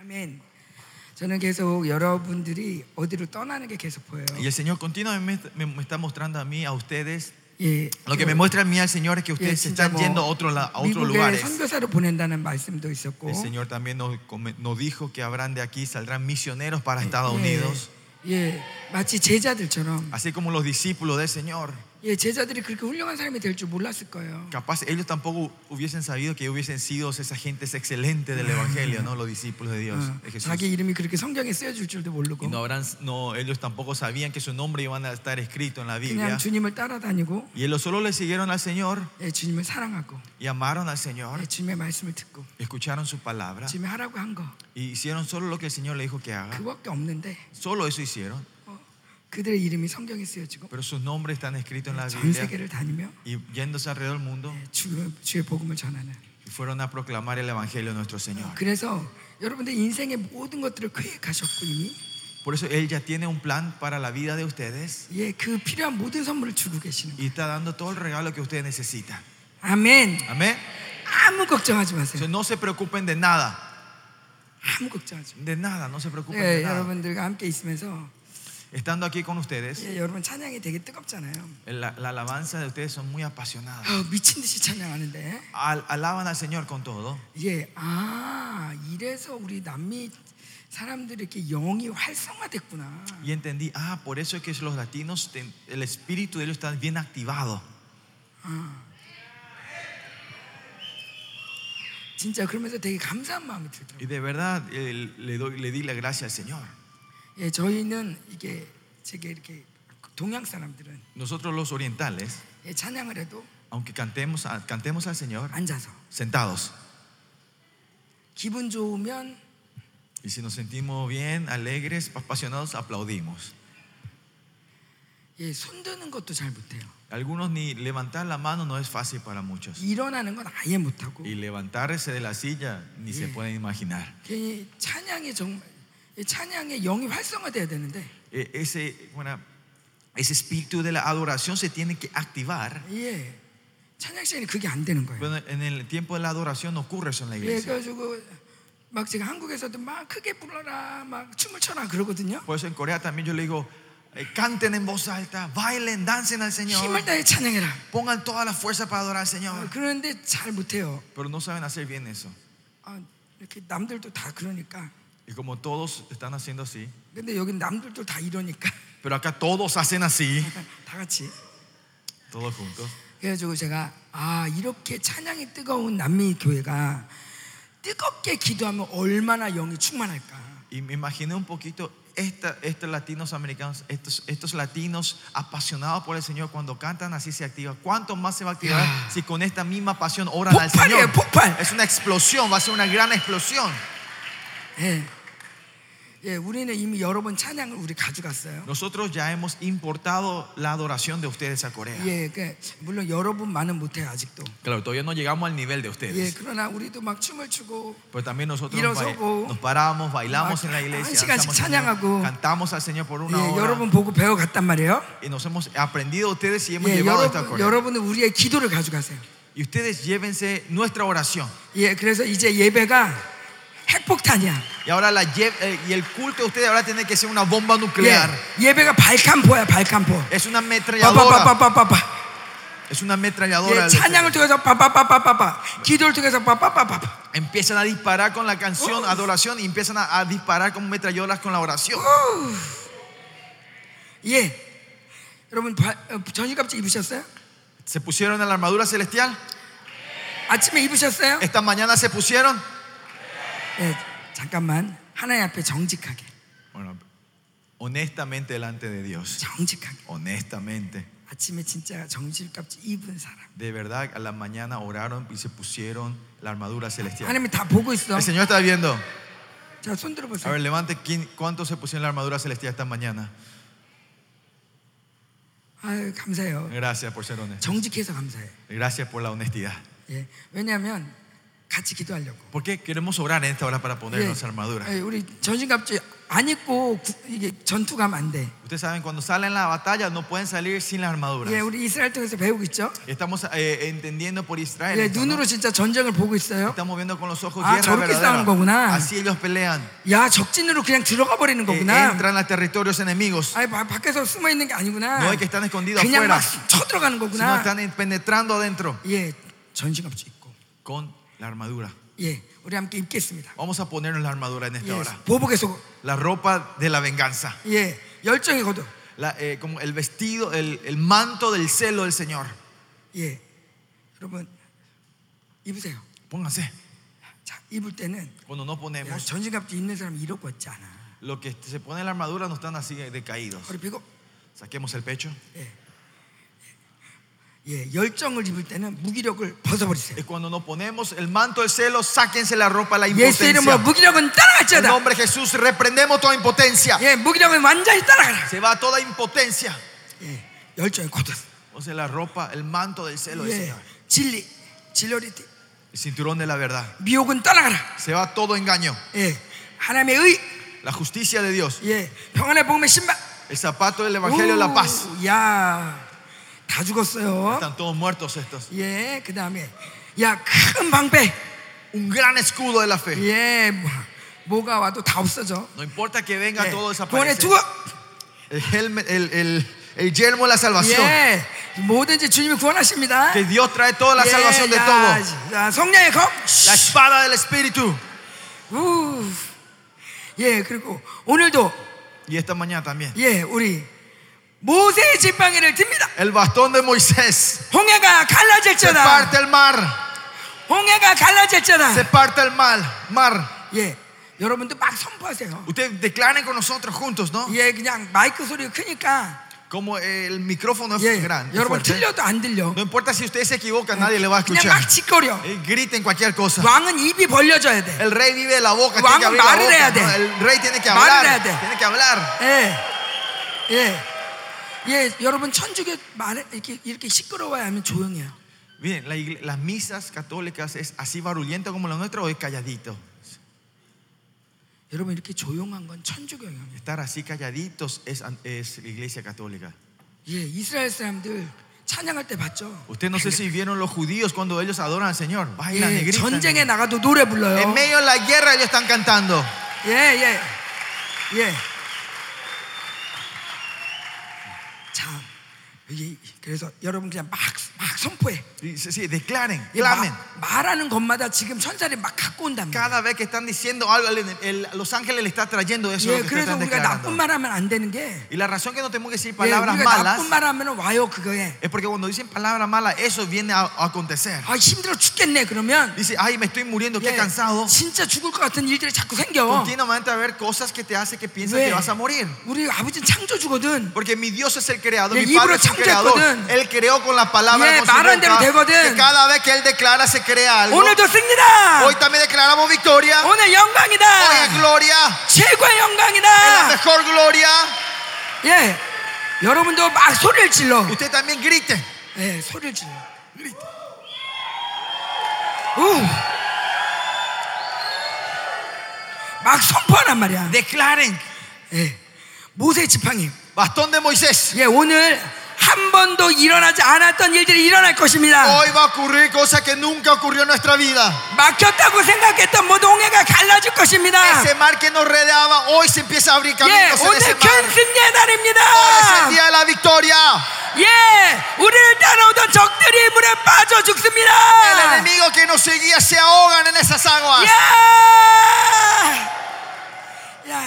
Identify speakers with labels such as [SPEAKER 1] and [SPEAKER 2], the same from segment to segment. [SPEAKER 1] 아멘. 저는 계속 여러분들이 어디로 떠나는 게 계속 보여요.
[SPEAKER 2] Y el Señor continuamente me, me está mostrando a mí, a ustedes.
[SPEAKER 1] 예.
[SPEAKER 2] Lo que me muestra a mí al Señor es que
[SPEAKER 1] 예,
[SPEAKER 2] ustedes se
[SPEAKER 1] 진짜
[SPEAKER 2] están
[SPEAKER 1] 뭐
[SPEAKER 2] yendo a, otro, la- a otros
[SPEAKER 1] 미국에
[SPEAKER 2] lugares.
[SPEAKER 1] 선교사로 보낸다는 말씀도 있었고.
[SPEAKER 2] El Señor también nos, come- nos dijo que habrán de aquí, saldrán misioneros para Estados
[SPEAKER 1] 예,
[SPEAKER 2] Unidos.
[SPEAKER 1] 예, 마치 제자들처럼.
[SPEAKER 2] Así como los discípulos del Señor.
[SPEAKER 1] 예, 제자들이 그렇게 훌륭한 사람이 될 줄 몰랐을 거예요.
[SPEAKER 2] Capaz ellos tampoco hubiesen sabido que hubiesen sido esa gente excelente del Evangelio, ¿no? Los discípulos de Dios,
[SPEAKER 1] 어,
[SPEAKER 2] de Jesús.
[SPEAKER 1] 자기 이름이 그렇게 성경에 쓰여질 줄도 모르고
[SPEAKER 2] Y no habrán, no, ellos tampoco sabían que su nombre iban a estar escrito en
[SPEAKER 1] 그냥
[SPEAKER 2] la Biblia.
[SPEAKER 1] 주님을 따라다니고
[SPEAKER 2] Y ellos solo le siguieron al Señor
[SPEAKER 1] 예, 주님을 사랑하고
[SPEAKER 2] y amaron al
[SPEAKER 1] 예,
[SPEAKER 2] Señor,
[SPEAKER 1] 주님의 말씀을 듣고
[SPEAKER 2] escucharon su palabra
[SPEAKER 1] 주님이 하라고 한 거
[SPEAKER 2] y hicieron solo lo que el Señor le dijo que haga.
[SPEAKER 1] 그거밖에 없는데
[SPEAKER 2] Solo eso hicieron,
[SPEAKER 1] 어, 그들의 이름이 성경에 쓰여지고
[SPEAKER 2] pero sus nombres están escritos en la
[SPEAKER 1] 전
[SPEAKER 2] Biblia
[SPEAKER 1] 세계를 다니며
[SPEAKER 2] y yéndose alrededor del mundo
[SPEAKER 1] 주, 주의 복음을 전하는
[SPEAKER 2] fueron a proclamar el Evangelio de nuestro Señor.
[SPEAKER 1] 그래서 여러분들 인생의 모든 것들을 계획하셨고 이미
[SPEAKER 2] Por eso Él ya tiene un plan para la vida de ustedes
[SPEAKER 1] 예, 그 필요한 모든 선물을 주고 계시는 거예요
[SPEAKER 2] y está dando todo el regalo que ustedes necesitan.
[SPEAKER 1] 아멘
[SPEAKER 2] Amén.
[SPEAKER 1] 아무 걱정하지
[SPEAKER 2] O sea,
[SPEAKER 1] 마세요
[SPEAKER 2] no se preocupen de nada,
[SPEAKER 1] 아무 걱정하지 마세요
[SPEAKER 2] de nada, no se preocupen de
[SPEAKER 1] 예,
[SPEAKER 2] nada.
[SPEAKER 1] 여러분들과 함께 있으면서
[SPEAKER 2] Estando aquí con ustedes,
[SPEAKER 1] 예, 여러분 찬양이 되게 뜨겁잖아요
[SPEAKER 2] la, la alabanza de ustedes son muy apasionadas.
[SPEAKER 1] 아, 미친 듯이 찬양하는데
[SPEAKER 2] Al- alaban al Señor con todo.
[SPEAKER 1] 예, 아 이래서 우리 남미 사람들이 이렇게 영이 활성화됐구나.
[SPEAKER 2] Y entendí, ah, por eso es que los latinos, ten- el espíritu de ellos está bien activado.
[SPEAKER 1] 진짜 그러면서 되게 감사한 마음이 들더라고요.
[SPEAKER 2] Y de verdad eh, le, doy, le di la gracia al Señor.
[SPEAKER 1] 예, 저희는 이게 제게 이렇게 동양 사람들은
[SPEAKER 2] Nosotros los orientales,
[SPEAKER 1] 예, 찬양을 해도
[SPEAKER 2] aunque cantemos, a- cantemos al Señor,
[SPEAKER 1] 앉아서
[SPEAKER 2] sentados.
[SPEAKER 1] 기분 좋으면
[SPEAKER 2] Y si nos sentimos bien, alegres, apasionados, aplaudimos.
[SPEAKER 1] 예, 손 드는 것도 잘 못해요.
[SPEAKER 2] Algunos ni levantar la mano no es fácil para muchos.
[SPEAKER 1] 일어나는 건 아예 못하고
[SPEAKER 2] Y levantarse de la silla ni se pueden imaginar.
[SPEAKER 1] 괜히 찬양이 정말 이 찬양의 영이 활성화돼야 되는데
[SPEAKER 2] E- Ese, bueno, ese espíritu de la adoración se tiene que activar.
[SPEAKER 1] 예, 찬양 시간에 그게 안 되는 거예요.
[SPEAKER 2] Bueno, en el tiempo de la adoración no ocurre eso en la
[SPEAKER 1] 예,
[SPEAKER 2] iglesia.
[SPEAKER 1] 그래가지고 막 제가 한국에서도 막 크게 불러라, 막 춤을 춰라 그러거든요.
[SPEAKER 2] Por eso en Corea también yo le digo, eh, canten en voz alta, bailen, dancen al Señor,
[SPEAKER 1] 힘을 다해 찬양해라.
[SPEAKER 2] pongan toda la fuerza para adorar al
[SPEAKER 1] 어,
[SPEAKER 2] Señor.
[SPEAKER 1] 그런데 잘 못해요.
[SPEAKER 2] Pero no saben hacer bien eso.
[SPEAKER 1] 아, 이렇게 남들도 다 그러니까.
[SPEAKER 2] Y como todos están haciendo así,
[SPEAKER 1] 근데 여기 남들도 다 이러니까
[SPEAKER 2] pero acá todos hacen así,
[SPEAKER 1] 다 같이.
[SPEAKER 2] todos juntos.
[SPEAKER 1] 그래가지고 제가 아 이렇게 찬양이 뜨거운 남미 교회가 뜨겁게 기도하면 얼마나 영이 충만할까.
[SPEAKER 2] Y me imaginé un poquito esta, estos latinos americanos, estos, estos latinos apasionados por el Señor, cuando cantan así se activa. ¿Cuánto más se va a activar
[SPEAKER 1] Ah.
[SPEAKER 2] si con esta misma pasión oran al
[SPEAKER 1] Popal, eh,
[SPEAKER 2] Señor?
[SPEAKER 1] popal.
[SPEAKER 2] Es una explosión, va a ser una gran explosión.
[SPEAKER 1] 예, 예, 우리는 이미 여러 번 찬양을 우리 가져갔어요.
[SPEAKER 2] Nosotros ya hemos importado la adoración de ustedes a Corea.
[SPEAKER 1] 예, 그 물론 여러분만은 못해요 아직도.
[SPEAKER 2] Claro, todavía no llegamos al nivel de
[SPEAKER 1] 예,
[SPEAKER 2] ustedes.
[SPEAKER 1] 그러나 우리도 막 춤을 추고
[SPEAKER 2] Pero Pues también nosotros uh, ah,
[SPEAKER 1] Irosoko.
[SPEAKER 2] bai- nos paramos, bailamos en la iglesia,
[SPEAKER 1] 한 시간씩
[SPEAKER 2] danzamos al Señor,
[SPEAKER 1] 찬양하고.
[SPEAKER 2] cantamos al Señor por
[SPEAKER 1] 예,
[SPEAKER 2] una hora
[SPEAKER 1] 여러분 보고 배워갔단 말이에요.
[SPEAKER 2] y nos hemos aprendido de ustedes y hemos
[SPEAKER 1] 예,
[SPEAKER 2] llevado hasta
[SPEAKER 1] 여러분,
[SPEAKER 2] Corea.
[SPEAKER 1] 여러분은 우리의 기도를 가져가세요.
[SPEAKER 2] Y ustedes llévense nuestra oración.
[SPEAKER 1] 예, 그래서 이제 예배가 핵폭탄이야.
[SPEAKER 2] Y ahora la lle- eh, y el culto de ustedes ahora tiene que ser una bomba nuclear.
[SPEAKER 1] 예, 예배가 발칸포야, 발칸포.
[SPEAKER 2] Es una ametralladora.
[SPEAKER 1] 빠빠빠빠빠빠.
[SPEAKER 2] Es una ametralladora.
[SPEAKER 1] 예, 찬양을 통해서 빠빠빠빠빠빠. 기도를 통해서 빠빠빠빠빠.
[SPEAKER 2] Empiezan a disparar con la canción, adoración, y empiezan a, a disparar como ametralladoras con la oración.
[SPEAKER 1] 예. 여러분 바- 어, 전이갑주 입으셨어요?
[SPEAKER 2] ¿Se pusieron en la armadura celestial?
[SPEAKER 1] 아침에 입으셨어요?
[SPEAKER 2] ¿Esta mañana se pusieron?
[SPEAKER 1] 예. 잠깐만. 하나님 앞에 정직하게.
[SPEAKER 2] Bueno, honestamente delante de Dios.
[SPEAKER 1] 정직하게.
[SPEAKER 2] Honestamente.
[SPEAKER 1] 아침에 진짜 정직갑주 입은 사람.
[SPEAKER 2] De verdad, a la mañana oraron y se pusieron la armadura celestial.
[SPEAKER 1] 하나님이 다 보고 있어.
[SPEAKER 2] El Señor está viendo.
[SPEAKER 1] 자, 손 들어
[SPEAKER 2] A
[SPEAKER 1] 보세요.
[SPEAKER 2] ver, levante. ¿quién- ¿Cuántos se pusieron la armadura celestial esta mañana?
[SPEAKER 1] 아유, 감사해요.
[SPEAKER 2] Gracias por ser honesto.
[SPEAKER 1] 정직해서 감사해요.
[SPEAKER 2] Gracias por la honestidad.
[SPEAKER 1] 예. 왜냐하면 같이 기도하려고.
[SPEAKER 2] ¿Por qué queremos orar en esta hora para poner
[SPEAKER 1] 예,
[SPEAKER 2] nuestra armadura?
[SPEAKER 1] 예, 우리 전신갑주 안 입고 구- 이게 전투 가면 안 돼.
[SPEAKER 2] Ustedes saben, cuando salen a la batalla no pueden salir sin las armaduras.
[SPEAKER 1] 예, 우리 이스라엘 통해서 배우고 있죠.
[SPEAKER 2] Estamos eh, entendiendo por Israel.
[SPEAKER 1] 예,
[SPEAKER 2] esto, ¿no?
[SPEAKER 1] 눈으로 진짜 전쟁을 보고 있어요.
[SPEAKER 2] Estamos viendo con los ojos
[SPEAKER 1] Ah,
[SPEAKER 2] guerra
[SPEAKER 1] 저렇게 싸우는
[SPEAKER 2] verdadera.
[SPEAKER 1] 거구나.
[SPEAKER 2] Así ellos pelean. Eh,
[SPEAKER 1] 야, 적진으로 그냥 들어가 버리는 거구나.
[SPEAKER 2] entran a territorios enemigos.
[SPEAKER 1] 아니, 바- 밖에서 숨어 있는 게 아니구나.
[SPEAKER 2] No es que están escondidos
[SPEAKER 1] 그냥
[SPEAKER 2] afuera,
[SPEAKER 1] 막 쳐들어가는
[SPEAKER 2] sino
[SPEAKER 1] 거구나.
[SPEAKER 2] están penetrando adentro
[SPEAKER 1] 예, 전신갑주 입고.
[SPEAKER 2] con la armadura.
[SPEAKER 1] 예, 우리 함께 입겠습니다.
[SPEAKER 2] Vamos a ponernos la armadura en esta
[SPEAKER 1] 예,
[SPEAKER 2] hora.
[SPEAKER 1] 보복의 속옷.
[SPEAKER 2] La ropa de la venganza.
[SPEAKER 1] 예, 열정의 거도.
[SPEAKER 2] La, eh, como el vestido, el, el manto del celo del Señor.
[SPEAKER 1] 예, 여러분 입으세요.
[SPEAKER 2] Pónganse.
[SPEAKER 1] 자, 입을 때는
[SPEAKER 2] Cuando no
[SPEAKER 1] 야,
[SPEAKER 2] ponemos
[SPEAKER 1] 전신갑주 입는 사람 이러고 있지 않아.
[SPEAKER 2] lo que se pone en la armadura, no están así decaídos.
[SPEAKER 1] 허리 펴고.
[SPEAKER 2] Saquemos el pecho.
[SPEAKER 1] 예, 열정을 입을 때는 무기력을 벗어버리세요.
[SPEAKER 2] Es cuando nos ponemos el manto del celo, sáquense la ropa de la
[SPEAKER 1] 예수의
[SPEAKER 2] impotencia.
[SPEAKER 1] 이름으로 무기력은
[SPEAKER 2] En
[SPEAKER 1] 따라갈지어다.
[SPEAKER 2] nombre de Jesús reprendemos toda impotencia.
[SPEAKER 1] 예, 무기력은 완전히 따라가라.
[SPEAKER 2] Se va toda impotencia.
[SPEAKER 1] 예, 열정의 고도.
[SPEAKER 2] O sea, la ropa, el manto del celo del
[SPEAKER 1] 예,
[SPEAKER 2] Señor.
[SPEAKER 1] 진리, 진리리
[SPEAKER 2] El cinturón de la verdad.
[SPEAKER 1] 미혹은 따라가라.
[SPEAKER 2] Se va todo engaño.
[SPEAKER 1] 예, 하나님의 의,
[SPEAKER 2] La justicia de Dios.
[SPEAKER 1] 예, 뭐 평안의 복음의 신발.
[SPEAKER 2] El zapato del evangelio de la paz.
[SPEAKER 1] 오, 야, 다 죽었어요.
[SPEAKER 2] Están todos muertos estos.
[SPEAKER 1] 예, 그 다음에 야 큰 방패.
[SPEAKER 2] Un gran escudo de la fe.
[SPEAKER 1] 예, 뭐, 뭐가 와도 다 없어져.
[SPEAKER 2] No importa que venga
[SPEAKER 1] 예,
[SPEAKER 2] todo
[SPEAKER 1] 구원의
[SPEAKER 2] desaparece.
[SPEAKER 1] 주어.
[SPEAKER 2] El, helmet- el, el- el yelmo de la salvación.
[SPEAKER 1] 예, 뭐든지 주님이 구원하십니다.
[SPEAKER 2] Que Dios trae toda la
[SPEAKER 1] 예,
[SPEAKER 2] salvación de
[SPEAKER 1] 야,
[SPEAKER 2] todo.
[SPEAKER 1] 뭐. 야, 성령의 검.
[SPEAKER 2] La espada del Espíritu.
[SPEAKER 1] 우. 예, 그리고 오늘도
[SPEAKER 2] Y esta mañana también.
[SPEAKER 1] 예, 우리 모세의 지팡이를 듭니다.
[SPEAKER 2] El bastón de Moisés.
[SPEAKER 1] 홍해가
[SPEAKER 2] Se
[SPEAKER 1] 갈라질지어다.
[SPEAKER 2] parte el mar.
[SPEAKER 1] 홍해가
[SPEAKER 2] Se
[SPEAKER 1] 갈라질지어다.
[SPEAKER 2] parte el mar. Mar.
[SPEAKER 1] 예, 여러분도 막 선포하세요.
[SPEAKER 2] Ustedes declaren con nosotros juntos, ¿no?
[SPEAKER 1] 예, 그냥 마이크 소리가 크니까
[SPEAKER 2] Como el micrófono es
[SPEAKER 1] 예,
[SPEAKER 2] grande.
[SPEAKER 1] 여러분
[SPEAKER 2] fuerte.
[SPEAKER 1] 틀려도 안 들려.
[SPEAKER 2] No importa si ustedes se equivocan, nadie le va a
[SPEAKER 1] 그냥
[SPEAKER 2] escuchar.
[SPEAKER 1] 막 짓거려.
[SPEAKER 2] Eh, Griten cualquier cosa.
[SPEAKER 1] 왕은 입이 벌려져야 돼.
[SPEAKER 2] El rey vive de la boca. Tiene que abrir la
[SPEAKER 1] Guam, 말을
[SPEAKER 2] boca
[SPEAKER 1] 해야 돼.
[SPEAKER 2] ¿no? El rey tiene que
[SPEAKER 1] 말을 해야
[SPEAKER 2] hablar.
[SPEAKER 1] 돼.
[SPEAKER 2] Tiene que hablar.
[SPEAKER 1] 예, 예, 예, 여러분 천주교 말에 이렇게 이렇게 시끄러워야 하면 조용해요.
[SPEAKER 2] Miren, la igle- las misas católicas es así barulliento como la nuestra o es calladito.
[SPEAKER 1] 여러분 이렇게 조용한 건 천주교예요.
[SPEAKER 2] Estar así calladitos es, an- es la iglesia católica.
[SPEAKER 1] 예, 이스라엘 사람들 찬양할 때 봤죠.
[SPEAKER 2] Usted no sé si vieron los judíos cuando ellos adoran al Señor. Bailan y
[SPEAKER 1] 예,
[SPEAKER 2] gritan.
[SPEAKER 1] 전쟁에 나가도 노래
[SPEAKER 2] Eh, En
[SPEAKER 1] 불러요.
[SPEAKER 2] medio de la guerra ellos están cantando.
[SPEAKER 1] 예, 예, 예. 참, 이게 그래서 여러분 그냥 막 막 선포해.
[SPEAKER 2] Y Sí, sí, declaren,
[SPEAKER 1] 예, 마-
[SPEAKER 2] clamen.
[SPEAKER 1] 말하는 것마다 지금 천사들이 막 갖고 온답니다.
[SPEAKER 2] Cada vez que están diciendo algo, el- el- los ángeles le está trayendo eso.
[SPEAKER 1] 예,
[SPEAKER 2] lo que ustedes
[SPEAKER 1] 그래서
[SPEAKER 2] están
[SPEAKER 1] 우리가 나쁜
[SPEAKER 2] declarando.
[SPEAKER 1] 말 하면 안 되는 게
[SPEAKER 2] Y la razón que no tenemos que decir
[SPEAKER 1] 예,
[SPEAKER 2] palabras
[SPEAKER 1] 우리가
[SPEAKER 2] malas
[SPEAKER 1] 나쁜 말 하면 와요 그거에
[SPEAKER 2] es porque cuando dicen palabras malas, eso viene a, a acontecer.
[SPEAKER 1] 아 힘들어 죽겠네 그러면
[SPEAKER 2] Dice, ay, me estoy muriendo,
[SPEAKER 1] 예,
[SPEAKER 2] qué cansado.
[SPEAKER 1] 진짜 죽을 것 같은 일들이 자꾸 생겨
[SPEAKER 2] Continuamente a ver cosas que te hace que piensas
[SPEAKER 1] 왜?
[SPEAKER 2] que vas a morir.
[SPEAKER 1] 우리 아버지는 창조주거든
[SPEAKER 2] Porque mi Dios es el creador,
[SPEAKER 1] 예,
[SPEAKER 2] mi
[SPEAKER 1] 입으로
[SPEAKER 2] Padre es el creador.
[SPEAKER 1] 창조했거든.
[SPEAKER 2] Él creó con la palabra
[SPEAKER 1] 예,
[SPEAKER 2] con su
[SPEAKER 1] 말한 대로
[SPEAKER 2] boca,
[SPEAKER 1] 되거든.
[SPEAKER 2] que cada vez que Él declara se crea algo.
[SPEAKER 1] 오늘도 승리다
[SPEAKER 2] Hoy también declaramos victoria. Hoy
[SPEAKER 1] 오늘
[SPEAKER 2] es
[SPEAKER 1] 영광이다
[SPEAKER 2] gloria.
[SPEAKER 1] 최고의
[SPEAKER 2] Es la
[SPEAKER 1] 영광이다
[SPEAKER 2] mejor gloria.
[SPEAKER 1] 예 여러분도 막 소리를 질러
[SPEAKER 2] Usted también grite.
[SPEAKER 1] 예 소리를 질러 우. 막 선포하란 말이야
[SPEAKER 2] Declaren.
[SPEAKER 1] 예. 모세 지팡이
[SPEAKER 2] Bastón de Moisés.
[SPEAKER 1] 예, 오늘 한 번도 일어나지 않았던 일들이 일어날 것입니다.
[SPEAKER 2] Hoy va a ocurrir cosas que nunca ocurrió en nuestra vida.
[SPEAKER 1] 막혔다고 생각했던 모든 홍해가 갈라질 것입니다.
[SPEAKER 2] Ese mar que nos rodeaba, hoy se empieza a abrir
[SPEAKER 1] 예,
[SPEAKER 2] caminos en ese
[SPEAKER 1] 오늘 큰
[SPEAKER 2] mar.
[SPEAKER 1] 승리의
[SPEAKER 2] Hoy es el
[SPEAKER 1] 날입니다.
[SPEAKER 2] día de la victoria.
[SPEAKER 1] 예, 우리를 따라오던 적들이 물에 빠져
[SPEAKER 2] El
[SPEAKER 1] 죽습니다.
[SPEAKER 2] enemigo que nos seguía se ahogan en esas aguas.
[SPEAKER 1] 예, 야,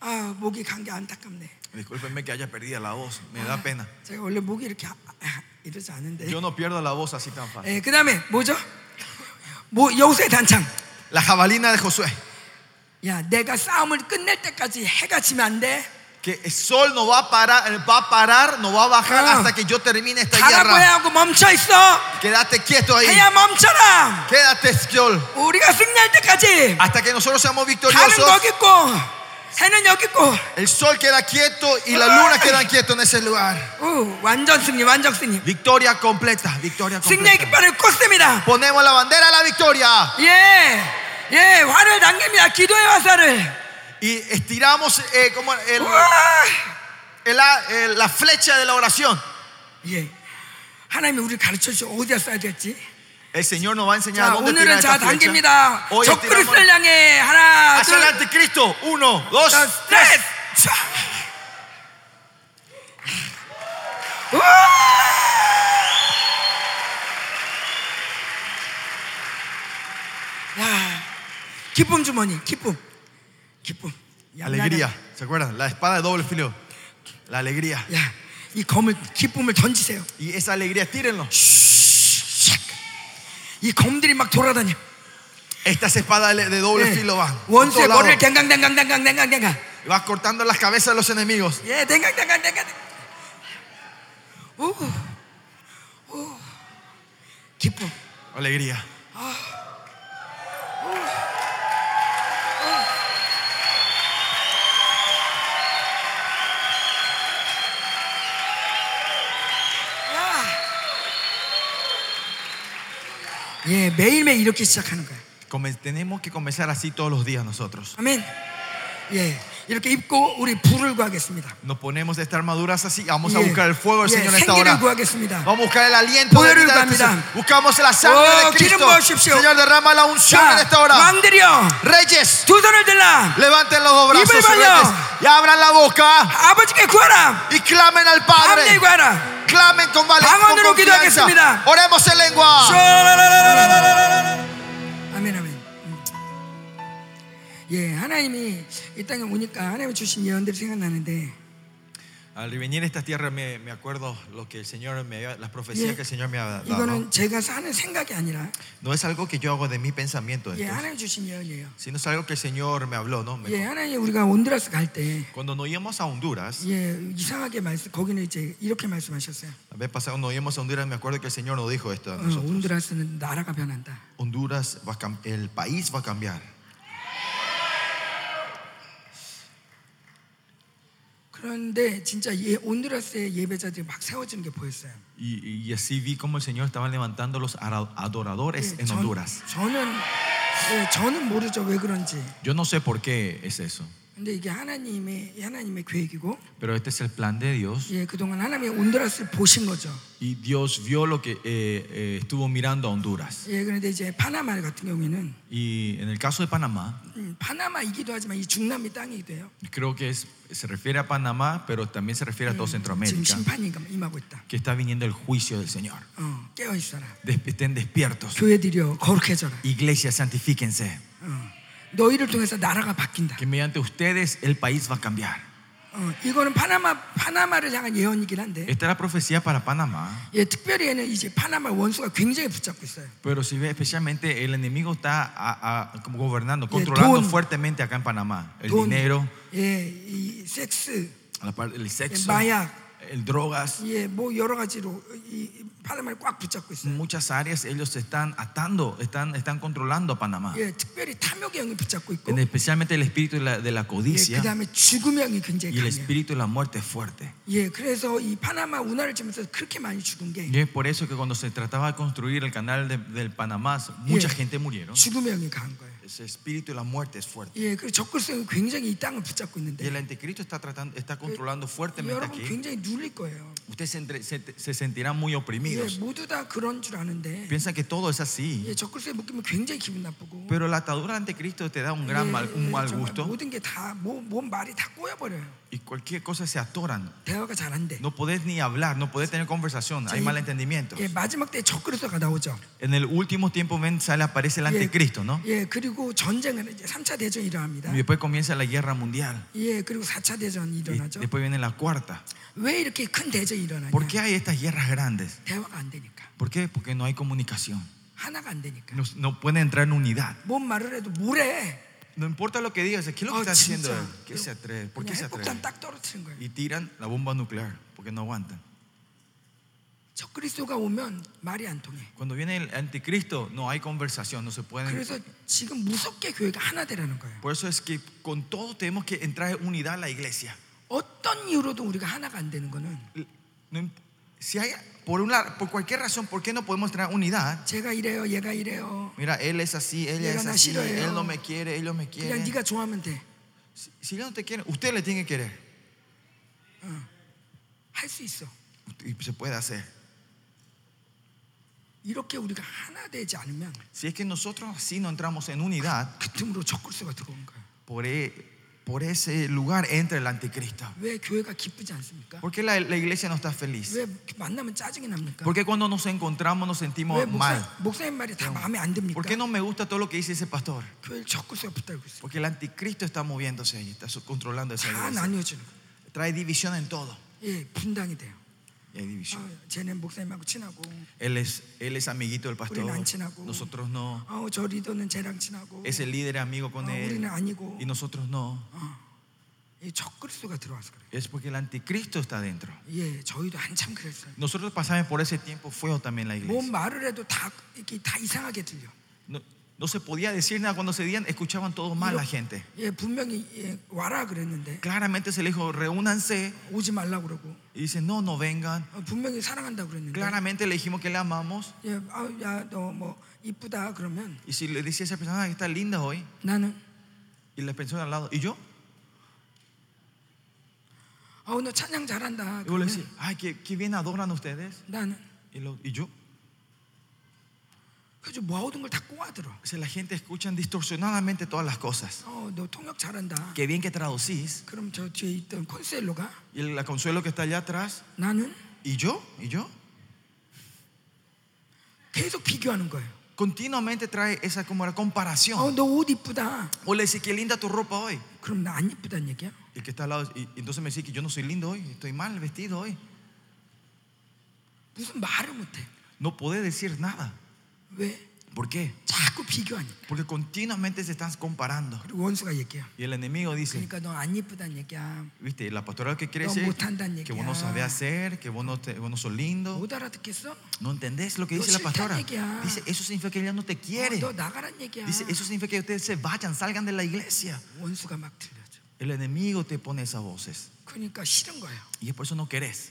[SPEAKER 1] 아 목이 간 게 안타깝네.
[SPEAKER 2] Discúlpenme que haya perdido la voz, me da pena.
[SPEAKER 1] 제가 원래 목이 이렇게 아, 아, 이러지 않은데.
[SPEAKER 2] Yo no pierdo la voz así tan fácil.
[SPEAKER 1] 예, 그다음에 뭐죠? 뭐 여우수의 단창.
[SPEAKER 2] La jabalina de Josué.
[SPEAKER 1] 야, 내가 싸움을 끝낼 때까지 해가 지면 안 돼.
[SPEAKER 2] Que el sol no va a parar, eh, va a parar, no va a bajar
[SPEAKER 1] Ah. pues.
[SPEAKER 2] hasta que yo termine esta
[SPEAKER 1] 가라고
[SPEAKER 2] guerra.
[SPEAKER 1] 해야 하고 멈춰 있어.
[SPEAKER 2] Quédate quieto ahí.
[SPEAKER 1] 해야 멈춰라.
[SPEAKER 2] Quédate, sol.
[SPEAKER 1] 우리가 승리할 때까지
[SPEAKER 2] 아, Hasta que nosotros seamos
[SPEAKER 1] 가는
[SPEAKER 2] victoriosos,
[SPEAKER 1] 거기 있고 해는 여기 있고
[SPEAKER 3] El sol queda quieto y la luna queda quieto en ese lugar.
[SPEAKER 1] 오, 완전 승리 완전 승리
[SPEAKER 2] Victoria completa, victoria
[SPEAKER 1] 승리의
[SPEAKER 2] completa.
[SPEAKER 1] 깃발을 꽂습니다
[SPEAKER 3] Ponemos la bandera a la victoria
[SPEAKER 1] 예 예, 화를 당깁니다. 기도의 화살을.
[SPEAKER 3] y estiramos eh, como el-
[SPEAKER 1] 우와!
[SPEAKER 3] el- la, eh, la flecha de la oración.
[SPEAKER 1] 예. 하나님이 우리 가르쳐 주셔 어디다 써야 될지.
[SPEAKER 2] El Señor nos va a enseñar
[SPEAKER 1] 자,
[SPEAKER 2] dónde tirar
[SPEAKER 1] 오늘은 자 어, 예,
[SPEAKER 2] esta flecha.
[SPEAKER 1] 당깁니다.
[SPEAKER 2] Hoy estiramos
[SPEAKER 1] 적그리스를 향해 하나,
[SPEAKER 3] Hacia
[SPEAKER 1] 둘,
[SPEAKER 3] el anticristo. Uno, dos,
[SPEAKER 1] 자,
[SPEAKER 3] tres.
[SPEAKER 1] 셋. 자. 우와! 야, 기쁨 주머니, 기쁨, 기쁨.
[SPEAKER 3] Alegría. ¿Se acuerdan? La espada de doble filo. La alegría.
[SPEAKER 1] 야, 이 검을 기쁨을 던지세요.
[SPEAKER 3] Y esa alegría, tírenlo.
[SPEAKER 1] 이 검들이 막 돌아다녀.
[SPEAKER 3] Estas espadas de de doble
[SPEAKER 1] 예.
[SPEAKER 3] filo van. por todos
[SPEAKER 1] 원수의
[SPEAKER 3] lados.
[SPEAKER 1] 머리를 댕강댕강댕강댕강댕강.
[SPEAKER 3] Vas cortando las cabezas de los enemigos.
[SPEAKER 1] 예, 댕강댕강댕강. 오, 오, 기쁨.
[SPEAKER 3] Alegría.
[SPEAKER 1] 예, 매일매일 이렇게 시작하는 거야.
[SPEAKER 2] Come- Tenemos que comenzar así todos los días nosotros.
[SPEAKER 1] 아멘. 예, 이렇게 입고 우리 불을 구하겠습니다.
[SPEAKER 2] Nos ponemos estas armaduras así. Vamos a
[SPEAKER 1] 예,
[SPEAKER 2] buscar el fuego del
[SPEAKER 1] 예,
[SPEAKER 2] Señor en esta
[SPEAKER 1] 생기를
[SPEAKER 2] hora.
[SPEAKER 1] 구하겠습니다.
[SPEAKER 2] 어,
[SPEAKER 3] Vamos a buscar el aliento de
[SPEAKER 1] Poder을
[SPEAKER 3] vida de tu
[SPEAKER 1] 구합니다.
[SPEAKER 3] Señor. Buscamos la sangre
[SPEAKER 1] Oh,
[SPEAKER 3] de Cristo.
[SPEAKER 1] 기름 부으십시오.
[SPEAKER 3] Señor, derrama la unción en esta hora.
[SPEAKER 1] 왕들이여,
[SPEAKER 3] Reyes,
[SPEAKER 1] 두 손을 들라.
[SPEAKER 3] levanten los dos
[SPEAKER 1] Ibel
[SPEAKER 3] brazos,
[SPEAKER 1] Baño.
[SPEAKER 3] reyes, y abran la boca
[SPEAKER 1] 아버지께 구하라.
[SPEAKER 3] y clamen al
[SPEAKER 1] 함께
[SPEAKER 3] Padre.
[SPEAKER 1] 구하라.
[SPEAKER 3] Clamen con
[SPEAKER 1] Bangon으로
[SPEAKER 3] valentía.
[SPEAKER 1] 기도하겠습니다.
[SPEAKER 3] Oremos en lengua.
[SPEAKER 1] 샤라라라라라라라라. 아멘 아멘. 음. 예, 하나님이 이 땅에 오니까 하나님이 주신 예언들이 생각나는데
[SPEAKER 2] Al venir a esta tierra me, me acuerdo lo que el Señor me había- las profecías
[SPEAKER 1] 예,
[SPEAKER 2] que el Señor me ha dado.
[SPEAKER 1] 이거는 제가 하는 생각이 아니라
[SPEAKER 2] No es algo que yo hago de mi pensamiento,
[SPEAKER 1] 예,
[SPEAKER 2] esto,
[SPEAKER 1] 하나님 주신 예언이에요.
[SPEAKER 2] sino es algo que el Señor me habló, ¿no? Me-
[SPEAKER 1] 예, 하나님 우리가 온드라스 갈 때
[SPEAKER 2] Cuando nos íbamos a Honduras,
[SPEAKER 1] 예, 이상하게 말씀 거기는 이제 이렇게 말씀하셨어요.
[SPEAKER 2] la vez pasada nos íbamos a Honduras, me acuerdo que el Señor nos dijo esto a
[SPEAKER 1] 어,
[SPEAKER 2] nosotros.
[SPEAKER 1] 온드라스는 나라가 변한다.
[SPEAKER 2] Honduras, va a cam- el país va a cambiar.
[SPEAKER 1] 그런데 진짜 예, 온드라스의 예배자들이 막 세워지는 게 보였어요.
[SPEAKER 2] Y, y así vi como el Señor estaba levantando los ara- adoradores
[SPEAKER 1] 예,
[SPEAKER 2] en
[SPEAKER 1] 전-
[SPEAKER 2] Honduras.
[SPEAKER 1] 저는 예, 저는 모르죠 왜 그런지.
[SPEAKER 2] Yo no sé por qué es eso,
[SPEAKER 1] 근데 이게 하나님의 하나님의 계획이고
[SPEAKER 2] pero este es el plan de Dios.
[SPEAKER 1] 예, 그동안 하나님이 온드라스를 보신 거죠.
[SPEAKER 2] Y Dios vio lo que eh, eh, estuvo mirando a Honduras.
[SPEAKER 1] 예, 그런데 이제 파나마 같은 경우에는
[SPEAKER 2] Y en el caso de Panamá,
[SPEAKER 1] 음, 파나마이기도 하지만 이 중남미 땅이기도 해요.
[SPEAKER 2] creo que es- se refiere a Panamá, pero también se refiere a todo
[SPEAKER 1] 지금
[SPEAKER 2] Centroamérica,
[SPEAKER 1] 심판이 임하고 있다.
[SPEAKER 2] que está viniendo el juicio del Señor.
[SPEAKER 1] 어, 깨어 있어라.
[SPEAKER 2] Des- estén despiertos.
[SPEAKER 1] 교회들이여 거룩해져라.
[SPEAKER 2] Iglesias, santifíquense.
[SPEAKER 1] 어, 너희를 통해서 나라가 바뀐다.
[SPEAKER 2] Que mediante ustedes el país va a cambiar.
[SPEAKER 1] 어, 이거는 파나마 파나마를 향한 예언이긴 한데
[SPEAKER 2] Esta es la profecía para Panamá,
[SPEAKER 1] 예, 특별히 얘는 이제 파나마 원수가 굉장히 붙잡고 있어요.
[SPEAKER 2] pero si ve especialmente el enemigo está a- a- como
[SPEAKER 1] Y
[SPEAKER 2] gobernando,
[SPEAKER 1] el
[SPEAKER 2] controlando
[SPEAKER 1] don.
[SPEAKER 2] fuertemente acá en Panamá. El
[SPEAKER 1] 돈,
[SPEAKER 2] dinero,
[SPEAKER 1] 예, 이 섹스,
[SPEAKER 2] a la par- el sexo,
[SPEAKER 1] Vaya.
[SPEAKER 2] el drogas,
[SPEAKER 1] 예, 뭐 여러 가지로 이 파나마를 꽉 붙잡고 있어요.
[SPEAKER 2] muchas áreas ellos se están atando, están, están controlando a Panamá.
[SPEAKER 1] 예, 특별히 탐욕의 영이 붙잡고 있고,
[SPEAKER 2] En especialmente el espíritu de la, de la
[SPEAKER 1] 예,
[SPEAKER 2] codicia
[SPEAKER 1] 그다음에 죽음의 영이 굉장히
[SPEAKER 2] y el
[SPEAKER 1] 강해요.
[SPEAKER 2] espíritu de la muerte es fuerte.
[SPEAKER 1] 예, 그래서 이 파나마 운하를 지면서 그렇게 많이 죽은 게
[SPEAKER 2] Y es por eso que cuando se trataba de construir el canal de- del Panamá, mucha
[SPEAKER 1] Yeah.
[SPEAKER 2] gente murieron.
[SPEAKER 1] 죽음의 영이 강한 거예요.
[SPEAKER 2] Ese espíritu de la muerte es fuerte.
[SPEAKER 1] 예, 그리고 적글성이 굉장히 이 땅을 붙잡고
[SPEAKER 2] Y el
[SPEAKER 1] 있는데
[SPEAKER 2] anticristo está, tratando, está controlando fuertemente
[SPEAKER 1] 여러분
[SPEAKER 2] aquí.
[SPEAKER 1] 굉장히 눌릴 거예요.
[SPEAKER 2] Ustedes se, entre- se- se sentirán muy
[SPEAKER 1] 예,
[SPEAKER 2] oprimidos.
[SPEAKER 1] 모두 다 그런 줄 아는데
[SPEAKER 2] Piensan que todo es
[SPEAKER 1] 예,
[SPEAKER 2] así.
[SPEAKER 1] 적글성에 묶이면 굉장히 기분 나쁘고
[SPEAKER 2] Pero la atadura del anticristo te da un gran
[SPEAKER 1] 예,
[SPEAKER 2] mal, un mal
[SPEAKER 1] 정말
[SPEAKER 2] gusto.
[SPEAKER 1] 모든 게다몸 말이 다 꼬여버려요.
[SPEAKER 2] Y cualquier cosa se atoran.
[SPEAKER 1] 대화가 잘 안 돼.
[SPEAKER 2] No podés ni hablar, no podés tener conversación. Hay
[SPEAKER 1] Sí.
[SPEAKER 2] malentendimientos.
[SPEAKER 1] 예, 마지막 때 적그리스도가 나오죠.
[SPEAKER 2] En el último tiempo ven, sale, aparece el anticristo, ¿no?
[SPEAKER 1] 예, 그리고 전쟁은 이제 3차 대전이 일어납니다.
[SPEAKER 2] Y después comienza la guerra mundial.
[SPEAKER 1] 예, 그리고 4차 대전이 네,
[SPEAKER 2] Y
[SPEAKER 1] 일어나죠.
[SPEAKER 2] después viene la cuarta.
[SPEAKER 1] 왜 이렇게 큰 대전이 일어나냐?
[SPEAKER 2] ¿Por qué hay estas guerras grandes?
[SPEAKER 1] 대화가 안 되니까.
[SPEAKER 2] ¿Por qué? Porque no hay comunicación.
[SPEAKER 1] 하나가 안 되니까.
[SPEAKER 2] No, no pueden entrar en unidad.
[SPEAKER 1] 뭔 말을 해도 뭐래.
[SPEAKER 2] No importa lo que digas, ¿qué es lo que
[SPEAKER 1] Ah,
[SPEAKER 2] está haciendo?
[SPEAKER 1] chincha.
[SPEAKER 2] él? ¿Qué se atreve? ¿Por qué
[SPEAKER 1] 그냥
[SPEAKER 2] se atreve?
[SPEAKER 1] 핵폭탄 딱 떨어뜨린 거예요.
[SPEAKER 2] Y tiran la bomba nuclear porque no aguantan.
[SPEAKER 1] 저 그리스도가 오면 말이 안 통해.
[SPEAKER 2] Cuando viene el anticristo, no hay conversación, no se pueden.
[SPEAKER 1] 그래서 지금 무섭게 교회가 하나 되라는 거예요.
[SPEAKER 2] Por eso es que con todo tenemos que entrar en unidad a la iglesia.
[SPEAKER 1] 어떤 이유로도 우리가 하나가 안 되는 거는
[SPEAKER 2] No imp- Si hay, por, una, por cualquier razón, ¿por qué no podemos entrar en unidad?
[SPEAKER 1] 제가 이래요, 얘가 이래요.
[SPEAKER 2] Mira, él es así, ella es
[SPEAKER 1] Llegan a
[SPEAKER 2] así,
[SPEAKER 1] Shiloh.
[SPEAKER 2] él no me quiere, ellos me
[SPEAKER 1] 그냥
[SPEAKER 2] quieren.
[SPEAKER 1] 네가 좋아하면 돼.
[SPEAKER 2] Si, si ellos no te quieren, usted le tiene que querer.
[SPEAKER 1] 할 수 있어.
[SPEAKER 2] Y se puede hacer.
[SPEAKER 1] 이렇게 우리가 하나 되지 않으면
[SPEAKER 2] Si es que nosotros así no entramos en unidad,
[SPEAKER 1] 그 틈으로 적글수가 들어온 거예요.
[SPEAKER 2] por, e- por ese lugar entra el anticristo.
[SPEAKER 1] 왜 교회가 기쁘지 않습니까?
[SPEAKER 2] ¿Por qué la, la iglesia no está feliz?
[SPEAKER 1] 왜 만나면 짜증이 납니까?
[SPEAKER 2] ¿Por qué cuando nos encontramos nos
[SPEAKER 1] 왜
[SPEAKER 2] sentimos mal?
[SPEAKER 1] 목사, 목사님 말이 다 마음에 안 듭니까?
[SPEAKER 2] ¿Por qué no me gusta todo lo que dice ese pastor?
[SPEAKER 1] 교회를 적글수가 붙들고 있어요.
[SPEAKER 2] Porque el anticristo está moviéndose y está su- controlando esa
[SPEAKER 1] 다
[SPEAKER 2] iglesia.
[SPEAKER 1] 나뉘어지는 거예요.
[SPEAKER 2] Trae división en todo.
[SPEAKER 1] 예, 분당이 돼요.
[SPEAKER 2] Y hay división.
[SPEAKER 1] 아, 쟤는 목사님하고 친하고,
[SPEAKER 2] Él es, él es amiguito del pastor.
[SPEAKER 1] 우리는 안 친하고.
[SPEAKER 2] Nosotros no.
[SPEAKER 1] 아, 저 리더는 쟤랑 친하고,
[SPEAKER 2] Es el líder amigo con
[SPEAKER 1] 아,
[SPEAKER 2] él.
[SPEAKER 1] 우리는 아니고.
[SPEAKER 2] Y nosotros no.
[SPEAKER 1] 이 적글수가 들어와서 그래요.
[SPEAKER 2] Es porque el anticristo está dentro.
[SPEAKER 1] 예, 저희도 한참 그랬어요.
[SPEAKER 2] Nosotros pasamos por ese tiempo, fue también la
[SPEAKER 1] 뭔
[SPEAKER 2] iglesia.
[SPEAKER 1] 말을 해도 다 이렇게 다 이상하게 들려.
[SPEAKER 2] No, no se podía decir nada cuando se dían, escuchaban todo mal la
[SPEAKER 1] Pero-
[SPEAKER 2] gente.
[SPEAKER 1] 예, 분명히 예, 와라 그랬는데
[SPEAKER 2] Claramente se le dijo, reúnanse.
[SPEAKER 1] 오지 말라 고 그러고,
[SPEAKER 2] Y dicen, no, no vengan.
[SPEAKER 1] 어, 분명히 사랑한다 고 그랬는데,
[SPEAKER 2] Claramente le dijimos que le amamos.
[SPEAKER 1] 예, 아, 야, 너 뭐 이쁘다 그러면
[SPEAKER 2] Y si le decía a esa persona, ah, está linda hoy.
[SPEAKER 1] 나는
[SPEAKER 2] Y la persona al lado, ¿y yo?
[SPEAKER 1] 아, 오늘 찬양 잘한다.
[SPEAKER 2] Y vos le
[SPEAKER 1] 그러면
[SPEAKER 2] decís, ay, qué, qué bien adoran ustedes.
[SPEAKER 1] 나는
[SPEAKER 2] Y, lo- ¿y yo?
[SPEAKER 1] 그저 모아오던 걸 다 꼬아들어.
[SPEAKER 2] O sea, la gente escucha distorsionadamente todas las cosas.
[SPEAKER 1] 어, 너 통역 잘한다.
[SPEAKER 2] Qué bien que traducís.
[SPEAKER 1] 그럼 저 뒤에 있던 콘셀로가
[SPEAKER 2] Y la consuelo que está allá atrás,
[SPEAKER 1] 나는
[SPEAKER 2] ¿y yo? ¿Y yo?
[SPEAKER 1] 계속 비교하는 거예요.
[SPEAKER 2] Continuamente trae esa como la
[SPEAKER 1] 어,
[SPEAKER 2] comparación.
[SPEAKER 1] 너 옷 이쁘다.
[SPEAKER 2] O le decís, qué linda tu ropa hoy.
[SPEAKER 1] 그럼 나 안 이쁘다는 얘기야?
[SPEAKER 2] Y que está al lado, y, y entonces me decís que yo no soy lindo hoy, estoy mal vestido hoy.
[SPEAKER 1] 무슨 말을 못해.
[SPEAKER 2] No podés decir nada.
[SPEAKER 1] 왜?
[SPEAKER 2] ¿Por qué?
[SPEAKER 1] 자꾸 비교하니까.
[SPEAKER 2] Porque continuamente se están comparando.
[SPEAKER 1] 그리고 원수가 얘기야.
[SPEAKER 2] Y el enemigo dice,
[SPEAKER 1] 그러니까 너 안 이쁘다는 얘기야.
[SPEAKER 2] viste, la pastora lo que quiere
[SPEAKER 1] No,
[SPEAKER 2] decir
[SPEAKER 1] vos tan dañequeada.
[SPEAKER 2] que vos no sabés hacer, que vos no, te- vos no sos lindo.
[SPEAKER 1] 못 알아듣겠어? 어,
[SPEAKER 2] No entendés lo que
[SPEAKER 1] No
[SPEAKER 2] dice la
[SPEAKER 1] soy tan
[SPEAKER 2] pastora.
[SPEAKER 1] dañequeada.
[SPEAKER 2] Dice, eso significa que ella no te quiere.
[SPEAKER 1] 너 나가란 얘기야.
[SPEAKER 2] Dice, eso significa que ustedes se vayan, salgan de la iglesia.
[SPEAKER 1] 원수가 막 들려줘.
[SPEAKER 2] El enemigo te pone esas voces.
[SPEAKER 1] 그러니까 싫은 거예요.
[SPEAKER 2] Y es por eso no querés.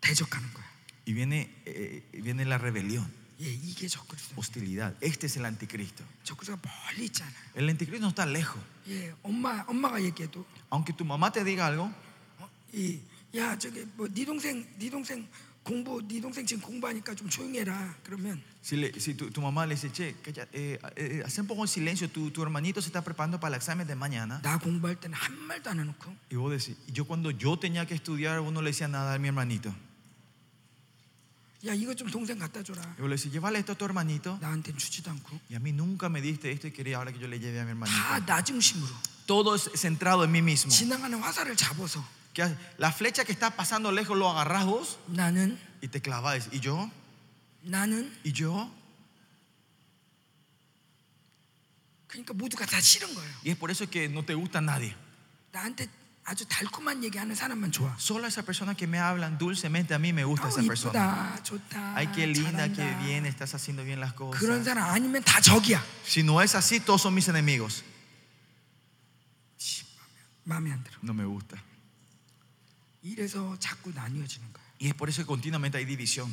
[SPEAKER 1] 대적하는 거야.
[SPEAKER 2] Y viene, eh, viene la rebelión,
[SPEAKER 1] 예, 이게 적그리스도.
[SPEAKER 2] hostilidad. Este es el anticristo.
[SPEAKER 1] 적그리스가 멀리 있잖아.
[SPEAKER 2] El anticristo no está lejos.
[SPEAKER 1] 예, 엄마 엄마가 얘기해도
[SPEAKER 2] Aunque tu mamá te diga algo,
[SPEAKER 1] 어, 이, 야 저기 뭐네 동생 네 동생 공부 네 동생 지금 공부하니까 좀 조용해라 그러면
[SPEAKER 2] Si, le- si tu, tu mamá le dice, che, calla, eh, eh, hace un poco de silencio, tu, tu hermanito se está preparando para el examen de mañana.
[SPEAKER 1] 나 공부할 때는 한 말도 안 해놓고
[SPEAKER 2] Y vos decís, "Y yo cuando yo tenía que estudiar, vos no le decía nada a mi hermanito.
[SPEAKER 1] 야 이거 좀 동생 갖다 줘라
[SPEAKER 2] Y vos le decís, llévale esto a tu hermanito.
[SPEAKER 1] 나한테는 주지도 않고
[SPEAKER 2] Y a mí nunca me diste esto y quería ahora que yo le lleve a mi hermanito.
[SPEAKER 1] 다 나 중심으로
[SPEAKER 2] Todo es centrado en mí mismo.
[SPEAKER 1] 지나가는 화살을 잡아서
[SPEAKER 2] ¿Qué haces? la flecha que está pasando lejos lo agarrás vos
[SPEAKER 1] 나는
[SPEAKER 2] y te clavás. Y yo,
[SPEAKER 1] 나는
[SPEAKER 2] y yo.
[SPEAKER 1] 그러니까 모두가 다 싫은 거예요
[SPEAKER 2] Y es por eso que no te gusta nadie.
[SPEAKER 1] 나한테 아주 달콤한 얘기하는 사람만 좋아
[SPEAKER 2] Solo esa persona que me hablan dulcemente a mí me gusta
[SPEAKER 1] 아우
[SPEAKER 2] esa persona.
[SPEAKER 1] 이쁘다 좋다
[SPEAKER 2] Ay, qué linda, qué
[SPEAKER 1] 잘한다.
[SPEAKER 2] bien, estás haciendo bien las cosas.
[SPEAKER 1] 그런 뭐 사람 아니면 다 적이야
[SPEAKER 2] Si no es así, todos son mis enemigos.
[SPEAKER 1] 씨, 마음에 안 들어
[SPEAKER 2] No me gusta.
[SPEAKER 1] 이래서 자꾸 나뉘어지는 거예요
[SPEAKER 2] Y es por eso que continuamente hay división.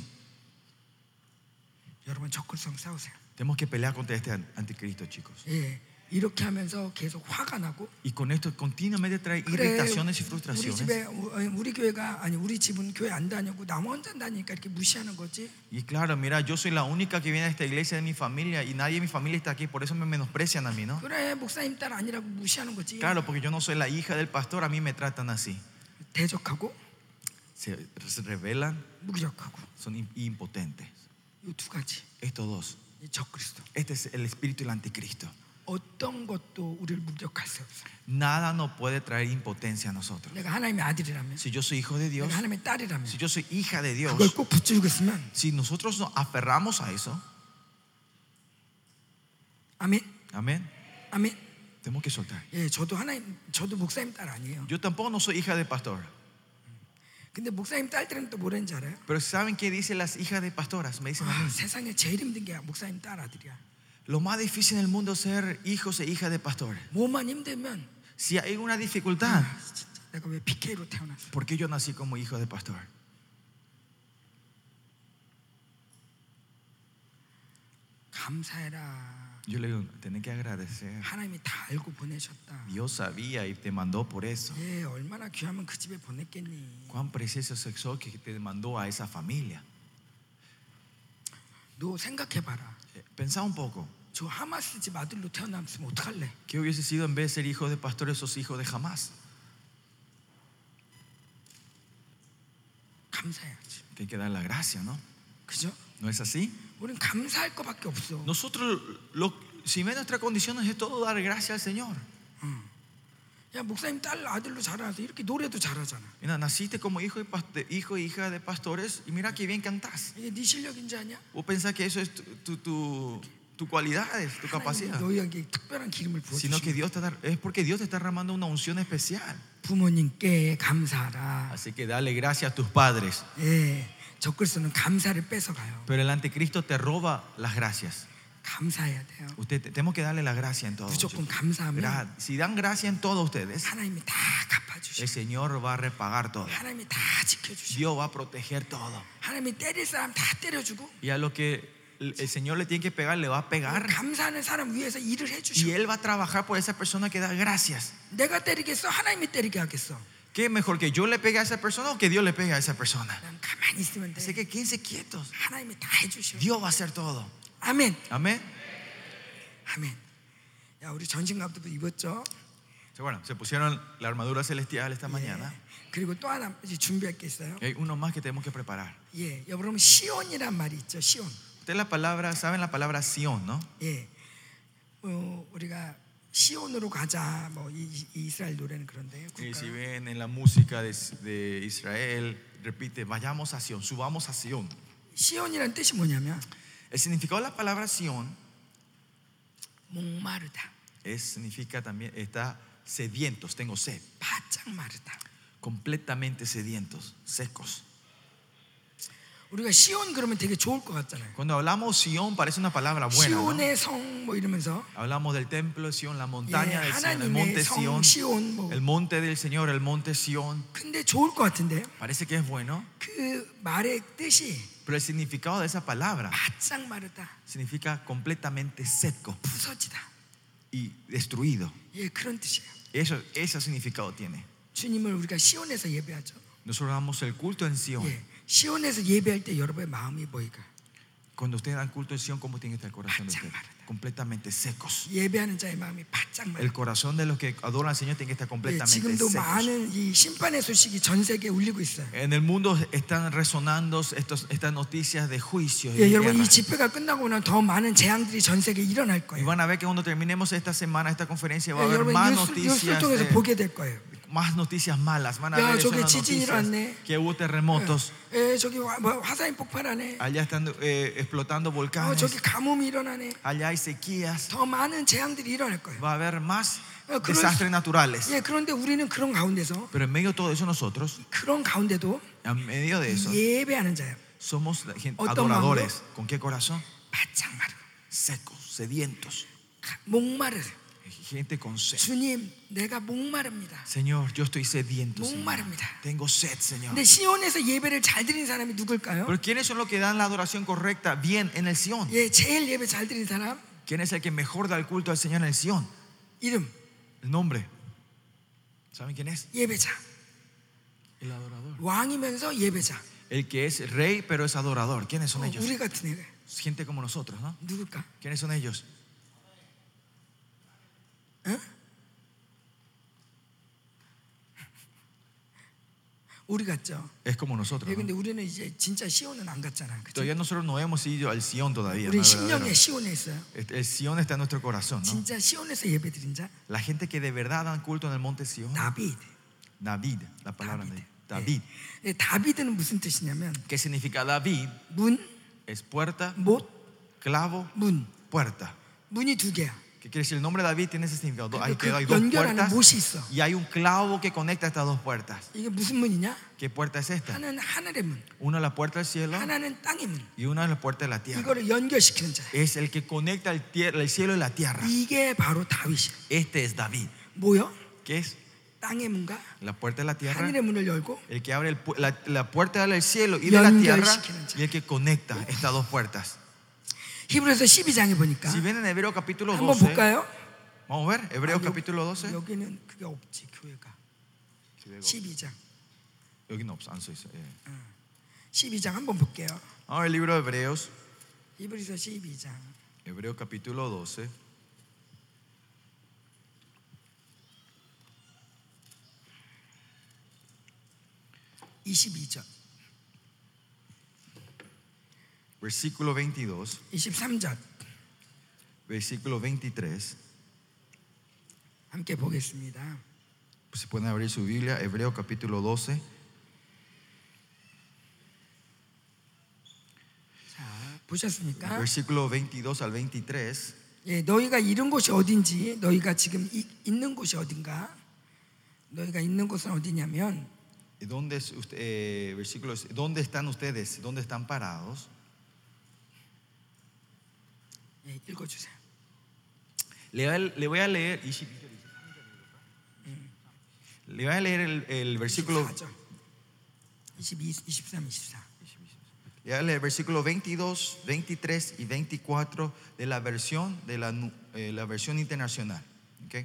[SPEAKER 1] 여러분 적극성 싸우세요.
[SPEAKER 2] Tenemos que pelear contra este an- anticristo, chicos.
[SPEAKER 1] 예, 이렇게 하면서 계속 화가 나고
[SPEAKER 2] Y con esto continuamente trae irritaciones y
[SPEAKER 1] 우리
[SPEAKER 2] frustraciones.
[SPEAKER 1] 집에 우- 어, 우리 교회가 아니 우리 집은 교회 안 다니고 나 혼자 다니니까 이렇게 무시하는 거지.
[SPEAKER 2] Y claro, mira, yo soy la única que viene a esta iglesia de mi familia y nadie de mi familia está aquí, por eso me menosprecian a mí, ¿no?
[SPEAKER 1] 그래 목사님 딸 아니라고 무시하는 거지.
[SPEAKER 2] Claro, porque yo no soy la hija del pastor, a mí me tratan así.
[SPEAKER 1] 대적하고
[SPEAKER 2] Se, se rebelan,
[SPEAKER 1] 무기력하고
[SPEAKER 2] son im- impotentes.
[SPEAKER 1] 이 두 가지
[SPEAKER 2] Estos dos.
[SPEAKER 1] 이 적그리스도
[SPEAKER 2] Este es el espíritu del anticristo.
[SPEAKER 1] 어떤 것도 우리를 무력할 수 없어. 요
[SPEAKER 2] Nada nos puede traer impotencia a nosotros.
[SPEAKER 1] 내가 하나님의 아들이라면,
[SPEAKER 2] Si yo soy hijo de Dios,
[SPEAKER 1] 내가 하나님의 딸이라면
[SPEAKER 2] Si yo soy hija de Dios,
[SPEAKER 1] 그걸 꼭 붙들고 있으면
[SPEAKER 2] si nosotros nos aferramos a eso,
[SPEAKER 1] 아멘,
[SPEAKER 2] amén,
[SPEAKER 1] 아멘.
[SPEAKER 2] tenemos que soltar.
[SPEAKER 1] 예, 저도 하나님, 저도 목사님 딸 아니에요.
[SPEAKER 2] Yo tampoco no soy hija de pastor,
[SPEAKER 1] 근데 목사님 딸들은 또 뭐라는지 알아요?
[SPEAKER 2] Pero ¿saben qué dicen las hijas de pastoras? Me dicen a
[SPEAKER 1] 아,
[SPEAKER 2] mí.
[SPEAKER 1] 세상에 제일 힘든 게 목사님 딸 아들이야.
[SPEAKER 2] Lo más difícil en el mundo es ser hijos e hijas de pastores.
[SPEAKER 1] 뭐만 힘들면
[SPEAKER 2] Si hay una dificultad,
[SPEAKER 1] 아, 진짜 내가 왜 PK로 태어났어?
[SPEAKER 2] ¿por qué yo nací como hijo de pastor?
[SPEAKER 1] 감사해라.
[SPEAKER 2] Yo le digo, tenés que agradecer.
[SPEAKER 1] 하나님이 다 알고 보내셨다.
[SPEAKER 2] Dios sabía y te mandó por eso.
[SPEAKER 1] 예, 얼마나 귀하면 그 집에 보냈겠니?
[SPEAKER 2] Cuán precioso sexo que te mandó a esa familia.
[SPEAKER 1] 너 생각해봐라.
[SPEAKER 2] Eh, Pensá un poco.
[SPEAKER 1] 저 하마스 집 아들로 태어났으면 어떡할래?
[SPEAKER 2] ¿Qué hubiese sido en vez de ser hijo de pastores, sos hijo de jamás?
[SPEAKER 1] 감사해야지.
[SPEAKER 2] Que hay que dar la gracia, ¿no?
[SPEAKER 1] 그죠?
[SPEAKER 2] ¿No es así?
[SPEAKER 1] 우린 감사할 것밖에 없어.
[SPEAKER 2] Nosotros, lo- si ven nuestras condiciones, es todo dar gracia al Señor.
[SPEAKER 1] 야 목사님 딸 아들로 자라서 이렇게 노래도 잘하잖아.
[SPEAKER 2] Mira, naciste como hijo, y pas- de- hijo e hija de pastores y mira que bien cantás.
[SPEAKER 1] 이게 네 실력인지 아냐?
[SPEAKER 2] Vos pensás que eso es tu, tu, tu- tu cualidades, tu
[SPEAKER 1] 하나님이
[SPEAKER 2] capacidad.
[SPEAKER 1] 너희에게 특별한 기름을
[SPEAKER 2] Sino que
[SPEAKER 1] 부어주시고
[SPEAKER 2] Dios te da- es porque Dios te está derramando una unción especial.
[SPEAKER 1] 부모님께 감사하라.
[SPEAKER 2] Así que dale gracias a tus padres.
[SPEAKER 1] 예, 저 글쓰는 감사를 뺏어가요.
[SPEAKER 2] Pero el anticristo te roba las gracias.
[SPEAKER 1] 감사해야 돼요.
[SPEAKER 2] Usted, tenemos que darle la gracia en todo.
[SPEAKER 1] 어, 무조건
[SPEAKER 2] chicos.
[SPEAKER 1] 감사하면
[SPEAKER 2] Gra- Si dan gracia en todos ustedes,
[SPEAKER 1] 하나님이 다
[SPEAKER 2] el
[SPEAKER 1] 갚아주시고
[SPEAKER 2] Señor va a repagar todo.
[SPEAKER 1] 하나님이 다 지켜주시고
[SPEAKER 2] Dios va a proteger todo.
[SPEAKER 1] 하나님이 때릴 사람 다 때려주고
[SPEAKER 2] Y a lo que el el Señor le tiene que pegar, le va a pegar.
[SPEAKER 1] 감사하는 사람 위해서 일을
[SPEAKER 2] Y
[SPEAKER 1] 해주시고
[SPEAKER 2] Él va a trabajar por esa persona que da gracias.
[SPEAKER 1] 내가 때리겠어? 하나님이 때리게 하겠어?
[SPEAKER 2] ¿Qué mejor que yo le pegue a esa persona o que Dios le pegue a esa persona?
[SPEAKER 1] 난 가만히 있으면
[SPEAKER 2] Así
[SPEAKER 1] 돼.
[SPEAKER 2] que quédense quietos.
[SPEAKER 1] 하나님이 다 해주셔.
[SPEAKER 2] Dios va a hacer todo.
[SPEAKER 1] 아멘.
[SPEAKER 2] Amén.
[SPEAKER 1] 아멘. 야 우리 전신갑도 입었죠?
[SPEAKER 2] Sí, Bueno, se pusieron la armadura celestial esta mañana.
[SPEAKER 1] 예. 그리고 또 하나 이제 준비할 게 있어요.
[SPEAKER 2] Y hay uno más que tenemos que preparar.
[SPEAKER 1] 예, 여러분 시온이란 말이 있죠. 시온.
[SPEAKER 2] Ustedes la palabra, saben la palabra Sion, ¿no?
[SPEAKER 1] 예, 어, 우리가 시온으로 가자. 뭐 이, 이 이스라엘 노래는 그런데
[SPEAKER 2] Y
[SPEAKER 1] 국가.
[SPEAKER 2] si ven en la música de, de Israel, repite, vayamos a Sion, subamos a Sion.
[SPEAKER 1] 시온이란 뜻이 뭐냐면
[SPEAKER 2] El significado de la palabra Sion
[SPEAKER 1] 목마르다,
[SPEAKER 2] es, significa también, está sedientos, tengo sed,
[SPEAKER 1] 바짝 마르다.
[SPEAKER 2] completamente sedientos, secos.
[SPEAKER 1] 우리가 시온 그러면 되게 좋을 것 같잖아요.
[SPEAKER 2] Cuando hablamos Sion parece una palabra
[SPEAKER 1] 아,
[SPEAKER 2] buena. ¿no?
[SPEAKER 1] 시온의 성 뭐 이러면서
[SPEAKER 2] Hablamos del templo de Sion, la montaña
[SPEAKER 1] 예,
[SPEAKER 2] de Sion, el
[SPEAKER 1] 하나님의
[SPEAKER 2] monte
[SPEAKER 1] 성
[SPEAKER 2] Sion,
[SPEAKER 1] 시온 뭐.
[SPEAKER 2] el monte del Señor, el monte Sion.
[SPEAKER 1] 근데 좋을 것 같은데
[SPEAKER 2] Parece que es bueno,
[SPEAKER 1] 그 말의 뜻이
[SPEAKER 2] pero el significado de esa palabra
[SPEAKER 1] 바짝 마르다,
[SPEAKER 2] significa completamente seco
[SPEAKER 1] 부서지다.
[SPEAKER 2] y destruido.
[SPEAKER 1] 예, 그런 뜻이에요.
[SPEAKER 2] Eso, ese significado tiene.
[SPEAKER 1] 주님을 우리가 시온에서 예배하죠.
[SPEAKER 2] Nosotros damos el culto en Sion.
[SPEAKER 1] 예, 시온에서 예배할 때 여러분의 마음이 뭐일까?
[SPEAKER 2] Cuando ustedes dan culto en Sion, ¿cómo tiene que estar el corazón de ustedes?
[SPEAKER 1] Pachamara.
[SPEAKER 2] Completamente secos.
[SPEAKER 1] 예배하는 자의 마음이 바짝
[SPEAKER 2] El
[SPEAKER 1] 말라.
[SPEAKER 2] corazón de los que adoran al Señor tiene que estar
[SPEAKER 1] 예,
[SPEAKER 2] completamente
[SPEAKER 1] 지금도
[SPEAKER 2] secos.
[SPEAKER 1] 많은 이 심판의 소식이 전 세계에 울리고 있어요.
[SPEAKER 2] En el mundo están resonando estos, estas noticias de juicio.
[SPEAKER 1] 예,
[SPEAKER 2] y,
[SPEAKER 1] 여러분 이
[SPEAKER 2] guerra.
[SPEAKER 1] 집회가 끝나고 나면 더 많은 재앙들이 전 세계에 일어날
[SPEAKER 2] Y
[SPEAKER 1] 거예요.
[SPEAKER 2] van a ver que cuando terminemos esta semana, esta conferencia,
[SPEAKER 1] 예,
[SPEAKER 2] va a haber
[SPEAKER 1] 여러분
[SPEAKER 2] más
[SPEAKER 1] 뉴스, 뉴스를
[SPEAKER 2] noticias.
[SPEAKER 1] 통해서
[SPEAKER 2] de-
[SPEAKER 1] 보게 될 거예요.
[SPEAKER 2] más noticias malas. Van a
[SPEAKER 1] Ya,
[SPEAKER 2] ver eso en
[SPEAKER 1] 저기
[SPEAKER 2] las
[SPEAKER 1] 지진이
[SPEAKER 2] noticias,
[SPEAKER 1] 일어났네.
[SPEAKER 2] que hubo terremotos.
[SPEAKER 1] 예, 저기 화, 뭐, 화산이 폭발하네.
[SPEAKER 2] Allá están eh, explotando
[SPEAKER 1] 어,
[SPEAKER 2] volcanes.
[SPEAKER 1] 저기 가뭄이 일어나네.
[SPEAKER 2] Allá hay sequías.
[SPEAKER 1] 더 많은 재앙들이 일어날 거예요.
[SPEAKER 2] Va a haber más
[SPEAKER 1] 어, 그럴
[SPEAKER 2] desastres
[SPEAKER 1] 수-
[SPEAKER 2] naturales.
[SPEAKER 1] 예, 그런데 우리는 그런 가운데서
[SPEAKER 2] Pero en medio de todo eso nosotros,
[SPEAKER 1] 그런 가운데도
[SPEAKER 2] en medio de eso,
[SPEAKER 1] 예배하는 자요.
[SPEAKER 2] somos la gente-
[SPEAKER 1] Otro
[SPEAKER 2] adoradores. ¿Con qué corazón?
[SPEAKER 1] 바짝 마르,
[SPEAKER 2] Secos, sedientos.
[SPEAKER 1] 목마르.
[SPEAKER 2] Gente con
[SPEAKER 1] 네.
[SPEAKER 2] sed.
[SPEAKER 1] 주님, 내가 목마릅니다.
[SPEAKER 2] Señor, yo estoy sediento. Señor.
[SPEAKER 1] 목마릅니다. 아.
[SPEAKER 2] Tengo sed, Señor.
[SPEAKER 1] 근데 시온에서 예배를 잘 드린 사람이 누굴까요?
[SPEAKER 2] Pero ¿quiénes son los que dan la adoración correcta bien en el Sion?
[SPEAKER 1] 예, 제일 예배 잘 드린 사람
[SPEAKER 2] ¿Quién es el que mejor da el culto al Señor en el Sion?
[SPEAKER 1] 이름
[SPEAKER 2] El nombre. ¿Saben quién es?
[SPEAKER 1] 예배자.
[SPEAKER 2] El adorador.
[SPEAKER 1] 왕이면서 예배자.
[SPEAKER 2] El que es rey pero es adorador. ¿Quiénes
[SPEAKER 1] 어,
[SPEAKER 2] son ellos?
[SPEAKER 1] 우리 같은 애가
[SPEAKER 2] Gente como nosotros, ¿no?
[SPEAKER 1] 누굴까?
[SPEAKER 2] ¿Quiénes son ellos?
[SPEAKER 1] 우리 같죠.
[SPEAKER 2] Es como nosotros.
[SPEAKER 1] 예,
[SPEAKER 2] ¿no?
[SPEAKER 1] 근데 우리는 이제 진짜 시온은 안 갔잖아. 그죠?
[SPEAKER 2] Todavía nosotros no hemos ido al Sion todavía.
[SPEAKER 1] 우린
[SPEAKER 2] ¿no? Verdadero.
[SPEAKER 1] 심령에 시온에 있어요.
[SPEAKER 2] Este, El Sion está en nuestro corazón, ¿no?
[SPEAKER 1] 진짜 시온에서 예배 드린 자
[SPEAKER 2] La gente que de verdad dan culto en el monte Sion.
[SPEAKER 1] 다비드.
[SPEAKER 2] David, la palabra
[SPEAKER 1] 다비드.
[SPEAKER 2] de David. Eh.
[SPEAKER 1] 예. 예, 다비드는 무슨 뜻이냐면
[SPEAKER 2] ¿Qué significa David?
[SPEAKER 1] 문,
[SPEAKER 2] Es puerta,
[SPEAKER 1] 못,
[SPEAKER 2] clavo,
[SPEAKER 1] 문.
[SPEAKER 2] puerta.
[SPEAKER 1] 문이 두 개야.
[SPEAKER 2] que quiere decir, el nombre de David tiene ese significado. Do- Hay,
[SPEAKER 1] 그
[SPEAKER 2] que- hay dos
[SPEAKER 1] 연결하는
[SPEAKER 2] puertas
[SPEAKER 1] 못이 있어.
[SPEAKER 2] y hay un clavo que conecta estas dos puertas.
[SPEAKER 1] 이게 무슨 문이냐?
[SPEAKER 2] ¿Qué puerta es esta?
[SPEAKER 1] 하나는 하늘의 문,
[SPEAKER 2] Una es la puerta del cielo
[SPEAKER 1] 하나는 땅의 문.
[SPEAKER 2] y una es la puerta de la tierra.
[SPEAKER 1] 이거를 연결시키는 자.
[SPEAKER 2] Es el que conecta el, tie- el cielo y la tierra.
[SPEAKER 1] 이게 바로 다윗이야.
[SPEAKER 2] Este es David,
[SPEAKER 1] 뭐요?
[SPEAKER 2] que es
[SPEAKER 1] 땅의 문과
[SPEAKER 2] la puerta de la tierra,
[SPEAKER 1] 하늘의 문을 열고
[SPEAKER 2] el que abre el pu- la, la puerta del cielo y de la tierra y el que conecta estas dos puertas.
[SPEAKER 1] 히브리서 12장에 보니까
[SPEAKER 2] Si ven en Hebreo capítulo
[SPEAKER 1] 한번
[SPEAKER 2] 12,
[SPEAKER 1] 볼까요?
[SPEAKER 2] vamos a ver, Hebreo capítulo 12.
[SPEAKER 1] 여기는 그게 없지 교회가 12장
[SPEAKER 2] Aquí no, pues, answer is, eh.
[SPEAKER 1] 12장 한번 볼게요
[SPEAKER 2] Vamos a ver el libro de Hebreos,
[SPEAKER 1] 히브리서 12장
[SPEAKER 2] Hebreo capítulo 12.
[SPEAKER 1] 이 22절
[SPEAKER 2] Versículo 22,
[SPEAKER 1] 23절
[SPEAKER 2] versículo 23.
[SPEAKER 1] 함께 보겠습니다
[SPEAKER 2] Pues Si pueden abrir su Biblia, Hebreo capítulo 12,
[SPEAKER 1] 자 보셨습니까?
[SPEAKER 2] versículo 22 al 23.
[SPEAKER 1] 예, 너희가 이른 곳이 어딘지 너희가 지금 이- 있는 곳이 어딘가 너희가 있는 곳은 어디냐면
[SPEAKER 2] ¿Dónde, es usted- eh, versículos, ¿Dónde están ustedes? ¿Dónde están parados?
[SPEAKER 1] 예, 읽어주세요
[SPEAKER 2] Le, va- le voy a leer. Le voy a leer el, el versículo.
[SPEAKER 1] 24절 22, 23, 24
[SPEAKER 2] Le voy a leer el versículo 22, 23 y 24 de la versión de la, nu- eh, la versión internacional. ¿ok?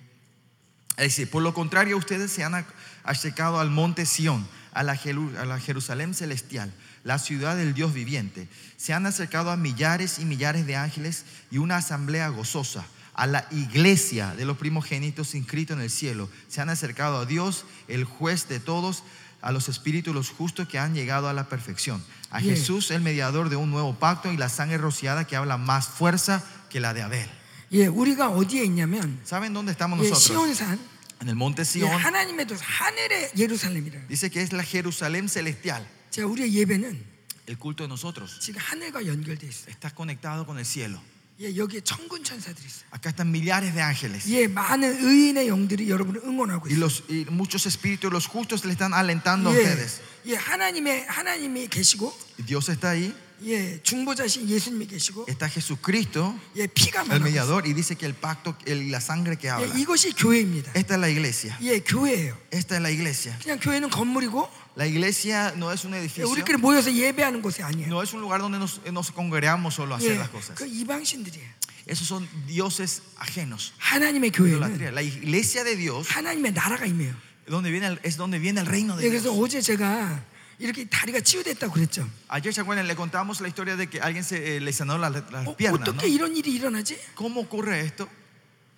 [SPEAKER 2] Es decir, por lo contrario, ustedes se han ac- achacado al monte Sión, a la, Jelu- a la Jerusalén celestial, la ciudad del Dios viviente. Se han acercado a millares y millares de ángeles y una asamblea gozosa, a la iglesia de los primogénitos inscritos en el cielo. Se han acercado a Dios, el juez de todos, a los espíritus los justos que han llegado a la perfección. A
[SPEAKER 1] Bien.
[SPEAKER 2] Jesús, el mediador de un nuevo pacto y la sangre rociada que habla más fuerza que la de Abel.
[SPEAKER 1] 예, 우리가 어디에 있냐면
[SPEAKER 2] ¿Saben dónde estamos
[SPEAKER 1] 예,
[SPEAKER 2] nosotros?
[SPEAKER 1] 시온산
[SPEAKER 2] En el monte
[SPEAKER 1] 예,
[SPEAKER 2] Sión.
[SPEAKER 1] 하나님의 도시 하늘의 예루살렘이라는
[SPEAKER 2] Dice que es la Jerusalén celestial.
[SPEAKER 1] 자 우리의 예배는
[SPEAKER 2] El culto de nosotros
[SPEAKER 1] 지금 하늘과 연결돼 있어요.
[SPEAKER 2] está conectado con el cielo.
[SPEAKER 1] 예, 여기에 천군 천사들이 있어요.
[SPEAKER 2] Acá están millares de ángeles.
[SPEAKER 1] 예, 많은 의인의 영들이 여러분을 응원하고
[SPEAKER 2] Y,
[SPEAKER 1] 있어요.
[SPEAKER 2] los, y muchos espíritus, los justos, le están alentando a ustedes.
[SPEAKER 1] 예, 예, 하나님의 하나님이 계시고
[SPEAKER 2] Y Dios está ahí,
[SPEAKER 1] 예, 중보자신 예수님이 계시고
[SPEAKER 2] está Jesucristo,
[SPEAKER 1] 예, 피가
[SPEAKER 2] el
[SPEAKER 1] 말하고 있어요.
[SPEAKER 2] mediador, y dice que el pacto, el- la sangre que habla.
[SPEAKER 1] 예, 이것이 교회입니다.
[SPEAKER 2] Esta es la iglesia.
[SPEAKER 1] 예, 교회예요.
[SPEAKER 2] Esta es la iglesia.
[SPEAKER 1] 그냥 교회는 건물이고
[SPEAKER 2] La iglesia no es un
[SPEAKER 1] 예,
[SPEAKER 2] edificio,
[SPEAKER 1] 우리끼리 mo여서 예배하는 곳이 아니에요.
[SPEAKER 2] no es un lugar donde nos, nos congregamos solo a hacer
[SPEAKER 1] 예,
[SPEAKER 2] las cosas.
[SPEAKER 1] 그 이방신들이에요.
[SPEAKER 2] Esos son dioses ajenos.
[SPEAKER 1] 하나님의
[SPEAKER 2] Idolatría.
[SPEAKER 1] 교회는
[SPEAKER 2] La iglesia de Dios
[SPEAKER 1] 하나님의 나라가 임해요.
[SPEAKER 2] donde viene el- es donde viene el reino
[SPEAKER 1] 예,
[SPEAKER 2] de Dios.
[SPEAKER 1] 그래서 어제 제가 이렇게 다리가 치유됐다고 그랬죠.
[SPEAKER 2] Ayer, ¿se acuerdan? Le contamos la historia de que alguien se eh, le sanó las, las
[SPEAKER 1] 어,
[SPEAKER 2] piernas. ¿no?
[SPEAKER 1] 어떻게 이런 일이 일어나지?
[SPEAKER 2] ¿Cómo ocurre esto?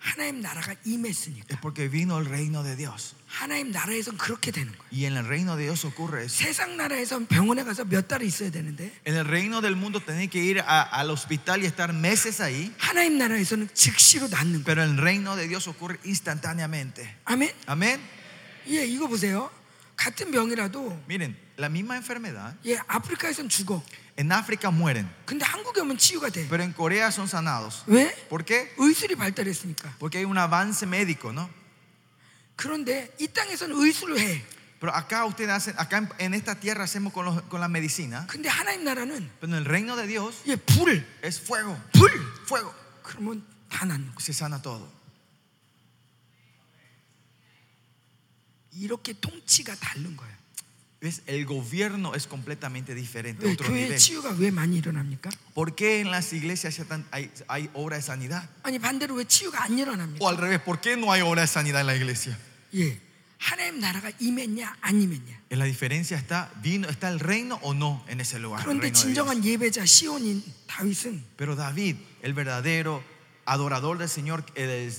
[SPEAKER 1] 하나님 나라가 임했으니까.
[SPEAKER 2] Es porque vino el reino de Dios.
[SPEAKER 1] 하나님 나라에선 그렇게 되는 거예요.
[SPEAKER 2] Y en el reino de Dios ocurre eso.
[SPEAKER 1] 세상 나라에선 병원에 가서 몇 달을 있어야 되는데
[SPEAKER 2] En el reino del mundo tenés que ir a- al hospital y estar meses ahí.
[SPEAKER 1] 하나님 나라에서는 즉시로 낫는 거예요.
[SPEAKER 2] Pero en el reino de Dios ocurre instantáneamente.
[SPEAKER 1] 아멘.
[SPEAKER 2] Amén.
[SPEAKER 1] 예, 이거 보세요. 같은 병이라도
[SPEAKER 2] Miren, la misma enfermedad.
[SPEAKER 1] 예, 아프리카에선 죽어.
[SPEAKER 2] En África mueren.
[SPEAKER 1] 근데 한국에 오면 치유가 돼.
[SPEAKER 2] Pero en Corea son sanados.
[SPEAKER 1] 왜?
[SPEAKER 2] ¿Por qué?
[SPEAKER 1] 의술이 발달했으니까.
[SPEAKER 2] Porque hay un avance médico, ¿no?
[SPEAKER 1] 그런데 이 땅에선 의술로 해.
[SPEAKER 2] Pero acá ustedes hacen, acá en, en esta tierra hacemos con, los- con la medicina.
[SPEAKER 1] 근데 하나님 나라는
[SPEAKER 2] Pero en el reino de Dios
[SPEAKER 1] 예, 불,
[SPEAKER 2] es fuego.
[SPEAKER 1] 불.
[SPEAKER 2] Fuego.
[SPEAKER 1] 그러면 다 낫는 거예요.
[SPEAKER 2] Se sana todo.
[SPEAKER 1] 이렇게 통치가 다른 거예요.
[SPEAKER 2] ¿Ves? El gobierno es completamente diferente,
[SPEAKER 1] 왜
[SPEAKER 2] otro
[SPEAKER 1] 교회
[SPEAKER 2] nivel.
[SPEAKER 1] 치유가 왜 많이 일어납니까?
[SPEAKER 2] ¿Por qué en las iglesias ya tan- hay, hay obra de sanidad?
[SPEAKER 1] 아니 반대로 왜 치유가 안 일어납니까?
[SPEAKER 2] O al revés, ¿por qué no hay obra de sanidad en la iglesia?
[SPEAKER 1] 예, 하나님 나라가 임했냐 안 임했냐.
[SPEAKER 2] En La diferencia está, vino, está el reino o no en ese lugar. el
[SPEAKER 1] 그런데
[SPEAKER 2] reino de Dios.
[SPEAKER 1] 진정한 예배자 시온인 다윗은
[SPEAKER 2] Pero David, el verdadero adorador del Señor, el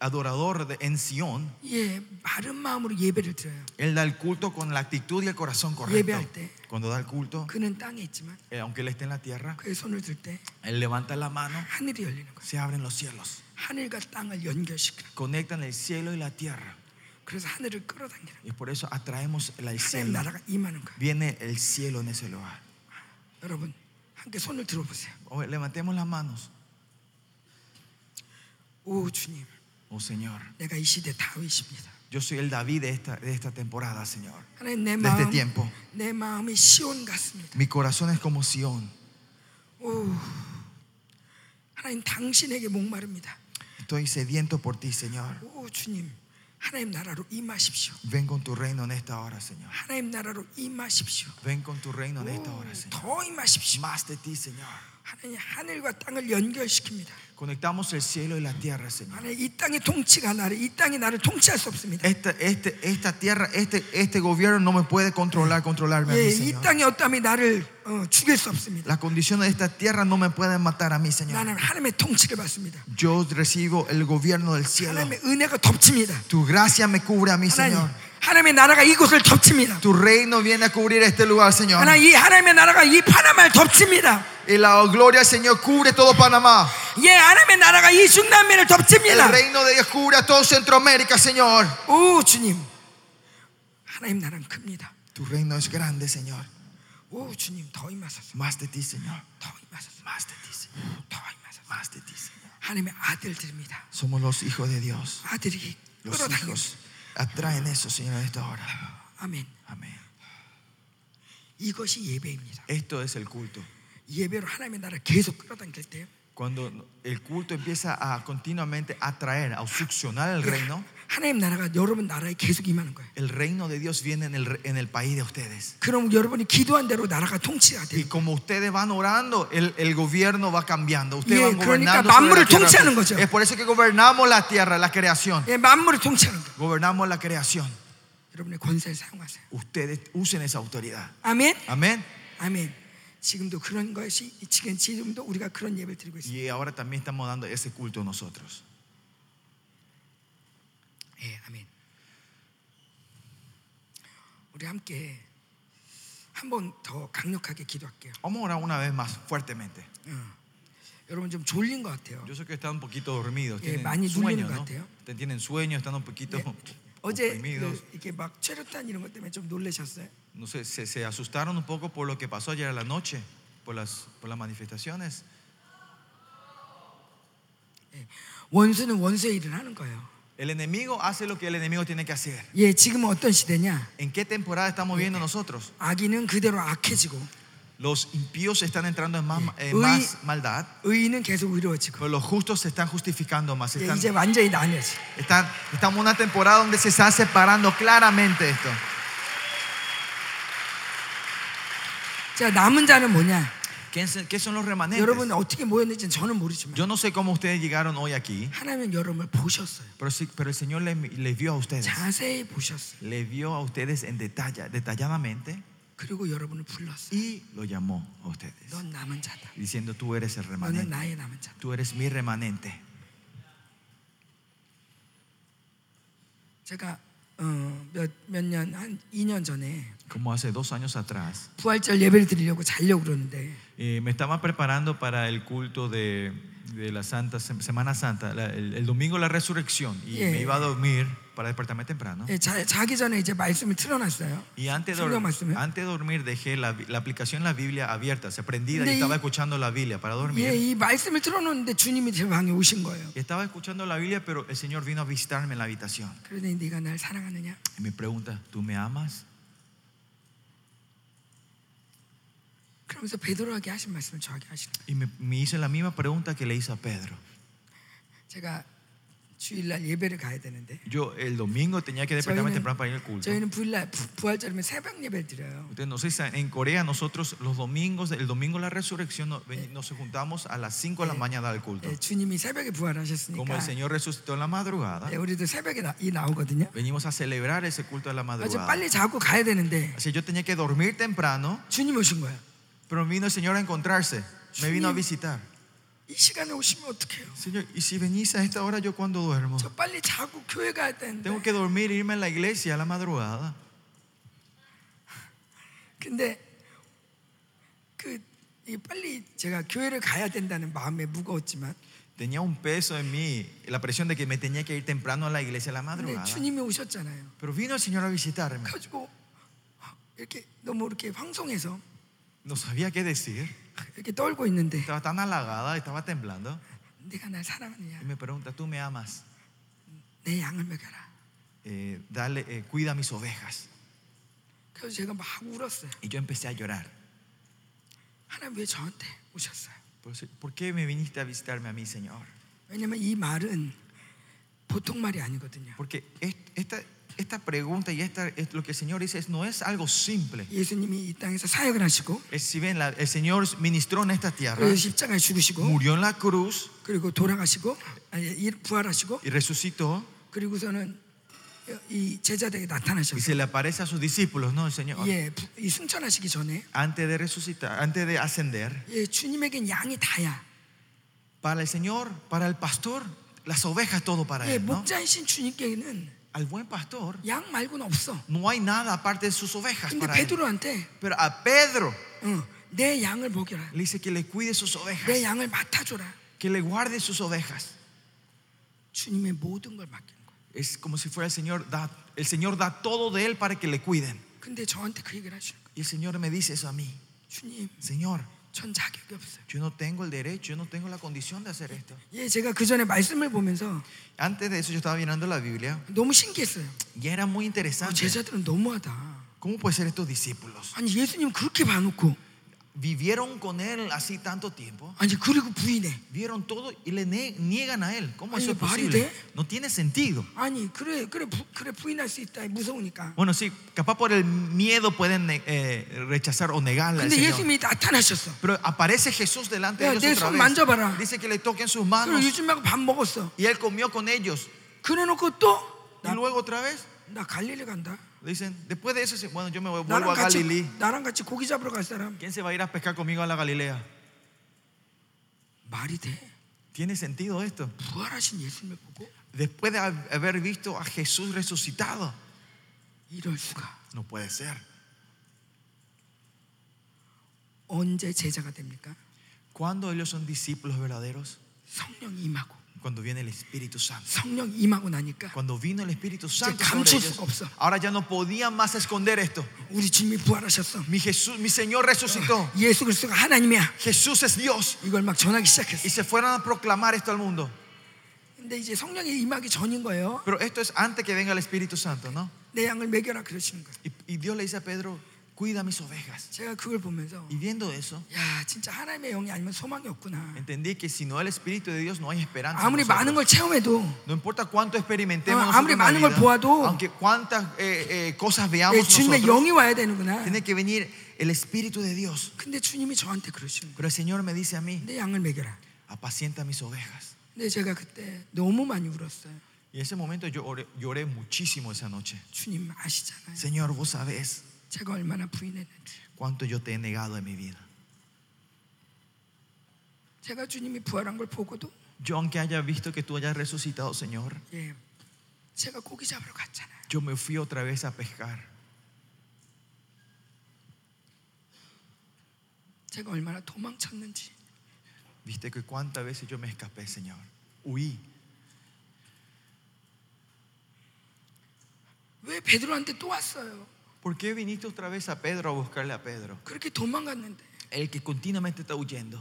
[SPEAKER 2] adorador de- en Sión,
[SPEAKER 1] 예 마른 마음으로 예배를 드려요.
[SPEAKER 2] él da el culto con la actitud y el corazón
[SPEAKER 1] Yebeal
[SPEAKER 2] correcto.
[SPEAKER 1] te.
[SPEAKER 2] Cuando da el culto,
[SPEAKER 1] 그는 땅에 있지만
[SPEAKER 2] eh, aunque él esté en la tierra,
[SPEAKER 1] 그의 손을 들 때
[SPEAKER 2] él levanta la mano,
[SPEAKER 1] 하늘이 열리는 거예요.
[SPEAKER 2] se abren los cielos.
[SPEAKER 1] 하늘과 땅을 연결시키는. 거예요.
[SPEAKER 2] Conectan el cielo y la tierra.
[SPEAKER 1] 그래서 하늘을 끌어당기는. 거예요.
[SPEAKER 2] Y por eso atraemos el
[SPEAKER 1] 하나님
[SPEAKER 2] cielo.
[SPEAKER 1] 나라가 임하는 예, 거예요.
[SPEAKER 2] Viene el cielo en ese lugar. Oh,
[SPEAKER 1] 여러분 함께 손을 들어보세요.
[SPEAKER 2] O- Levantemos las manos.
[SPEAKER 1] 오 주님,
[SPEAKER 2] Oh Señor,
[SPEAKER 1] 내가 이 시대 다윗입니다.
[SPEAKER 2] yo soy el David de esta, de esta temporada, Señor.
[SPEAKER 1] 하나님 내
[SPEAKER 2] De este
[SPEAKER 1] 마음,
[SPEAKER 2] tiempo.
[SPEAKER 1] 내 마음이 시온 같습니다.
[SPEAKER 2] Mi corazón es como Sión.
[SPEAKER 1] 오, 하나님 당신에게 목마릅니다.
[SPEAKER 2] Estoy sediento por ti, Señor.
[SPEAKER 1] 오 주님, 하나님 나라로 임하십시오.
[SPEAKER 2] Ven con tu reino en esta hora, Señor.
[SPEAKER 1] 하나님 나라로 임하십시오.
[SPEAKER 2] Ven con tu reino en esta hora, Señor.
[SPEAKER 1] 더 임하십시오.
[SPEAKER 2] Más de ti, Señor.
[SPEAKER 1] 하나님 하늘과 땅을 연결시킵니다.
[SPEAKER 2] Conectamos el cielo y la tierra, Señor.
[SPEAKER 1] 하나님 이 땅의 통치가 나를 이 땅이 나를 통치할 수 없습니다.
[SPEAKER 2] Esta, este, esta tierra, este, este gobierno no me puede controlar, controlarme a
[SPEAKER 1] 예,
[SPEAKER 2] mí,
[SPEAKER 1] 이
[SPEAKER 2] Señor.
[SPEAKER 1] 땅의 어떠함이 나를 어, 죽일 수 없습니다.
[SPEAKER 2] Las condiciones de esta tierra no me pueden matar a mí, Señor.
[SPEAKER 1] 나는 하나님의 통치를 받습니다.
[SPEAKER 2] Yo recibo el gobierno del cielo.
[SPEAKER 1] 하나님의 은혜가 덮칩니다.
[SPEAKER 2] Tu gracia me cubre a mí,
[SPEAKER 1] 하나님, 예.
[SPEAKER 2] Señor.
[SPEAKER 1] 하나님의 나라가 이곳을 덮칩니다.
[SPEAKER 2] Tu reino viene a cubrir este lugar, Señor.
[SPEAKER 1] 하나님, 이 하나님의 나라가 이 파나마를 덮칩니다.
[SPEAKER 2] Y la gloria, Señor, cubre todo Panamá.
[SPEAKER 1] 예, 하나님의 나라가 이 중남미를 덮칩니다.
[SPEAKER 2] El reino de Dios cubre a todo Centroamérica, Señor.
[SPEAKER 1] 오, 주님. 하나님 나라는 큽니다.
[SPEAKER 2] Tu reino es grande, Señor.
[SPEAKER 1] 오, 주님, 더 임하소서.
[SPEAKER 2] Más de ti, Señor.
[SPEAKER 1] 더 임하소서.
[SPEAKER 2] Más de ti, Señor.
[SPEAKER 1] 더 임하소서.
[SPEAKER 2] Más de ti, Señor.
[SPEAKER 1] 하나님의 아들들입니다.
[SPEAKER 2] Somos los hijos de Dios.
[SPEAKER 1] 아들이
[SPEAKER 2] Los
[SPEAKER 1] 끌어당기고
[SPEAKER 2] hijos atraen eso, Señor, en esta hora.
[SPEAKER 1] 아멘.
[SPEAKER 2] Amén.
[SPEAKER 1] 이것이 예배입니다.
[SPEAKER 2] Esto es el culto.
[SPEAKER 1] 예배로 하나님의 나라를 계속 끌어당길 때
[SPEAKER 2] Cuando el culto empieza a continuamente atraer, a succionar el reino,
[SPEAKER 1] 하나님 나라가 여러분 나라에 계속 임하는 거예요.
[SPEAKER 2] el reino de Dios viene en el, re- en el país de ustedes.
[SPEAKER 1] 그럼 여러분이 기도한 대로 나라가 통치가
[SPEAKER 2] Y
[SPEAKER 1] 돼요.
[SPEAKER 2] como ustedes van orando, el, el gobierno va cambiando. Ustedes
[SPEAKER 1] Y,
[SPEAKER 2] van
[SPEAKER 1] 그러니까
[SPEAKER 2] gobernando.
[SPEAKER 1] 만물을
[SPEAKER 2] sobre la tierra.
[SPEAKER 1] 통치하는 거죠.
[SPEAKER 2] Es por eso que gobernamos la tierra, la creación.
[SPEAKER 1] 예, 만물을 통치하는 거예요.
[SPEAKER 2] Gobernamos la creación.
[SPEAKER 1] 여러분의 권세를 사용하세요.
[SPEAKER 2] Ustedes usen esa autoridad.
[SPEAKER 1] 아멘.
[SPEAKER 2] Amén.
[SPEAKER 1] 아멘. 지금도 그런 것이 지금 지금도 우리가 그런 예배를 드리고 있습니다.
[SPEAKER 2] Y ahora también estamos dando ese culto nosotros.
[SPEAKER 1] 예, 아멘. 우리 함께 한 번 더 강력하게 기도할게요.
[SPEAKER 2] Vamos a orar una vez más fuertemente.
[SPEAKER 1] 어. 여러분 좀 졸린 것 같아요.
[SPEAKER 2] Yo sé que están un poquito dormidos,
[SPEAKER 1] Eh,
[SPEAKER 2] tienen
[SPEAKER 1] 많이
[SPEAKER 2] sueño,
[SPEAKER 1] 눌리는 것
[SPEAKER 2] ¿no?
[SPEAKER 1] 같아요.
[SPEAKER 2] Ustedes Tienen sueño, están un poquito
[SPEAKER 1] 어제
[SPEAKER 2] oprimidos.
[SPEAKER 1] 그 이렇게 막 최루탄 이런 것 때문에 좀 놀라셨어요.
[SPEAKER 2] No sé, se, se asustaron un poco por lo que pasó ayer a la noche, por las, por las manifestaciones.
[SPEAKER 1] 원수는 원수의 일을 하는 거예요.
[SPEAKER 2] El enemigo hace lo que el enemigo tiene que hacer.
[SPEAKER 1] 예, 지금은 어떤 시대냐?
[SPEAKER 2] ¿En qué temporada estamos viendo nosotros?
[SPEAKER 1] 악인은 그대로 악해지고
[SPEAKER 2] Los impíos están entrando en más, en
[SPEAKER 1] Uy.
[SPEAKER 2] más maldad,
[SPEAKER 1] 의인은 계속 의로워지고
[SPEAKER 2] pero los justos se están justificando más.
[SPEAKER 1] 예,
[SPEAKER 2] Están,
[SPEAKER 1] 이제 완전히 나뉘어지.
[SPEAKER 2] están- estamos en una temporada donde se está separando claramente esto.
[SPEAKER 1] 자 남은 자는 뭐냐?
[SPEAKER 2] ¿Qué, se- qué son los remanentes?
[SPEAKER 1] 여러분 어떻게 모였는지 저는 모르지만
[SPEAKER 2] Yo no sé cómo ustedes llegaron hoy aquí,
[SPEAKER 1] 하나님은 여러분을 보셨어요.
[SPEAKER 2] pero, sí- pero el Señor les les vio a
[SPEAKER 1] 네.
[SPEAKER 2] ustedes.
[SPEAKER 1] 자세히 보셨어요.
[SPEAKER 2] le vio a ustedes en detalle, detalladamente
[SPEAKER 1] 그리고 여러분을 불렀어요.
[SPEAKER 2] y lo llamó a ustedes,
[SPEAKER 1] 넌 남은 자다.
[SPEAKER 2] diciendo tú eres el
[SPEAKER 1] 너는
[SPEAKER 2] remanente,
[SPEAKER 1] 나의 남은 자다.
[SPEAKER 2] tú eres mi remanente.
[SPEAKER 1] 제가 어, 몇몇년한 2년 전에
[SPEAKER 2] Como hace dos años atrás,
[SPEAKER 1] 부활절 예배를 드리려고 자려고 그러는데
[SPEAKER 2] eh, me estaba preparando para el culto de, de la Santa Sem- Semana Santa, la- el, el domingo la resurrección, y
[SPEAKER 1] Yeah.
[SPEAKER 2] me iba a dormir para despertarme temprano.
[SPEAKER 1] 예, 자, 자기 전에 이제 말씀을 틀어놨어요.
[SPEAKER 2] Y antes de,
[SPEAKER 1] 성경 말씀을.
[SPEAKER 2] dor- antes de dormir dejé la, bi- la aplicación La Biblia abierta, se prendida y
[SPEAKER 1] 근데 이-
[SPEAKER 2] estaba escuchando la Biblia para dormir.
[SPEAKER 1] 예, 이 말씀을 틀어놓는데 주님이 제 방에 오신 거예요.
[SPEAKER 2] Y estaba escuchando la Biblia, pero el Señor vino a visitarme en la habitación.
[SPEAKER 1] 그러더니 네가 날 사랑하느냐?
[SPEAKER 2] Y me pregunta, ¿tú me amas?
[SPEAKER 1] 그러면서 베드로에게 하신 말씀을 저에게 하신 거예요.
[SPEAKER 2] Y me, me hice la misma pregunta que le hice a Pedro.
[SPEAKER 1] 제가 주일날 예배를 가야 되는데
[SPEAKER 2] Yo el domingo tenía que despertarme
[SPEAKER 1] 저희는,
[SPEAKER 2] temprano para ir al culto.
[SPEAKER 1] 저희는 부일날 부- 부활절이면 새벽 예배를 드려요.
[SPEAKER 2] Ustedes no sé, si saben, en Corea nosotros los domingos, el domingo de la resurrección nos, ven- nos juntamos a las 5 de la mañana al culto.
[SPEAKER 1] 예, 주님이 새벽에
[SPEAKER 2] Como
[SPEAKER 1] 부활하셨으니까
[SPEAKER 2] el Señor resucitó en la madrugada,
[SPEAKER 1] 예, 우리도 새벽에 나, 이 나오거든요.
[SPEAKER 2] venimos a celebrar ese culto de la
[SPEAKER 1] 아주 네,
[SPEAKER 2] madrugada.
[SPEAKER 1] 빨리 자고 가야 되는데
[SPEAKER 2] Así que yo tenía que dormir temprano,
[SPEAKER 1] 주님 오신 거예요.
[SPEAKER 2] pero vino el Señor a encontrarse, me vino a visitar.
[SPEAKER 1] 이 시간에 오시면 어떡해요?
[SPEAKER 2] Señor, ¿y si venís a esta hora yo cuando duermo?
[SPEAKER 1] 저 빨리 자고 교회 가야 되는데
[SPEAKER 2] Tengo que dormir, e irme a la iglesia a la madrugada.
[SPEAKER 1] 근데 그이 빨리 제가 교회를 가야 된다는 마음에 무거웠지만
[SPEAKER 2] Tenía un peso en mí, la presión de que me tenía que ir temprano a la iglesia a la
[SPEAKER 1] 근데
[SPEAKER 2] madrugada.
[SPEAKER 1] 주님이 오셨잖아요.
[SPEAKER 2] Pero vino el Señor a visitarme.
[SPEAKER 1] 가지고 이렇게 너무 이렇게 황송해서
[SPEAKER 2] No sabía qué decir.
[SPEAKER 1] 이렇게 떨고 있는데
[SPEAKER 2] Estaba tan halagada, estaba temblando.
[SPEAKER 1] 네가 날 사랑하느냐?
[SPEAKER 2] Y me pregunta, ¿tú me amas?
[SPEAKER 1] 내 양을 먹여라.
[SPEAKER 2] Eh, dale, eh, cuida mis ovejas.
[SPEAKER 1] 그래서 제가 막 울었어요.
[SPEAKER 2] Y yo empecé a llorar.
[SPEAKER 1] 하나님 왜 저한테 오셨어요?
[SPEAKER 2] "Pero se- ¿Por qué me viniste a visitarme a mí, Señor?
[SPEAKER 1] 왜냐면 이 말은 보통 말이 아니거든요.
[SPEAKER 2] Porque es- esta, esta pregunta y esta, es lo que el Señor dice es- no es algo simple.
[SPEAKER 1] 예수님이 이 땅에서 사역을 하시고
[SPEAKER 2] Es- si ven, la- el Señor ministró en esta tierra,
[SPEAKER 1] 아, 그리고 십자가에 죽으시고
[SPEAKER 2] murió en la cruz
[SPEAKER 1] 그리고 돌아가시고 아니, 일- 부활하시고
[SPEAKER 2] y resucitó.
[SPEAKER 1] 그리고서는 이 제자들에게
[SPEAKER 2] Y
[SPEAKER 1] 나타나셨어요.
[SPEAKER 2] se le aparece a sus discípulos, ¿no? El Señor.
[SPEAKER 1] 예, 부- 이 승천하시기 전에
[SPEAKER 2] Antes de resucitar, antes de ascender.
[SPEAKER 1] 예, 주님에겐 양이 다야.
[SPEAKER 2] Para el Señor, para el pastor, las ovejas, todo para
[SPEAKER 1] 예,
[SPEAKER 2] él, ¿no?
[SPEAKER 1] 목자이신 주님께는
[SPEAKER 2] Al buen pastor,
[SPEAKER 1] 양 말고는 없어.
[SPEAKER 2] no hay nada aparte de sus ovejas
[SPEAKER 1] 근데
[SPEAKER 2] para él.
[SPEAKER 1] 베드로한테
[SPEAKER 2] Pero a Pedro
[SPEAKER 1] 어, 내 양을 먹여라.
[SPEAKER 2] le dice que le cuide sus ovejas,
[SPEAKER 1] 내 양을 맡아줘라.
[SPEAKER 2] que le guarde sus ovejas.
[SPEAKER 1] 주님의 모든 걸 맡기는 거야.
[SPEAKER 2] Es como si fuera el Señor, da, el Señor da todo de él para que le cuiden.
[SPEAKER 1] 근데 저한테 그 얘기를 하시는 거야.
[SPEAKER 2] Y el Señor me dice eso a mí,
[SPEAKER 1] 주님,
[SPEAKER 2] Señor,
[SPEAKER 1] 전 자격이 없어요.
[SPEAKER 2] yo no tengo el derecho, yo no tengo la condición de hacer esto.
[SPEAKER 1] 예, 제가 그 전에 말씀을 보면서
[SPEAKER 2] Antes de eso yo estaba mirando la Biblia
[SPEAKER 1] 너무 신기했어요.
[SPEAKER 2] y era muy
[SPEAKER 1] 아,
[SPEAKER 2] interesante.
[SPEAKER 1] 제자들은 너무하다.
[SPEAKER 2] ¿Cómo puede ser estos discípulos?
[SPEAKER 1] 아니 예수님 그렇게 봐놓고
[SPEAKER 2] Vivieron con él así tanto tiempo,
[SPEAKER 1] 아니 그리고 부인해.
[SPEAKER 2] vieron todo y le nie- niegan a él. ¿Cómo eso
[SPEAKER 1] Ay,
[SPEAKER 2] es posible?
[SPEAKER 1] parece.
[SPEAKER 2] No tiene sentido.
[SPEAKER 1] 아니 그래 그래 부, 그래 부인할 수 있다 무서우니까.
[SPEAKER 2] Bueno, sí, capaz por el miedo pueden ne- eh, rechazar o negarla al
[SPEAKER 1] 근데
[SPEAKER 2] Señor.
[SPEAKER 1] 예수님이 나타나셨어.
[SPEAKER 2] Pero aparece Jesús delante
[SPEAKER 1] Ya,
[SPEAKER 2] de ellos
[SPEAKER 1] de
[SPEAKER 2] otra
[SPEAKER 1] eso
[SPEAKER 2] vez.
[SPEAKER 1] mandábara.
[SPEAKER 2] Dice que le toquen sus
[SPEAKER 1] 그리고
[SPEAKER 2] manos
[SPEAKER 1] 유준하고 밥 먹었어.
[SPEAKER 2] y él comió con ellos.
[SPEAKER 1] 그래놓고 또
[SPEAKER 2] Y
[SPEAKER 1] 나
[SPEAKER 2] luego otra vez
[SPEAKER 1] 갈릴리 간다.
[SPEAKER 2] le dicen, después de eso, sí, bueno, yo me voy- vuelvo
[SPEAKER 1] 나랑
[SPEAKER 2] a
[SPEAKER 1] 같이
[SPEAKER 2] Galilea.
[SPEAKER 1] 나랑 같이 고기 잡으러 갈 사람
[SPEAKER 2] ¿Quién se va a ir a pescar conmigo a la Galilea?
[SPEAKER 1] 말이 돼?
[SPEAKER 2] ¿Tiene sentido esto?
[SPEAKER 1] 부활하신 예수님을 보고
[SPEAKER 2] Después de hab- haber visto a Jesús resucitado,
[SPEAKER 1] 이럴 수가
[SPEAKER 2] no puede ser.
[SPEAKER 1] 언제 제자가 됩니까?
[SPEAKER 2] Cuando ellos son discípulos verdaderos,
[SPEAKER 1] 성령 임하고
[SPEAKER 2] cuando viene el Espíritu Santo.
[SPEAKER 1] 성령 임하고 na니까
[SPEAKER 2] Cuando vino el Espíritu Santo, sobre
[SPEAKER 1] 감출
[SPEAKER 2] ellos,
[SPEAKER 1] 수가 없어.
[SPEAKER 2] ahora ya no podían más esconder esto.
[SPEAKER 1] 우리 주님이 부활하셨어.
[SPEAKER 2] Mi Jesús, mi Señor resucitó.
[SPEAKER 1] 예수 그리스도가 하나님이야.
[SPEAKER 2] Jesús es Dios.
[SPEAKER 1] 이걸 막 전하기 시작했어.
[SPEAKER 2] Y se fueron a proclamar esto al mundo.
[SPEAKER 1] 근데 이제 성령이 임하기 전인 거예요.
[SPEAKER 2] Pero esto es antes que venga el Espíritu Santo, ¿no?
[SPEAKER 1] 내 양을 먹여라 그러시는 거예요.
[SPEAKER 2] Y, y Dios le dice a Pedro, cuida mis ovejas.
[SPEAKER 1] 제가 그걸 보면서
[SPEAKER 2] Y viendo eso,
[SPEAKER 1] 야 진짜 하나님의 영이 아니면 소망이 없구나.
[SPEAKER 2] entendí que si no el Espíritu de Dios no hay esperanza. en
[SPEAKER 1] 아무리
[SPEAKER 2] nosotros.
[SPEAKER 1] 많은 걸 체험해도
[SPEAKER 2] No importa cuánto experimentemos,
[SPEAKER 1] Ah,
[SPEAKER 2] nosotros en la
[SPEAKER 1] 아무리 많은 걸
[SPEAKER 2] vida,
[SPEAKER 1] 보아도
[SPEAKER 2] aunque cuántas eh, eh, cosas
[SPEAKER 1] 내
[SPEAKER 2] veamos,
[SPEAKER 1] 주님의
[SPEAKER 2] nosotros,
[SPEAKER 1] 영이 와야 되는구나.
[SPEAKER 2] tiene que venir el Espíritu de Dios.
[SPEAKER 1] 근데 주님이 저한테 그러시는 거예요.
[SPEAKER 2] Pero el Señor me dice a mí,
[SPEAKER 1] 내 양을 먹여라.
[SPEAKER 2] apacienta mis ovejas.
[SPEAKER 1] 근데 제가 그때 너무 많이 울었어요.
[SPEAKER 2] Y en ese momento yo oré, lloré muchísimo esa noche.
[SPEAKER 1] 주님 아시잖아요.
[SPEAKER 2] Señor, vos sabés
[SPEAKER 1] 제가 얼마나 부인했는지.
[SPEAKER 2] cuánto yo te he negado en mi vida.
[SPEAKER 1] 제가 주님이 부활한 걸 보고도
[SPEAKER 2] Yo aunque haya visto que tú hayas resucitado, Señor,
[SPEAKER 1] 예, 제가 고기 잡으러 갔잖아요.
[SPEAKER 2] yo me fui otra vez a pescar.
[SPEAKER 1] 제가 얼마나 도망쳤는지.
[SPEAKER 2] Viste que cuántas veces yo me escapé, Señor. Huí.
[SPEAKER 1] 왜 베드로한테 또 왔어요?
[SPEAKER 2] ¿Por qué viniste otra vez a Pedro a buscarle a Pedro?
[SPEAKER 1] 그렇게 도망갔는데
[SPEAKER 2] El que continuamente está huyendo.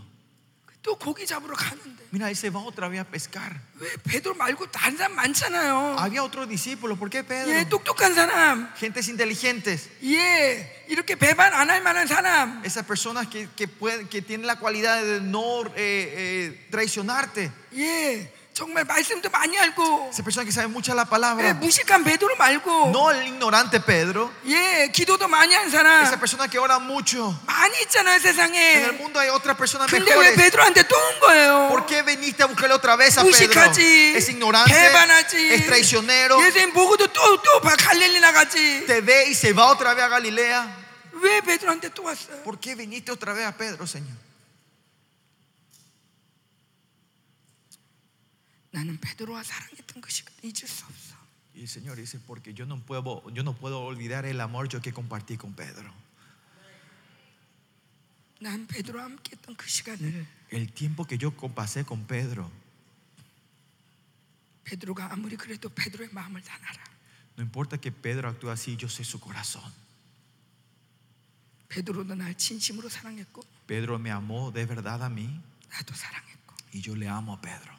[SPEAKER 1] 또 고기 잡으러 가는데
[SPEAKER 2] Mira, él se va otra vez a pescar.
[SPEAKER 1] 왜 베드로 말고 다른 사람 많잖아요.
[SPEAKER 2] Había otros discípulos, ¿por qué Pedro?
[SPEAKER 1] 예, 똑똑한 사람.
[SPEAKER 2] Gentes inteligentes,
[SPEAKER 1] 예, 이렇게 배반 안 할 만한 사람.
[SPEAKER 2] esas personas que, que, pueden- que tienen la cualidad de no eh, eh, traicionarte,
[SPEAKER 1] 예, 정말 말씀도 많이 알고.
[SPEAKER 2] esas personas que saben mucho la
[SPEAKER 1] 예,
[SPEAKER 2] palabra,
[SPEAKER 1] 무식한 베드로 말고.
[SPEAKER 2] no el ignorante Pedro,
[SPEAKER 1] 예, 기도도 많이 한
[SPEAKER 2] esas
[SPEAKER 1] 사람.
[SPEAKER 2] personas que oran mucho.
[SPEAKER 1] 많이 있잖아요,
[SPEAKER 2] En el
[SPEAKER 1] 세상에.
[SPEAKER 2] mundo hay otras personas
[SPEAKER 1] 근데 왜
[SPEAKER 2] mejores.
[SPEAKER 1] 베드로한테 또 온 거예요?
[SPEAKER 2] ¿Por qué viniste a buscarle otra vez a Pedro?
[SPEAKER 1] 무식하지.
[SPEAKER 2] Es ignorante,
[SPEAKER 1] 배반하지.
[SPEAKER 2] es traicionero,
[SPEAKER 1] 예수님 보고도 또또 갈릴리 나가지.
[SPEAKER 2] te ve y se va otra vez a Galilea.
[SPEAKER 1] 왜 베드로한테 또 왔어요?
[SPEAKER 2] ¿Por qué viniste otra vez a Pedro, Señor?
[SPEAKER 1] 나는 베드로와 사랑했던 것이 잊을 수 없어.
[SPEAKER 2] Y el Señor dice, porque yo no puedo, yo no puedo olvidar el amor yo que compartí con Pedro.
[SPEAKER 1] 난 베드로와 함께했던 그 시간을
[SPEAKER 2] El tiempo que yo pasé con Pedro,
[SPEAKER 1] 베드로가 아무리 그래도 베드로의 마음을 다 알아.
[SPEAKER 2] no importa que Pedro actúe así, yo sé su corazón.
[SPEAKER 1] 베드로도 날 진심으로 사랑했고
[SPEAKER 2] Pedro me amó de verdad a mí
[SPEAKER 1] 나도 사랑했고
[SPEAKER 2] Y yo le amo a Pedro.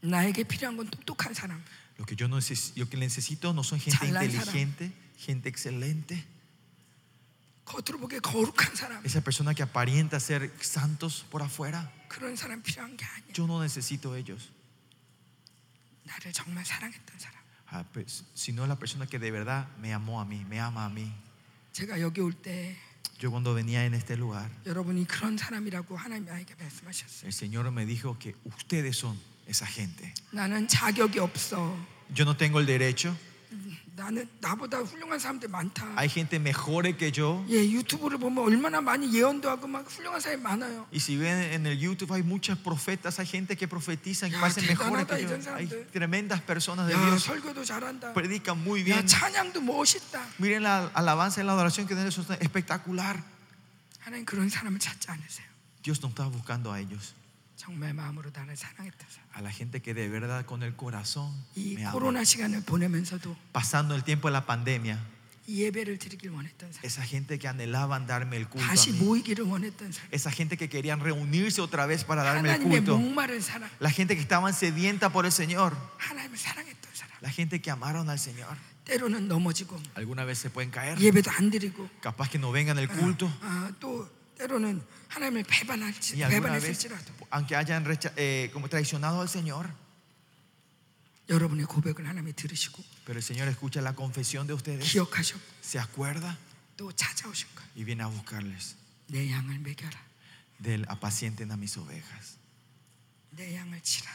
[SPEAKER 1] 나에게 필요한 건 똑똑한 사람.
[SPEAKER 2] Lo que yo, neces- lo que necesito no son gente
[SPEAKER 1] Chalán, chalán.
[SPEAKER 2] inteligente, gente excelente.
[SPEAKER 1] 겉으로 보기에 거룩한 사람.
[SPEAKER 2] Esa persona que aparenta ser santos por afuera.
[SPEAKER 1] 그런 사람 필요한 게 아니야.
[SPEAKER 2] Yo no necesito ellos.
[SPEAKER 1] 나를 정말 사랑했던 사람.
[SPEAKER 2] Ah, pues, sino la persona que de verdad me amó a mí, me ama a mí.
[SPEAKER 1] 제가 여기 올 때
[SPEAKER 2] Yo cuando venía en este lugar,
[SPEAKER 1] 여러분이 그런 사람이라고 하나님 나에게 말씀하셨어요.
[SPEAKER 2] el Señor me dijo que ustedes son esa gente.
[SPEAKER 1] 나는 자격이 없어.
[SPEAKER 2] Yo no tengo el derecho.
[SPEAKER 1] 나는 나보다 훌륭한 사람들 많다.
[SPEAKER 2] Hay gente mejor que yo.
[SPEAKER 1] 예, 유튜브를 보면 얼마나 많이 예언도 하고 막 훌륭한 사람이 많아요.
[SPEAKER 2] Y si ven en el YouTube hay muchas profetas, hay gente que profetiza que
[SPEAKER 1] Ya,
[SPEAKER 2] parecen mejores que
[SPEAKER 1] 대단하다,
[SPEAKER 2] yo. Hay
[SPEAKER 1] 이런 사람들.
[SPEAKER 2] tremendas personas de
[SPEAKER 1] 야,
[SPEAKER 2] Dios.
[SPEAKER 1] 설교도 잘한다.
[SPEAKER 2] Predican muy
[SPEAKER 1] 야,
[SPEAKER 2] bien.
[SPEAKER 1] 찬양도 멋있다.
[SPEAKER 2] Miren la alabanza y la adoración que tienen, eso es espectacular.
[SPEAKER 1] 하나님 그런 사람을 찾지 않으세요.
[SPEAKER 2] Dios no está buscando a ellos,
[SPEAKER 1] 정말 마음으로 나를 사랑했던 사람.
[SPEAKER 2] a la gente que de verdad con el corazón
[SPEAKER 1] 이
[SPEAKER 2] me ama.
[SPEAKER 1] 코로나 시간을 보내면서도
[SPEAKER 2] Pasando el tiempo de la pandemia,
[SPEAKER 1] 이 예배를 드리길 원했던 사람.
[SPEAKER 2] esa gente que anhelaban darme el culto, a
[SPEAKER 1] 다시
[SPEAKER 2] mí.
[SPEAKER 1] 모이기를 원했던 사람.
[SPEAKER 2] esa gente que querían reunirse otra vez para darme
[SPEAKER 1] 하나님의
[SPEAKER 2] el culto,
[SPEAKER 1] 목마른 사람.
[SPEAKER 2] la gente que estaban sedienta por el Señor,
[SPEAKER 1] 하나님을 사랑했던 사람.
[SPEAKER 2] la gente que amaron al Señor.
[SPEAKER 1] 때로는 넘어지고
[SPEAKER 2] Alguna vez se pueden caer,
[SPEAKER 1] 예배도 안 드리고
[SPEAKER 2] capaz que no vengan al culto.
[SPEAKER 1] 아, 또 때로는 하나님을 배반할지
[SPEAKER 2] Y alguna vez,
[SPEAKER 1] 배반했을지라도
[SPEAKER 2] aunque hayan recha- eh, como traicionado al Señor,
[SPEAKER 1] 여러분의 고백을 하나님이 들으시고
[SPEAKER 2] pero el Señor escucha la confesión de
[SPEAKER 1] 네.
[SPEAKER 2] ustedes,
[SPEAKER 1] 기억하셨고
[SPEAKER 2] se acuerda
[SPEAKER 1] 또 찾아오신 거예요.
[SPEAKER 2] y viene a buscarles.
[SPEAKER 1] 내 양을 먹여라.
[SPEAKER 2] Del apacienten a mis ovejas,
[SPEAKER 1] 내 양을 치라.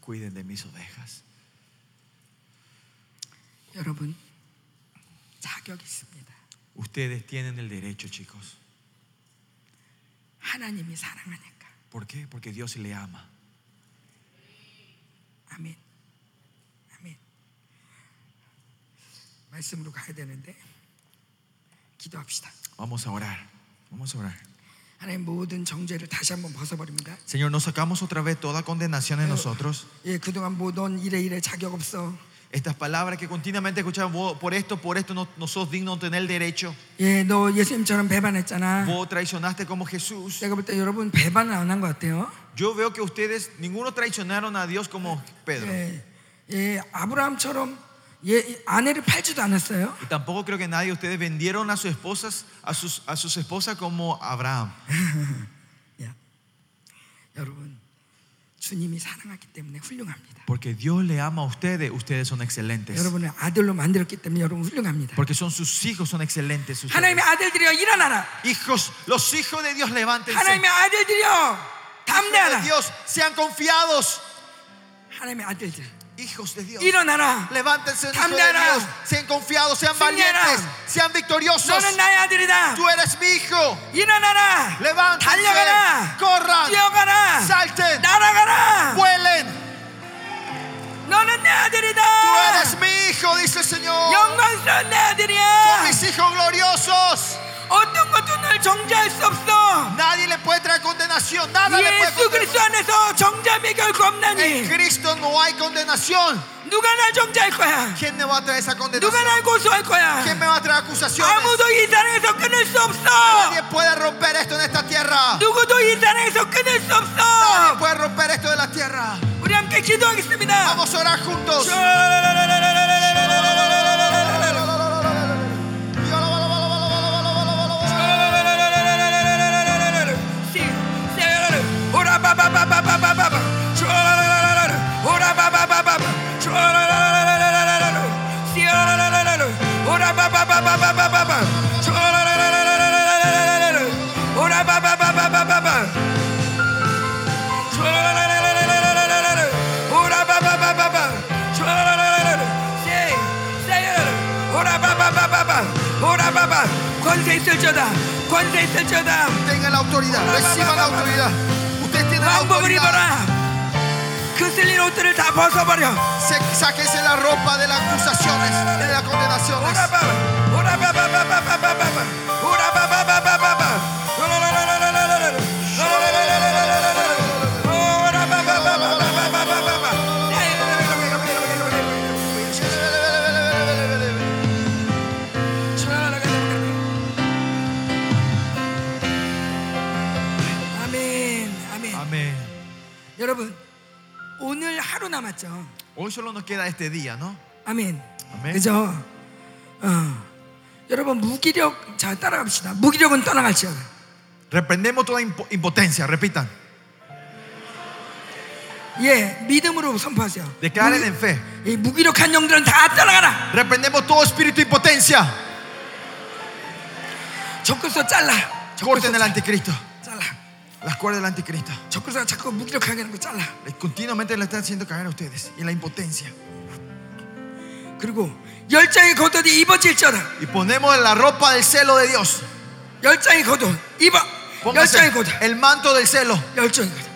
[SPEAKER 2] cuiden de mis ovejas.
[SPEAKER 1] 여러분 자격 있습니다.
[SPEAKER 2] Ustedes tienen el derecho, chicos.
[SPEAKER 1] 하나님이 사랑하니까.
[SPEAKER 2] ¿Por qué? Porque Dios le ama.
[SPEAKER 1] 아멘. 아멘. 말씀으로 가야 되는데 기도합시다.
[SPEAKER 2] Vamos a orar. Vamos a orar.
[SPEAKER 1] 하나님 모든 정죄를 다시 한번 벗어버립니다.
[SPEAKER 2] Señor, nos sacamos otra vez toda condenación en nosotros.
[SPEAKER 1] 예, 그동안 뭐넌 이래 이래 자격 없어.
[SPEAKER 2] Estas palabras que continuamente escuchamos, "Vos por esto, por esto no, no sos digno de tener el derecho.
[SPEAKER 1] 예, 너 예수님처럼 배반했잖아.
[SPEAKER 2] Vos traicionaste como Jesús.
[SPEAKER 1] 제가 볼 때 여러분 배반을 안 한 것 같아요.
[SPEAKER 2] Yo veo que ustedes, ninguno traicionaron a Dios como Pedro.
[SPEAKER 1] 예, 예, 아브라함처럼 예, 이 아내를 팔지도 않았어요.
[SPEAKER 2] Y tampoco creo que nadie de ustedes vendieron a sus esposas, a sus, a sus esposas como Abraham.
[SPEAKER 1] 예. 여러분 주님이 사랑하기 때문에 훌륭합니다.
[SPEAKER 2] Porque Dios le ama a ustedes, ustedes son excelentes.
[SPEAKER 1] 여러분을 아들로 만들었기 때문에 여러분 훌륭합니다.
[SPEAKER 2] Porque son sus hijos, son excelentes. ustedes.
[SPEAKER 1] 하나님의 아들들이여 일어나라.
[SPEAKER 2] Hijos, los hijos de Dios levántense.
[SPEAKER 1] 하나님의 아들들이여
[SPEAKER 2] Hijos de
[SPEAKER 1] 담대하라.
[SPEAKER 2] Dios, sean confiados.
[SPEAKER 1] 하나님의 아들들
[SPEAKER 2] Hijos de Dios.
[SPEAKER 1] 일어나라.
[SPEAKER 2] Levántense, hijos de
[SPEAKER 1] Cambiará.
[SPEAKER 2] Dios. Sean confiados, sean
[SPEAKER 1] Cambiará.
[SPEAKER 2] valientes, sean victoriosos.
[SPEAKER 1] 너는 나의 아들이다.
[SPEAKER 2] Tú eres mi hijo.
[SPEAKER 1] 일어나라.
[SPEAKER 2] Levántense,
[SPEAKER 1] 달려가라. 뭐-
[SPEAKER 2] corran,
[SPEAKER 1] 뛰어가라.
[SPEAKER 2] salten,
[SPEAKER 1] 날아가라.
[SPEAKER 2] vuelen.
[SPEAKER 1] 너는 내
[SPEAKER 2] Tú
[SPEAKER 1] 아들이다.
[SPEAKER 2] eres mi hijo, dice el Señor.
[SPEAKER 1] 영광스러운 내
[SPEAKER 2] Son
[SPEAKER 1] 아들이야.
[SPEAKER 2] mis hijos gloriosos.
[SPEAKER 1] 어떤 것도 널 정죄할 수 없어.
[SPEAKER 2] Nadie le puede traer condenación. Nada le puede
[SPEAKER 1] 예수
[SPEAKER 2] condenar.
[SPEAKER 1] 그리스도 안에서 정죄함이 결코
[SPEAKER 2] En
[SPEAKER 1] 없나니
[SPEAKER 2] Cristo no hay condenación.
[SPEAKER 1] 누가 날 정죄할 거야?
[SPEAKER 2] ¿Quién me va a traer esa condenación?
[SPEAKER 1] 누가 날 고소할 거야?
[SPEAKER 2] ¿Quién me va a traer acusaciones?
[SPEAKER 1] 아무도 이 세상에서 끊을 수
[SPEAKER 2] Nadie
[SPEAKER 1] 없어.
[SPEAKER 2] puede romper esto en esta tierra.
[SPEAKER 1] 누구도 이 세상에서 끊을 수
[SPEAKER 2] Nadie
[SPEAKER 1] 없어.
[SPEAKER 2] puede romper esto de la tierra.
[SPEAKER 1] 우리 함께 기도하겠습니다.
[SPEAKER 2] Vamos a orar juntos.
[SPEAKER 1] 권세 있을지어다 권세 있을지어다
[SPEAKER 2] Tengan la autoridad, reciban la autoridad. Ustedes tienen la
[SPEAKER 1] 왕복을
[SPEAKER 2] autoridad.
[SPEAKER 1] 입어라 그 쓸린 옷들을 다 벗어버려
[SPEAKER 2] Se- Sáquense la ropa de las acusaciones, de las condenaciones.
[SPEAKER 1] 오라바바 오라바바바바바바바 오라바바바바바바 오라라라라라라라. 오라바바바바바바바바바. 아멘 아멘
[SPEAKER 2] Amén.
[SPEAKER 1] 남았죠.
[SPEAKER 2] Hoy solo nos queda este día, ¿no?
[SPEAKER 1] 아멘.
[SPEAKER 2] 아멘.
[SPEAKER 1] 그죠? 어. 여러분 무기력 자 따라갑시다. 무기력은 떠나갈지어다.
[SPEAKER 2] Reprendemos toda impo- impotencia, repitan.
[SPEAKER 1] 예, 믿음으로 선포하세요.
[SPEAKER 2] Declaren en fe.
[SPEAKER 1] 이 무기력한 영들은 다 떠나가라.
[SPEAKER 2] Reprendemos todo espíritu de impotencia.
[SPEAKER 1] 적그리스도 잘라.
[SPEAKER 2] Corten el anticristo.
[SPEAKER 1] 잘라.
[SPEAKER 2] Las cuerdas del anticristo.
[SPEAKER 1] 적그리스도가 자꾸 무기력하게 하는 거 잘라.
[SPEAKER 2] Le- Continuamente le están haciendo caer a ustedes. Y la impotencia.
[SPEAKER 1] 그리고 열장의 겉옷이 입어질지어다.
[SPEAKER 2] Y ponemos en la ropa del celo de Dios.
[SPEAKER 1] 열장의 겉옷 입어.
[SPEAKER 2] Póngase
[SPEAKER 1] 열장의 겉옷.
[SPEAKER 2] el manto del celo.
[SPEAKER 1] 열정이 거죠.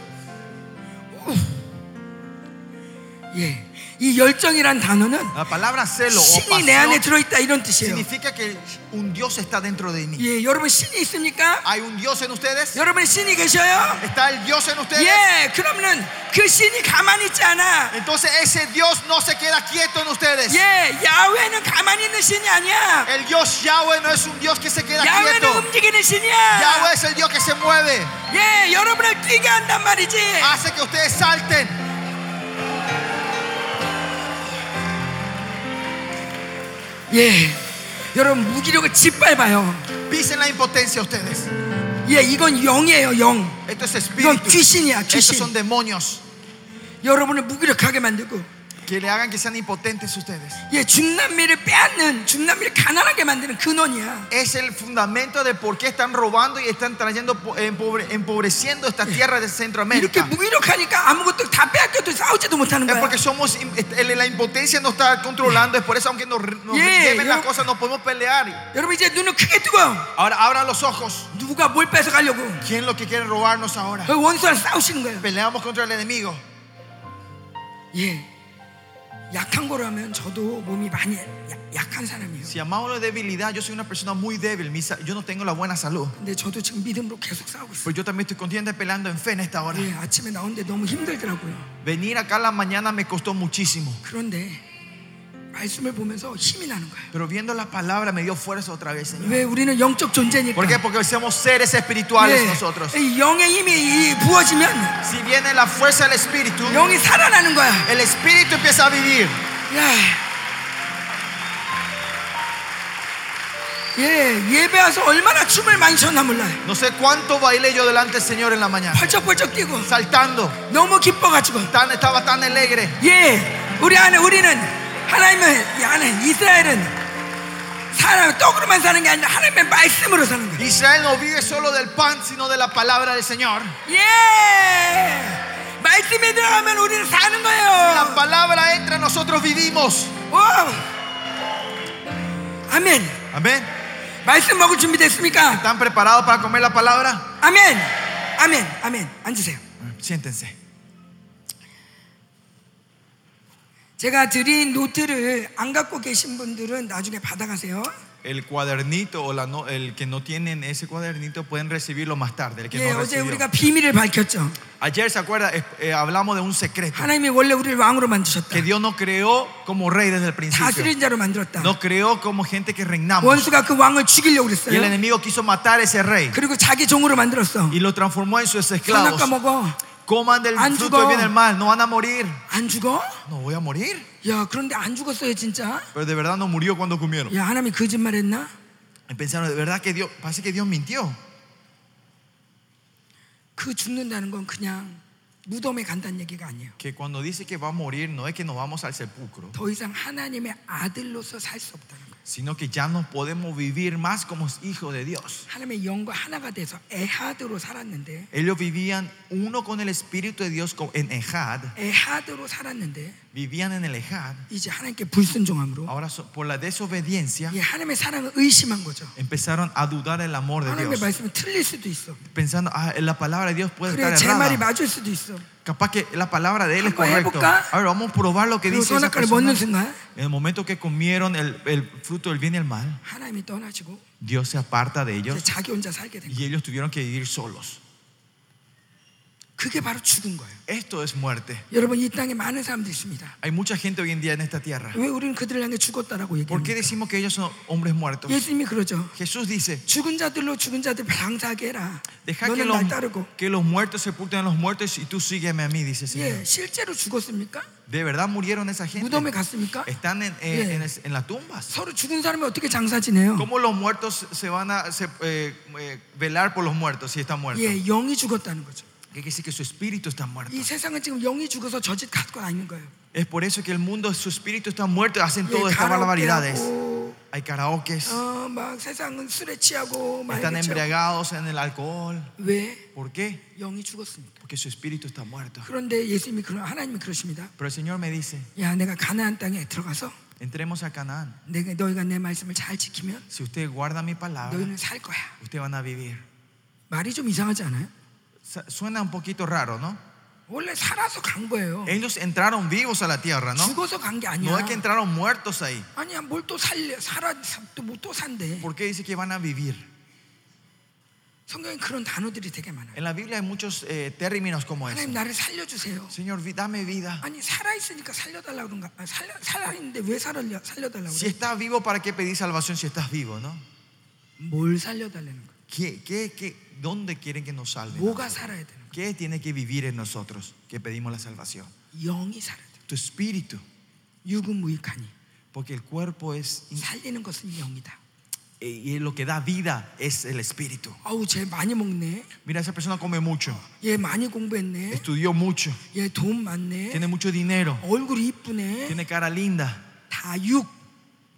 [SPEAKER 1] 예, 이 열정이란 단어는
[SPEAKER 2] La palabra celo o
[SPEAKER 1] 신이 내 안에
[SPEAKER 2] pasión
[SPEAKER 1] 들어있다 이런 뜻이에요.
[SPEAKER 2] significa que un Dios está dentro de mí.
[SPEAKER 1] 예, 여러분 신이 있습니까?
[SPEAKER 2] ¿Hay un Dios en ustedes?
[SPEAKER 1] 여러분 신이 계셔요?
[SPEAKER 2] ¿Está el Dios en ustedes?
[SPEAKER 1] 예, 그러면은 그 신이 가만히 있지 않아.
[SPEAKER 2] Entonces ese Dios no se queda quieto en ustedes.
[SPEAKER 1] 예, 야훼는 가만히 있는 신이 아니야.
[SPEAKER 2] El Dios Yahweh no es un Dios que se queda
[SPEAKER 1] 야훼는
[SPEAKER 2] quieto.
[SPEAKER 1] 움직이는 신이야.
[SPEAKER 2] Yahweh es el Dios que se mueve.
[SPEAKER 1] 예, 여러분을 뛰게 한단 말이지.
[SPEAKER 2] Hace que ustedes salten.
[SPEAKER 1] 예, 여러분 무기력을 짓밟아요.
[SPEAKER 2] Pisen la impotencia ustedes.
[SPEAKER 1] 예, 이건 영이에요, 영.
[SPEAKER 2] Esto es
[SPEAKER 1] 이건
[SPEAKER 2] espíritu.
[SPEAKER 1] 귀신이야,
[SPEAKER 2] Estos
[SPEAKER 1] 귀신.
[SPEAKER 2] son demonios
[SPEAKER 1] 여러분을 무기력하게 만들고
[SPEAKER 2] que le hagan que sean impotentes ustedes.
[SPEAKER 1] 예, 중남미를 빼앗는 중남미를 가난하게 만드는 근원이야
[SPEAKER 2] Es el fundamento de por qué están robando y están trayendo po- empobre- empobreciendo esta tierra de
[SPEAKER 1] 이렇게
[SPEAKER 2] Centroamérica.
[SPEAKER 1] 무기력하니까 아무것도 다 빼앗겨도 싸우지도 못하는
[SPEAKER 2] Es
[SPEAKER 1] 거야
[SPEAKER 2] porque somos im- el- la impotencia nos está controlando. Es por eso, aunque nos, nos
[SPEAKER 1] Yeah,
[SPEAKER 2] lleven las
[SPEAKER 1] yo-
[SPEAKER 2] cosas, no podemos pelear.
[SPEAKER 1] 여러분 이제 눈을 크게 뜨고
[SPEAKER 2] Ahora abran los ojos.
[SPEAKER 1] 누가 뭘 뺏어가려고
[SPEAKER 2] ¿Quién es lo que quiere robarnos ahora?
[SPEAKER 1] 그 원수랑 싸우시는 거예요
[SPEAKER 2] Peleamos contra el enemigo.
[SPEAKER 1] 예. 약한 거라면 저도 몸이 많이 야- 약한 사람이에요
[SPEAKER 2] Si amamos la debilidad, yo soy una persona muy débil. mi sa- Yo no tengo la buena salud.
[SPEAKER 1] 근데 저도 지금 믿음으로 계속 싸우고 있어요
[SPEAKER 2] Pues yo también estoy consciente peleando en fe en esta hora.
[SPEAKER 1] 예, 아침에 나오는데 너무 힘들더라고요
[SPEAKER 2] Venir acá a la mañana me costó muchísimo.
[SPEAKER 1] 그런데 말씀을 보면서 힘이 나는 거예요
[SPEAKER 2] Pero viendo la palabra me dio fuerza otra vez, Señor.
[SPEAKER 1] 왜 우리는 영적 존재니까
[SPEAKER 2] ¿Por qué? Porque somos seres espirituales nosotros.
[SPEAKER 1] 예, 이 영의 힘이 이 부어지면
[SPEAKER 2] Si viene la fuerza del Espíritu,
[SPEAKER 1] 영이 살아나는 거야.
[SPEAKER 2] el Espíritu empieza a vivir.
[SPEAKER 1] 야. 예, 예배 와서 얼마나 춤을 많이 췄나 몰라. 요
[SPEAKER 2] No sé cuánto bailé yo delante del Señor en la mañana.
[SPEAKER 1] 펄쩍펄쩍 뛰고
[SPEAKER 2] Saltando.
[SPEAKER 1] 너무 기뻐가지고.
[SPEAKER 2] Tan, estaba tan alegre.
[SPEAKER 1] 예, 우리 안에 우리는 하나님의 이 안에 이스라엘은 사람 떡으로만 사는 게 아니라 하나님의 말씀으로 사는 거야.
[SPEAKER 2] Israel no vive solo del pan, sino de la palabra del Señor.
[SPEAKER 1] 예, 말씀에 들어가면 우리는 사는
[SPEAKER 2] La
[SPEAKER 1] 거예요.
[SPEAKER 2] palabra entra, nosotros vivimos.
[SPEAKER 1] 오, 아멘.
[SPEAKER 2] Amén.
[SPEAKER 1] 말씀 먹을 준비 됐습니까?
[SPEAKER 2] ¿Están preparados para comer la palabra?
[SPEAKER 1] 아멘. 아멘. 아멘. 앉으세요.
[SPEAKER 2] Siéntense.
[SPEAKER 1] 제가 드린 노트를 안 갖고 계신 분들은 나중에 받아가세요.
[SPEAKER 2] El cuadernito o la no- el que no tienen ese cuadernito pueden recibirlo más tarde. El que
[SPEAKER 1] 예,
[SPEAKER 2] no
[SPEAKER 1] 어제
[SPEAKER 2] recibió.
[SPEAKER 1] 우리가 비밀을 밝혔죠.
[SPEAKER 2] Ayer se acuerda, Eh, eh, hablamos de un secreto.
[SPEAKER 1] 하나님이 원래 우리를 왕으로
[SPEAKER 2] Que
[SPEAKER 1] 만드셨다.
[SPEAKER 2] Dios no creó como rey desde el principio.
[SPEAKER 1] 다스린 자로 만들었다.
[SPEAKER 2] No creó como gente que reinamos.
[SPEAKER 1] 원수가 그 왕을 죽이려고
[SPEAKER 2] Y el
[SPEAKER 1] 그랬어요.
[SPEAKER 2] enemigo quiso matar a ese rey.
[SPEAKER 1] 그리고 자기 종으로 만들었어.
[SPEAKER 2] Y lo transformó en sus
[SPEAKER 1] 하나
[SPEAKER 2] esclavos.
[SPEAKER 1] 까먹어.
[SPEAKER 2] Coman del
[SPEAKER 1] Anjugó.
[SPEAKER 2] fruto del bien y del mal. No van a morir.
[SPEAKER 1] 안 죽어?
[SPEAKER 2] No voy a morir.
[SPEAKER 1] 야, 그런데 안 죽었어요, 진짜.
[SPEAKER 2] Pero de verdad no murió cuando comieron.
[SPEAKER 1] 야, 하나님이 거짓말 했나?
[SPEAKER 2] Y pensaron, de verdad que Dios, parece que Dios mintió.
[SPEAKER 1] 그 죽는다는 건 그냥 무덤에 간다는 얘기가 아니에요.
[SPEAKER 2] Que cuando dice que va a morir, no es que nos vamos al sepulcro,
[SPEAKER 1] 더 이상 하나님의 아들로서 살 수 없다는 거예요.
[SPEAKER 2] sino que ya no podemos vivir más como hijos de Dios.
[SPEAKER 1] 하나님의 영과 하나가 돼서 에하드로 살았는데
[SPEAKER 2] Ellos vivían uno con el Espíritu de Dios co- en Ejad,
[SPEAKER 1] 에하드로 살았는데
[SPEAKER 2] vivían en el Ejad.
[SPEAKER 1] 이제 하나님께 불순종함으로
[SPEAKER 2] Ahora, so- por la desobediencia,
[SPEAKER 1] 예, 하나님의 사랑을 의심한 거죠.
[SPEAKER 2] empezaron a dudar el amor de
[SPEAKER 1] 하나님의
[SPEAKER 2] Dios.
[SPEAKER 1] 말씀은 틀릴 수도 있어.
[SPEAKER 2] Pensando, ah, la palabra de Dios puede
[SPEAKER 1] 그래
[SPEAKER 2] estar
[SPEAKER 1] 제 말이
[SPEAKER 2] errada.
[SPEAKER 1] 맞을 수도 있어.
[SPEAKER 2] Capaz que la palabra de Él es
[SPEAKER 1] ¿Algo
[SPEAKER 2] correcta.
[SPEAKER 1] época?
[SPEAKER 2] A ver, vamos a probar lo que
[SPEAKER 1] 그리고
[SPEAKER 2] dice esa
[SPEAKER 1] 선악과를 먹는
[SPEAKER 2] persona.
[SPEAKER 1] 순간
[SPEAKER 2] En el momento que comieron el, el fruto del bien y el mal,
[SPEAKER 1] 하나님이 떠나시고
[SPEAKER 2] Dios se aparta de
[SPEAKER 1] 이제
[SPEAKER 2] ellos
[SPEAKER 1] 자기 혼자 살게 된 거예요.
[SPEAKER 2] y ellos tuvieron que vivir solos.
[SPEAKER 1] 그게 바로 죽은 거예요.
[SPEAKER 2] Esto es muerte.
[SPEAKER 1] 여러분 이 땅에 많은 사람들이 있습니다.
[SPEAKER 2] Hay mucha gente hoy en día en esta tierra.
[SPEAKER 1] 왜 우리는 그들을 향해 죽었다라고
[SPEAKER 2] ¿Por qué
[SPEAKER 1] 얘기합니까?
[SPEAKER 2] decimos que ellos son hombres muertos?
[SPEAKER 1] 예수님이 그러죠.
[SPEAKER 2] Jesús dice,
[SPEAKER 1] 죽은 자들로 죽은 자들 방사하게 해라.
[SPEAKER 2] deja que
[SPEAKER 1] 너는
[SPEAKER 2] los,
[SPEAKER 1] 날 따르고.
[SPEAKER 2] que los muertos sepulten a los muertos y tú sígueme a mí, dice el Señor.
[SPEAKER 1] 예, 실제로 죽었습니까?
[SPEAKER 2] ¿De verdad murieron esa gente?
[SPEAKER 1] 무덤에 갔습니까?
[SPEAKER 2] Están en, eh,
[SPEAKER 1] Yeah.
[SPEAKER 2] en es- en las tumbas.
[SPEAKER 1] 서로 죽은 사람이 어떻게 장사 지내요?
[SPEAKER 2] ¿Cómo los muertos se van a se- eh, eh, velar por los muertos si están muertos?
[SPEAKER 1] 예, 영이 죽었다는 거죠.
[SPEAKER 2] ¿Qué quiere decir que su espíritu está muerto?
[SPEAKER 1] 이 세상은 지금 영이 죽어서 저짓 갖고 다니는 거예요.
[SPEAKER 2] Es por eso que el mundo, su espíritu está muerto, hacen
[SPEAKER 1] 예,
[SPEAKER 2] todas estas barbaridades.
[SPEAKER 1] 가라오케하고,
[SPEAKER 2] Hay karaokes,
[SPEAKER 1] 어, 막 세상은 술에 취하고 막
[SPEAKER 2] están
[SPEAKER 1] 이렇게 취하고.
[SPEAKER 2] embriagados en el alcohol.
[SPEAKER 1] 왜
[SPEAKER 2] ¿Por qué?
[SPEAKER 1] 영이 죽었습니까?
[SPEAKER 2] Porque su espíritu está muerto.
[SPEAKER 1] 그런데 예수님이 그런 하나님이 그러십니다.
[SPEAKER 2] Pero el Señor me dice,
[SPEAKER 1] 야, 내가 가나안 땅에 들어가서
[SPEAKER 2] entremos a Canaán.
[SPEAKER 1] 내가 너희가 내 말씀을 잘 지키면
[SPEAKER 2] Si ustedes guardan mi palabra,
[SPEAKER 1] 너희는 살 거야.
[SPEAKER 2] ustedes van a vivir.
[SPEAKER 1] 말이 좀 이상하지 않아요?
[SPEAKER 2] Sa- Suena un poquito raro, ¿no?
[SPEAKER 1] 원래 살아서 간 거예요.
[SPEAKER 2] Ellos entraron vivos a la tierra, ¿no?
[SPEAKER 1] 죽어서 간 게
[SPEAKER 2] No
[SPEAKER 1] 아니야.
[SPEAKER 2] es que entraron 무ertos ahí.
[SPEAKER 1] 아니야, 뭘 또 살려 살아 또뭐또 산대.
[SPEAKER 2] ¿Por qué dice que van a vivir?
[SPEAKER 1] 성경에 그런 단어들이 되게 많아요.
[SPEAKER 2] En la Biblia hay muchos eh, términos como eso.
[SPEAKER 1] 하나님 나를 살려주세요.
[SPEAKER 2] Señor, vi- dame vida.
[SPEAKER 1] 아니 살아 있으니까 살려달라 그런가? 아, 살려 살아 있는데 왜 살려 살려달라
[SPEAKER 2] Si
[SPEAKER 1] 그래?
[SPEAKER 2] estás vivo, ¿para qué pedir salvación si estás vivo, no?
[SPEAKER 1] 뭘 살려달라는 거야?
[SPEAKER 2] ¿Qué, qué, qué, ¿Dónde quieren que nos salven?
[SPEAKER 1] 뭐가 살아야 되는 거야?
[SPEAKER 2] ¿Qué tiene que vivir en nosotros que pedimos la salvación?
[SPEAKER 1] 영이 살아야 돼.
[SPEAKER 2] Tu espíritu,
[SPEAKER 1] 육은 무익하니
[SPEAKER 2] porque el cuerpo es in-
[SPEAKER 1] 살리는 것은 영이다.
[SPEAKER 2] eh, y lo que da vida es el espíritu.
[SPEAKER 1] 아우 쟤 많이 먹네.
[SPEAKER 2] Mira, esa persona come mucho,
[SPEAKER 1] 얘 많이 공부했네.
[SPEAKER 2] estudió mucho,
[SPEAKER 1] 얘 돈 많네.
[SPEAKER 2] tiene mucho dinero,
[SPEAKER 1] 얼굴이 이쁘네.
[SPEAKER 2] tiene cara linda.
[SPEAKER 1] 다 육.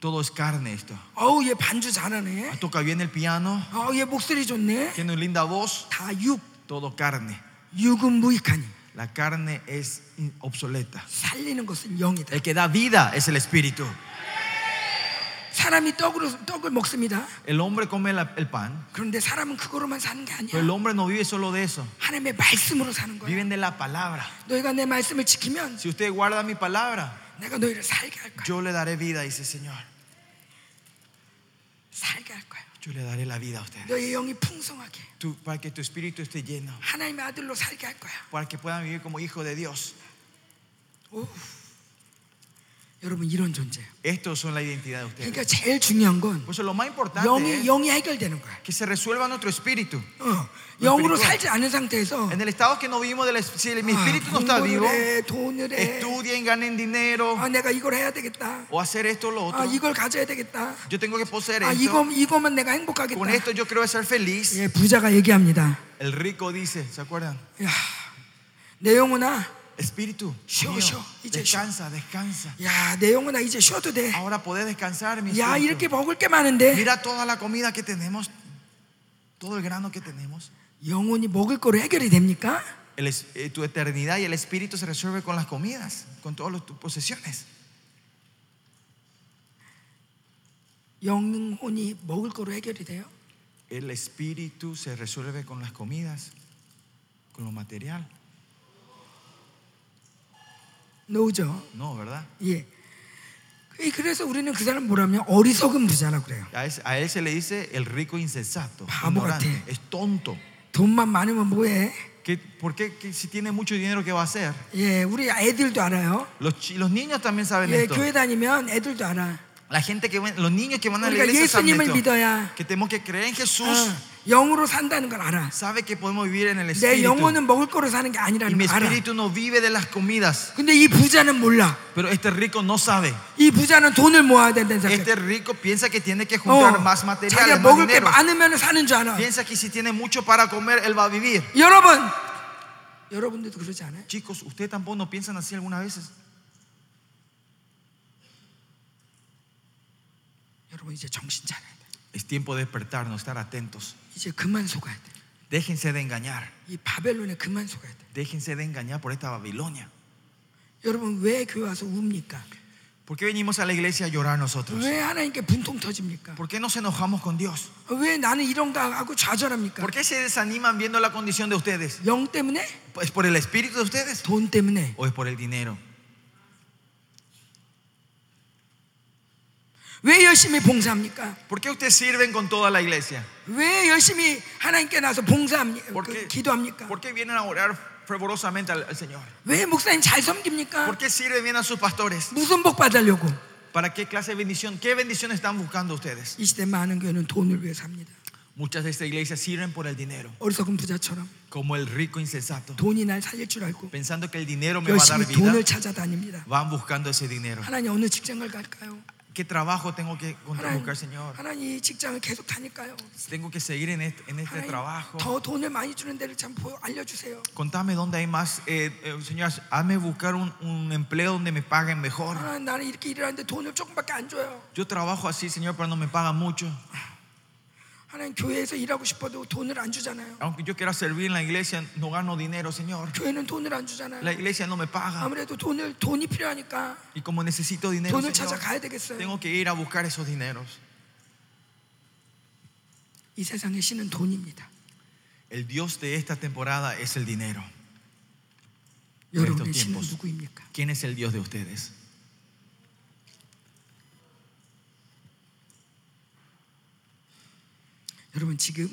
[SPEAKER 2] Todo es carne esto.
[SPEAKER 1] 아우 얘 반주 잘하네.
[SPEAKER 2] Toca bien el piano,
[SPEAKER 1] 아우 얘 목소리 좋네.
[SPEAKER 2] tiene una linda voz,
[SPEAKER 1] 다 육.
[SPEAKER 2] todo carne.
[SPEAKER 1] 육은 무익하니
[SPEAKER 2] La carne es in- obsoleta.
[SPEAKER 1] 살리는 것은 영이다.
[SPEAKER 2] El que da vida es el espíritu.
[SPEAKER 1] 사람이 떡으로 떡을 먹습니다.
[SPEAKER 2] El hombre come la- el pan,
[SPEAKER 1] 그런데 사람은 그거로만 사는 게
[SPEAKER 2] pero el
[SPEAKER 1] 아니야.
[SPEAKER 2] hombre no vive solo de eso.
[SPEAKER 1] 하나님의 말씀으로 사는 거야.
[SPEAKER 2] Viven de la palabra.
[SPEAKER 1] 너희가 내 말씀을 지키면
[SPEAKER 2] Si usted guarda mi palabra,
[SPEAKER 1] 내가 너희를 살게 할 거야.
[SPEAKER 2] yo le daré vida, dice el Señor.
[SPEAKER 1] 살게 할 거야.
[SPEAKER 2] Yo le daré la vida a usted.
[SPEAKER 1] 너희 영이 풍성하게
[SPEAKER 2] Tú- para que tu espíritu esté lleno.
[SPEAKER 1] 하나님의 아들로 살게 할 거야.
[SPEAKER 2] Para que puedan vivir como hijo de Dios.
[SPEAKER 1] 오. 여러분 이런 존재예요.
[SPEAKER 2] Estos son la identidad de ustedes.
[SPEAKER 1] 그러니까 제일 중요한 건
[SPEAKER 2] Por eso lo más importante
[SPEAKER 1] 영이
[SPEAKER 2] es
[SPEAKER 1] 영이 해결되는 거야.
[SPEAKER 2] que se resuelva nuestro espíritu.
[SPEAKER 1] 어, 영으로 살지 않은 상태에서
[SPEAKER 2] En el estado que no vivimos, del, es- si mi espíritu no está
[SPEAKER 1] 아,
[SPEAKER 2] vivo,
[SPEAKER 1] 공부를 해, 네, 돈을 해.
[SPEAKER 2] estudien, ganen dinero,
[SPEAKER 1] 아, 내가 이걸 해야 되겠다.
[SPEAKER 2] o hacer esto o lo
[SPEAKER 1] 아,
[SPEAKER 2] otro.
[SPEAKER 1] 이걸 가져야 되겠다.
[SPEAKER 2] Yo tengo que poseer
[SPEAKER 1] 아,
[SPEAKER 2] esto.
[SPEAKER 1] 이거 이거만 내가 행복하겠다.
[SPEAKER 2] Con esto yo creo ser feliz.
[SPEAKER 1] 예, 부자가 얘기합니다.
[SPEAKER 2] El rico dice, ¿se acuerdan?
[SPEAKER 1] 야, 내 영혼아,
[SPEAKER 2] Espíritu,
[SPEAKER 1] Yo,
[SPEAKER 2] mío,
[SPEAKER 1] yo, y yo,
[SPEAKER 2] descansa, descansa.
[SPEAKER 1] 야, 내 영혼아 네, 이제 쉬어도 돼.
[SPEAKER 2] Ahora podés descansar, mi
[SPEAKER 1] 야,
[SPEAKER 2] espíritu.
[SPEAKER 1] 이렇게 먹을 게 많은데
[SPEAKER 2] Mira toda la comida que tenemos, todo el grano que tenemos.
[SPEAKER 1] 영혼이 먹을 거로 해결이 됩니까?
[SPEAKER 2] El es- eh, tu eternidad y el espíritu se resuelve con las comidas, con todas las- tus posesiones.
[SPEAKER 1] 영혼이 먹을 거로 해결이 돼요?
[SPEAKER 2] El espíritu se resuelve con las comidas, con lo material.
[SPEAKER 1] 노죠.
[SPEAKER 2] No, ¿verdad?
[SPEAKER 1] 예. 그- 그래서 우리는 그 사람 뭐라면 어리석은 부자라고 그래요.
[SPEAKER 2] A es- a él, se le dice el rico insensato,
[SPEAKER 1] Vamos,
[SPEAKER 2] ignorante,
[SPEAKER 1] Gati.
[SPEAKER 2] es tonto.
[SPEAKER 1] 돈만 많으면 뭐해?
[SPEAKER 2] ¿Qué, ¿Por qué Que si tiene mucho dinero qué va a hacer?
[SPEAKER 1] 예, 우리 애들도 알아요.
[SPEAKER 2] Los, chi- los niños también saben
[SPEAKER 1] 예,
[SPEAKER 2] esto.
[SPEAKER 1] 교회 다니면 애들도 알아.
[SPEAKER 2] La gente que ven- los niños que van a la
[SPEAKER 1] 우리가
[SPEAKER 2] iglesia saben
[SPEAKER 1] 예수님을
[SPEAKER 2] esto.
[SPEAKER 1] 믿어야
[SPEAKER 2] Que tenemos que creer en Jesús.
[SPEAKER 1] 어, 영으로 산다는 걸 알아.
[SPEAKER 2] Sabe que podemos vivir en el
[SPEAKER 1] 내
[SPEAKER 2] espíritu.
[SPEAKER 1] 영혼은 먹을 거로 사는 게
[SPEAKER 2] Y
[SPEAKER 1] 아니라는
[SPEAKER 2] mi
[SPEAKER 1] 걸 알아.
[SPEAKER 2] espíritu no vive de las comidas.
[SPEAKER 1] 근데 이 부자는 몰라.
[SPEAKER 2] Pero este rico no sabe.
[SPEAKER 1] 이 부자는 돈을 모아야 된다는 생각.
[SPEAKER 2] Este rico piensa que tiene Oh, que juntar
[SPEAKER 1] 어,
[SPEAKER 2] más
[SPEAKER 1] 자기가
[SPEAKER 2] materiales, más
[SPEAKER 1] 먹을 게
[SPEAKER 2] dinero.
[SPEAKER 1] 많으면 사는 줄 알아.
[SPEAKER 2] Piensa que si tiene mucho para comer, él va a vivir.
[SPEAKER 1] 여러분, 여러분들도 그러지 않아요?
[SPEAKER 2] Chicos, ¿ustedes tampoco no piensan así algunas veces?
[SPEAKER 1] 여러분 이제 정신 차려야 돼.
[SPEAKER 2] Es tiempo de despertarnos, estar atentos.
[SPEAKER 1] 이제 그만 속아야 돼.
[SPEAKER 2] Déjense de engañar.
[SPEAKER 1] 이 바벨론에 그만 속아야 돼.
[SPEAKER 2] Déjense de engañar por esta Babilonia.
[SPEAKER 1] 여러분 왜 교회 와서 웁니까?
[SPEAKER 2] ¿Por qué venimos a la iglesia a llorar nosotros?
[SPEAKER 1] 왜 하나님께 분통 터집니까?
[SPEAKER 2] ¿Por qué nos enojamos con Dios?
[SPEAKER 1] 왜 나는 이런가 하고 좌절합니까?
[SPEAKER 2] ¿Por qué se desaniman viendo la condición de ustedes?
[SPEAKER 1] 영 때문에?
[SPEAKER 2] ¿Es por el espíritu de ustedes?
[SPEAKER 1] 돈 때문에?
[SPEAKER 2] ¿O es por el dinero?
[SPEAKER 1] 왜 열심히 봉사합니까?
[SPEAKER 2] ¿Por qué ustedes sirven con toda la iglesia?
[SPEAKER 1] 왜 열심히 하나님께 나서 봉사합니까? 그
[SPEAKER 2] ¿Por qué,
[SPEAKER 1] 기도합니까?
[SPEAKER 2] por qué vienen a orar fervorosamente al, al Señor?
[SPEAKER 1] 왜 목사님 잘 섬깁니까?
[SPEAKER 2] ¿Por qué sirve bien a sus pastores?
[SPEAKER 1] 무슨 복 받으려고?
[SPEAKER 2] ¿Para qué clase de bendición? ¿Qué bendición están buscando ustedes?
[SPEAKER 1] 이 시대 많은 교회는 돈을 위해 삽니다.
[SPEAKER 2] Muchas de estas iglesias sirven por el dinero,
[SPEAKER 1] 어리석은 부자처럼
[SPEAKER 2] como el rico insensato,
[SPEAKER 1] 돈이 날 살릴 줄 알고
[SPEAKER 2] pensando que el dinero me va a
[SPEAKER 1] 열심히
[SPEAKER 2] dar vida.
[SPEAKER 1] 돈을 찾아다닙니다.
[SPEAKER 2] Van buscando ese dinero.
[SPEAKER 1] 하나님 어느 직장을 갈까요?
[SPEAKER 2] ¿Qué trabajo tengo que encontrar,
[SPEAKER 1] 하나님,
[SPEAKER 2] buscar, Señor?
[SPEAKER 1] 하나님 이 직장을 계속 다닐까요?
[SPEAKER 2] Tengo que seguir en este, en este
[SPEAKER 1] 하나님
[SPEAKER 2] trabajo.
[SPEAKER 1] 더 돈을 많이 주는 데를 참 보여, 알려주세요.
[SPEAKER 2] Contame dónde hay más, eh, eh, Señor, hazme buscar un, un empleo donde me paguen mejor.
[SPEAKER 1] 하나님 나는 이렇게 일하는데 돈을 조금밖에 안 줘요.
[SPEAKER 2] Yo trabajo así, Señor, pero no me pagan mucho.
[SPEAKER 1] 하나님 교회에서 일하고 싶어도 돈을 안 주잖아요.
[SPEAKER 2] Aunque yo quiera servir en la iglesia, no gano dinero, Señor.
[SPEAKER 1] 교회는 돈을 안 주잖아요.
[SPEAKER 2] La iglesia no me paga.
[SPEAKER 1] 아무래도 돈을 돈이 필요하니까
[SPEAKER 2] Y como necesito dinero,
[SPEAKER 1] 돈을
[SPEAKER 2] Señor,
[SPEAKER 1] 찾아가야 되겠어요.
[SPEAKER 2] tengo que ir a buscar esos dineros.
[SPEAKER 1] 이 세상의 신은 돈입니다.
[SPEAKER 2] El Dios de esta temporada es el dinero.
[SPEAKER 1] 여러분의
[SPEAKER 2] tiempos.
[SPEAKER 1] 신은 누구입니까?
[SPEAKER 2] ¿Quién es el Dios de ustedes?
[SPEAKER 1] 여러분 지금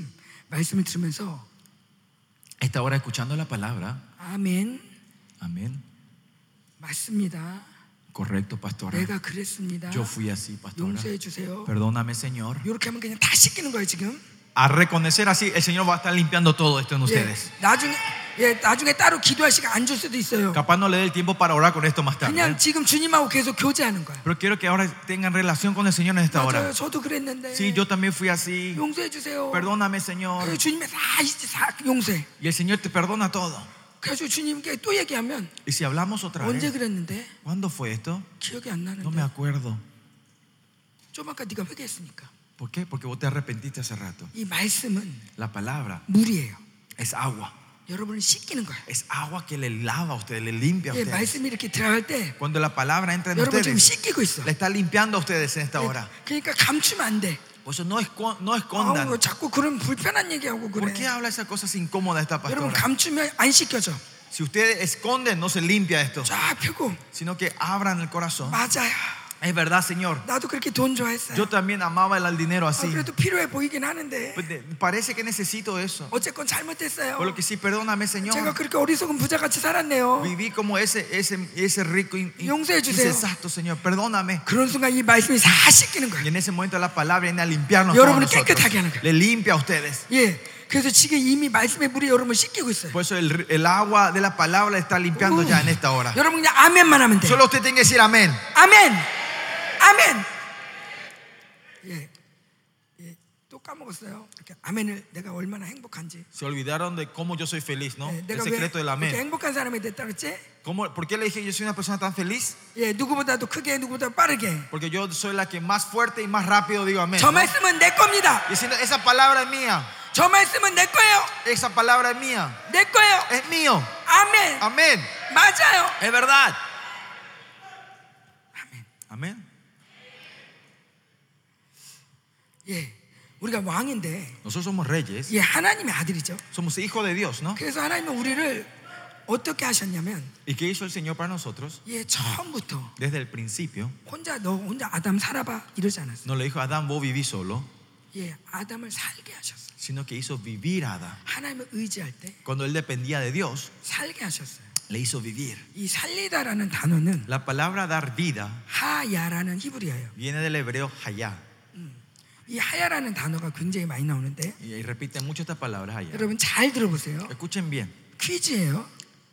[SPEAKER 1] 말씀을 들으면서
[SPEAKER 2] Esta hora escuchando la palabra.
[SPEAKER 1] 아멘
[SPEAKER 2] Amén.
[SPEAKER 1] 맞습니다.
[SPEAKER 2] Correcto, pastora.
[SPEAKER 1] 내가 그랬습니다.
[SPEAKER 2] Yo fui así, pastora.
[SPEAKER 1] 용서해 주세요.
[SPEAKER 2] Perdóname, Señor.
[SPEAKER 1] 이렇게 하면 그냥 다 씻기는 거예요 지금.
[SPEAKER 2] A reconocer así, el Señor va a estar limpiando todo esto en
[SPEAKER 1] 예,
[SPEAKER 2] ustedes.
[SPEAKER 1] 나중에 예, 나중에 따로 기도할 시간 안 줄 수도 있어요.
[SPEAKER 2] Capaz no le dé el tiempo para orar con esto más tarde. ¿eh?
[SPEAKER 1] 그냥 지금 주님하고 계속 교제하는 거야.
[SPEAKER 2] Pero quiero que ahora tengan relación con el Señor en esta
[SPEAKER 1] 맞아요.
[SPEAKER 2] hora.
[SPEAKER 1] 저도 그랬는데.
[SPEAKER 2] Sí, yo también fui así.
[SPEAKER 1] 용서해 주세요.
[SPEAKER 2] Perdóname,
[SPEAKER 1] 그래서
[SPEAKER 2] Señor.
[SPEAKER 1] 주님의 다, 이제 다 용서해.
[SPEAKER 2] Y el Señor te perdona todo.
[SPEAKER 1] 그래서 주님께 또 얘기하면
[SPEAKER 2] Y si hablamos otra
[SPEAKER 1] 언제
[SPEAKER 2] vez,
[SPEAKER 1] 그랬는데
[SPEAKER 2] ¿cuándo fue esto?
[SPEAKER 1] 기억이 안
[SPEAKER 2] No me
[SPEAKER 1] 나는데.
[SPEAKER 2] acuerdo.
[SPEAKER 1] 좀 아까 네가 회개했으니까.
[SPEAKER 2] ¿Por qué? Porque vos te arrepentiste hace rato.
[SPEAKER 1] 이 말씀은
[SPEAKER 2] La palabra
[SPEAKER 1] 물이에요.
[SPEAKER 2] es agua.
[SPEAKER 1] 여러분을 씻기는 거야.
[SPEAKER 2] Es agua que le lava a ustedes, le limpia a
[SPEAKER 1] 예,
[SPEAKER 2] ustedes.
[SPEAKER 1] 말씀이 이렇게 들어갈 때
[SPEAKER 2] Cuando la palabra entra en
[SPEAKER 1] 여러분 지금 네,
[SPEAKER 2] ustedes,
[SPEAKER 1] 씻기고 있어.
[SPEAKER 2] le está limpiando a ustedes en esta hora.
[SPEAKER 1] 예, 그러니까 감추면 안 돼.
[SPEAKER 2] Por eso no, esco- no escondan.
[SPEAKER 1] 아우, 자꾸 그런 불편한 얘기하고
[SPEAKER 2] ¿Por
[SPEAKER 1] 그래.
[SPEAKER 2] qué habla esas cosas incómodas esta
[SPEAKER 1] 여러분
[SPEAKER 2] pastora?
[SPEAKER 1] 감추면 안 씻겨져.
[SPEAKER 2] Si ustedes esconden, no se limpia esto,
[SPEAKER 1] 쫙 펴고
[SPEAKER 2] sino que abran el corazón.
[SPEAKER 1] 맞아요.
[SPEAKER 2] Es verdad, Señor.
[SPEAKER 1] 나도 그렇게 돈 좋아했어요.
[SPEAKER 2] Yo también amaba el al dinero
[SPEAKER 1] 아,
[SPEAKER 2] así.
[SPEAKER 1] 그래도 필요해 보이긴 하는데
[SPEAKER 2] Pues, de- Parece que necesito eso.
[SPEAKER 1] 어쨌건 잘못했어요.
[SPEAKER 2] Por lo que sí, perdóname,
[SPEAKER 1] 제가
[SPEAKER 2] Señor.
[SPEAKER 1] 그렇게 어리석은 뭐, 부자같이 살았네요.
[SPEAKER 2] Viví como ese, ese, ese rico in- in-
[SPEAKER 1] Yongsae juseyo.
[SPEAKER 2] insensato, Señor. Perdóname.
[SPEAKER 1] 그런 순간 이 말씀이 다 씻기는
[SPEAKER 2] Y
[SPEAKER 1] 거예요.
[SPEAKER 2] en ese momento la palabra viene a limpiarnos. todos
[SPEAKER 1] 여러분을
[SPEAKER 2] nosotros.
[SPEAKER 1] 깨끗하게 하는 거예요.
[SPEAKER 2] Le limpia a ustedes.
[SPEAKER 1] 예, 그래서 지금 이미 말씀의 물이 여러분을 씻기고 있어요. 어.
[SPEAKER 2] Por eso el, el agua de la palabra le está limpiando ya en esta hora.
[SPEAKER 1] 여러분 그냥 아멘만 하면 돼요.
[SPEAKER 2] Solo usted tiene que decir amén.
[SPEAKER 1] 아멘, 아멘. 예, 예, 또 까먹었어요. 이렇게 아멘을 내가 얼마나 행복한지.
[SPEAKER 2] Se olvidaron de cómo yo soy feliz, ¿no?
[SPEAKER 1] 예,
[SPEAKER 2] El
[SPEAKER 1] 내가 왜
[SPEAKER 2] secreto del
[SPEAKER 1] 이렇게
[SPEAKER 2] amén.
[SPEAKER 1] 행복한 사람이 됐다 그랬지?
[SPEAKER 2] ¿Cómo- ¿Por qué le dije yo soy una persona tan feliz?
[SPEAKER 1] 예, 누구보다도 크게, 누구보다 빠르게.
[SPEAKER 2] Porque yo soy la que más fuerte y más rápido digo amén.
[SPEAKER 1] 저
[SPEAKER 2] ¿no?
[SPEAKER 1] 말씀은 내 겁니다.
[SPEAKER 2] Diciendo, esa palabra es mía.
[SPEAKER 1] 저 말씀은 내 거예요.
[SPEAKER 2] Esa palabra es mía.
[SPEAKER 1] 내 거예요.
[SPEAKER 2] Es mío.
[SPEAKER 1] 아멘.
[SPEAKER 2] Amén.
[SPEAKER 1] 맞아요.
[SPEAKER 2] Es verdad. Amén. Amén.
[SPEAKER 1] 예, 우리가 왕인데,
[SPEAKER 2] Nosotros somos reyes.
[SPEAKER 1] 예, 하나님의 아들이죠.
[SPEAKER 2] Somos hijos de Dios, ¿no?
[SPEAKER 1] 그래서 하나님은 우리를 어떻게 하셨냐면,
[SPEAKER 2] ¿Y qué hizo el Señor para nosotros?
[SPEAKER 1] 예, 처음부터
[SPEAKER 2] Desde el principio,
[SPEAKER 1] 혼자 너 혼자 아담 살아봐 이러지 않았어.
[SPEAKER 2] no le dijo a Adán, vos vivís solo,
[SPEAKER 1] 예, 아담을 살게 하셨어.
[SPEAKER 2] sino que hizo vivir a Adán.
[SPEAKER 1] 하나님을 의지할 때
[SPEAKER 2] Cuando él dependía de Dios,
[SPEAKER 1] 살게 하셨어요.
[SPEAKER 2] le hizo vivir.
[SPEAKER 1] 이 살리다라는 단어는
[SPEAKER 2] La palabra dar vida
[SPEAKER 1] 하야라는 히브리어예요.
[SPEAKER 2] viene del hebreo hayá.
[SPEAKER 1] 이 하야라는 단어가 굉장히 많이 나오는데
[SPEAKER 2] Y, y repiten mucho estas palabras hayá.
[SPEAKER 1] 여러분 잘 들어보세요.
[SPEAKER 2] Escuchen bien.
[SPEAKER 1] 퀴즈예요.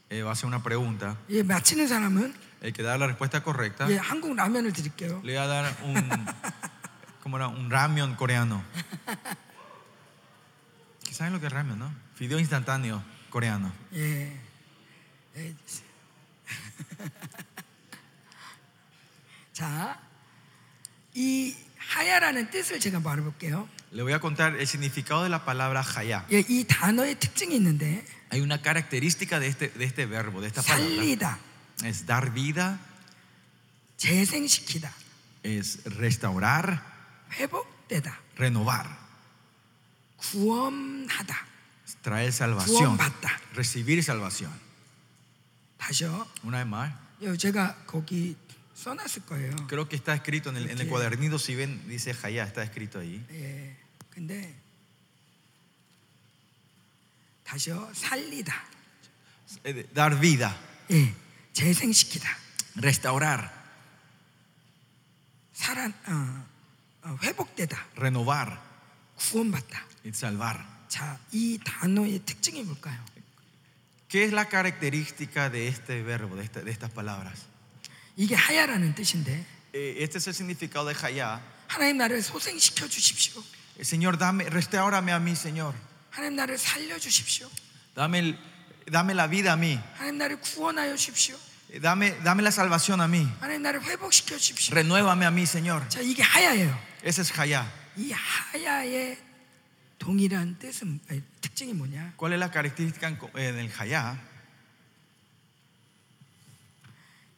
[SPEAKER 2] Eh, va a hacer una pregunta.
[SPEAKER 1] 예, 맞히는 사람은
[SPEAKER 2] El que da la respuesta correcta
[SPEAKER 1] 예, 한국 라면을 드릴게요.
[SPEAKER 2] le va a dar un, ¿cómo era? Un ramen coreano. ¿Qué saben lo que es ramen, no? Fideo instantáneo coreano.
[SPEAKER 1] 예. 예. 자, 이 하야라는 뜻을 제가 말해볼게요.
[SPEAKER 2] Le voy a contar el significado de la palabra hayá.
[SPEAKER 1] 예, 이 단어의 특징이 있는데
[SPEAKER 2] Hay una característica de este, de este verbo, de esta palabra.
[SPEAKER 1] 살리다,
[SPEAKER 2] Es dar vida,
[SPEAKER 1] 재생시키다,
[SPEAKER 2] es restaurar,
[SPEAKER 1] 회복되다,
[SPEAKER 2] renovar,
[SPEAKER 1] 구원하다.
[SPEAKER 2] es traer salvación,
[SPEAKER 1] 구원받다.
[SPEAKER 2] recibir salvación.
[SPEAKER 1] 다시요.
[SPEAKER 2] Una vez más,
[SPEAKER 1] 예, 제가 거기 써놨을 거예요.
[SPEAKER 2] creo que está escrito en el, en el
[SPEAKER 1] Ok.
[SPEAKER 2] cuadernito, si ven, dice hayá, está escrito ahí.
[SPEAKER 1] 예, 근데 다시요. 살리다,
[SPEAKER 2] eh, dar vida,
[SPEAKER 1] 예, 재생시키다.
[SPEAKER 2] restaurar,
[SPEAKER 1] 살아, 어, 어, 회복되다.
[SPEAKER 2] renovar
[SPEAKER 1] 구원받다.
[SPEAKER 2] y salvar.
[SPEAKER 1] 자, 이 단어의 특징이 뭘까요?
[SPEAKER 2] ¿Qué es la característica de este verbo, de, esta- de estas palabras?
[SPEAKER 1] 이게 하야라는 뜻인데
[SPEAKER 2] Eh, Este es el significado de Jayá.
[SPEAKER 1] 하나님 나를 소생시켜 주십시오.
[SPEAKER 2] Eh, Señor, dame, restaurame a mí, Señor.
[SPEAKER 1] 하나님 나를 살려 주십시오.
[SPEAKER 2] Dame, el- dame la vida a mí.
[SPEAKER 1] 하나님 나를 구원하여 주십시오.
[SPEAKER 2] Eh, Dame, dame la salvación a mí.
[SPEAKER 1] 하나님 나를 회복시켜 주십시오.
[SPEAKER 2] Renuévame a mí, Señor.
[SPEAKER 1] 자, 이게 하야예요.
[SPEAKER 2] Ese es Jayá.
[SPEAKER 1] 이 하야의 동일한 뜻은 아니, 특징이 뭐냐?
[SPEAKER 2] ¿Cuál es la característica en co- eh, del Jayá?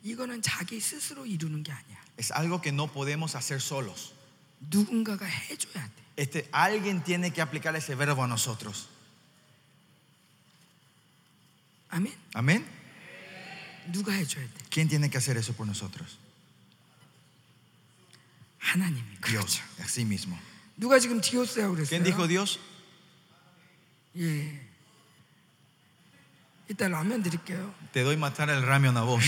[SPEAKER 1] 이거는 자기 스스로 이루는 게 아니야.
[SPEAKER 2] Es algo que no podemos hacer solos.
[SPEAKER 1] 누군가가 해줘야 돼.
[SPEAKER 2] Este, alguien tiene que aplicar ese verbo a nosotros.
[SPEAKER 1] 아멘.
[SPEAKER 2] Amén.
[SPEAKER 1] 누가 해줘야 돼?
[SPEAKER 2] ¿Quién tiene que hacer eso por nosotros?
[SPEAKER 1] 하나님이
[SPEAKER 2] Dios,
[SPEAKER 1] 그렇죠.
[SPEAKER 2] así mismo.
[SPEAKER 1] 누가 지금 디오스라고 그랬어요?
[SPEAKER 2] ¿Quién dijo Dios?
[SPEAKER 1] 예. 이따 라면 드릴게요.
[SPEAKER 2] Te doy matar el ramión a vos.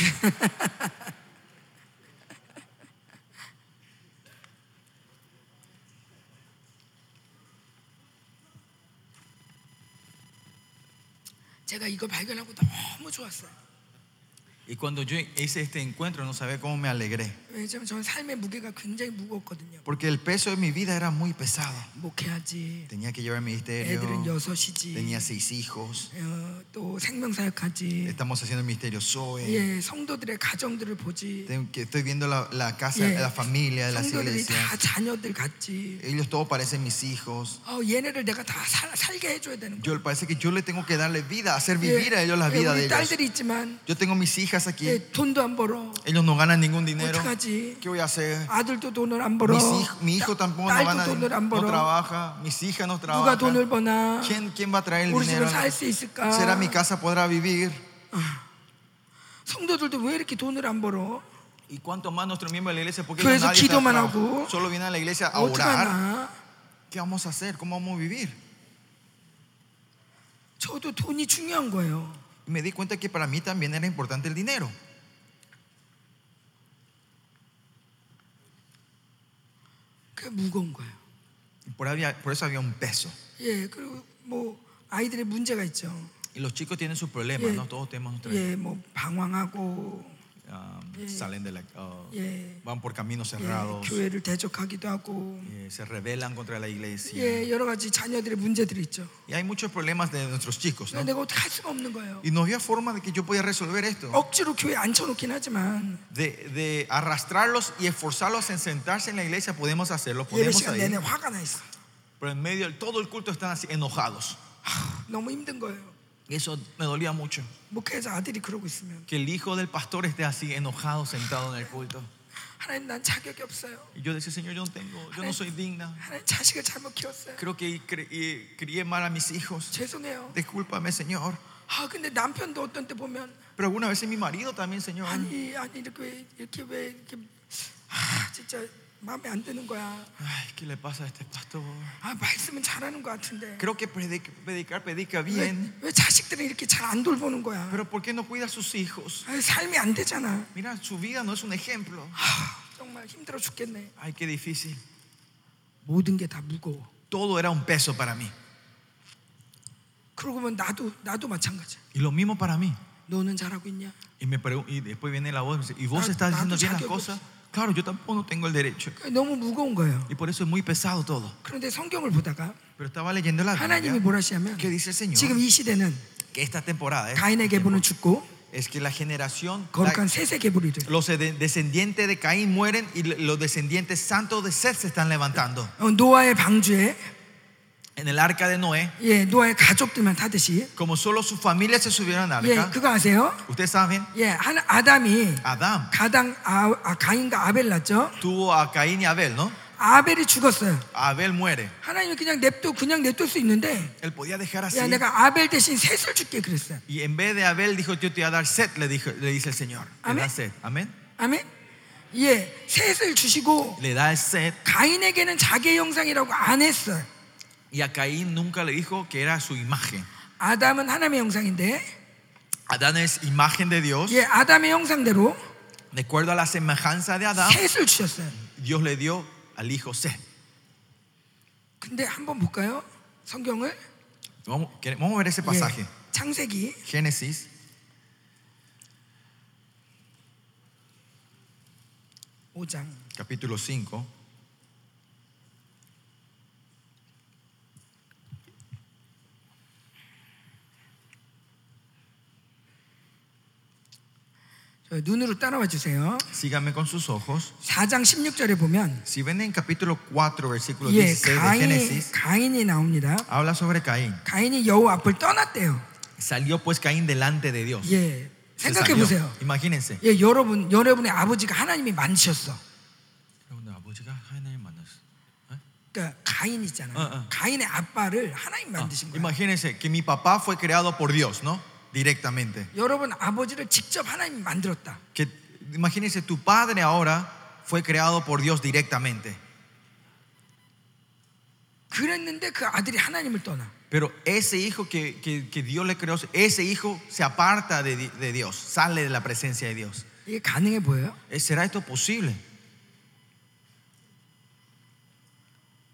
[SPEAKER 1] 제가 이걸 발견하고 너무 좋았어요.
[SPEAKER 2] Y cuando yo hice este encuentro, no sabía cómo me alegré.
[SPEAKER 1] 왜냐면 저는 삶의 무게가 굉장히 무거웠거든요.
[SPEAKER 2] Porque el peso de mi vida era muy pesado.
[SPEAKER 1] 목회하지,
[SPEAKER 2] Tenía que llevar
[SPEAKER 1] 네.
[SPEAKER 2] ministerio.
[SPEAKER 1] 애들은 여섯이지,
[SPEAKER 2] Tenía seis hijos.
[SPEAKER 1] 어, 또 생명사역하지,
[SPEAKER 2] Estamos haciendo el ministerio Zoe.
[SPEAKER 1] 예, 성도들의 가정들을 보지,
[SPEAKER 2] Tengo que- Estoy viendo la, la casa,
[SPEAKER 1] 예,
[SPEAKER 2] la familia, las
[SPEAKER 1] 성도들이 다
[SPEAKER 2] iglesias.
[SPEAKER 1] 자녀들 같지.
[SPEAKER 2] Ellos todos parecen mis hijos.
[SPEAKER 1] 어, 얘네를 내가 다 살, 살게 해줘야 되는 거야.
[SPEAKER 2] Yo parece que yo le tengo que darle vida, hacer
[SPEAKER 1] 예,
[SPEAKER 2] vivir a ellos la
[SPEAKER 1] 예,
[SPEAKER 2] vida de
[SPEAKER 1] 우리
[SPEAKER 2] ellos.
[SPEAKER 1] 딸들이 있지만
[SPEAKER 2] Yo tengo mis hijas aquí.
[SPEAKER 1] 예, 네, 돈도 안 벌어,
[SPEAKER 2] Ellos no ganan ningún dinero.
[SPEAKER 1] 어떡하지?
[SPEAKER 2] ¿Qué voy a hacer?
[SPEAKER 1] 아들도 돈을 안 벌어,
[SPEAKER 2] Mis hij- mi hijo tampoco no,
[SPEAKER 1] 딸도
[SPEAKER 2] gana,
[SPEAKER 1] 돈을 안
[SPEAKER 2] no
[SPEAKER 1] 벌어.
[SPEAKER 2] trabaja. Mis hijas no
[SPEAKER 1] 누가 돈을
[SPEAKER 2] trabajan.
[SPEAKER 1] 버나?
[SPEAKER 2] ¿Quién, ¿Quién va a traer el
[SPEAKER 1] 우리 집을
[SPEAKER 2] dinero?
[SPEAKER 1] 살 수 있을까?
[SPEAKER 2] ¿Será mi casa podrá vivir?
[SPEAKER 1] 성도들도 왜 이렇게 돈을 안 벌어?
[SPEAKER 2] ¿Y cuánto más nuestro miembro de la iglesia? Porque
[SPEAKER 1] 교회에서
[SPEAKER 2] nadie está
[SPEAKER 1] 기도만
[SPEAKER 2] trabajando.
[SPEAKER 1] 하고
[SPEAKER 2] solo viene a la iglesia
[SPEAKER 1] 아,
[SPEAKER 2] a orar.
[SPEAKER 1] 어떡하나?
[SPEAKER 2] ¿Qué vamos a hacer? ¿Cómo vamos a vivir?
[SPEAKER 1] 저도 돈이 중요한 거예요.
[SPEAKER 2] Y me di cuenta que para mí también era importante el dinero.
[SPEAKER 1] 그게 무거운 거예요.
[SPEAKER 2] Y Por, había- por eso había un peso.
[SPEAKER 1] 예, 그리고 뭐 아이들의 문제가 있죠.
[SPEAKER 2] Y los chicos tienen sus problemas,
[SPEAKER 1] Yeah.
[SPEAKER 2] ¿no? Todos tenemos nuestra
[SPEAKER 1] 예, 뭐 방황하고
[SPEAKER 2] Ah, salen de la ah,
[SPEAKER 1] Yeah.
[SPEAKER 2] van por caminos
[SPEAKER 1] 예,
[SPEAKER 2] cerrados
[SPEAKER 1] 교회를 대적하기도 하고
[SPEAKER 2] eh, se rebelan contra la iglesia
[SPEAKER 1] 예, 여러 가지 자녀들의 문제들이 있죠.
[SPEAKER 2] y hay muchos problemas de nuestros chicos ¿no?
[SPEAKER 1] 그러니까 내가 어떻게 할 수가 없는 거예요.
[SPEAKER 2] y no había forma de que yo podía resolver esto
[SPEAKER 1] 억지로 교회에 앉혀놓긴 하지만
[SPEAKER 2] de, de arrastrarlos y esforzarlos en sentarse en la iglesia podemos hacerlo
[SPEAKER 1] 예배
[SPEAKER 2] podemos
[SPEAKER 1] 시간
[SPEAKER 2] ahí
[SPEAKER 1] 내내 화가 나 있어.
[SPEAKER 2] pero en medio de todo el culto están así enojados
[SPEAKER 1] 너무 힘든 거예요.
[SPEAKER 2] y eso me dolía mucho
[SPEAKER 1] 목회자 아들이 그러고 있으면
[SPEAKER 2] que el hijo del pastor esté así enojado sentado en el culto
[SPEAKER 1] 하나님 난 자격이 없어요.
[SPEAKER 2] y yo decía señor yo no tengo yo no soy digna
[SPEAKER 1] 하나님 자식을 잘못 키웠어요.
[SPEAKER 2] creo que cre- eh, crié mal a mis hijos
[SPEAKER 1] 죄송해요.
[SPEAKER 2] discúlpame señor
[SPEAKER 1] 아 근데 남편도 어떤 때 보면
[SPEAKER 2] Pero alguna vez mi marido también, Señor.
[SPEAKER 1] 아니 아니 이렇게 왜 이렇게 왜 이렇게 아 진짜 마음에 안 드는 거야.
[SPEAKER 2] Ay, ¿qué le pasa a este pastor?
[SPEAKER 1] 아 말씀은 잘하는 것 같은데
[SPEAKER 2] Creo que predica- predicar predica
[SPEAKER 1] 왜,
[SPEAKER 2] bien,
[SPEAKER 1] 왜 자식들은 이렇게 잘 안 돌보는 거야.
[SPEAKER 2] pero ¿por qué no cuida a sus hijos?
[SPEAKER 1] 아, 삶이 안 되잖아.
[SPEAKER 2] Mira, su vida no es un ejemplo.
[SPEAKER 1] 아, 정말 힘들어 죽겠네.
[SPEAKER 2] Ay, qué difícil.
[SPEAKER 1] 모든 게 다 무거워.
[SPEAKER 2] Todo era un peso para mí.
[SPEAKER 1] 그러고 보면 나도 나도 마찬가지.
[SPEAKER 2] Y lo mismo para mí.
[SPEAKER 1] 너는 잘하고 있냐?
[SPEAKER 2] Y, me pregun- y después viene la voz y me dice, ¿y vos
[SPEAKER 1] Ah,
[SPEAKER 2] estás
[SPEAKER 1] tanto
[SPEAKER 2] diciendo bien las
[SPEAKER 1] saque, pues.
[SPEAKER 2] cosas? Claro, yo tampoco no tengo el derecho.
[SPEAKER 1] 그러니까 너무 무거운 거예요.
[SPEAKER 2] Y por eso es muy pesado todo.
[SPEAKER 1] 그런데 성경을 보다가
[SPEAKER 2] Pero estaba leyendo la
[SPEAKER 1] 하나님이
[SPEAKER 2] Biblia
[SPEAKER 1] 뭐라 하시냐면 네?
[SPEAKER 2] ¿Qué dice el Señor?
[SPEAKER 1] 지금 이 시대는
[SPEAKER 2] que esta temporada eh,
[SPEAKER 1] 가인의 계보는 죽고
[SPEAKER 2] es que la generación, la-
[SPEAKER 1] 거룩한 셋의 계보를 이루어.
[SPEAKER 2] Los de- descendientes de Caín mueren y le- los descendientes santos de Seth se están levantando.
[SPEAKER 1] 어, 노아의 방주에
[SPEAKER 2] En el arca de Noé,
[SPEAKER 1] 예, 노아의 가족들만 타듯이
[SPEAKER 2] como solo su familia se subieron al
[SPEAKER 1] 예,
[SPEAKER 2] arca,
[SPEAKER 1] 그거 아세요?
[SPEAKER 2] ustedes saben,
[SPEAKER 1] 예, 하나, 아담이
[SPEAKER 2] Adán
[SPEAKER 1] 가당 아, 아, 가인과 아벨 낳죠.
[SPEAKER 2] tuvo a Caín y Abel, ¿no?
[SPEAKER 1] 아벨이 죽었어요.
[SPEAKER 2] Abel muere.
[SPEAKER 1] 하나님이 그냥 냅둬 그냥 냅둘 수 있는데
[SPEAKER 2] Él podía dejar así.
[SPEAKER 1] 야, 내가 아벨 대신 셋을 줄게 그랬어요.
[SPEAKER 2] Y en vez de Abel dijo, yo te voy a dar Seth, le, dijo, le dice el Señor. Le
[SPEAKER 1] Amén.
[SPEAKER 2] da Seth. Amén.
[SPEAKER 1] 아멘. 예, 셋을 주시고
[SPEAKER 2] Le da el Seth.
[SPEAKER 1] 가인에게는 자기의 형상이라고 안 했어요.
[SPEAKER 2] Y a Caín nunca le dijo que era su imagen.
[SPEAKER 1] 아담은 하나님의 형상인데
[SPEAKER 2] Adán es imagen de Dios.
[SPEAKER 1] 예, 아담의 형상대로
[SPEAKER 2] De acuerdo a la semejanza de Adán,
[SPEAKER 1] 셋을 주셨어요.
[SPEAKER 2] Dios le dio al hijo Seth.
[SPEAKER 1] 근데 한번 볼까요? 성경을
[SPEAKER 2] Vamos, quere- vamos a ver ese pasaje.
[SPEAKER 1] 예, 창세기
[SPEAKER 2] Génesis.
[SPEAKER 1] 오장
[SPEAKER 2] capítulo 5.
[SPEAKER 1] 저 눈으로 따라와 주세요.
[SPEAKER 2] Síganme con sus ojos.
[SPEAKER 1] 4장 16절에 보면
[SPEAKER 2] Si ven en capítulo 4, versículo
[SPEAKER 1] 예,
[SPEAKER 2] 16 de
[SPEAKER 1] 가인이,
[SPEAKER 2] Génesis,
[SPEAKER 1] 가인이 나옵니다.
[SPEAKER 2] habla sobre Caín.
[SPEAKER 1] 가인이 여호 앞을 떠났대요.
[SPEAKER 2] Salió pues Caín delante de Dios.
[SPEAKER 1] 예.
[SPEAKER 2] Se
[SPEAKER 1] 생각해
[SPEAKER 2] salió.
[SPEAKER 1] 보세요.
[SPEAKER 2] Imagínense.
[SPEAKER 1] 예, 여러분, 여러분의 아버지가 하나님이 만드셨어.
[SPEAKER 2] pues,
[SPEAKER 1] 그러니까 가인 있잖아요.
[SPEAKER 2] 어, 어.
[SPEAKER 1] 가인의 아빠를 하나님 만드신 거예요.
[SPEAKER 2] Ah, Imagínense que mi papá fue creado por Dios, ¿no? Directamente.
[SPEAKER 1] 여러분 아버지를 직접 하나님이 만들었다.
[SPEAKER 2] Que, imagínense, tu padre ahora fue creado por Dios directamente.
[SPEAKER 1] 그랬는데 그 아들이 하나님을 떠나.
[SPEAKER 2] Pero ese hijo que, que- que Dios le creó, ese hijo se aparta de, di- de Dios, sale de la presencia de Dios.
[SPEAKER 1] 이게 가능해 보여요?
[SPEAKER 2] Eh, ¿Será esto posible?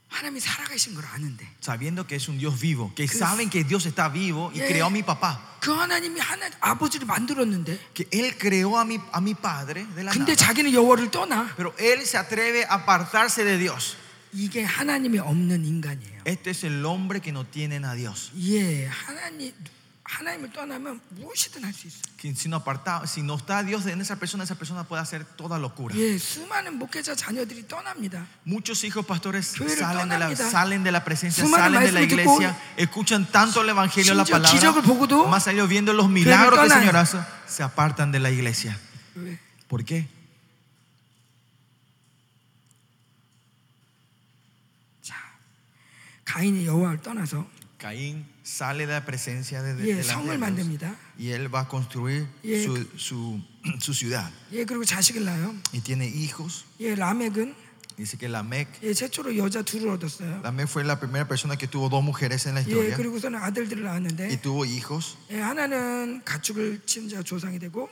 [SPEAKER 1] 하나님이 살아계신 걸 아는데.
[SPEAKER 2] Sabiendo que es un Dios vivo, que saben que Dios está vivo y
[SPEAKER 1] Yeah.
[SPEAKER 2] creó a mi papá.
[SPEAKER 1] 그 하나님이 하나 아버지를 만들었는데
[SPEAKER 2] Que Él creó a mi, a mi padre de la
[SPEAKER 1] 근데
[SPEAKER 2] nada.
[SPEAKER 1] 자기는 여호와를 떠나.
[SPEAKER 2] Pero Él se atreve a apartarse de Dios.
[SPEAKER 1] 이게 하나님이 없는 인간이에요.
[SPEAKER 2] Este es el hombre que no tienen a Dios.
[SPEAKER 1] 예, 하나님 하나님을 떠나면 무엇이든 할 수 있어요.
[SPEAKER 2] Que si no, aparta, si no está Dios en esa persona, esa persona puede hacer toda locura.
[SPEAKER 1] 예, 수많은 목회자 자녀들이 떠납니다.
[SPEAKER 2] Muchos hijos pastores
[SPEAKER 1] 교회를
[SPEAKER 2] salen de, la,
[SPEAKER 1] 떠납니다.
[SPEAKER 2] salen de la presencia,
[SPEAKER 1] 수많은
[SPEAKER 2] salen de la
[SPEAKER 1] 말씀을 듣고
[SPEAKER 2] iglesia, escuchan tanto el evangelio, la
[SPEAKER 1] 심지어 기적을 보고도
[SPEAKER 2] palabra, más allá viendo los milagros que el
[SPEAKER 1] 떠나요.
[SPEAKER 2] Señor hace, se apartan de la iglesia.
[SPEAKER 1] 왜?
[SPEAKER 2] ¿Por qué?
[SPEAKER 1] 자, 가인이 여호와를 떠나서
[SPEAKER 2] Caín sale de la presencia de, de-
[SPEAKER 1] 예,
[SPEAKER 2] de la-
[SPEAKER 1] 성을
[SPEAKER 2] de Dios
[SPEAKER 1] 만듭니다.
[SPEAKER 2] y él va a construir
[SPEAKER 1] 예.
[SPEAKER 2] su, su- su ciudad
[SPEAKER 1] 예, 그리고 자식을 낳아요.
[SPEAKER 2] y tiene hijos.
[SPEAKER 1] 예, 라멕은
[SPEAKER 2] Dice que Lamec,
[SPEAKER 1] 예, 최초로 여자 둘을 얻었어요.
[SPEAKER 2] Lamec fue la primera persona que tuvo dos mujeres en la
[SPEAKER 1] 예,
[SPEAKER 2] historia
[SPEAKER 1] 그리고서는 아들들을
[SPEAKER 2] y
[SPEAKER 1] 낳았는데
[SPEAKER 2] tuvo hijos.
[SPEAKER 1] 예, 하나는 가축을 치는 자 조상이 되고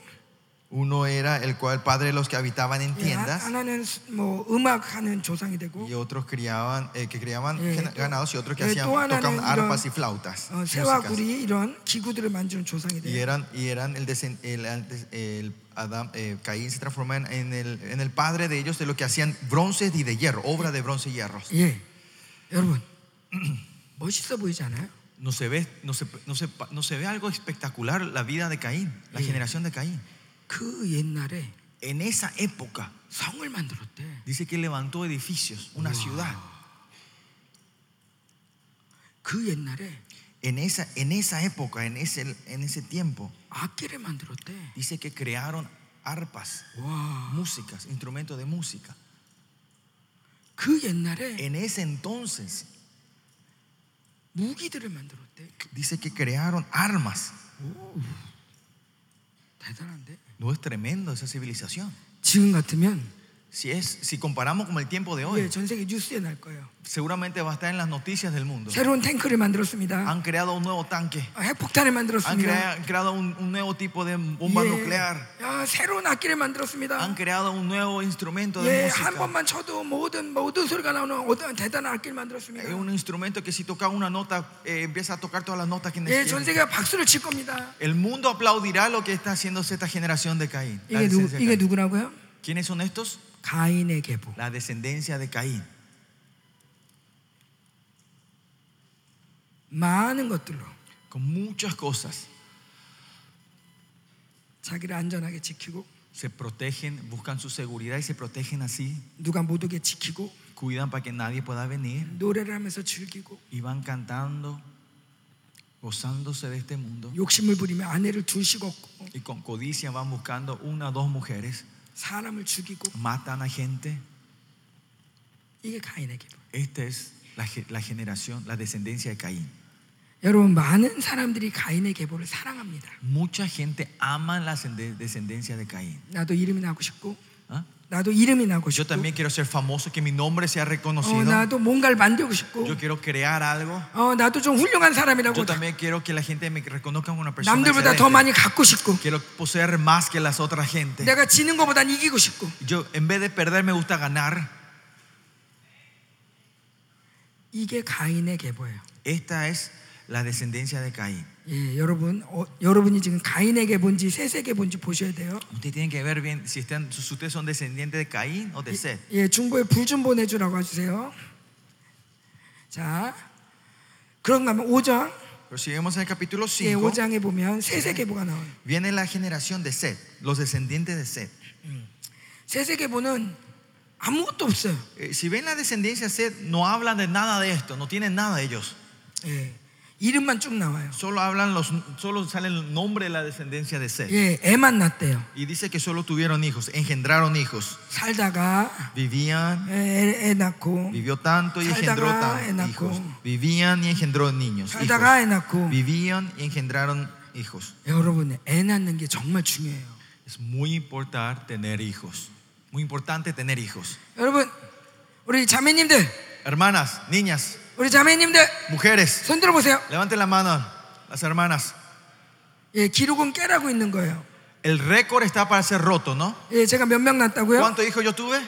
[SPEAKER 2] Uno era el cual padre de los que habitaban en
[SPEAKER 1] 예, 하-
[SPEAKER 2] tiendas.
[SPEAKER 1] 하나는 수- 뭐 음악하는 조상이 되고
[SPEAKER 2] y otros criaban, eh, que criaban
[SPEAKER 1] ah, Eh,
[SPEAKER 2] gena-
[SPEAKER 1] to-
[SPEAKER 2] ganados y otros que
[SPEAKER 1] eh,
[SPEAKER 2] hacían,
[SPEAKER 1] to 하나는
[SPEAKER 2] tocaban
[SPEAKER 1] 이런,
[SPEAKER 2] arpas y flautas.
[SPEAKER 1] 어, 새와
[SPEAKER 2] músicas.
[SPEAKER 1] 구리 이런 기구들을 만지는 조상이
[SPEAKER 2] Y
[SPEAKER 1] 돼요.
[SPEAKER 2] eran, y eran el, desen- el, antes- el Adán, eh, Caín se transformó en, en el, en el padre de ellos de lo que hacían bronces y de hierro, obra de bronce y hierro.
[SPEAKER 1] 예, 여러분 멋있어 보이지 않아요?
[SPEAKER 2] No se, ve, no, se, no, se, no se ve algo espectacular la vida de Caín, la generación de Caín.
[SPEAKER 1] 그 옛날에
[SPEAKER 2] En esa época
[SPEAKER 1] 성을 만들었대.
[SPEAKER 2] dice que levantó edificios, una ciudad.
[SPEAKER 1] 그 옛날에
[SPEAKER 2] En esa, en esa época, en ese, en ese tiempo,
[SPEAKER 1] 악기를 만들었대.
[SPEAKER 2] dice que crearon arpas,
[SPEAKER 1] 와,
[SPEAKER 2] músicas, instrumentos de música.
[SPEAKER 1] 그 옛날에
[SPEAKER 2] En ese entonces
[SPEAKER 1] 무기들을 만들었대. 그,
[SPEAKER 2] dice que crearon armas.
[SPEAKER 1] 대단한데.
[SPEAKER 2] No es tremendo esa civilización.
[SPEAKER 1] 지금 같으면
[SPEAKER 2] Si, es, si comparamos con el tiempo de
[SPEAKER 1] 예,
[SPEAKER 2] hoy,
[SPEAKER 1] 전 세계 뉴스에 날 거예요.
[SPEAKER 2] seguramente va a estar en las noticias del mundo.
[SPEAKER 1] 새로운 탱크를 만들었습니다.
[SPEAKER 2] Han creado un nuevo tanque,
[SPEAKER 1] 아, 핵폭탄을
[SPEAKER 2] han
[SPEAKER 1] 만들었습니다. 예.
[SPEAKER 2] crea- han creado un, un nuevo tipo de bomba nuclear,
[SPEAKER 1] 야, 새로운 악기를
[SPEAKER 2] han
[SPEAKER 1] 만들었습니다.
[SPEAKER 2] creado un nuevo instrumento de
[SPEAKER 1] 예, 한
[SPEAKER 2] música.
[SPEAKER 1] 번만 쳐도 모든 모든 소리가 나오는 어떤 대단한 악기를 만들었습니다.
[SPEAKER 2] Es un instrumento que si toca una nota, eh, empieza a tocar todas las notas que
[SPEAKER 1] 예, 전
[SPEAKER 2] necesita.
[SPEAKER 1] 세계가 박수를 칠 겁니다.
[SPEAKER 2] El mundo aplaudirá lo que está haciendo esta generación de Caín. la
[SPEAKER 1] 이게 누
[SPEAKER 2] descendencia de
[SPEAKER 1] 이게
[SPEAKER 2] Caín.
[SPEAKER 1] 누구라고요?
[SPEAKER 2] ¿Quiénes son estos?
[SPEAKER 1] 가인의 계보.
[SPEAKER 2] La descendencia de Caín.
[SPEAKER 1] 많은 것들로
[SPEAKER 2] con muchas cosas.
[SPEAKER 1] 자기를 안전하게 지키고
[SPEAKER 2] Se protegen, buscan su seguridad y se protegen así.
[SPEAKER 1] 누가 못 오게 지키고
[SPEAKER 2] Cuidan para que nadie pueda venir.
[SPEAKER 1] 노래를 하면서 즐기고
[SPEAKER 2] Y van cantando, gozándose de este mundo.
[SPEAKER 1] 욕심을 부리며 아내를 둘씩 얻고
[SPEAKER 2] Y con codicia van buscando una o dos mujeres.
[SPEAKER 1] 사람을 죽이고
[SPEAKER 2] Matan a gente.
[SPEAKER 1] 이게 가인의 계보.
[SPEAKER 2] Esta es la, ge- la generación, la descendencia de Caín.
[SPEAKER 1] 여러분 많은 사람들이 가인의 계보를 사랑합니다.
[SPEAKER 2] Mucha gente ama la ascende- descendencia de Caín.
[SPEAKER 1] 나도 이름이 나고 싶고
[SPEAKER 2] ¿Ah?
[SPEAKER 1] 나도 이름이 나고
[SPEAKER 2] Yo
[SPEAKER 1] 싶고
[SPEAKER 2] también quiero ser famoso, que mi nombre sea
[SPEAKER 1] 어,
[SPEAKER 2] reconocido.
[SPEAKER 1] 나도 뭔가를 만들고 싶고
[SPEAKER 2] Yo quiero crear algo.
[SPEAKER 1] 어, 나도 좀 훌륭한 사람이라고
[SPEAKER 2] Yo también quiero que la gente me reconozca como una persona.
[SPEAKER 1] 남들보다 더
[SPEAKER 2] excelente.
[SPEAKER 1] 많이 갖고 싶고
[SPEAKER 2] Quiero poseer más que las otras gente.
[SPEAKER 1] 내가 지는 것보단 이기고 싶고
[SPEAKER 2] Yo en vez de perder me gusta ganar.
[SPEAKER 1] 이게 가인의 계보예요
[SPEAKER 2] Esta es la descendencia de Caín.
[SPEAKER 1] 예, 여러분 어, 여러분이 지금 가인의 계보인지 셋의 계보인지 보셔야 돼요
[SPEAKER 2] Ustedes tienen que ver bien si están, si ustedes son descendientes de Caín o de Seth.
[SPEAKER 1] 예, 중보에 불 좀 보내주라고 해주세요 자 그런가 하면 5장
[SPEAKER 2] Pero si vemos en el capítulo
[SPEAKER 1] 예,
[SPEAKER 2] 5,
[SPEAKER 1] 5장에 보면 셋의 계보가 나와요
[SPEAKER 2] viene la generación de Seth, los descendientes de Seth.
[SPEAKER 1] 셋의 계보는 아무것도 없어요
[SPEAKER 2] Eh, si ven la descendencia de Seth, no hablan de nada de esto, no tienen nada ellos.
[SPEAKER 1] 예, 이름만 쭉 나와요
[SPEAKER 2] Solo, hablan los, solo sale el nombre de la descendencia de Seth.
[SPEAKER 1] 예, 애만 낳대요
[SPEAKER 2] Y dice que solo tuvieron hijos, engendraron hijos.
[SPEAKER 1] 살다가
[SPEAKER 2] Vivían,
[SPEAKER 1] 애, 애, 애 낳고
[SPEAKER 2] vivió tanto y engendró
[SPEAKER 1] Saldaga,
[SPEAKER 2] tantos
[SPEAKER 1] enaco.
[SPEAKER 2] hijos. Vivían y engendró niños. hijos.
[SPEAKER 1] 살다가 애 낳고
[SPEAKER 2] Vivían y engendraron hijos.
[SPEAKER 1] 여러분 애 낳는 게 정말 중요해요.
[SPEAKER 2] Es muy importante tener hijos. Muy importante tener hijos.
[SPEAKER 1] 여러분 우리 자매님들
[SPEAKER 2] Hermanas, niñas,
[SPEAKER 1] 우리 자매님들
[SPEAKER 2] mujeres,
[SPEAKER 1] 손 들어보세요.
[SPEAKER 2] levanten la mano, las hermanas.
[SPEAKER 1] 예, 기록은 깨라고 있는 거예요.
[SPEAKER 2] El récord está para ser roto, ¿no?
[SPEAKER 1] 예, 제가 몇 명 낳았다고요?
[SPEAKER 2] ¿Cuántos hijos yo tuve?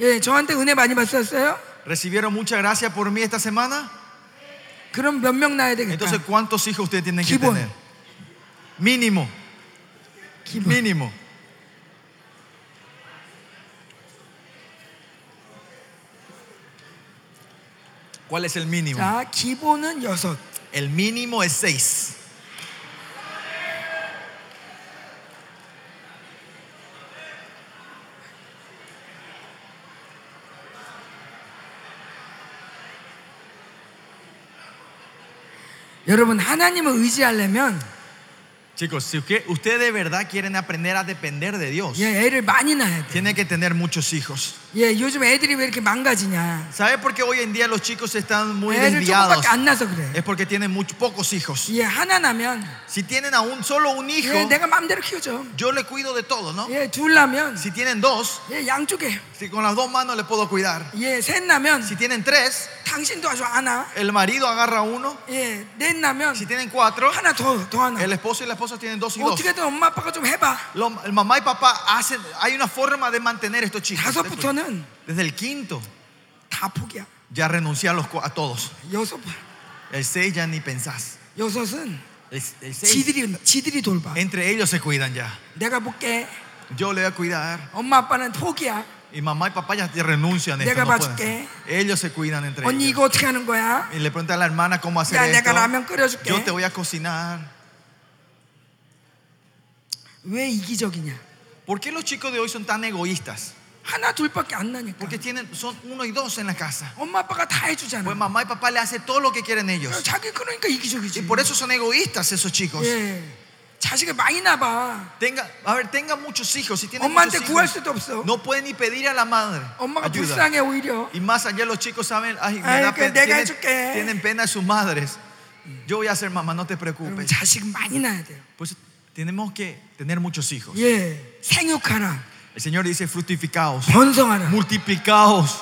[SPEAKER 1] 예, 저한테 은혜 많이 받았어요.
[SPEAKER 2] ¿Recibieron mucha gracia por mí esta semana?
[SPEAKER 1] 그럼 몇 명 낳아야 되겠다.
[SPEAKER 2] Entonces, ¿cuántos hijos ustedes tienen que
[SPEAKER 1] Kibon.
[SPEAKER 2] tener? Mínimo,
[SPEAKER 1] 기본.
[SPEAKER 2] mínimo. ¿Cuál es el mínimo?
[SPEAKER 1] 자, 기본은 여섯.
[SPEAKER 2] El mínimo es seis.
[SPEAKER 1] 여러분 하나님을 의지하려면
[SPEAKER 2] Chicos, si usted- ustedes de verdad quieren aprender a depender de Dios,
[SPEAKER 1] 예, 애를 많이 낳아야 돼.
[SPEAKER 2] tienen que tener muchos hijos.
[SPEAKER 1] 예, 요즘 애들이 왜 이렇게 망가지냐?
[SPEAKER 2] ¿Sabe por qué hoy en día los chicos están muy
[SPEAKER 1] 애를
[SPEAKER 2] desviados?
[SPEAKER 1] 조금밖에 안 낳아서 그래.
[SPEAKER 2] Es porque tienen muy, pocos hijos.
[SPEAKER 1] 예, 하나 낳으면
[SPEAKER 2] Si tienen a un solo un hijo,
[SPEAKER 1] 예, 내가 마음대로 키우죠.
[SPEAKER 2] yo le cuido de todo, ¿no?
[SPEAKER 1] 예, 둘 낳으면
[SPEAKER 2] Si tienen dos,
[SPEAKER 1] 예, 양쪽에
[SPEAKER 2] si con las dos manos le puedo cuidar.
[SPEAKER 1] 예, 셋 나면
[SPEAKER 2] Si tienen tres,
[SPEAKER 1] 당신도 아주 안아.
[SPEAKER 2] el marido agarra uno.
[SPEAKER 1] 예, 넷 나면
[SPEAKER 2] Si tienen cuatro,
[SPEAKER 1] 하나 더, 더 하나.
[SPEAKER 2] el esposo y la esposa tienen dos y dos.
[SPEAKER 1] 어떻게든 엄마 아빠가 좀 해봐.
[SPEAKER 2] Lo- el mamá y papá hacen, hay una forma de mantener estos chicos.
[SPEAKER 1] 다섯부터는
[SPEAKER 2] Desde el quinto,
[SPEAKER 1] 다 포기야.
[SPEAKER 2] ya renuncié a, los, cu- a todos.
[SPEAKER 1] 여섯,
[SPEAKER 2] El seis ya ni pensás.
[SPEAKER 1] 여섯은
[SPEAKER 2] El, el seis,
[SPEAKER 1] 지들이 지들이 돌봐.
[SPEAKER 2] entre ellos se cuidan ya.
[SPEAKER 1] 내가 볼게.
[SPEAKER 2] Yo le voy a cuidar.
[SPEAKER 1] 엄마 아빠는 포기야.
[SPEAKER 2] Y mamá y papá ya te renuncian. a esto,
[SPEAKER 1] Deja
[SPEAKER 2] no pueden
[SPEAKER 1] pachuque.
[SPEAKER 2] hacer. ellos se cuidan entre
[SPEAKER 1] 언니
[SPEAKER 2] ellos.
[SPEAKER 1] 이거 어떻게 하는 거야?
[SPEAKER 2] Y le pregunta a la hermana cómo hacer
[SPEAKER 1] 야,
[SPEAKER 2] esto.
[SPEAKER 1] 내가 라면 끓여줄게.
[SPEAKER 2] Yo te voy a cocinar.
[SPEAKER 1] 왜 이기적이냐?
[SPEAKER 2] ¿Por qué los chicos de hoy son tan egoístas?
[SPEAKER 1] 하나 둘밖에 안 나니까.
[SPEAKER 2] Porque tienen, son uno y dos en la casa.
[SPEAKER 1] 엄마 아빠가 다
[SPEAKER 2] Pues
[SPEAKER 1] 해주잖아.
[SPEAKER 2] mamá y papá le hace todo lo que quieren ellos.
[SPEAKER 1] 자기 그러니까
[SPEAKER 2] Y
[SPEAKER 1] 이기적이지.
[SPEAKER 2] por eso son egoístas esos chicos.
[SPEAKER 1] 예, 자식을 많이 낳아봐.
[SPEAKER 2] Tenga, a ver, tenga muchos hijos. Si tienen
[SPEAKER 1] 엄마한테
[SPEAKER 2] muchos
[SPEAKER 1] 구할
[SPEAKER 2] hijos,
[SPEAKER 1] 수도 없어.
[SPEAKER 2] no pueden ni pedir a la madre.
[SPEAKER 1] 엄마가
[SPEAKER 2] ayuda.
[SPEAKER 1] 불쌍해 오히려.
[SPEAKER 2] Y más allá los chicos saben, ay, me
[SPEAKER 1] Ay,
[SPEAKER 2] da
[SPEAKER 1] que
[SPEAKER 2] pena.
[SPEAKER 1] deja
[SPEAKER 2] Tienen,
[SPEAKER 1] hecho que-
[SPEAKER 2] tienen pena de sus madres. Yo voy a ser mamá, no te
[SPEAKER 1] 여러분
[SPEAKER 2] preocupes.
[SPEAKER 1] 자식 많이 낳아야 돼요.
[SPEAKER 2] Pues tenemos que tener muchos hijos.
[SPEAKER 1] 예, 생육하라,
[SPEAKER 2] El Señor dice fructificaos,
[SPEAKER 1] 번성하라.
[SPEAKER 2] multiplicaos.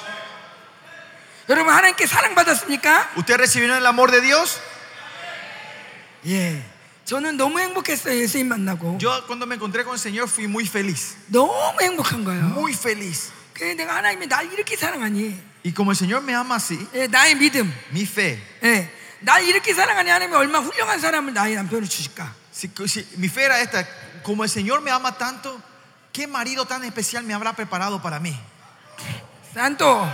[SPEAKER 1] 여러분 하나님께 사랑받았습니까?
[SPEAKER 2] ¿Usted recibieron el amor de Dios?
[SPEAKER 1] 예. 저는 너무 행복했어요 예수님 만나고.
[SPEAKER 2] Yo cuando me encontré con el Señor fui muy feliz,
[SPEAKER 1] 너무 행복한 거예요.
[SPEAKER 2] muy feliz.
[SPEAKER 1] 그래 예, 내가 하나님이 날 이렇게 사랑하니,
[SPEAKER 2] Y como el Señor me ama así,
[SPEAKER 1] 예, 나의 믿음,
[SPEAKER 2] mi fe,
[SPEAKER 1] 예, 날 이렇게 사랑하니 하나님이 얼마나 훌륭한 사람을 나의 남편을 주실까?
[SPEAKER 2] si- si- mi fe era esta, como el Señor me ama tanto, ¿qué marido tan especial me habrá preparado para mí?
[SPEAKER 1] 산토.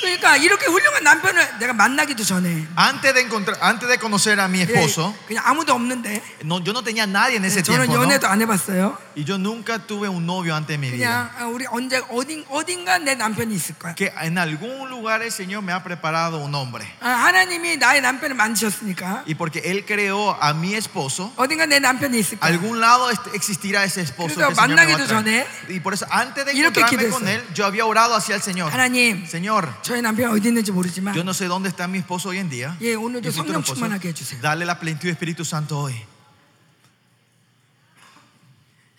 [SPEAKER 1] 그러니까 이렇게 훌륭한 남편을 내가 만나기도 전에
[SPEAKER 2] Antes de, encontrar, antes de conocer a mi
[SPEAKER 1] 예,
[SPEAKER 2] esposo,
[SPEAKER 1] 그냥 아무도 없는데 예,
[SPEAKER 2] no, yo no tenía nadie en ese
[SPEAKER 1] 저는
[SPEAKER 2] tiempo. ¿no?
[SPEAKER 1] 연애도 안 해봤어요.
[SPEAKER 2] Y yo nunca tuve un novio antes de mi vida.
[SPEAKER 1] 그냥 아, 우리 언제 어딘 어딘가 내 남편이 있을 거야.
[SPEAKER 2] Que en algún lugar el Señor me ha preparado un hombre.
[SPEAKER 1] 아, 하나님이 나의 남편을 만드셨으니까
[SPEAKER 2] Y porque Él creó a mi esposo,
[SPEAKER 1] 어딘가 내 남편이 있을 거야.
[SPEAKER 2] algún lado est- existirá ese esposo.
[SPEAKER 1] 그래서
[SPEAKER 2] que el Señor me va a
[SPEAKER 1] 만나기도
[SPEAKER 2] traer. Y por eso, antes de
[SPEAKER 1] 이렇게
[SPEAKER 2] encontrarme con
[SPEAKER 1] 기도했어요.
[SPEAKER 2] Él, yo había orado hacia el Señor.
[SPEAKER 1] 하나님,
[SPEAKER 2] Señor,
[SPEAKER 1] 저희 남편 어디 있는지 모르지만
[SPEAKER 2] yo no sé dónde está mi esposo hoy en día.
[SPEAKER 1] 예
[SPEAKER 2] mi
[SPEAKER 1] 오늘도
[SPEAKER 2] futuro
[SPEAKER 1] 성령
[SPEAKER 2] esposo.
[SPEAKER 1] 충만하게 해주세요.
[SPEAKER 2] Dale la plenitud de Espíritu Santo hoy.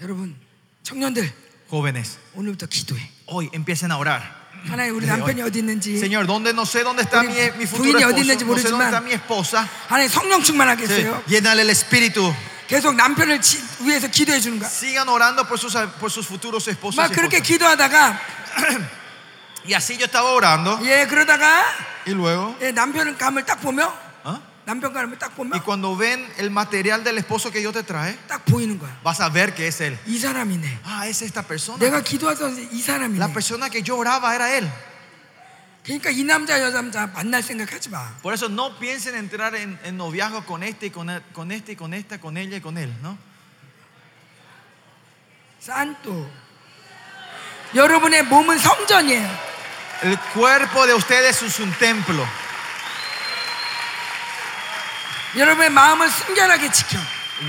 [SPEAKER 1] 여러분 청년들
[SPEAKER 2] Jóvenes,
[SPEAKER 1] 오늘부터 기도해.
[SPEAKER 2] hoy empiecen a orar.
[SPEAKER 1] 하나님 우리 남편이 네, 어디 있는지
[SPEAKER 2] Señor, ¿dónde no sé dónde está mi,
[SPEAKER 1] Oye,
[SPEAKER 2] mi
[SPEAKER 1] tú vine,
[SPEAKER 2] futuro esposo?
[SPEAKER 1] ¿dónde
[SPEAKER 2] No sé dónde
[SPEAKER 1] 모르지만-
[SPEAKER 2] está mi esposa.
[SPEAKER 1] 하나님 성령
[SPEAKER 2] Sí,
[SPEAKER 1] 충만하겠어요.
[SPEAKER 2] Llénale el espíritu.
[SPEAKER 1] 계속 남편을 지- 위해서 기도해 주는 거야.
[SPEAKER 2] Sigan orando por sus, por sus futuros esposos.
[SPEAKER 1] 막
[SPEAKER 2] y
[SPEAKER 1] 그렇게
[SPEAKER 2] esposas.
[SPEAKER 1] 기도하다가
[SPEAKER 2] Y así yo estaba orando.
[SPEAKER 1] 예 그러다가
[SPEAKER 2] Y luego,
[SPEAKER 1] 예, 남편 감을 딱 보며
[SPEAKER 2] ¿ah?
[SPEAKER 1] 남편 감을 딱 보며
[SPEAKER 2] y cuando ven el material del esposo que yo te trae,
[SPEAKER 1] 딱 보이는 거야.
[SPEAKER 2] vas a ver que es él.
[SPEAKER 1] 이 사람이네.
[SPEAKER 2] Ah, es esta persona.
[SPEAKER 1] 내가 기도하던 이 사람이네.
[SPEAKER 2] La persona que yo oraba era él.
[SPEAKER 1] 그러니까 이 남자 여자 만날 생각하지 마.
[SPEAKER 2] Por eso no piensen entrar en, en noviazgo con este y con, el- con este y con esta, con ella y con él, ¿no?
[SPEAKER 1] 산또 여러분의 몸은 성전이에요.
[SPEAKER 2] El cuerpo de ustedes es un templo.
[SPEAKER 1] 여러분의 마음을 순결하게 지켜.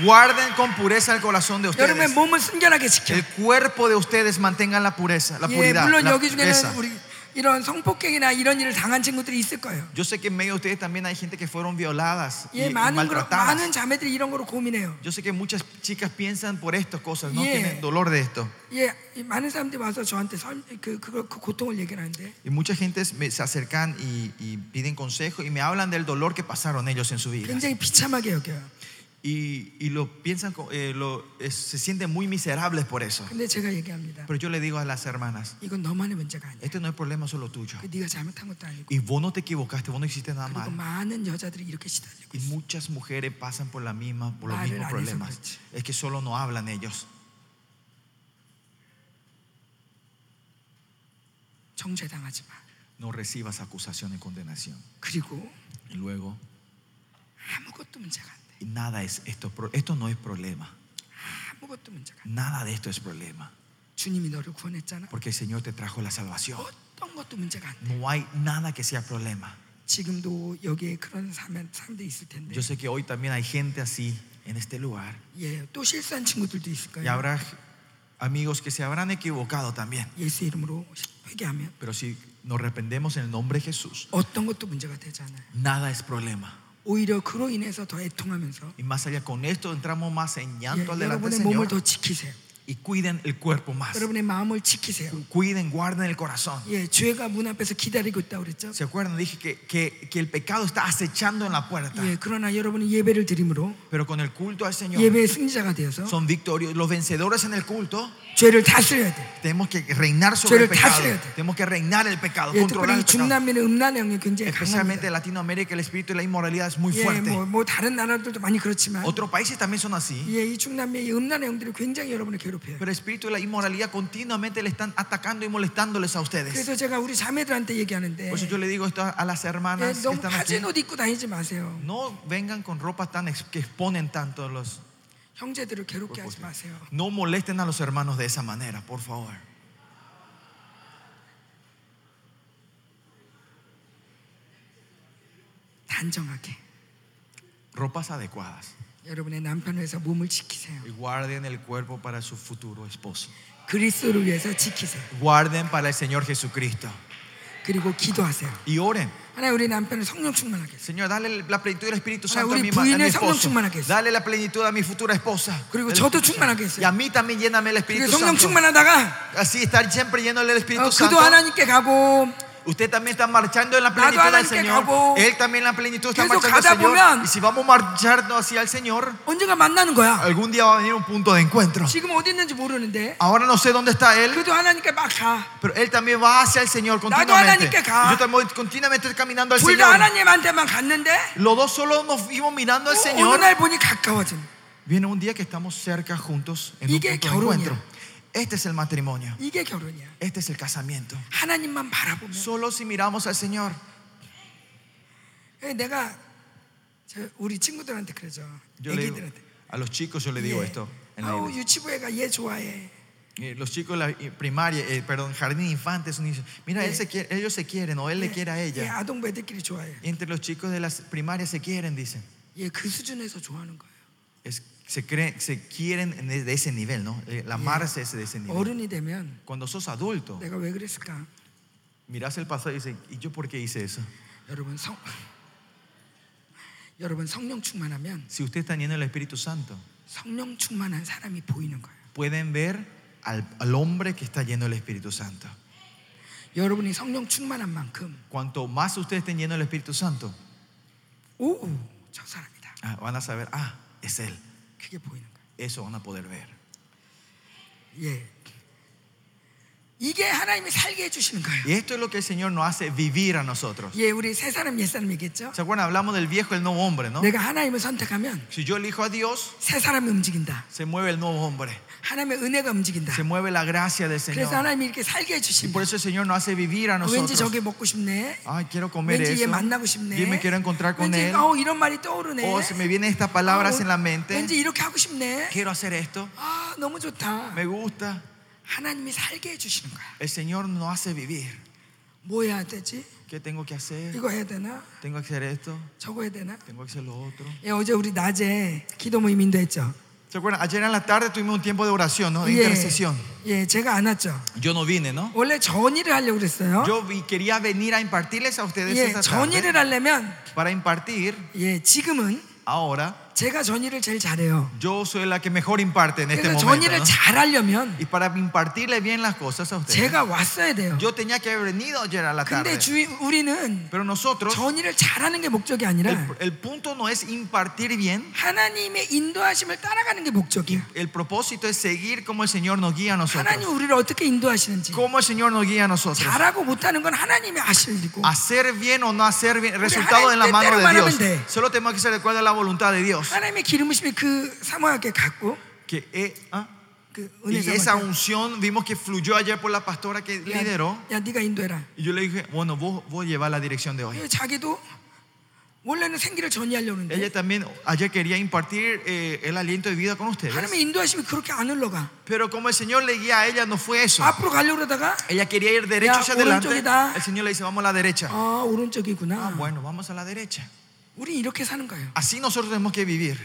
[SPEAKER 2] Guarden con pureza el corazón de
[SPEAKER 1] 여러분의
[SPEAKER 2] ustedes.
[SPEAKER 1] 몸을 순결하게 지켜.
[SPEAKER 2] El cuerpo de ustedes mantengan la pureza, la
[SPEAKER 1] 예,
[SPEAKER 2] puridad.
[SPEAKER 1] 물론
[SPEAKER 2] la
[SPEAKER 1] 여기
[SPEAKER 2] pureza.
[SPEAKER 1] 중에는 우리 이런 성폭행이나 이런 일을 당한 친구들이 있을 거예요.
[SPEAKER 2] Yo sé que en medio de ustedes también hay gente que fueron violadas y,
[SPEAKER 1] 예,
[SPEAKER 2] y
[SPEAKER 1] 많은 그런 많은
[SPEAKER 2] maltratadas.
[SPEAKER 1] 자매들이 이런 거로 고민해요.
[SPEAKER 2] Yo sé que muchas chicas piensan por estas cosas, no
[SPEAKER 1] Yeah.
[SPEAKER 2] tienen dolor de esto.
[SPEAKER 1] 예, 이 많은 사람들이 와서 저한테 설, 그, 그, 그 고통을 얘기를 하는데
[SPEAKER 2] Y mucha gente me- se acercan y, y piden consejo y me hablan del dolor que pasaron ellos en su vida.
[SPEAKER 1] 굉장히 비참하게 여겨요.
[SPEAKER 2] Y, y lo piensan, co- eh, lo- es- se sienten muy miserables por eso.
[SPEAKER 1] 근데 제가 얘기합니다.
[SPEAKER 2] Pero yo le digo a las hermanas,
[SPEAKER 1] 이건 너만의 문제가 아니야.
[SPEAKER 2] este no es problema solo tuyo.
[SPEAKER 1] 그 네가 잘못한 것도 아니고.
[SPEAKER 2] Y vos no te equivocaste, vos no hiciste nada
[SPEAKER 1] 그리고
[SPEAKER 2] mal.
[SPEAKER 1] 많은 여자들이 이렇게 시달리고.
[SPEAKER 2] Y muchas mujeres pasan por la misma, por los
[SPEAKER 1] Madre,
[SPEAKER 2] mismos
[SPEAKER 1] la
[SPEAKER 2] problemas.
[SPEAKER 1] dice,
[SPEAKER 2] Es que solo no hablan ellos.
[SPEAKER 1] 정죄당하지 마.
[SPEAKER 2] No recibas acusación y condenación.
[SPEAKER 1] 그리고
[SPEAKER 2] Y luego,
[SPEAKER 1] 아무것도 문제가 안 돼.
[SPEAKER 2] y nada es esto, pro- esto no es problema.
[SPEAKER 1] 아무것도 문제가 안 돼.
[SPEAKER 2] Nada de esto es problema.
[SPEAKER 1] 주님이 너를 구원했잖아.
[SPEAKER 2] Porque el Señor te trajo la salvación.
[SPEAKER 1] 어떤 것도 문제가 안 돼.
[SPEAKER 2] No hay nada que sea problema.
[SPEAKER 1] 지금도 여기에 그런 사람- 사람들이 있을 텐데.
[SPEAKER 2] Yo sé que hoy también hay gente así en este lugar.
[SPEAKER 1] 예, 또 실수한 친구들도 있을
[SPEAKER 2] Y
[SPEAKER 1] 거예요.
[SPEAKER 2] habrá amigos que se habrán equivocado también.
[SPEAKER 1] 예수 이름으로 회개하면
[SPEAKER 2] Pero si nos arrependemos en el nombre de Jesús,
[SPEAKER 1] 어떤 것도 문제가 되지 않아요.
[SPEAKER 2] nada es problema.
[SPEAKER 1] 오히려 그로 인해서 더 애통하면서
[SPEAKER 2] Y más allá, con esto entramos más en
[SPEAKER 1] 예,
[SPEAKER 2] llanto al delante
[SPEAKER 1] 여러분의
[SPEAKER 2] del
[SPEAKER 1] 몸을
[SPEAKER 2] Señor.
[SPEAKER 1] 더 지키세요.
[SPEAKER 2] Y cuiden el cuerpo más.
[SPEAKER 1] 여러분의 마음을 지키세요.
[SPEAKER 2] Cuiden, guarden el corazón.
[SPEAKER 1] 예, 죄가 문 앞에서 기다리고 있다고 그랬죠.
[SPEAKER 2] ¿Se acuerdan? Dije que, que- que el pecado está acechando en la puerta.
[SPEAKER 1] 예, 그러나 여러분은 예배를 드림으로
[SPEAKER 2] Pero con el culto al Señor,
[SPEAKER 1] 예배의 승리자가 되어서
[SPEAKER 2] son victorios. Los vencedores en el culto,
[SPEAKER 1] 죄를 다스려야 돼.
[SPEAKER 2] tenemos que reinar sobre el
[SPEAKER 1] Pero está
[SPEAKER 2] pecado.
[SPEAKER 1] cierto.
[SPEAKER 2] Tenemos que reinar el pecado,
[SPEAKER 1] 예, 특별히
[SPEAKER 2] controlar el pecado.
[SPEAKER 1] 중남미는 음란의 영역 굉장히
[SPEAKER 2] Especialmente
[SPEAKER 1] 강합니다.
[SPEAKER 2] en Latinoamérica, el espíritu de la inmoralidad es muy
[SPEAKER 1] 예,
[SPEAKER 2] fuerte.
[SPEAKER 1] 뭐, 뭐 다른 나라들도 많이 그렇지만
[SPEAKER 2] Otros países también son así.
[SPEAKER 1] 예, 이 중남미의 이 음란의 영들이 굉장히 여러분을 괴롭혀요.
[SPEAKER 2] Pero el espíritu de la inmoralidad continuamente le están atacando y molestándoles a ustedes.
[SPEAKER 1] 그래서 제가 우리 자매들한테 얘기하는데
[SPEAKER 2] Por eso yo le digo esto a las
[SPEAKER 1] 예,
[SPEAKER 2] hermanas que
[SPEAKER 1] 너무
[SPEAKER 2] están aquí.
[SPEAKER 1] 파진 옷 입고 다니지 마세요.
[SPEAKER 2] No vengan con ropas tan ex- que exponen tanto a los.
[SPEAKER 1] 형제들을 괴롭게 하지 마세요.
[SPEAKER 2] No molesten a los hermanos de esa manera, por favor.
[SPEAKER 1] 단정하게
[SPEAKER 2] Ropas adecuadas.
[SPEAKER 1] 여러분의 남편을 위해서 몸을 지키세요.
[SPEAKER 2] Y guarden el cuerpo para su futuro esposo.
[SPEAKER 1] 그리스도를 위해서 지키세요.
[SPEAKER 2] Guarden para el Señor Jesucristo.
[SPEAKER 1] 그리고 기도하세요.
[SPEAKER 2] Y oren.
[SPEAKER 1] 하나님 우리 남편을 성령 충만하게 해서
[SPEAKER 2] Señor, dale la plenitud del Espíritu
[SPEAKER 1] Ahora,
[SPEAKER 2] Santo a
[SPEAKER 1] 우리
[SPEAKER 2] mi, ma- a mi
[SPEAKER 1] 부인을
[SPEAKER 2] esposo.
[SPEAKER 1] 성령 충만하게 해주세요.
[SPEAKER 2] Dale la plenitud a mi futura esposa.
[SPEAKER 1] 그리고
[SPEAKER 2] Del
[SPEAKER 1] 저도
[SPEAKER 2] esposo.
[SPEAKER 1] 충만하게
[SPEAKER 2] Y
[SPEAKER 1] 해주세요.
[SPEAKER 2] a mí también lléname el
[SPEAKER 1] 그리고
[SPEAKER 2] Espíritu
[SPEAKER 1] 성령
[SPEAKER 2] Santo.
[SPEAKER 1] 충만하다가
[SPEAKER 2] Así estar siempre lleno del
[SPEAKER 1] 어,
[SPEAKER 2] Espíritu
[SPEAKER 1] 그도
[SPEAKER 2] Santo.
[SPEAKER 1] 하나님께 가고
[SPEAKER 2] Usted también está marchando en la plenitud del
[SPEAKER 1] ha나님께
[SPEAKER 2] Señor.
[SPEAKER 1] 가고
[SPEAKER 2] Él también en la plenitud está
[SPEAKER 1] 계속
[SPEAKER 2] marchando al
[SPEAKER 1] 가다
[SPEAKER 2] Señor.
[SPEAKER 1] 보면
[SPEAKER 2] Y si vamos marchando hacia el Señor,
[SPEAKER 1] 언젠가 만나는 거야.
[SPEAKER 2] algún día va a venir un punto de encuentro.
[SPEAKER 1] 지금 어디 있는지 모르는데
[SPEAKER 2] Ahora no sé dónde está Él,
[SPEAKER 1] 그도 하나님께 막 가.
[SPEAKER 2] pero Él también va hacia el Señor continuamente.
[SPEAKER 1] 하나님께 가.
[SPEAKER 2] Y Yo también continuamente estoy caminando al
[SPEAKER 1] 둘 다
[SPEAKER 2] Señor.
[SPEAKER 1] 하나님한테만 갔는데
[SPEAKER 2] Los dos solo nos fuimos mirando al
[SPEAKER 1] 어, 어느
[SPEAKER 2] Señor.
[SPEAKER 1] 날 보니 가까워진.
[SPEAKER 2] Viene un día que estamos cerca juntos en un
[SPEAKER 1] 이게
[SPEAKER 2] punto de
[SPEAKER 1] 결혼이야.
[SPEAKER 2] encuentro. Este es el matrimonio.
[SPEAKER 1] 이게 결혼이야.
[SPEAKER 2] Este es el casamiento.
[SPEAKER 1] 하나님만 바라보면
[SPEAKER 2] Solo si miramos al Señor.
[SPEAKER 1] 예, 내가 저 우리 친구들한테 그러죠.
[SPEAKER 2] Yo le digo,
[SPEAKER 1] 애기들한테.
[SPEAKER 2] a los chicos yo le digo esto. en la
[SPEAKER 1] 아우
[SPEAKER 2] iglesia.
[SPEAKER 1] 유치부애가 얘 좋아해.
[SPEAKER 2] Eh, Los chicos de la eh, primaria, eh, perdón, jardín de infantes, uno dice, mira, él se quiere- ellos se quieren o él le quiere a
[SPEAKER 1] 얘
[SPEAKER 2] ella.
[SPEAKER 1] 아동부 애들끼리 좋아해.
[SPEAKER 2] Y Entre los chicos de las primarias se quieren, dicen.
[SPEAKER 1] 얘 그 수준에서 좋아하는 거예요.
[SPEAKER 2] Es- se, creen, se quieren en e- de ese nivel, ¿no? Eh, La amarse es de ese nivel.
[SPEAKER 1] 어른이 되면
[SPEAKER 2] Cuando sos adulto,
[SPEAKER 1] 내가 왜 그랬을까?
[SPEAKER 2] mirás el pasado y dices, ¿y yo por qué hice eso?
[SPEAKER 1] 여러분 성 여러분 성령 충만하면
[SPEAKER 2] Si usted está lleno del Espíritu Santo,
[SPEAKER 1] 성령 충만한 사람이 보이는 거예요.
[SPEAKER 2] pueden ver al, al hombre que está lleno del Espíritu Santo.
[SPEAKER 1] 여러분이 성령 충만한 만큼
[SPEAKER 2] Cuanto más ustedes estén llenos del Espíritu Santo,
[SPEAKER 1] 오, 저 사람이다.
[SPEAKER 2] ah, van a saber, ah, es Él.
[SPEAKER 1] 그게 보이는 거예요.
[SPEAKER 2] Eso van a poder ver.
[SPEAKER 1] 예. 이게 하나님이 살게 해주시는 거예요.
[SPEAKER 2] Y esto es lo que el Señor nos hace vivir a nosotros.
[SPEAKER 1] 예, 우리 세 사람 옛 사람이겠죠.
[SPEAKER 2] ¿Se acuerdan? Hablamos del viejo y el nuevo hombre, ¿no?
[SPEAKER 1] 내가 하나님을 선택하면
[SPEAKER 2] Si yo elijo a Dios,
[SPEAKER 1] 세 사람이 움직인다.
[SPEAKER 2] se mueve el nuevo hombre.
[SPEAKER 1] 하나님의 은혜가 움직인다.
[SPEAKER 2] Se mueve la gracia del
[SPEAKER 1] 그래서
[SPEAKER 2] Señor.
[SPEAKER 1] 하나님이 이렇게 살게
[SPEAKER 2] Y
[SPEAKER 1] 해주신 거예요.
[SPEAKER 2] por eso el Señor nos hace vivir a
[SPEAKER 1] 왠지
[SPEAKER 2] nosotros.
[SPEAKER 1] 저게 먹고 싶네.
[SPEAKER 2] Ay, quiero comer
[SPEAKER 1] 왠지 얘
[SPEAKER 2] eso.
[SPEAKER 1] 만나고 싶네.
[SPEAKER 2] Y me quiero encontrar con
[SPEAKER 1] 왠지
[SPEAKER 2] Él.
[SPEAKER 1] 어, 이런 말이 떠오르네.
[SPEAKER 2] Oh, se me vienen estas palabras
[SPEAKER 1] 어,
[SPEAKER 2] en la mente.
[SPEAKER 1] 왠지 이렇게 하고 싶네.
[SPEAKER 2] Quiero hacer esto.
[SPEAKER 1] 아, 너무 좋다.
[SPEAKER 2] Me gusta.
[SPEAKER 1] 하나님이 살게 해주시는 거야.
[SPEAKER 2] El Señor nos hace vivir.
[SPEAKER 1] 뭐 해야 되지?
[SPEAKER 2] ¿Qué tengo que hacer?
[SPEAKER 1] 이거 해야 되나?
[SPEAKER 2] Tengo que hacer esto.
[SPEAKER 1] 저거 해야 되나?
[SPEAKER 2] Tengo que hacer lo otro.
[SPEAKER 1] 예, 어제 우리 낮에 기도 모임인도 했죠.
[SPEAKER 2] ¿Se acuerdan? Ayer en la tarde tuvimos un tiempo de oración, ¿no? De
[SPEAKER 1] 예,
[SPEAKER 2] intercesión.
[SPEAKER 1] 예, 제가 안 왔죠.
[SPEAKER 2] Yo no vine, ¿no?
[SPEAKER 1] 원래 전일을 하려고 그랬어요.
[SPEAKER 2] Yo vi- quería venir a impartirles a ustedes
[SPEAKER 1] 예,
[SPEAKER 2] esta tarde
[SPEAKER 1] 전일을 하려면
[SPEAKER 2] para impartir
[SPEAKER 1] 예, 지금은
[SPEAKER 2] ahora.
[SPEAKER 1] 제가 전일을 제일 잘해요.
[SPEAKER 2] Yo soy la que mejor imparte en este
[SPEAKER 1] 그래서
[SPEAKER 2] momento.
[SPEAKER 1] 전일을
[SPEAKER 2] ¿no?
[SPEAKER 1] 잘 하려면
[SPEAKER 2] Y para impartirle bien las cosas a ustedes,
[SPEAKER 1] 제가 왔어야 네. 돼요.
[SPEAKER 2] yo tenía que haber venido ayer a la
[SPEAKER 1] 근데
[SPEAKER 2] tarde.
[SPEAKER 1] 주위 우리는
[SPEAKER 2] Pero nosotros,
[SPEAKER 1] 전일을 잘하는 게 목적이 아니라
[SPEAKER 2] el, el punto no es impartir bien,
[SPEAKER 1] 하나님의 인도하심을 따라가는 게 목적이야.
[SPEAKER 2] el propósito es seguir como el Señor nos guía a nosotros.
[SPEAKER 1] 하나님 우리를 어떻게 인도하시는지
[SPEAKER 2] Como el Señor nos guía a nosotros.
[SPEAKER 1] 잘하고 못하는 건 하나님이 아실리고
[SPEAKER 2] Hacer bien o no hacer bien, resultado en la mano de Dios. Solo tenemos que ser de acuerdo a la voluntad de Dios.
[SPEAKER 1] 하나님의 기름심이 그 사모하게 갖고
[SPEAKER 2] Que, eh, ah,
[SPEAKER 1] 그 은혜
[SPEAKER 2] Y esa
[SPEAKER 1] 사모하게
[SPEAKER 2] unción vimos que fluyó ayer por la pastora que lideró.
[SPEAKER 1] 야, 야 네가 인도해라.
[SPEAKER 2] Y yo le dije, bueno, vos, vos llevas la dirección de
[SPEAKER 1] 예.
[SPEAKER 2] hoy.
[SPEAKER 1] 자기도 원래는 생기를 전이하려는데
[SPEAKER 2] Ella también ayer quería impartir eh, el aliento de vida con ustedes.
[SPEAKER 1] 하나님의 인도하심이 그렇게 안 흘러가.
[SPEAKER 2] Pero como el Señor le guía a ella, no fue eso.
[SPEAKER 1] 앞으로 가려고 그러다가
[SPEAKER 2] Ella quería ir derecho
[SPEAKER 1] Ah, Ya,
[SPEAKER 2] hacia adelante.
[SPEAKER 1] 오른쪽이다.
[SPEAKER 2] El Señor le dice, vamos a la derecha.
[SPEAKER 1] 아
[SPEAKER 2] Ah,
[SPEAKER 1] 오른쪽이구나.
[SPEAKER 2] bueno, vamos a la derecha.
[SPEAKER 1] 우리 이렇게 사는 거예요.
[SPEAKER 2] Así nosotros tenemos que vivir.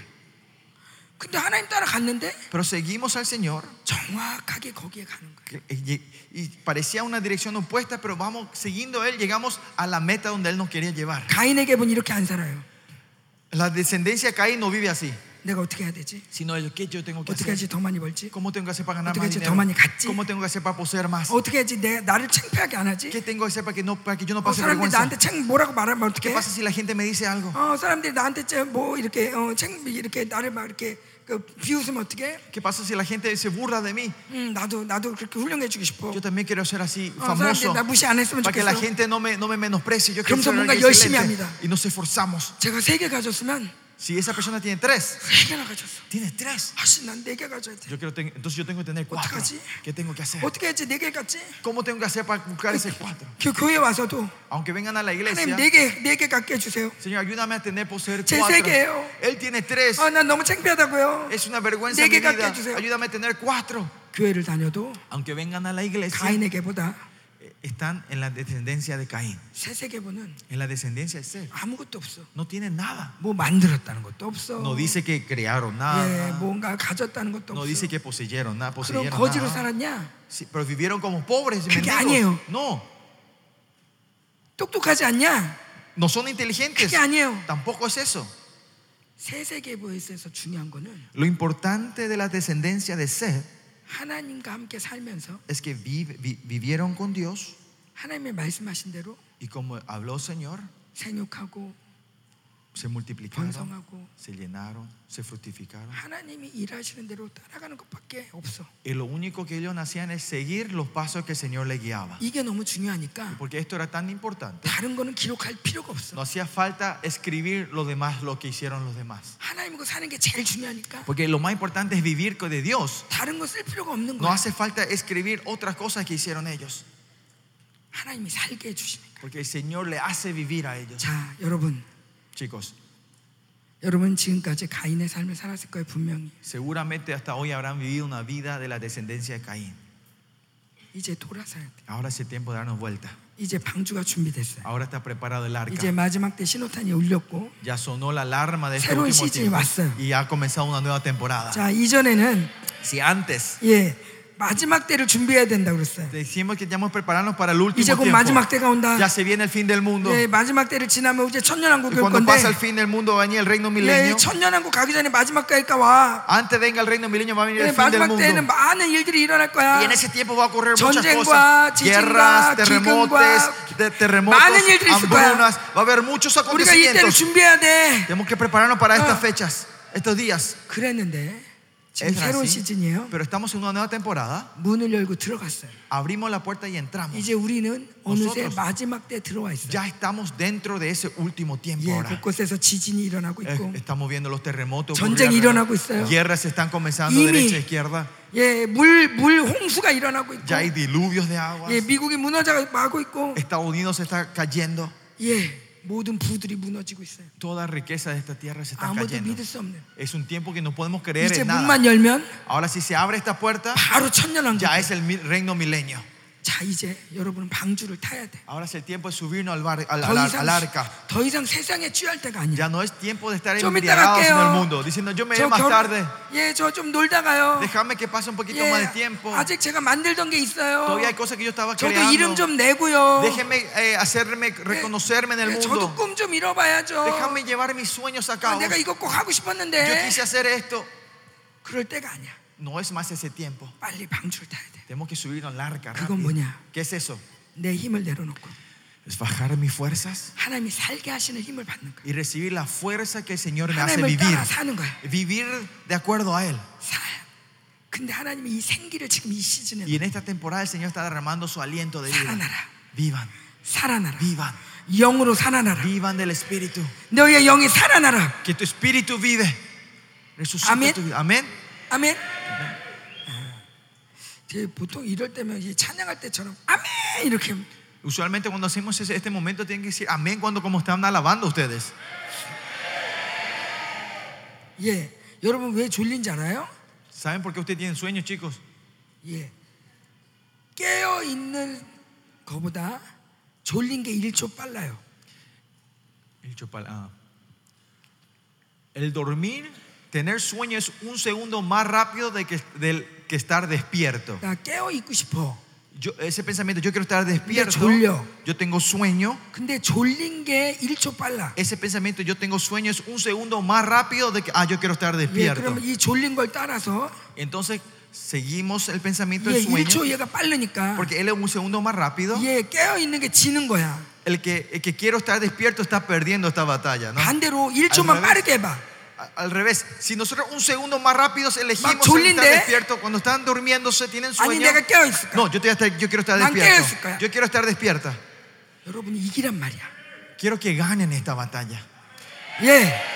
[SPEAKER 1] 근데 하나님 따라 갔는데
[SPEAKER 2] Pero seguimos al Señor.
[SPEAKER 1] 정확하게 거기에 가는 거예요.
[SPEAKER 2] que- Y, y parecía una dirección opuesta, pero vamos siguiendo a Él, llegamos a la meta donde Él nos quería llevar.
[SPEAKER 1] 가인에게 본 이렇게 안 살아요.
[SPEAKER 2] La descendencia de Caín no vive así.
[SPEAKER 1] 내가 어떻게 해야 되지?
[SPEAKER 2] sino el que yo tengo que
[SPEAKER 1] 어떻게 해야지
[SPEAKER 2] hacer.
[SPEAKER 1] 더 많이 벌지?
[SPEAKER 2] ¿Cómo tengo que hacer para Oh. ganar
[SPEAKER 1] 어떻게
[SPEAKER 2] más
[SPEAKER 1] 하지? 더
[SPEAKER 2] dinero?
[SPEAKER 1] 많이 갖지?
[SPEAKER 2] ¿Cómo tengo que hacer para poseer más?
[SPEAKER 1] 어떻게 해야지 내 나를 창피하게 안
[SPEAKER 2] ¿Qué
[SPEAKER 1] 하지?
[SPEAKER 2] tengo que hacer para que, no, para que yo no
[SPEAKER 1] 어,
[SPEAKER 2] pase
[SPEAKER 1] 사람들이
[SPEAKER 2] vergüenza?
[SPEAKER 1] 나한테 창 뭐라고 말하면 어떻게?
[SPEAKER 2] ¿Qué Oh. pasa si la gente me dice algo?
[SPEAKER 1] 어 사람들이 나한테 쟤뭐 이렇게 어창 이렇게 나를 막 이렇게 그 비웃으면 어떻게?
[SPEAKER 2] ¿Qué pasa si la gente se burla de mí?
[SPEAKER 1] 음 나도 나도 그렇게 훌륭해 주고 싶어.
[SPEAKER 2] Yo también quiero ser así,
[SPEAKER 1] 어,
[SPEAKER 2] famoso.
[SPEAKER 1] 사람들이 나 무시 안 했으면
[SPEAKER 2] Para este que la
[SPEAKER 1] 좋겠어.
[SPEAKER 2] gente no me, no me menosprecie. Yo quiero
[SPEAKER 1] 그러면서
[SPEAKER 2] ser
[SPEAKER 1] 뭔가
[SPEAKER 2] alguien
[SPEAKER 1] 열심히
[SPEAKER 2] excelente.
[SPEAKER 1] 합니다.
[SPEAKER 2] Y nos esforzamos.
[SPEAKER 1] 제가 세 개 가졌으면
[SPEAKER 2] Si esa persona tiene tres,
[SPEAKER 1] 세 개나 가졌어.
[SPEAKER 2] tiene tres.
[SPEAKER 1] 아씨 난 네 개 가져야 돼.
[SPEAKER 2] Yo quiero ten- entonces yo tengo que tener cuatro.
[SPEAKER 1] 어떡하지?
[SPEAKER 2] ¿Qué tengo que hacer?
[SPEAKER 1] 어떻게 해야지 네 개 갔지?
[SPEAKER 2] ¿Cómo tengo que hacer para buscar ese cuatro?
[SPEAKER 1] 교, 교회 와서도
[SPEAKER 2] Aunque vengan a la
[SPEAKER 1] 하나님
[SPEAKER 2] iglesia,
[SPEAKER 1] 네개네개 갖게 해주세요.
[SPEAKER 2] Señor, ayúdame a tener poseer
[SPEAKER 1] 제
[SPEAKER 2] cuatro.
[SPEAKER 1] 세 개예요.
[SPEAKER 2] Él tiene tres.
[SPEAKER 1] 아난 너무 창피하다고요.
[SPEAKER 2] Es una vergüenza
[SPEAKER 1] 네
[SPEAKER 2] mi
[SPEAKER 1] 개가
[SPEAKER 2] vida.
[SPEAKER 1] 깨주세요.
[SPEAKER 2] Ayúdame a tener cuatro.
[SPEAKER 1] 교회를 다녀도
[SPEAKER 2] Aunque vengan a la iglesia,
[SPEAKER 1] 가인에게보다
[SPEAKER 2] eh, están en la descendencia de Caín.
[SPEAKER 1] 새 세계보는
[SPEAKER 2] En la descendencia de Seth.
[SPEAKER 1] 아무것도 없어.
[SPEAKER 2] No tienen nada.
[SPEAKER 1] 뭐 만들었다는 것도 없어.
[SPEAKER 2] No dice que crearon
[SPEAKER 1] 예,
[SPEAKER 2] nada.
[SPEAKER 1] 뭔가 가졌다는 것도
[SPEAKER 2] No
[SPEAKER 1] 없어.
[SPEAKER 2] dice que poseyeron nada.
[SPEAKER 1] 그럼
[SPEAKER 2] Poseyeron
[SPEAKER 1] 거지로
[SPEAKER 2] nada.
[SPEAKER 1] 살았냐?
[SPEAKER 2] Sí, pero vivieron como pobres.
[SPEAKER 1] 그게
[SPEAKER 2] mendigos.
[SPEAKER 1] 아니에요.
[SPEAKER 2] No,
[SPEAKER 1] 똑똑하지 않냐?
[SPEAKER 2] no son inteligentes.
[SPEAKER 1] 그게 아니에요.
[SPEAKER 2] Tampoco es eso.
[SPEAKER 1] 새 세계보에서 중요한 거는
[SPEAKER 2] Lo importante de la descendencia de Seth
[SPEAKER 1] 하나님과 함께 살면서
[SPEAKER 2] es que vive- vi- vivieron con Dios
[SPEAKER 1] 하나님의 말씀하신 대로
[SPEAKER 2] y como habló el Señor,
[SPEAKER 1] 생육하고
[SPEAKER 2] se multiplicaron,
[SPEAKER 1] 번성하고
[SPEAKER 2] se llenaron, se fructificaron.
[SPEAKER 1] 하나님이 일하시는 대로 따라가는 것밖에 없어.
[SPEAKER 2] Y lo único que ellos hacían es seguir los pasos que el Señor les guiaba.
[SPEAKER 1] 이게 너무 중요하니까
[SPEAKER 2] Porque esto era tan importante.
[SPEAKER 1] 다른 거는 기록할 필요가
[SPEAKER 2] No
[SPEAKER 1] 없어.
[SPEAKER 2] hacía falta escribir lo demás, lo que hicieron los demás.
[SPEAKER 1] 하나님과 사는 게 제일 중요하니까
[SPEAKER 2] Porque lo más importante es vivir con de Dios.
[SPEAKER 1] 다른 거 쓸 필요가 없는
[SPEAKER 2] No
[SPEAKER 1] 거야.
[SPEAKER 2] hace falta escribir otras cosas que hicieron ellos.
[SPEAKER 1] 하나님이 살게 해주시는 거야.
[SPEAKER 2] Porque el Señor le hace vivir a ellos.
[SPEAKER 1] 자, 여러분,
[SPEAKER 2] Chicos,
[SPEAKER 1] 여러분 지금까지 가인의 삶을 살았을 거예요 분명히.
[SPEAKER 2] seguramente hasta hoy habrán vivido una vida de la descendencia de Caín.
[SPEAKER 1] 이제 돌아서야 돼.
[SPEAKER 2] Ahora es el tiempo de darnos vuelta.
[SPEAKER 1] 이제 방주가 준비됐어요.
[SPEAKER 2] Ahora está preparado el
[SPEAKER 1] 이제
[SPEAKER 2] arca.
[SPEAKER 1] 마지막 때 신호탄이 울렸고,
[SPEAKER 2] Ya sonó la alarma de este
[SPEAKER 1] 새로운
[SPEAKER 2] último
[SPEAKER 1] 시즌이
[SPEAKER 2] tiempo.
[SPEAKER 1] 왔어요.
[SPEAKER 2] Y ha comenzado una nueva temporada.
[SPEAKER 1] 자 이전에는
[SPEAKER 2] Si antes
[SPEAKER 1] 예 마지막 때를 준비해야 된다고 그랬어요.
[SPEAKER 2] Te decimos que tenemos que prepararnos para el último
[SPEAKER 1] 이제 곧 마지막
[SPEAKER 2] tiempo.
[SPEAKER 1] 때가 온다.
[SPEAKER 2] Ya se viene el fin del mundo.
[SPEAKER 1] 예, 마지막 때를 지나면 이제
[SPEAKER 2] Y
[SPEAKER 1] 천년왕국이 올
[SPEAKER 2] cuando
[SPEAKER 1] 건데
[SPEAKER 2] pasa el fin del mundo va a venir el reino
[SPEAKER 1] 예,
[SPEAKER 2] milenio.
[SPEAKER 1] 이 천년왕국 가기 전에 마지막 때니까 와.
[SPEAKER 2] Antes venga el reino milenio va a venir
[SPEAKER 1] 예,
[SPEAKER 2] el fin del
[SPEAKER 1] 마지막
[SPEAKER 2] mundo.
[SPEAKER 1] 때에는 많은 일들이 일어날 거야.
[SPEAKER 2] Y en ese tiempo va a ocurrir muchas
[SPEAKER 1] 전쟁과
[SPEAKER 2] cosas:
[SPEAKER 1] 지진과
[SPEAKER 2] guerras, terremotes,
[SPEAKER 1] 기근과
[SPEAKER 2] de- terremotos,
[SPEAKER 1] 많은 일들이 있을 거야.
[SPEAKER 2] hambrunas. Va a haber muchos
[SPEAKER 1] 우리가 이때를
[SPEAKER 2] acontecimientos.
[SPEAKER 1] 준비해야 돼.
[SPEAKER 2] Tenemos que prepararnos para
[SPEAKER 1] Ah.
[SPEAKER 2] estas fechas, estos días.
[SPEAKER 1] 그랬는데 지금
[SPEAKER 2] Es
[SPEAKER 1] 새로운
[SPEAKER 2] así,
[SPEAKER 1] 시즌이에요.
[SPEAKER 2] pero estamos en una nueva temporada.
[SPEAKER 1] 문을 열고 들어갔어요.
[SPEAKER 2] Abrimos la puerta y entramos.
[SPEAKER 1] 이제 우리는 어느새
[SPEAKER 2] Nosotros.
[SPEAKER 1] 마지막 때 들어와 있어요.
[SPEAKER 2] Ya estamos dentro de ese último tiempo
[SPEAKER 1] 예,
[SPEAKER 2] ahora.
[SPEAKER 1] 곳곳에서 지진이 일어나고
[SPEAKER 2] Eh,
[SPEAKER 1] 있고,
[SPEAKER 2] Estamos viendo los terremotos.
[SPEAKER 1] 전쟁이
[SPEAKER 2] ocurrir alrededor.
[SPEAKER 1] 일어나고 있어요.
[SPEAKER 2] Guerras se están comenzando
[SPEAKER 1] 이미-
[SPEAKER 2] derecha e izquierda.
[SPEAKER 1] 예, 물, 물 홍수가 일어나고 있고,
[SPEAKER 2] Ya hay diluvios de agua.
[SPEAKER 1] 예, 미국이 무너져가고 있고,
[SPEAKER 2] Estados Unidos se está cayendo.
[SPEAKER 1] 예, 모든 부들이 무너지고 있어요.
[SPEAKER 2] Toda riqueza de esta tierra se está
[SPEAKER 1] 아무도
[SPEAKER 2] cayendo.
[SPEAKER 1] 믿을 수 없는.
[SPEAKER 2] Es un tiempo que no podemos creer
[SPEAKER 1] 이제
[SPEAKER 2] en nada.
[SPEAKER 1] 문만 열면
[SPEAKER 2] Ahora si se abre esta puerta,
[SPEAKER 1] 바로 천년왕국.
[SPEAKER 2] ya es el mi- reino milenio.
[SPEAKER 1] 자, 이제 여러분은 방주를 타야 돼.
[SPEAKER 2] Ahora es el tiempo de subirnos al, bar- al- al-
[SPEAKER 1] 더 이상,
[SPEAKER 2] al arca.
[SPEAKER 1] 더 i상 세상에 취할 때가 아니야.
[SPEAKER 2] Ya no es tiempo de estar
[SPEAKER 1] Yo me
[SPEAKER 2] embriagados en
[SPEAKER 1] tarasqueo.
[SPEAKER 2] el mundo, diciendo yo me iré
[SPEAKER 1] 저
[SPEAKER 2] más
[SPEAKER 1] 결-
[SPEAKER 2] tarde.
[SPEAKER 1] 예, 저 좀 놀다가요.
[SPEAKER 2] Déjame que pase un poquito más de
[SPEAKER 1] 예,
[SPEAKER 2] tiempo.
[SPEAKER 1] 아직 제가 만들던 게 있어요.
[SPEAKER 2] Todavía hay cosas que yo estaba
[SPEAKER 1] 저도 이름
[SPEAKER 2] creando.
[SPEAKER 1] 좀 내고요.
[SPEAKER 2] Déjeme eh, hacerme reconocerme en el
[SPEAKER 1] 예, 저도
[SPEAKER 2] mundo.
[SPEAKER 1] 꿈 좀 잃어봐야죠.
[SPEAKER 2] Déjame llevar mis sueños a
[SPEAKER 1] 아,
[SPEAKER 2] cabo.
[SPEAKER 1] 네, 내가 이거 꼭 하고
[SPEAKER 2] Yo
[SPEAKER 1] 싶었는데
[SPEAKER 2] quise hacer esto.
[SPEAKER 1] 그럴 때가 아니야.
[SPEAKER 2] No es más ese tiempo.
[SPEAKER 1] 빨리 방주를 타야 돼.
[SPEAKER 2] Tenemos que subirnos al arca.
[SPEAKER 1] 그건
[SPEAKER 2] rápido.
[SPEAKER 1] 뭐냐?
[SPEAKER 2] ¿Qué es eso?
[SPEAKER 1] 내 힘을 내려놓고
[SPEAKER 2] Es bajar mis fuerzas
[SPEAKER 1] 하나님이 살게 하시는 힘을 받는 거야.
[SPEAKER 2] y recibir la fuerza que el Señor me hace
[SPEAKER 1] 하나님을
[SPEAKER 2] vivir.
[SPEAKER 1] 따라 사는 거야.
[SPEAKER 2] Vivir de acuerdo a Él.
[SPEAKER 1] 사. 근데 하나님이 이 생기를 지금 이 시즌에
[SPEAKER 2] Y en esta temporada el Señor está derramando su aliento de vida.
[SPEAKER 1] 살아나라.
[SPEAKER 2] Vivan,
[SPEAKER 1] 살아나라.
[SPEAKER 2] vivan,
[SPEAKER 1] 영으로 살아나라.
[SPEAKER 2] vivan del Espíritu.
[SPEAKER 1] 너희의 영이 살아나라.
[SPEAKER 2] Que tu Espíritu vive. Resucita
[SPEAKER 1] Amén.
[SPEAKER 2] tu vida. Amén.
[SPEAKER 1] 아멘. 아, 되게 보통 이럴 때면 이 찬양할 때처럼 아멘 이렇게 하면
[SPEAKER 2] Usualmente cuando hacemos ese- este momento tienen que decir amén cuando como están alabando ustedes.
[SPEAKER 1] 예 여러분 왜 졸린지 알아요?
[SPEAKER 2] ¿Saben por qué ustedes tienen sueños, chicos?
[SPEAKER 1] 예 깨어 있는 거보다 졸린 게 1초 빨라요.
[SPEAKER 2] El, chopal- ah. El dormir, tener sueño es un segundo más rápido de que, del, que estar despierto.
[SPEAKER 1] 나 깨어 있고 싶어.
[SPEAKER 2] Yo- ese pensamiento, yo quiero estar despierto,
[SPEAKER 1] 졸려.
[SPEAKER 2] yo tengo sueño.
[SPEAKER 1] 근데 졸린 게 1초 빨라.
[SPEAKER 2] Ese pensamiento, yo tengo sueño, es un segundo más rápido de que, ah, yo quiero estar
[SPEAKER 1] 예,
[SPEAKER 2] despierto.
[SPEAKER 1] 그러면 이 졸린 걸 따라서
[SPEAKER 2] Entonces, seguimos el pensamiento
[SPEAKER 1] 예,
[SPEAKER 2] del sueño,
[SPEAKER 1] 1초 얘가 빠르니까
[SPEAKER 2] porque él es un segundo más rápido.
[SPEAKER 1] 예, 깨어 있는 게 지는 거야.
[SPEAKER 2] El que, el que quiero estar despierto está perdiendo esta batalla, ¿no?
[SPEAKER 1] 반대로 1초만
[SPEAKER 2] revés.
[SPEAKER 1] 빠르게 해봐.
[SPEAKER 2] A- Al revés, si nosotros un segundo más rápido
[SPEAKER 1] Más
[SPEAKER 2] elegimos
[SPEAKER 1] chulín
[SPEAKER 2] estar
[SPEAKER 1] de-
[SPEAKER 2] despierto, cuando están durmiéndose, tienen
[SPEAKER 1] 아니
[SPEAKER 2] sueño.
[SPEAKER 1] 내가 깨어 있을까?
[SPEAKER 2] No, yo, te voy a estar- yo quiero estar
[SPEAKER 1] Man,
[SPEAKER 2] despierto.
[SPEAKER 1] ¿qué es, cara?
[SPEAKER 2] Yo quiero estar despierta.
[SPEAKER 1] 여러분 이기란 말이야.
[SPEAKER 2] Quiero que ganen esta batalla.
[SPEAKER 1] 예.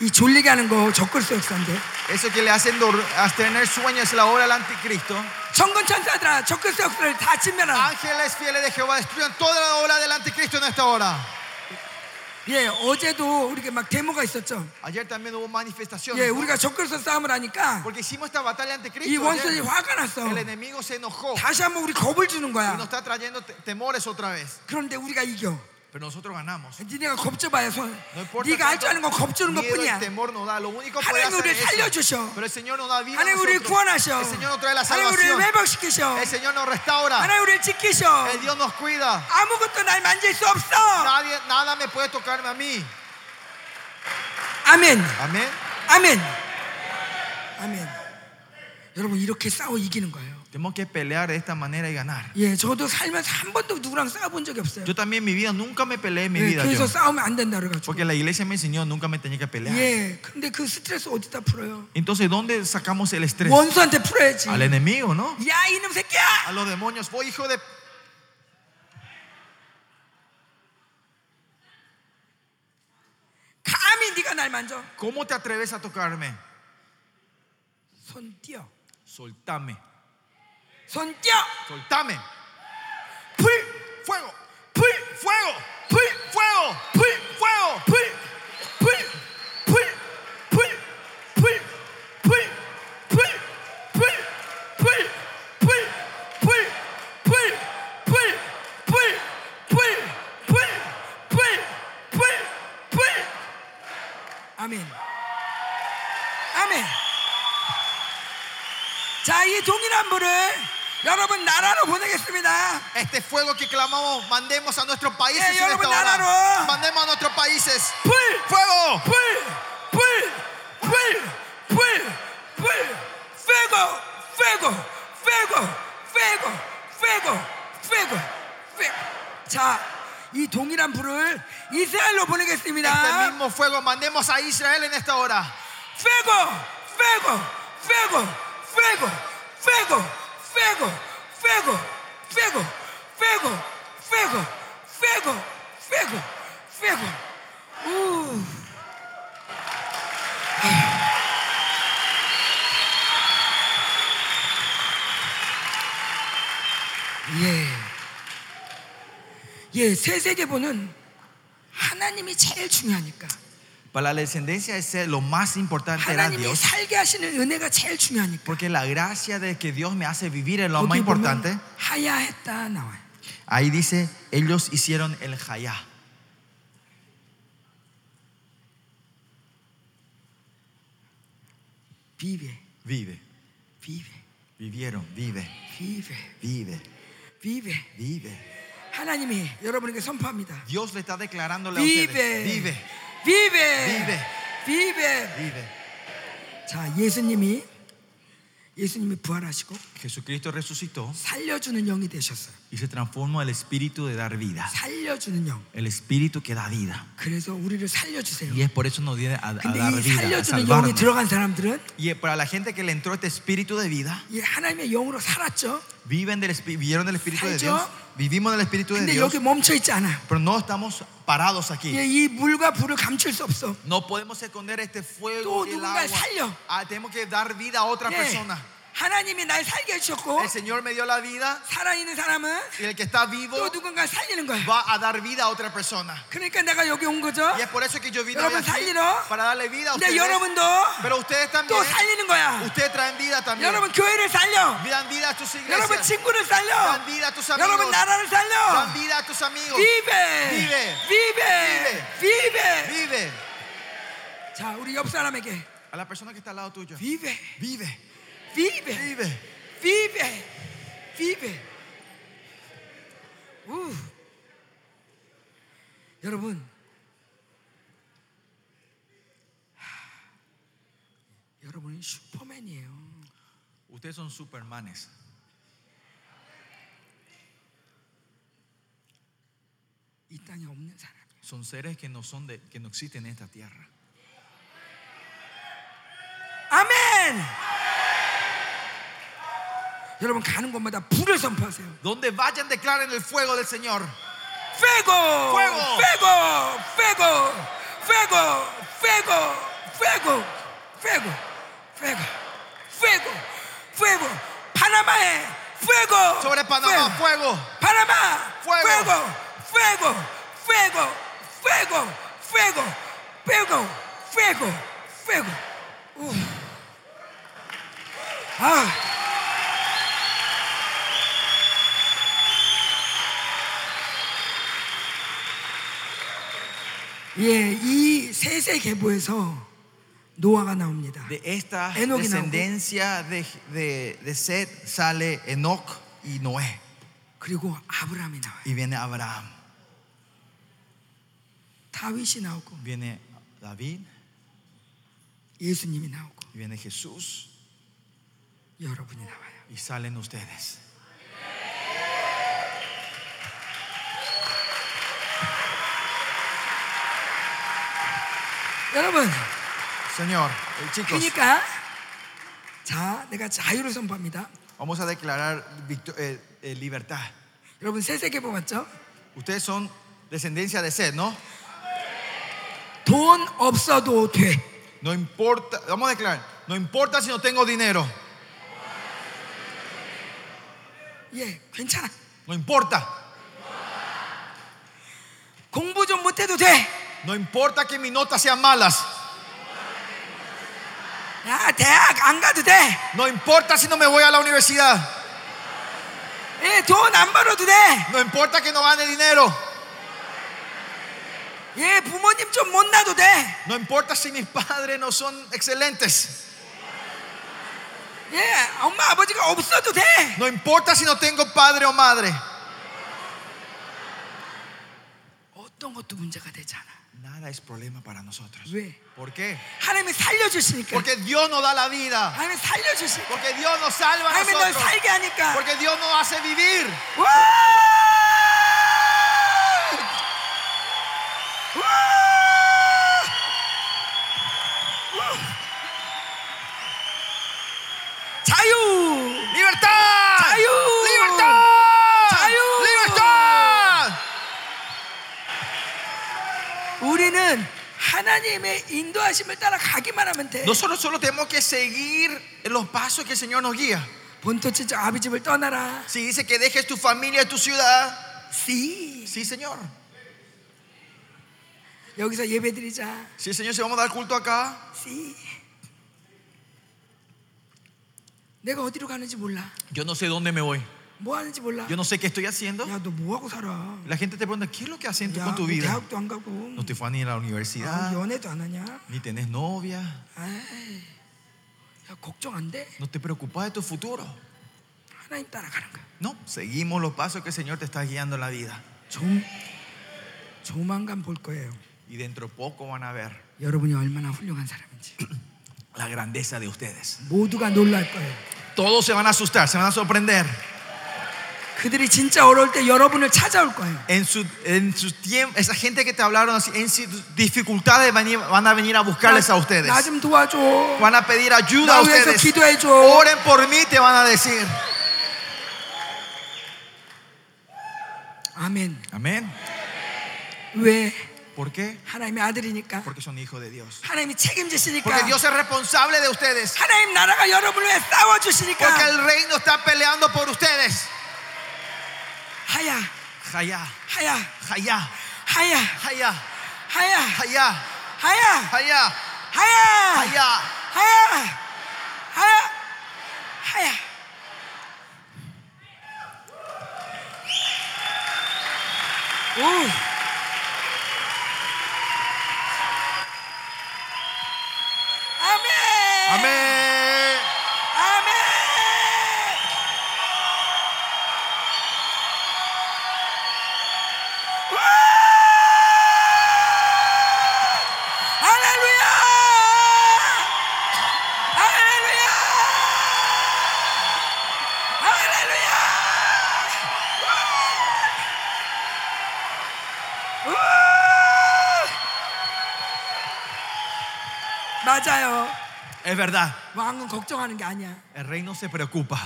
[SPEAKER 1] 이 졸리게 하는 거 적글수 역사인데.
[SPEAKER 2] Eso que le hacen dor- a tener sueño es la obra del anticristo.
[SPEAKER 1] 정권 천사들아 적글수 역사를 다 침면하라.
[SPEAKER 2] Ángeles fieles de Jehová destruyan toda la obra del anticristo en esta hora.
[SPEAKER 1] 예, 어제도 우리가 막 데모가 있었죠.
[SPEAKER 2] Ayer también hubo manifestaciones.
[SPEAKER 1] 예,
[SPEAKER 2] ¿no?
[SPEAKER 1] 우리가 적글수 싸움을 하니까
[SPEAKER 2] Porque hicimos esta batalla
[SPEAKER 1] 이
[SPEAKER 2] anticristo.
[SPEAKER 1] 원수들이
[SPEAKER 2] ayer.
[SPEAKER 1] 화가 났어.
[SPEAKER 2] El enemigo se enojó y
[SPEAKER 1] 다시 한번 우리 겁을 주는
[SPEAKER 2] nos
[SPEAKER 1] 거야.
[SPEAKER 2] está trayendo te- temores otra vez.
[SPEAKER 1] 그런데 우리가 이겨.
[SPEAKER 2] Pero nosotros ganamos.
[SPEAKER 1] 니네가 겁줘봐야 손.
[SPEAKER 2] No importa
[SPEAKER 1] 네가 할 줄 아는
[SPEAKER 2] cuánto
[SPEAKER 1] 건 겁주는
[SPEAKER 2] miedo y
[SPEAKER 1] 것뿐이야.
[SPEAKER 2] temor nos da, lo único que puede
[SPEAKER 1] 하나님
[SPEAKER 2] hacer
[SPEAKER 1] 우리를
[SPEAKER 2] es eso.
[SPEAKER 1] 살려주셔.
[SPEAKER 2] Pero el Señor nos da vida. a
[SPEAKER 1] 하나님 우리를
[SPEAKER 2] nosotros.
[SPEAKER 1] 구원하셔.
[SPEAKER 2] El Señor nos trae la
[SPEAKER 1] 하나님 우리를
[SPEAKER 2] salvación.
[SPEAKER 1] 회복시키셔.
[SPEAKER 2] El Señor nos restaura.
[SPEAKER 1] 하나님 우리를 지키셔.
[SPEAKER 2] El Dios nos cuida.
[SPEAKER 1] 아무것도 날 만질 수 없어.
[SPEAKER 2] Nadie, nada me puede tocarme a mí.
[SPEAKER 1] 아멘.
[SPEAKER 2] Amén.
[SPEAKER 1] 아멘. 아멘. 여러분 이렇게 싸워 이기는 거예요.
[SPEAKER 2] Tenemos que pelear de esta manera y ganar.
[SPEAKER 1] 예, 저도 살면서 한 번도 누구랑 싸워본 적이 없어요.
[SPEAKER 2] Yo también en mi vida nunca me peleé en mi
[SPEAKER 1] 예,
[SPEAKER 2] vida.
[SPEAKER 1] 그래서
[SPEAKER 2] yo.
[SPEAKER 1] 싸우면 안 된다 그래가지고.
[SPEAKER 2] Porque la iglesia me enseñó nunca me tenía que pelear.
[SPEAKER 1] 예, 근데 그 스트레스 어디다 풀어요?
[SPEAKER 2] Entonces, ¿dónde sacamos el estrés?
[SPEAKER 1] 원수한테 풀어야지.
[SPEAKER 2] Al enemigo, ¿no?
[SPEAKER 1] 야 이놈 새끼야!
[SPEAKER 2] A los demonios. Voy, hijo de.
[SPEAKER 1] 감히 네가 날 만져.
[SPEAKER 2] ¿Cómo te atreves a tocarme?
[SPEAKER 1] 손 띄어.
[SPEAKER 2] Soltame.
[SPEAKER 1] 손 띄어.
[SPEAKER 2] Soltame.
[SPEAKER 1] 풀,
[SPEAKER 2] Fuego.
[SPEAKER 1] 풀,
[SPEAKER 2] Fuego.
[SPEAKER 1] 풀,
[SPEAKER 2] Fuego.
[SPEAKER 1] 풀,
[SPEAKER 2] Fuego.
[SPEAKER 1] 풀, 풀, 풀, 풀, 풀, 풀, 풀, 풀, 풀, 풀, 풀, 풀, 풀, 풀, 풀, 풀, 풀, 풀, 풀. 아멘. 아멘. 자, 이 이 동일한 불을 여러분 나라로 보내겠습니다.
[SPEAKER 3] Este fuego que clamamos, mandemos a nuestros países
[SPEAKER 1] Eh, yo
[SPEAKER 3] en
[SPEAKER 1] lo
[SPEAKER 3] esta
[SPEAKER 1] voy a dar,
[SPEAKER 3] hora.
[SPEAKER 1] oh.
[SPEAKER 3] Mandemos a nuestros países.
[SPEAKER 1] 불,
[SPEAKER 3] ¡Fuego!
[SPEAKER 1] 불, 불, 불, 불, 불, fuego, fuego, fuego, fuego, fuego, fuego, fuego. 자, 이 동일한 불을 이스라엘로
[SPEAKER 3] Este
[SPEAKER 1] 보내겠습니다.
[SPEAKER 3] mismo fuego, mandemos a Israel en esta hora.
[SPEAKER 1] fuego, fuego, fuego, fuego, fuego, fuego, fuego, fuego, fuego, fuego, fuego, fuego, fuego. Uh. 예. 예, 새 세계보는 하나님이 제일 중요하니까.
[SPEAKER 2] Para la descendencia de Seth, lo más importante era
[SPEAKER 1] 하나님이
[SPEAKER 2] Dios.
[SPEAKER 1] 살게 하시는 은혜가 제일 중요하니까.
[SPEAKER 2] Porque la gracia de que Dios me hace vivir es lo más
[SPEAKER 1] 거기 보면
[SPEAKER 2] importante.
[SPEAKER 1] 하야했다 나와요.
[SPEAKER 2] Ahí dice, ellos hicieron el Hayá.
[SPEAKER 1] Vive,
[SPEAKER 2] Vive,
[SPEAKER 1] vive,
[SPEAKER 2] vivieron, vive,
[SPEAKER 1] vive,
[SPEAKER 2] vive,
[SPEAKER 1] vive.
[SPEAKER 2] vive.
[SPEAKER 1] 하나님이 여러분에게 선포합니다.
[SPEAKER 2] Dios le está declarando a ustedes.
[SPEAKER 1] Vive,
[SPEAKER 2] Vive,
[SPEAKER 1] vive,
[SPEAKER 2] vive,
[SPEAKER 1] vive.
[SPEAKER 2] vive.
[SPEAKER 1] 자, 예수님이 예수님이 부활하시고
[SPEAKER 2] Jesucristo resucitó
[SPEAKER 1] 살려주는 영이 되셨어요.
[SPEAKER 2] y se transformó en el espíritu de dar vida.
[SPEAKER 1] 살려주는 영.
[SPEAKER 2] El espíritu que da vida.
[SPEAKER 1] 그래서 우리를 살려주세요.
[SPEAKER 2] Y es por eso nos viene a, a
[SPEAKER 1] 근데
[SPEAKER 2] dar
[SPEAKER 1] 이
[SPEAKER 2] vida, a
[SPEAKER 1] 살려주는 영이
[SPEAKER 2] salvarnos.
[SPEAKER 1] 들어간 사람들은
[SPEAKER 2] Y para la gente que le entró este espíritu de vida,
[SPEAKER 1] 이 하나님의 영으로 살았죠.
[SPEAKER 2] viven del, espi- vivieron del espíritu de
[SPEAKER 1] Ay,
[SPEAKER 2] Dios,
[SPEAKER 1] yo-
[SPEAKER 2] vivimos del espíritu de
[SPEAKER 1] 근데
[SPEAKER 2] Dios,
[SPEAKER 1] 여기 멈춰 있지 않아.
[SPEAKER 2] pero no estamos parados aquí.
[SPEAKER 1] 예, 이 물과 불을 감출 수 없어.
[SPEAKER 2] No podemos esconder este fuego
[SPEAKER 1] Tú,
[SPEAKER 2] y el
[SPEAKER 1] 누군가를
[SPEAKER 2] agua.
[SPEAKER 1] 살려.
[SPEAKER 3] Ah, tenemos que dar vida a otra
[SPEAKER 1] 예,
[SPEAKER 3] persona.
[SPEAKER 1] 하나님이 날 살게 해주셨고
[SPEAKER 2] 예.
[SPEAKER 3] El Señor me dio la vida
[SPEAKER 1] 살아있는 사람은
[SPEAKER 3] y el que está
[SPEAKER 2] 뭐?
[SPEAKER 3] vivo
[SPEAKER 1] 또 누군가 살리는 거야.
[SPEAKER 3] va a dar vida a otra persona.
[SPEAKER 1] 그러니까 내가 여기 온 거죠.
[SPEAKER 3] Y
[SPEAKER 2] 예.
[SPEAKER 3] es por eso que yo vine hoy
[SPEAKER 1] 여러분
[SPEAKER 3] aquí
[SPEAKER 1] 살리러.
[SPEAKER 3] para darle vida a
[SPEAKER 1] 근데
[SPEAKER 3] ustedes.
[SPEAKER 1] 여러분도
[SPEAKER 3] Pero ustedes también,
[SPEAKER 1] 또 살리는 거야.
[SPEAKER 3] ustedes traen vida
[SPEAKER 2] 예.
[SPEAKER 3] también.
[SPEAKER 1] 여러분 교회를 살려.
[SPEAKER 3] Dan vida a tus
[SPEAKER 1] 여러분
[SPEAKER 3] iglesias.
[SPEAKER 1] 친구를 살려.
[SPEAKER 3] Dan vida a tus
[SPEAKER 1] 여러분
[SPEAKER 3] amigos.
[SPEAKER 1] 나라를
[SPEAKER 3] Dan
[SPEAKER 1] 살려.
[SPEAKER 3] vida a tus amigos.
[SPEAKER 1] Vive.
[SPEAKER 3] Vive.
[SPEAKER 1] Vive. Vive.
[SPEAKER 3] Vive.
[SPEAKER 1] 자, 우리 옆 사람에게
[SPEAKER 3] A la persona que está al lado tuyo.
[SPEAKER 1] vive.
[SPEAKER 3] Vive.
[SPEAKER 1] Vive.
[SPEAKER 3] Vive.
[SPEAKER 1] Vive. Vive. 우. 여러분. 하, 여러분이 슈퍼맨이에요.
[SPEAKER 2] Ustedes son supermanes.
[SPEAKER 1] 이 땅에 없는 사람.
[SPEAKER 2] Son seres que no, son de, que no existen en esta tierra.
[SPEAKER 1] 아멘. 여러분 가는 곳마다 불을 선포하세요.
[SPEAKER 3] Donde vayan, declaren el fuego del Señor.
[SPEAKER 1] 페고,
[SPEAKER 3] Fuego.
[SPEAKER 1] 페고, 페고, 페고, 페고, 페고, 페고, 페고, 페고, 페고, 파나마에 페고.
[SPEAKER 3] Sobre Panamá, fuego.
[SPEAKER 1] 파나마,
[SPEAKER 3] Fuego.
[SPEAKER 1] 페고, 페고, 페고, 페고, 페고, 페고, 페고, 페고. 오. 아. 예, 이 세세 계보에서 노아가 나옵니다.
[SPEAKER 2] De esta
[SPEAKER 1] Enoch y
[SPEAKER 2] descendencia de, de, de Seth sale Enoch y Noé.
[SPEAKER 1] 그리고 아브라함이 나와요.
[SPEAKER 2] Y viene Abraham.
[SPEAKER 1] 다윗이 나오고
[SPEAKER 2] Viene David
[SPEAKER 1] 예수님이 나오고
[SPEAKER 2] y viene Jesús
[SPEAKER 1] 여러분이 나와요.
[SPEAKER 2] y salen ustedes.
[SPEAKER 1] 여러분,
[SPEAKER 3] Señor, eh, chicos,
[SPEAKER 1] 그러니까 자, 내가 자유를 선포합니다.
[SPEAKER 3] vamos a declarar victo- eh, eh, libertad.
[SPEAKER 1] 여러분 세세 계보 맞죠?
[SPEAKER 3] Ustedes son descendencia de sed, ¿no?
[SPEAKER 1] 돈 없어도 돼.
[SPEAKER 3] No importa, vamos a declarar, no importa si no tengo dinero,
[SPEAKER 1] 예, 괜찮아.
[SPEAKER 3] no importa,
[SPEAKER 1] 공부 좀 못해도 돼.
[SPEAKER 3] no importa que mis notas sean malas,
[SPEAKER 1] 야, 대학 안 가도 돼.
[SPEAKER 3] no importa si no me voy a la universidad,
[SPEAKER 1] 예, 돈 안 벌어도 돼.
[SPEAKER 3] no importa que no gane dinero,
[SPEAKER 1] 예, 부모님 좀 못나도 돼.
[SPEAKER 3] no importa si mis padres no son excelentes,
[SPEAKER 1] 예, 엄마 아버지가 없어도 돼.
[SPEAKER 2] No importa si no tengo padre o madre.
[SPEAKER 1] 어떤 것도 문제가 되지 않아.
[SPEAKER 2] Nada es problema para nosotros.
[SPEAKER 1] 왜?
[SPEAKER 2] ¿Por qué?
[SPEAKER 1] 하나님이 살려주시니까.
[SPEAKER 2] Porque Dios nos da la vida.
[SPEAKER 1] 하나님 살려주시니까.
[SPEAKER 2] Porque Dios nos salva a
[SPEAKER 1] 하나님이 널
[SPEAKER 2] nosotros.
[SPEAKER 1] 살게 하니까.
[SPEAKER 2] Porque Dios nos hace vivir.
[SPEAKER 1] 와! 와! 와! 자유!
[SPEAKER 2] ¡Libertad!
[SPEAKER 1] ¡Chayú!
[SPEAKER 2] ¡Libertad!
[SPEAKER 1] ¡Chayú!
[SPEAKER 2] ¡Libertad!
[SPEAKER 1] 우리는 하나님의 인도하심을 따라 가기만 하면 돼.
[SPEAKER 2] Nosotros solo tenemos que seguir los pasos que el Señor nos guía.
[SPEAKER 1] 본토 진짜 아비 집을 떠나라.
[SPEAKER 2] Si dice que dejes tu familia y tu ciudad,
[SPEAKER 1] 씨.
[SPEAKER 2] sí, Señor.
[SPEAKER 1] 여기서 예배드리자.
[SPEAKER 2] Sí, Señor, si vamos a dar culto acá,
[SPEAKER 1] 씨. 내가 어디로 가는지 몰라.
[SPEAKER 2] yo no sé dónde me voy.
[SPEAKER 1] 뭐 하는지 몰라.
[SPEAKER 2] Yo no sé qué estoy haciendo.
[SPEAKER 1] 야, 너 뭐 하고 살아?
[SPEAKER 2] La gente te pregunta, ¿qué es lo que haces tú
[SPEAKER 1] 야,
[SPEAKER 2] con tu
[SPEAKER 1] 뭐
[SPEAKER 2] vida?
[SPEAKER 1] 대학도 안 가고
[SPEAKER 2] No te fue ni a la
[SPEAKER 1] 아,
[SPEAKER 2] universidad,
[SPEAKER 1] 연애도 안 하냐?
[SPEAKER 2] ni tenés novia.
[SPEAKER 1] 에이, 야, 걱정 안 돼.
[SPEAKER 2] No te preocupas de tu futuro.
[SPEAKER 1] 하나님 따라가는 거야.
[SPEAKER 2] No, seguimos los pasos que el Señor te está guiando en la vida.
[SPEAKER 1] 좀 조만간 볼 거예요.
[SPEAKER 2] Y dentro poco van a ver
[SPEAKER 1] 여러분이 얼마나 훌륭한 사람인지
[SPEAKER 2] la grandeza de ustedes.
[SPEAKER 1] 모두가 놀랄 거예요.
[SPEAKER 2] Todos se van a asustar, se van a sorprender.
[SPEAKER 1] 그들이 진짜 어려울 때 여러분을 찾아올 거예요.
[SPEAKER 2] En su, en su tiempo, esa gente que te hablaron así, en sus dificultades van a ir- van a venir a buscarles a ustedes.
[SPEAKER 1] 나 좀 도와줘.
[SPEAKER 2] Van a pedir ayuda a
[SPEAKER 1] 나 위해서
[SPEAKER 2] ustedes.
[SPEAKER 1] 기도해 줘.
[SPEAKER 2] Oren por mí, te van a decir.
[SPEAKER 1] 아멘.
[SPEAKER 2] Amén.
[SPEAKER 1] 왜?
[SPEAKER 2] ¿Por qué?
[SPEAKER 1] 하나님의 아들이니까.
[SPEAKER 2] Porque son hijos de Dios.
[SPEAKER 1] 하나님이
[SPEAKER 2] Porque
[SPEAKER 1] 책임지시니까.
[SPEAKER 2] Dios es responsable de ustedes.
[SPEAKER 1] 하나님 나라가 여러분을 위해 싸워
[SPEAKER 2] Porque
[SPEAKER 1] 주시니까.
[SPEAKER 2] el reino está peleando por ustedes.
[SPEAKER 1] 하야,
[SPEAKER 2] Jayá,
[SPEAKER 1] 하야,
[SPEAKER 2] Jayá,
[SPEAKER 1] 하야,
[SPEAKER 2] Jayá,
[SPEAKER 1] 하야,
[SPEAKER 2] Jayá,
[SPEAKER 1] 하야, 하야.
[SPEAKER 2] Jayá, Jayá.
[SPEAKER 1] 하야 하야 하야 오 아멘
[SPEAKER 2] Amén.
[SPEAKER 1] 아멘 와! 할렐루야 할렐루야 할렐루야 와! 와! 맞아요.
[SPEAKER 2] Es verdad,
[SPEAKER 1] 왕은 걱정하는 게 아니야.
[SPEAKER 2] el reino se preocupa.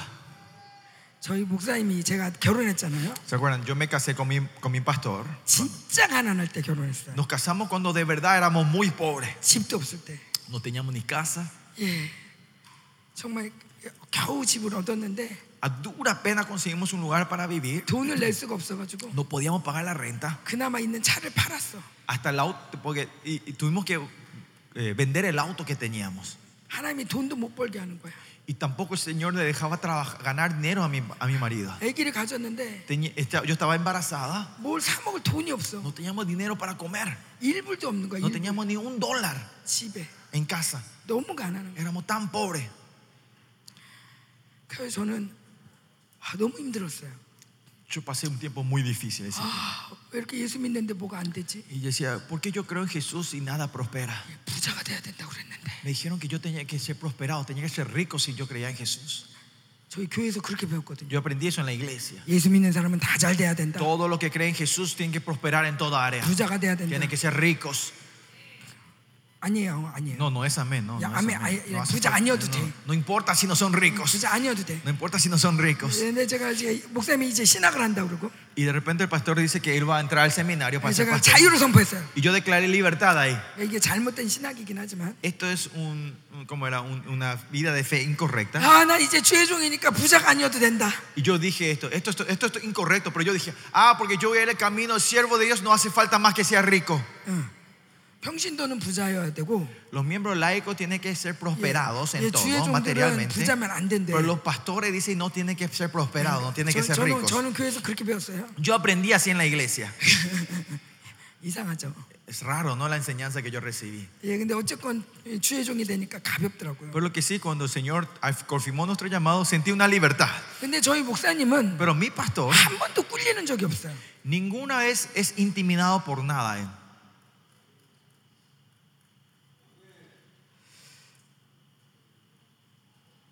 [SPEAKER 1] 저희 목사님이 제가 결혼했잖아요.
[SPEAKER 2] ¿Se acuerdan? Yo me casé con mi, con mi pastor.
[SPEAKER 1] 진짜 가난할 때 결혼했어요.
[SPEAKER 2] Nos casamos cuando de verdad éramos muy pobres.
[SPEAKER 1] 집도 없을 때.
[SPEAKER 2] No teníamos ni casa.
[SPEAKER 1] 예. 정말 겨우 집을 얻었는데
[SPEAKER 2] A dura pena conseguimos un lugar para vivir.
[SPEAKER 1] 돈을 낼 수가 없어가지고
[SPEAKER 2] No podíamos pagar la renta.
[SPEAKER 1] 그나마 있는 차를 팔았어.
[SPEAKER 2] Hasta el auto, porque y- y tuvimos que eh, vender el auto que teníamos.
[SPEAKER 1] 하나님이 돈도 못 벌게 하는 거야.
[SPEAKER 2] Y tampoco el Señor le dejaba trabajar- ganar dinero a mi, a mi marido.
[SPEAKER 1] 아기를 가졌는데
[SPEAKER 2] Tenía- esta- yo estaba embarazada.
[SPEAKER 1] 뭘 사 먹을 돈이 없어.
[SPEAKER 2] No teníamos dinero para comer.
[SPEAKER 1] 일불도 없는 거야.
[SPEAKER 2] No
[SPEAKER 1] 일불.
[SPEAKER 2] teníamos ni un dólar
[SPEAKER 1] 집에
[SPEAKER 2] en casa.
[SPEAKER 1] 너무 가난한 거야.
[SPEAKER 2] Éramos tan pobres.
[SPEAKER 1] 그래서 저는 아, 너무 힘들었어요.
[SPEAKER 2] Yo pasé un tiempo muy difícil. ese.
[SPEAKER 1] 아, 왜 이렇게 예수 믿는데 뭐가 안 되지?
[SPEAKER 2] Y yo decía, ¿por qué yo creo en Jesús y nada prospera?
[SPEAKER 1] 부자가 돼야 된다고 그랬는데
[SPEAKER 2] Me dijeron que yo tenía que ser prosperado, tenía que ser rico si yo creía en Jesús.
[SPEAKER 1] 저희 교회에서 그렇게 배웠거든요.
[SPEAKER 2] Yo aprendí eso en la iglesia.
[SPEAKER 1] 예수 믿는 사람은 다 잘 돼야 된다.
[SPEAKER 2] Todo lo que cree en Jesús tiene que prosperar en toda área.
[SPEAKER 1] 부자가 돼야 된다.
[SPEAKER 2] Tienen que ser ricos.
[SPEAKER 1] 아니에요, 아니에요.
[SPEAKER 2] No, no es amén. No,
[SPEAKER 1] Ya,
[SPEAKER 2] no, es
[SPEAKER 1] amén.
[SPEAKER 2] amén.
[SPEAKER 1] Ay,
[SPEAKER 2] No hace
[SPEAKER 1] 부자
[SPEAKER 2] falta-
[SPEAKER 1] 아니어도 돼.
[SPEAKER 2] no, no importa si no son ricos.
[SPEAKER 1] 부자 아니어도 돼.
[SPEAKER 2] No importa si no son ricos.
[SPEAKER 1] 근데 제가 이제 목사님이 이제 신학을 한다 고 그러고
[SPEAKER 2] Y de repente el pastor dice que él va a entrar al seminario para ser
[SPEAKER 1] 제가
[SPEAKER 2] pastor.
[SPEAKER 1] 자유를 선포했어요.
[SPEAKER 2] Y yo declaré libertad ahí.
[SPEAKER 1] 이게 잘못된 신학이긴 하지만
[SPEAKER 2] Esto es un, un- ¿cómo era? Un- una vida de fe incorrecta.
[SPEAKER 1] 아, 나 이제 주의 종이니까 부자가 아니어도 된다.
[SPEAKER 2] Y yo dije esto esto, esto, esto es incorrecto, pero yo dije, ah, porque yo voy a ir el camino, el siervo de Dios no hace falta más que sea rico.
[SPEAKER 1] 응. 평신도는 부자여야 되고
[SPEAKER 2] Los miembros laicos tienen que ser prosperados
[SPEAKER 1] 예,
[SPEAKER 2] en
[SPEAKER 1] 주의 종들은
[SPEAKER 2] todo, materialmente.
[SPEAKER 1] 부자면 안 된대.
[SPEAKER 2] Pero los pastores dicen no tienen que ser prosperados, no tienen que
[SPEAKER 1] 저,
[SPEAKER 2] ser
[SPEAKER 1] 저는
[SPEAKER 2] ricos.
[SPEAKER 1] 저는 교회에서 그렇게 배웠어요.
[SPEAKER 2] Yo aprendí así en la iglesia.
[SPEAKER 1] 이상하죠.
[SPEAKER 2] Es raro, ¿no? La enseñanza que yo recibí.
[SPEAKER 1] 예, 근데 어쨌건 이 주의 종이 되니까 가볍더라고요.
[SPEAKER 2] Pero lo que sí, cuando el Señor confirmó nuestro llamado, sentí una libertad.
[SPEAKER 1] 근데 저희 목사님은
[SPEAKER 2] Pero mi pastor
[SPEAKER 1] 한 번도 꿀리는 적이 없어요.
[SPEAKER 2] ninguna vez es intimidado por nada. ¿eh?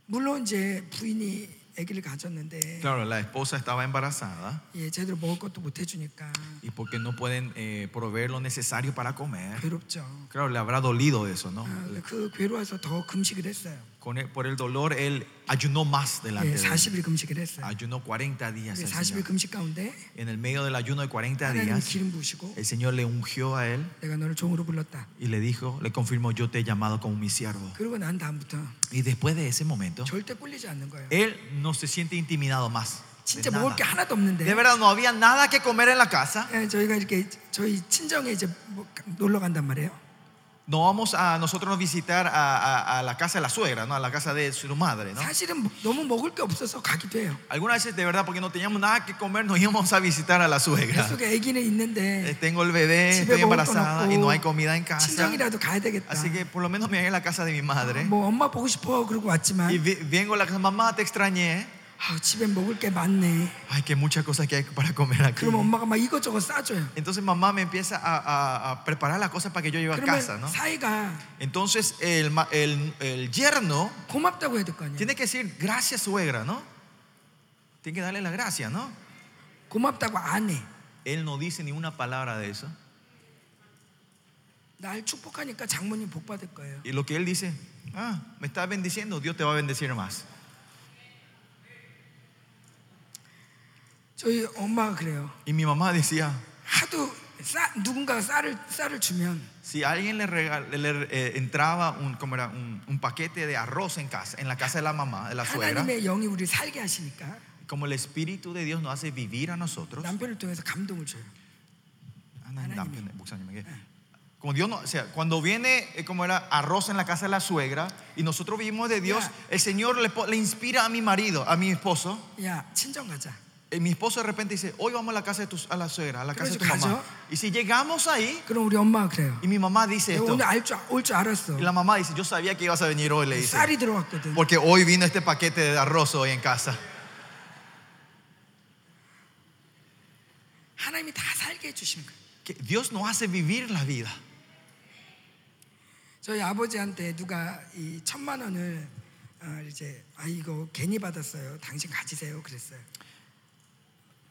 [SPEAKER 1] 물론 이제 부인이 아기를 가졌는데
[SPEAKER 2] Claro, la esposa estaba embarazada
[SPEAKER 1] 예, 제대로 먹을 것도 못 해주니까
[SPEAKER 2] y porque no pueden eh, proveer lo necesario para comer.
[SPEAKER 1] 괴롭죠.
[SPEAKER 2] Claro, le habrá dolido eso, ¿no?
[SPEAKER 1] 아, 그 괴로워서 더 금식을 했어요.
[SPEAKER 2] Con el- por el dolor, él ayunó más delante
[SPEAKER 1] 예,
[SPEAKER 2] de él.
[SPEAKER 1] 40일 금식을 했어요.
[SPEAKER 2] Ayunó 40 días.
[SPEAKER 1] 근데
[SPEAKER 2] al
[SPEAKER 1] 40일
[SPEAKER 2] Señor.
[SPEAKER 1] 금식 가운데
[SPEAKER 2] En el medio del ayuno de 40
[SPEAKER 1] 하나님
[SPEAKER 2] días,
[SPEAKER 1] 기름 부으시고
[SPEAKER 2] el Señor le ungió a él
[SPEAKER 1] 내가 너를 종으로 불렀다.
[SPEAKER 2] y le dijo, le confirmó, yo te he llamado como mi siervo.
[SPEAKER 1] 그리고 난 다음부터
[SPEAKER 2] Y después de ese momento,
[SPEAKER 1] 절대 꿀리지 않는 어? 거예요.
[SPEAKER 2] él no se siente intimidado más. de
[SPEAKER 1] 진짜
[SPEAKER 2] nada.
[SPEAKER 1] 먹을 게 하나도 없는데
[SPEAKER 2] De verdad, no había nada que comer en la casa.
[SPEAKER 1] 예, 저희가 이렇게 저희 친정에 이제 뭐 놀러 간단 말이에요.
[SPEAKER 2] No vamos a nosotros visitar a, a- a la casa de la suegra, ¿no? a la casa de su madre. ¿no?
[SPEAKER 1] 사실은 뭐 너무 먹을 게 없어서 가기도 해요.
[SPEAKER 2] Algunas veces, de verdad, porque no teníamos nada que comer, nos íbamos a visitar a la suegra.
[SPEAKER 1] 뱃속에 아기는
[SPEAKER 2] Eh,
[SPEAKER 1] 있는데
[SPEAKER 2] Tengo el bebé,
[SPEAKER 1] 집에
[SPEAKER 2] estoy
[SPEAKER 1] 먹을 건
[SPEAKER 2] embarazada y no hay
[SPEAKER 1] 없고
[SPEAKER 2] comida en casa.
[SPEAKER 1] 친정이라도 가야 되겠다.
[SPEAKER 2] Así que por lo menos me voy a la casa de mi madre.
[SPEAKER 1] 뭐 엄마 보고 싶어 그러고
[SPEAKER 2] Y
[SPEAKER 1] 왔지만
[SPEAKER 2] vi- vengo a la casa, mamá, te extrañé.
[SPEAKER 1] 아, 집에 먹을 게 많네.
[SPEAKER 2] Ay, que muchas cosas que hay para comer aquí.
[SPEAKER 1] 그러면 엄마가 막 이것저것 싸줘요.
[SPEAKER 2] Entonces mamá me empieza a, a- a preparar las cosas para que yo lleve a casa,
[SPEAKER 1] 그러면
[SPEAKER 2] ¿no?
[SPEAKER 1] 사이가
[SPEAKER 2] Entonces el, ma- el- el yerno
[SPEAKER 1] 고맙다고 해야 될 거 아니에요.
[SPEAKER 2] tiene que decir gracias suegra, ¿no? Tiene que darle la gracia, ¿no?
[SPEAKER 1] 고맙다고 안 해.
[SPEAKER 2] Él no dice ni una palabra de eso.
[SPEAKER 1] 날 축복하니까 장모님 복 받을 거예요.
[SPEAKER 2] Y lo que él dice, ah, me estás bendiciendo, Dios te va a bendecir más.
[SPEAKER 1] 저희 엄마가 그래요.
[SPEAKER 2] Y mi mamá decía,
[SPEAKER 1] 하도 쌀, 누군가가 쌀을 쌀을 주면
[SPEAKER 2] si alguien le, regal- le- le, eh, entraba un, ¿cómo era? Un, un paquete de arroz en casa, en la casa de la mamá, de la suegra,
[SPEAKER 1] 하나님의 영이 우리 살게 하시니까
[SPEAKER 2] como el Espíritu de Dios nos hace vivir a nosotros,
[SPEAKER 1] 남편을 통해서 감동을 줘요.
[SPEAKER 2] 하나님 남편의 목사님에게 como Dios no- o sea, cuando viene eh, como era arroz en la casa de la suegra y nosotros vivimos de Dios,
[SPEAKER 1] Yeah.
[SPEAKER 2] el Señor le, po- le inspira a mi marido, a mi esposo.
[SPEAKER 1] 야 친정 가자.
[SPEAKER 2] Eh, mi esposo de repente dice, hoy vamos a la casa de tu, a la suegra, a la casa de tu
[SPEAKER 1] Pero eso
[SPEAKER 2] mamá. Y si llegamos ahí
[SPEAKER 1] 그럼 우리 엄마가 그래요.
[SPEAKER 2] y mi mamá dice
[SPEAKER 1] 내가
[SPEAKER 2] esto,
[SPEAKER 1] 오늘 알줄올 줄 알았어.
[SPEAKER 2] y la mamá dice, yo sabía que ibas a venir hoy, le dice,
[SPEAKER 1] 쌀이 들어왔거든.
[SPEAKER 2] porque hoy vino este paquete de arroz hoy en casa.
[SPEAKER 1] 하나님이 다 살게 해주시는 거예요.
[SPEAKER 2] Que Dios nos hace vivir la vida.
[SPEAKER 1] 저희 아버지한테 누가 이 천만 원을 어, 이제 아 이거 괜히 받았어요. 당신 가지세요. 그랬어요.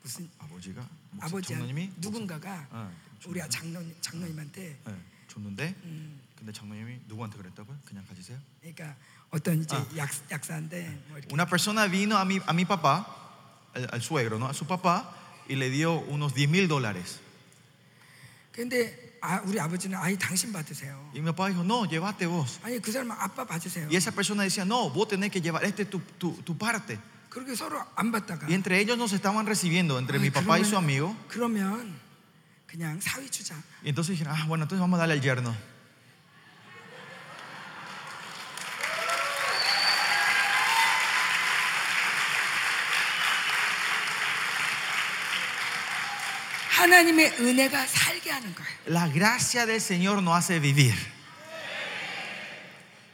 [SPEAKER 1] 무슨
[SPEAKER 2] 아버지가 목사-
[SPEAKER 1] 아버지한테
[SPEAKER 2] 장로님이
[SPEAKER 1] 누군가가
[SPEAKER 2] 아,
[SPEAKER 1] 우리 장로님 장로님한테
[SPEAKER 2] 예, 줬는데 근데 장로님이 누구한테 그랬다고요? 그냥 가지세요?
[SPEAKER 1] 그러니까 어떤 이제
[SPEAKER 2] 아.
[SPEAKER 1] 약 약사인데 뭐 이렇게
[SPEAKER 2] Una persona vino a mi, a mi papá, al, al suegro, ¿no? A su papá y le dio unos 10 mil dólares.
[SPEAKER 1] 근데 아, 우리 아버지는 아이 당신 받으세요.
[SPEAKER 2] Y mi papá dijo, no, llévate vos.
[SPEAKER 1] 아니 그 사람 아빠 받으세요.
[SPEAKER 2] Y esa persona decía, no, vos tenés que llevar, este es tu, tu, tu parte.
[SPEAKER 1] 그렇게 서로 안 받다가
[SPEAKER 2] Y entre ellos nos estaban recibiendo, entre mi
[SPEAKER 1] 아이,
[SPEAKER 2] papá y su
[SPEAKER 1] 그러면-
[SPEAKER 2] amigo.
[SPEAKER 1] 그러면 그냥 사위 주자.
[SPEAKER 2] Y entonces dijeron, ah, bueno, entonces vamos a darle al yerno.
[SPEAKER 1] 하나님의 은혜가 살게 하는 거예요.
[SPEAKER 2] La gracia del Señor nos hace vivir.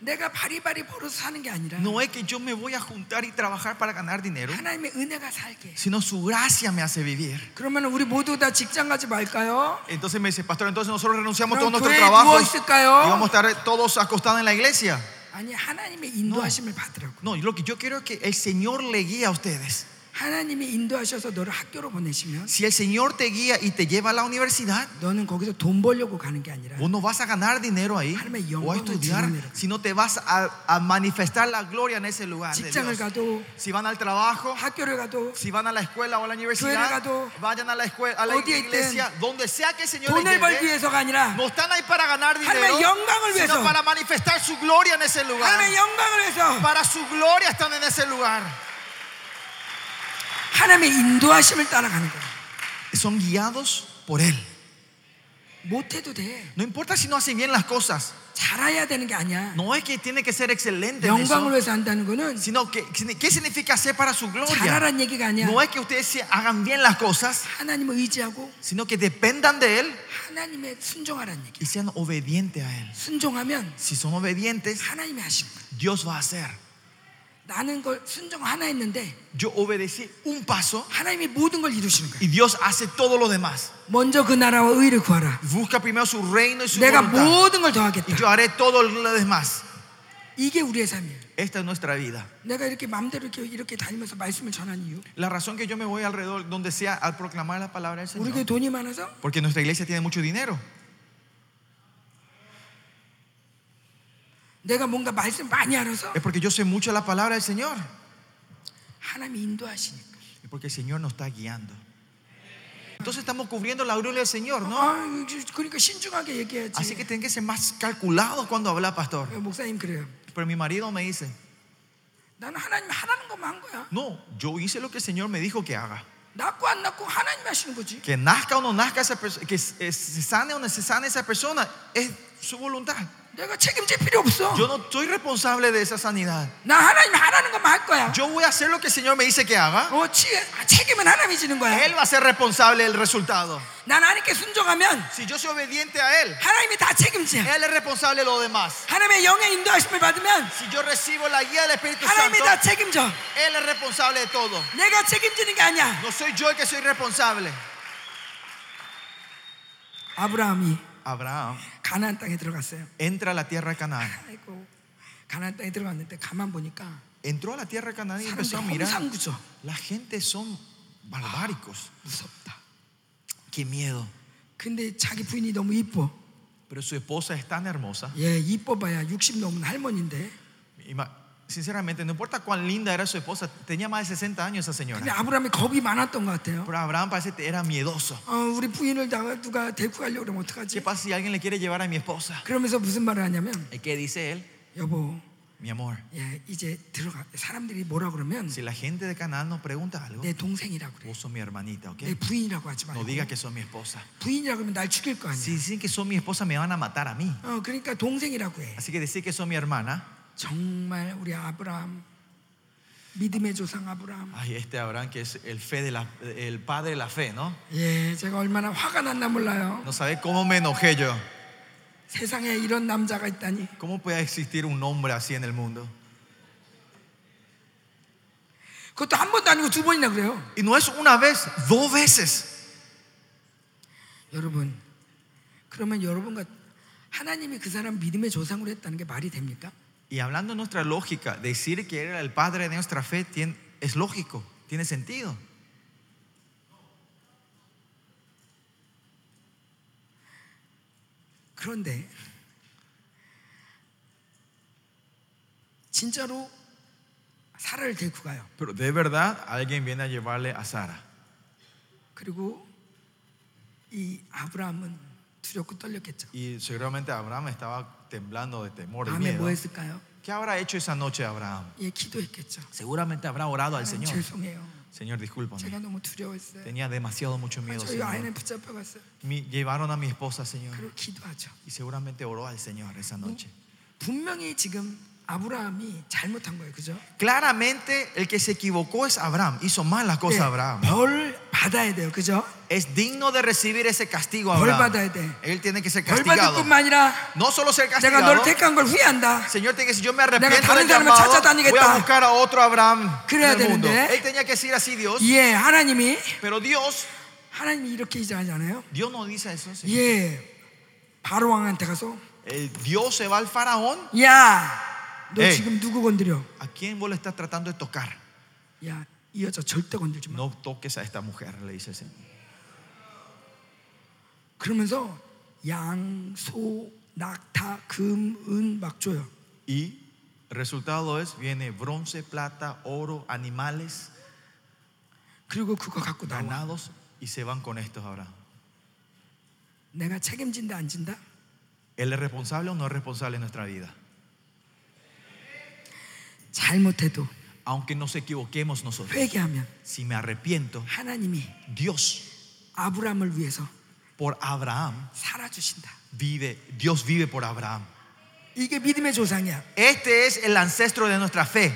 [SPEAKER 1] 내가 바리바리 벌어서 사는 게 아니라
[SPEAKER 2] No es que yo me voy a juntar y trabajar para ganar dinero,
[SPEAKER 1] 하나님의 은혜가 살게.
[SPEAKER 2] sino su gracia me hace vivir.
[SPEAKER 1] 그러면 우리 모두 다 직장 가지 말까요?
[SPEAKER 2] Entonces me dice, pastor, entonces nosotros renunciamos a
[SPEAKER 1] No,
[SPEAKER 2] todos nuestros
[SPEAKER 1] ¿qué?
[SPEAKER 2] trabajos
[SPEAKER 1] ¿Vos
[SPEAKER 2] y
[SPEAKER 1] te cayó?
[SPEAKER 2] vamos a estar todos acostados en la iglesia.
[SPEAKER 1] 아니 하나님의 인도하심을 받으라고.
[SPEAKER 2] No, lo que yo quiero es que el Señor le guíe a ustedes.
[SPEAKER 1] 하나님이 인도하셔서 너를 학교로 보내시면
[SPEAKER 2] Si el Señor te guía y te lleva a la universidad,
[SPEAKER 1] 너는 거기서 돈 벌려고 가는 게 아니라
[SPEAKER 2] vos no vas a ganar dinero ahí
[SPEAKER 1] Alma, y
[SPEAKER 2] o a
[SPEAKER 1] honra,
[SPEAKER 2] estudiar,
[SPEAKER 1] dinero.
[SPEAKER 2] sino te vas a, a manifestar la gloria en ese lugar. de
[SPEAKER 1] 직장을
[SPEAKER 2] Dios.
[SPEAKER 1] 가도
[SPEAKER 2] Si van al trabajo,
[SPEAKER 1] 학교를 가도
[SPEAKER 2] si van a la escuela o a la universidad,
[SPEAKER 1] 가도
[SPEAKER 2] vayan a la escuela, a la
[SPEAKER 1] 어디에
[SPEAKER 2] iglesia, donde sea que el Señor les
[SPEAKER 1] 돈을 벌기
[SPEAKER 2] lleve,
[SPEAKER 1] 위해서가 아니라
[SPEAKER 2] no están ahí para ganar dinero,
[SPEAKER 1] Alma, y honra,
[SPEAKER 2] sino
[SPEAKER 1] olvidoso.
[SPEAKER 2] para manifestar su gloria en ese lugar.
[SPEAKER 1] 하나님의 영광을 위해서
[SPEAKER 2] Para su gloria están en ese lugar.
[SPEAKER 1] 하나님의 인도하심을 따라가는 거예요.
[SPEAKER 2] Son guiados por Él.
[SPEAKER 1] 못해도 돼.
[SPEAKER 2] No importa si no hace bien las cosas.
[SPEAKER 1] 잘해야 되는 게 아니야.
[SPEAKER 2] No es que tiene que ser excelente, en
[SPEAKER 1] 영광을 위해서
[SPEAKER 2] eso,
[SPEAKER 1] 한다는 거는
[SPEAKER 2] sino que qué significa hacer para su gloria.
[SPEAKER 1] 잘하란 얘기가 아니야.
[SPEAKER 2] No es que ustedes se hagan bien las cosas,
[SPEAKER 1] 하나님을 의지하고
[SPEAKER 2] sino que dependan de él
[SPEAKER 1] 하나님의 순종하라는 얘기.
[SPEAKER 2] y sean obedientes a él.
[SPEAKER 1] 순종하면
[SPEAKER 2] Si son obedientes,
[SPEAKER 1] 하나님이 하실 거야.
[SPEAKER 2] Dios va a hacer.
[SPEAKER 1] 나는 걸 순종 하나 했는데
[SPEAKER 2] Yo obedecí un paso
[SPEAKER 1] 하나님이 모든 걸 이루시는 거야.
[SPEAKER 2] y Dios hace todo lo demás.
[SPEAKER 1] 먼저 그 나라와 의를 구하라.
[SPEAKER 2] Busca primero su reino y su
[SPEAKER 1] 내가
[SPEAKER 2] voluntad.
[SPEAKER 1] 모든 걸
[SPEAKER 2] Y
[SPEAKER 1] 더하겠다.
[SPEAKER 2] yo haré todo lo demás.
[SPEAKER 1] 이게 우리의 삶이야.
[SPEAKER 2] Esta es nuestra vida.
[SPEAKER 1] 내가 이렇게 마음대로 이렇게, 이렇게 다니면서 말씀을 전한 이유.
[SPEAKER 2] La razón que yo me voy alrededor donde sea al proclamar la palabra del
[SPEAKER 1] 우리
[SPEAKER 2] Señor.
[SPEAKER 1] 교회 돈이 많아서
[SPEAKER 2] Porque nuestra iglesia tiene mucho dinero.
[SPEAKER 1] 내가 뭔가 말씀 많이 알아서
[SPEAKER 2] Es porque yo sé mucho la palabra del Señor.
[SPEAKER 1] 하나님이 인도하시니까.
[SPEAKER 2] Es porque el Señor nos está guiando. Entonces estamos cubriendo la aureola del Señor, ¿no?
[SPEAKER 1] 아, 그러니까 신중하게 얘기해야지. 어,
[SPEAKER 2] Así que tienen que ser más calculados cuando habla pastor.
[SPEAKER 1] 목사님 그래요.
[SPEAKER 2] Pero mi marido me dice,
[SPEAKER 1] 나는 하나님 하라는 것만 한 거야.
[SPEAKER 2] no, yo hice lo que el Señor me dijo que haga.
[SPEAKER 1] 낳고 안 낳고 하나님 하시는 거지.
[SPEAKER 2] Que nazca o no nazca esa persona, que s- eh, se sane o no se sane esa persona, es su voluntad.
[SPEAKER 1] 내가 책임질 필요 없어.
[SPEAKER 2] Yo no soy responsable de esa sanidad.
[SPEAKER 1] 나 하나님 하라는 것만 할 거야.
[SPEAKER 2] Yo voy a hacer lo que el Señor me dice que haga.
[SPEAKER 1] 어, 치, 아, 책임은 하나님이 지는 거야.
[SPEAKER 2] Él va a ser responsable del resultado.
[SPEAKER 1] 난 하나님께 순종하면
[SPEAKER 2] Si yo soy obediente a Él,
[SPEAKER 1] 하나님이 다 책임져.
[SPEAKER 2] Él es responsable de lo demás.
[SPEAKER 1] 하나님의 영의 인도하심을 받으면
[SPEAKER 2] Si yo recibo la guía del Espíritu
[SPEAKER 1] 하나님이
[SPEAKER 2] Santo,
[SPEAKER 1] 다 책임져.
[SPEAKER 2] Él es responsable de todo.
[SPEAKER 1] 내가 책임지는 게 아니야.
[SPEAKER 2] No soy yo el que soy responsable.
[SPEAKER 1] 아브라함이
[SPEAKER 2] Abraham
[SPEAKER 1] 가나안 땅에 들어갔어요.
[SPEAKER 2] entra a la tierra de Canaán.
[SPEAKER 1] 아이고 가나안 땅에 들어갔는데 가만 보니까
[SPEAKER 2] Entró a la tierra de Canaán y empezó a
[SPEAKER 1] 사람들이
[SPEAKER 2] mirar.
[SPEAKER 1] 홍상구죠.
[SPEAKER 2] La gente son barbáricos.
[SPEAKER 1] 무섭다.
[SPEAKER 2] Qué miedo.
[SPEAKER 1] 근데 자기 부인이 너무 이뻐.
[SPEAKER 2] Pero su esposa es tan hermosa.
[SPEAKER 1] 예, 이뻐봐야 60 넘은 할머니인데.
[SPEAKER 2] Ima- Sinceramente, no importa cuán linda era su esposa, tenía más de 60 años esa
[SPEAKER 1] 근데
[SPEAKER 2] señora.
[SPEAKER 1] 아브라함이 겁이 많았던 것 같아요.
[SPEAKER 2] Pero Abraham parece que era miedoso.
[SPEAKER 1] 어, 우리 부인을 나 누가 데리고 가려고 그러면
[SPEAKER 2] ¿Qué
[SPEAKER 1] 어떡하지?
[SPEAKER 2] pasa si alguien le quiere llevar a mi esposa?
[SPEAKER 1] 그러면서 무슨 말을 하냐면
[SPEAKER 2] ¿Y ¿Qué dice él?
[SPEAKER 1] 여보
[SPEAKER 2] Mi amor,
[SPEAKER 1] 예, 이제 들어가 사람들이 뭐라 그러면
[SPEAKER 2] si la gente de Canaán nos pregunta algo,
[SPEAKER 1] 내 동생이라고 그래
[SPEAKER 2] vos sos mi hermanita, ¿ok?
[SPEAKER 1] 내 부인이라고 하지
[SPEAKER 2] No
[SPEAKER 1] 말고
[SPEAKER 2] digas que sos mi esposa.
[SPEAKER 1] 부인이라고 하면 날 죽일 거
[SPEAKER 2] Si
[SPEAKER 1] 아니야
[SPEAKER 2] dicen que sos mi esposa, me van a matar a mí.
[SPEAKER 1] 어, 그러니까 동생이라고 해
[SPEAKER 2] Así que decir que sos mi hermana.
[SPEAKER 1] 정말 우리 아브라함 믿음의 조상 아브라함
[SPEAKER 2] Ay, este Abraham que es el, fe de la, el padre de la fe, ¿no?
[SPEAKER 1] 예 제가 얼마나 화가 났나 몰라요
[SPEAKER 2] No sabe cómo me enojé yo.
[SPEAKER 1] 세상에 이런 남자가 있다니
[SPEAKER 2] ¿Cómo puede existir un hombre así en el mundo?
[SPEAKER 1] 그것도 한 번도 아니고 두 번이나 그래요
[SPEAKER 2] Y no es una vez, dos veces.
[SPEAKER 1] 여러분 그러면 여러분과 하나님이 그 사람 믿음의 조상으로 했다는 게 말이 됩니까?
[SPEAKER 2] Y hablando de nuestra lógica, decir que era el padre de nuestra fe tien- es lógico, tiene sentido.
[SPEAKER 1] 그런데 진짜로 사라를 데리고 가요.
[SPEAKER 2] Pero de verdad, alguien viene a llevarle a Sara.
[SPEAKER 1] 그리고 이 아브라함은 두렵고 떨렸겠죠.
[SPEAKER 2] Y seguramente Abraham estaba temblando de temor, de
[SPEAKER 1] 밤에 뭐
[SPEAKER 2] miedo.
[SPEAKER 1] 했을까요?
[SPEAKER 2] ¿Qué habrá hecho esa noche Abraham?
[SPEAKER 1] 예, 기도했겠죠.
[SPEAKER 2] Seguramente habrá orado al
[SPEAKER 1] 하나님
[SPEAKER 2] Señor.
[SPEAKER 1] 죄송해요. 아, 네.
[SPEAKER 2] Señor, discúlpame.
[SPEAKER 1] 제가 너무 두려워했어요.
[SPEAKER 2] Tenía demasiado mucho miedo,
[SPEAKER 1] 저희 아이는
[SPEAKER 2] Señor.
[SPEAKER 1] 붙잡혀갔어요.
[SPEAKER 2] Me llevaron a mi esposa, Señor.
[SPEAKER 1] 그리고 기도하죠.
[SPEAKER 2] Y seguramente oró al Señor esa noche.
[SPEAKER 1] 분명히 지금 아브라함이 잘못한 거예요, 그죠?
[SPEAKER 2] Claramente, el que se equivocó es Abraham. Hizo mal las
[SPEAKER 1] 예,
[SPEAKER 2] cosas Abraham.
[SPEAKER 1] 벌 받아야 돼요, 그죠?
[SPEAKER 2] Es digno de recibir ese castigo
[SPEAKER 1] 벌
[SPEAKER 2] Abraham.
[SPEAKER 1] 받아야 돼.
[SPEAKER 2] Él tiene que ser
[SPEAKER 1] 벌 받을
[SPEAKER 2] castigado.
[SPEAKER 1] 뿐만 아니라
[SPEAKER 2] No solo ser
[SPEAKER 1] 내가 너를
[SPEAKER 2] castigado.
[SPEAKER 1] 택한 걸 후회한다.
[SPEAKER 2] Señor tiene que decir, yo me arrepiento
[SPEAKER 1] 다른
[SPEAKER 2] del
[SPEAKER 1] 사람을
[SPEAKER 2] llamado.
[SPEAKER 1] 찾아다니겠다.
[SPEAKER 2] Voy a buscar a otro Abraham en
[SPEAKER 1] 그래야
[SPEAKER 2] el mundo.
[SPEAKER 1] 되는데.
[SPEAKER 2] Él tenía que decir así Dios.
[SPEAKER 1] 예, 하나님이
[SPEAKER 2] Pero Dios,
[SPEAKER 1] 하나님이 이렇게 얘기하잖아요.
[SPEAKER 2] Dios no dice eso. Señor.
[SPEAKER 1] 예, 바로 왕한테 가서
[SPEAKER 2] Eh, Dios se va al faraón.
[SPEAKER 1] 야, 너
[SPEAKER 2] 에이.
[SPEAKER 1] 지금 누구 건드려?
[SPEAKER 2] ¿A quién vos le estás tratando de tocar?
[SPEAKER 1] 야, 이 여자 절대 건들지 마.
[SPEAKER 2] No toques a esta mujer, le dice el Señor.
[SPEAKER 1] 그러면서 양, 소, 낙타, 금, 은 막 줘요.
[SPEAKER 2] Y el resultado es, viene bronce, plata, oro, animales,
[SPEAKER 1] 그리고 그거 갖고 나와.
[SPEAKER 2] ganados y se van con estos ahora.
[SPEAKER 1] 내가 책임진다 안 진다?
[SPEAKER 2] ¿Él es responsable o no es responsable en nuestra vida?
[SPEAKER 1] 잘못해도
[SPEAKER 2] Aunque nos equivoquemos nosotros.
[SPEAKER 1] 회개하면
[SPEAKER 2] Si me arrepiento,
[SPEAKER 1] 하나님이
[SPEAKER 2] Dios
[SPEAKER 1] 아브라함을 위해서
[SPEAKER 2] por Abraham
[SPEAKER 1] 살아주신다.
[SPEAKER 2] vive, Dios vive por Abraham.
[SPEAKER 1] 이게 믿음의 조상이야.
[SPEAKER 2] Este es el ancestro de nuestra fe.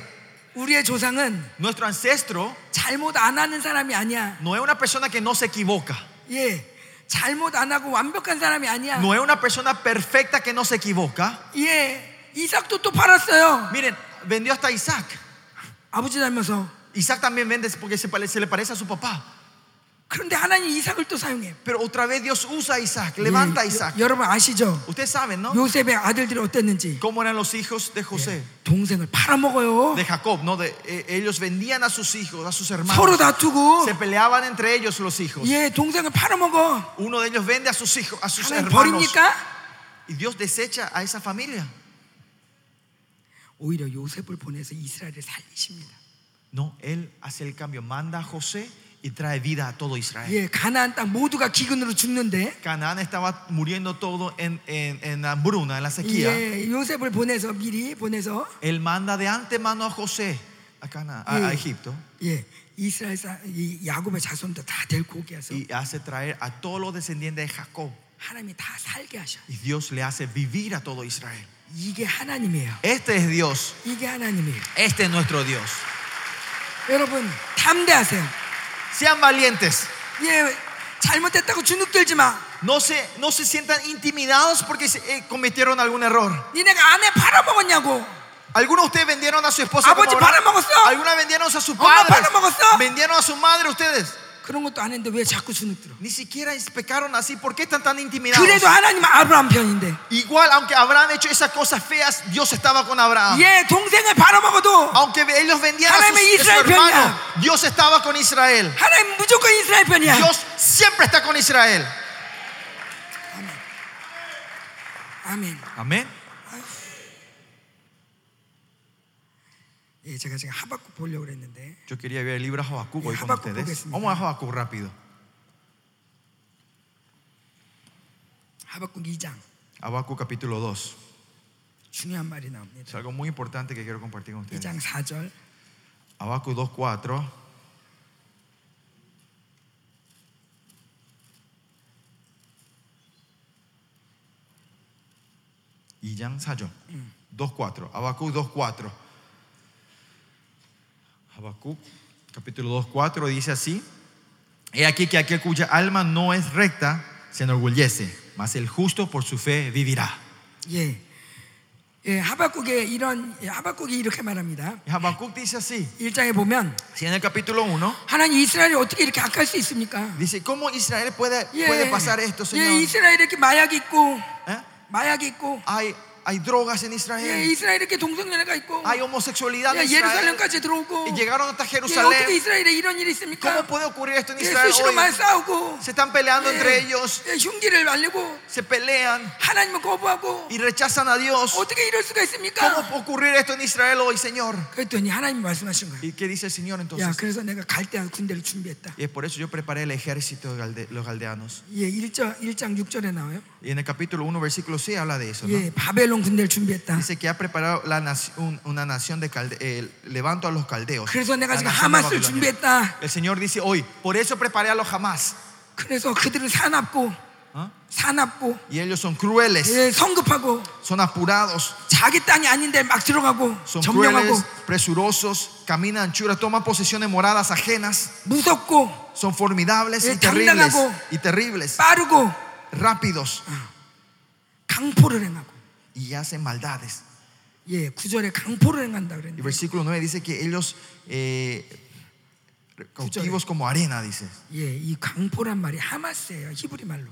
[SPEAKER 1] 우리의 조상은
[SPEAKER 2] Nuestro ancestro
[SPEAKER 1] 잘못 안 하는 사람이 아니야.
[SPEAKER 2] no es una persona que no se equivoca.
[SPEAKER 1] 예. 잘못 안 하고 완벽한 사람이 아니야.
[SPEAKER 2] No es una persona perfecta que no se equivoca.
[SPEAKER 1] 예. 이삭도 또 팔았어요.
[SPEAKER 2] Miren, vendió hasta Isaac.
[SPEAKER 1] 아버지 닮아서.
[SPEAKER 2] Isaac también vende porque se, pare- se le parece a su papá.
[SPEAKER 1] 그런데 하나님 이삭을 또 사용해.
[SPEAKER 2] Pero otra vez Dios usa a Isaac, levanta a
[SPEAKER 1] 예,
[SPEAKER 2] Isaac.
[SPEAKER 1] 여- 여러분 아시죠?
[SPEAKER 2] Ustedes saben, ¿no?
[SPEAKER 1] 요셉의 아들들이 어땠는지
[SPEAKER 2] ¿Cómo eran los hijos de José?
[SPEAKER 1] 동생을 팔아먹어요.
[SPEAKER 2] De Jacob, ¿no? De, eh, ellos vendían a sus hijos, a sus
[SPEAKER 1] 서로
[SPEAKER 2] hermanos.
[SPEAKER 1] 다투고
[SPEAKER 2] Se peleaban entre ellos los hijos.
[SPEAKER 1] 예 동생을 팔아먹어.
[SPEAKER 2] Uno de ellos vende a sus hijos, a sus
[SPEAKER 1] 하나님
[SPEAKER 2] hermanos.
[SPEAKER 1] 버립니까?
[SPEAKER 2] Y Dios desecha a esa familia.
[SPEAKER 1] 오히려 요셉을 보내서 이스라엘을 살리십니다.
[SPEAKER 2] No, Él hace el cambio, manda a José y trae vida a todo Israel.
[SPEAKER 1] 예 가나안 땅 모두가 기근으로 죽는데
[SPEAKER 2] Canaán estaba muriendo todo en, en, en la hambruna, en la sequía.
[SPEAKER 1] 예 요셉을 보내서 미리 보내서
[SPEAKER 2] Él manda de antemano a José a, Cana- a- a
[SPEAKER 1] Sí.
[SPEAKER 2] Egipto
[SPEAKER 1] 예 이스라엘 사- 이 야곱의 자손들 다 데리고 오게 해서
[SPEAKER 2] y hace traer a todos los descendientes de Jacob.
[SPEAKER 1] 하나님이 다 살게 하셔.
[SPEAKER 2] Y Dios le hace vivir a todo Israel.
[SPEAKER 1] 이게 하나님이에요.
[SPEAKER 2] Este es Dios.
[SPEAKER 1] 이게 하나님이에요.
[SPEAKER 2] Este es nuestro Dios.
[SPEAKER 1] 여러분 담대하세요.
[SPEAKER 2] Sean valientes.
[SPEAKER 1] 예 잘못했다고 주눅들지 마.
[SPEAKER 2] No se, no se sientan intimidados porque se- eh, cometieron algún error.
[SPEAKER 1] 니네가 아내 팔아먹었냐고.
[SPEAKER 2] Algunos de ustedes vendieron a su esposa.
[SPEAKER 1] Abuelo,
[SPEAKER 2] como Abraham.
[SPEAKER 1] ¿palmogosó?
[SPEAKER 2] Algunas vendieron a su
[SPEAKER 1] Mamá,
[SPEAKER 2] padre.
[SPEAKER 1] ¿palmogosó?
[SPEAKER 2] Vendieron a su madre ustedes.
[SPEAKER 1] 그런 것도 안 했는데 왜 자꾸 주눅들어?
[SPEAKER 2] Ni siquiera pecaron así. ¿Por qué están tan intimidados?
[SPEAKER 1] 그래도 하나님은 아브라함 편인데.
[SPEAKER 2] Igual, aunque Abraham hecho esas cosas feas, Dios estaba con Abraham.
[SPEAKER 1] 예, 동생을 팔아먹어도
[SPEAKER 2] Aunque ellos vendían a sus,
[SPEAKER 1] 하나님은
[SPEAKER 2] a su
[SPEAKER 1] 이스라엘
[SPEAKER 2] hermano,
[SPEAKER 1] 편이야.
[SPEAKER 2] Dios estaba con Israel.
[SPEAKER 1] 하나님 무조건 이스라엘 편이야.
[SPEAKER 2] Dios siempre está con Israel.
[SPEAKER 1] 아멘. 아멘.
[SPEAKER 2] Amén.
[SPEAKER 1] 예, 제가 지금 하박국 보려고 그랬는데
[SPEAKER 2] Yo quería ver el libro de Habacuc hoy con
[SPEAKER 1] Habacuc,
[SPEAKER 2] ustedes.
[SPEAKER 1] porque-
[SPEAKER 2] Vamos a Habacuc rápido.
[SPEAKER 1] 하박국 2장
[SPEAKER 2] Habacuc capítulo 2.
[SPEAKER 1] 중요한 말이 나옵니다.
[SPEAKER 2] Es algo muy importante que quiero compartir con ustedes.
[SPEAKER 1] 2장 4절.
[SPEAKER 2] Habacuc 2.4. Y Jan Sayo. 2.4. Habacuc 2.4. Habacuc capítulo 2.4 dice así. He aquí que aquel cuya alma no es recta se enorgullece, mas el justo por su fe vivirá.
[SPEAKER 1] 예. 예, 하박국에 이런 예, 하박국이 이렇게 말합니다.
[SPEAKER 2] Y Habacuc dice así.
[SPEAKER 1] 1장에 보면
[SPEAKER 2] Si en el capítulo 1
[SPEAKER 1] 하나님 이스라엘이 어떻게 이렇게 악할 수 있습니까?
[SPEAKER 2] dice, ¿cómo Israel puede,
[SPEAKER 1] 예.
[SPEAKER 2] puede pasar esto, Señor?
[SPEAKER 1] 예, 이스라엘 이렇게 마약이 있고
[SPEAKER 2] ¿Eh?
[SPEAKER 1] 마약이 있고
[SPEAKER 2] Hay, hay drogas en
[SPEAKER 1] 예, 아,
[SPEAKER 2] Israel.
[SPEAKER 1] 이스라엘 이렇게 동성연애가 있고
[SPEAKER 2] Hay homosexualidad en
[SPEAKER 1] 예,
[SPEAKER 2] Israel.
[SPEAKER 1] 예루살렘까지 들어오고
[SPEAKER 2] Y llegaron hasta
[SPEAKER 1] 예, 어떻게
[SPEAKER 2] Jerusalén.
[SPEAKER 1] 이스라엘에 이런 일이 있습니까?
[SPEAKER 2] ¿Cómo puede ocurrir esto en
[SPEAKER 1] 예,
[SPEAKER 2] Israel
[SPEAKER 1] 수시로
[SPEAKER 2] hoy?
[SPEAKER 1] 말 싸우고
[SPEAKER 2] Se están peleando
[SPEAKER 1] 예,
[SPEAKER 2] entre ellos,
[SPEAKER 1] 예, 흉기를 날리고
[SPEAKER 2] se pelean
[SPEAKER 1] 하나님을 거부하고
[SPEAKER 2] y rechazan a Dios.
[SPEAKER 1] 어떻게 이럴 수가 있습니까?
[SPEAKER 2] ¿Cómo puede ocurrir esto en Israel hoy, Señor?
[SPEAKER 1] 그랬더니 하나님 말씀하신 거예요
[SPEAKER 2] ¿Y qué dice el Señor
[SPEAKER 1] 야
[SPEAKER 2] entonces?
[SPEAKER 1] 그래서 내가 갈대한 군대를 준비했다
[SPEAKER 2] Y es por eso yo preparé el ejército de galde- los galdeanos.
[SPEAKER 1] 예, 1장, 1장 6절에 나와요
[SPEAKER 2] Y en el capítulo 1, versículo 6 habla de eso. ¿no?
[SPEAKER 1] 예, 바벨론 군대를 준비했다
[SPEAKER 2] Dice que ha preparado la naci- un- una nación de calde, eh, levanto a los caldeos.
[SPEAKER 1] 그래서
[SPEAKER 2] la
[SPEAKER 1] 내가 지금
[SPEAKER 2] nación de
[SPEAKER 1] 하마스를
[SPEAKER 2] Babilonia.
[SPEAKER 1] 준비했다
[SPEAKER 2] El Señor dice hoy, por eso preparé a los jamás.
[SPEAKER 1] 그래서 그들을 사납고
[SPEAKER 2] ¿Ah?
[SPEAKER 1] 사납고
[SPEAKER 2] Y ellos son crueles,
[SPEAKER 1] 예, 성급하고
[SPEAKER 2] son apurados,
[SPEAKER 1] 자기 땅이 아닌데 막 들어가고
[SPEAKER 2] son
[SPEAKER 1] 점령하고
[SPEAKER 2] crueles, presurosos, caminan anchuras, toman posesiones moradas ajenas,
[SPEAKER 1] 무섭고
[SPEAKER 2] son formidables
[SPEAKER 1] Eh,
[SPEAKER 2] y terribles,
[SPEAKER 1] 당당하고,
[SPEAKER 2] y terribles,
[SPEAKER 1] 빠르고
[SPEAKER 2] rápidos
[SPEAKER 1] 강포를 행하고
[SPEAKER 2] y hacen maldades.
[SPEAKER 1] 예, 구절에 강포를 행한다
[SPEAKER 2] Y
[SPEAKER 1] 그랬는데
[SPEAKER 2] versículo 9 dice que ellos eh, cautivos como arena, dice.
[SPEAKER 1] 예, 이 강포란 말이 하마스예요. 히브리 말로.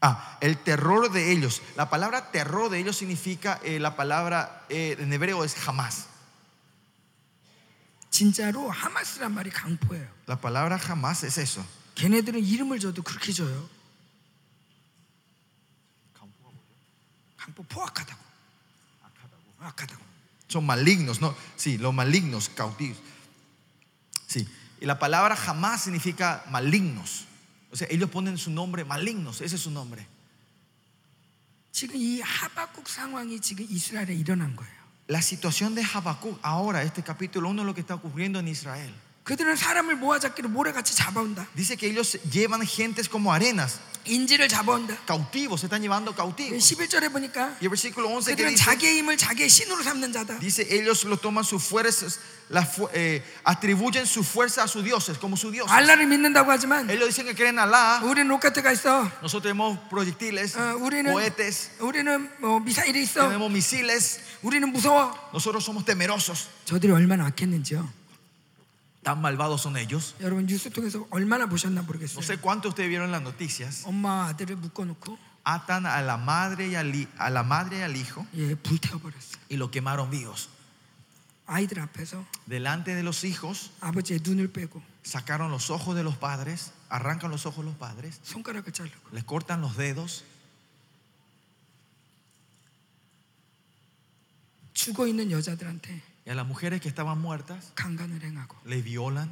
[SPEAKER 2] Ah, el terror de ellos. La palabra terror de ellos significa eh, la palabra eh, en hebreo es jamás.
[SPEAKER 1] 진짜로 하마스란 말이 강포예요.
[SPEAKER 2] La palabra jamás es eso.
[SPEAKER 1] 걔네들은 이름을 줘도 그렇게 줘요. 강포 포악하다고. 악하다고.
[SPEAKER 2] Son malignos, ¿no? Sí, los malignos, cautivos. Sí. Y la palabra jamás significa malignos. O sea, ellos ponen su nombre malignos, ese es su nombre.
[SPEAKER 1] 지금 이 하박국 상황이 지금 이스라엘에 일어난 거예요.
[SPEAKER 2] La situación de Habacuc ahora, este capítulo 1, lo que está ocurriendo en Israel.
[SPEAKER 1] 그들은 사람을 모아잡기로 모래같이 잡아온다.
[SPEAKER 2] Dice que ellos llevan gentes como arenas,
[SPEAKER 1] 인지를 잡아온다.
[SPEAKER 2] cautivos, se están llevando cautivos.
[SPEAKER 1] 11절에 보니까
[SPEAKER 2] Y el versículo 11 que
[SPEAKER 1] 그들은
[SPEAKER 2] dice,
[SPEAKER 1] 자기의 힘을 자기의 신으로 삼는 자다.
[SPEAKER 2] dice, ellos lo toman sus fuerzas, las fu- eh, atribuyen su fuerza a sus dioses, como su dios.
[SPEAKER 1] 알라를 믿는다고 하지만
[SPEAKER 2] Ellos dicen que creen a Alá,
[SPEAKER 1] 우리는 로켓가 있어.
[SPEAKER 2] nosotros tenemos proyectiles,
[SPEAKER 1] 어, 우리는
[SPEAKER 2] cohetes,
[SPEAKER 1] 우리는 뭐 미사일이 있어.
[SPEAKER 2] tenemos misiles,
[SPEAKER 1] 우리는 무서워.
[SPEAKER 2] nosotros somos temerosos.
[SPEAKER 1] 저들이 얼마나 악했는지요.
[SPEAKER 2] Tan malvados son ellos.
[SPEAKER 1] 여러분 뉴스 통해서 얼마나 보셨나
[SPEAKER 2] No
[SPEAKER 1] 모르겠어요.
[SPEAKER 2] sé cuánto ustedes vieron en las noticias.
[SPEAKER 1] 엄마 아들을 묶어놓고
[SPEAKER 2] Atan a la madre y al, hi- a la madre y al hijo
[SPEAKER 1] 예 불태워버렸어요.
[SPEAKER 2] y lo quemaron vivos.
[SPEAKER 1] 아이들 앞에서
[SPEAKER 2] Delante de los hijos
[SPEAKER 1] 아버지의 눈을 빼고
[SPEAKER 2] sacaron los ojos de los padres, arrancan los ojos de los padres,
[SPEAKER 1] 손가락을 자르고
[SPEAKER 2] les cortan los dedos.
[SPEAKER 1] 죽어 있는 여자들한테
[SPEAKER 2] Y a las mujeres que estaban muertas
[SPEAKER 1] 강간을 행하고
[SPEAKER 2] les violan.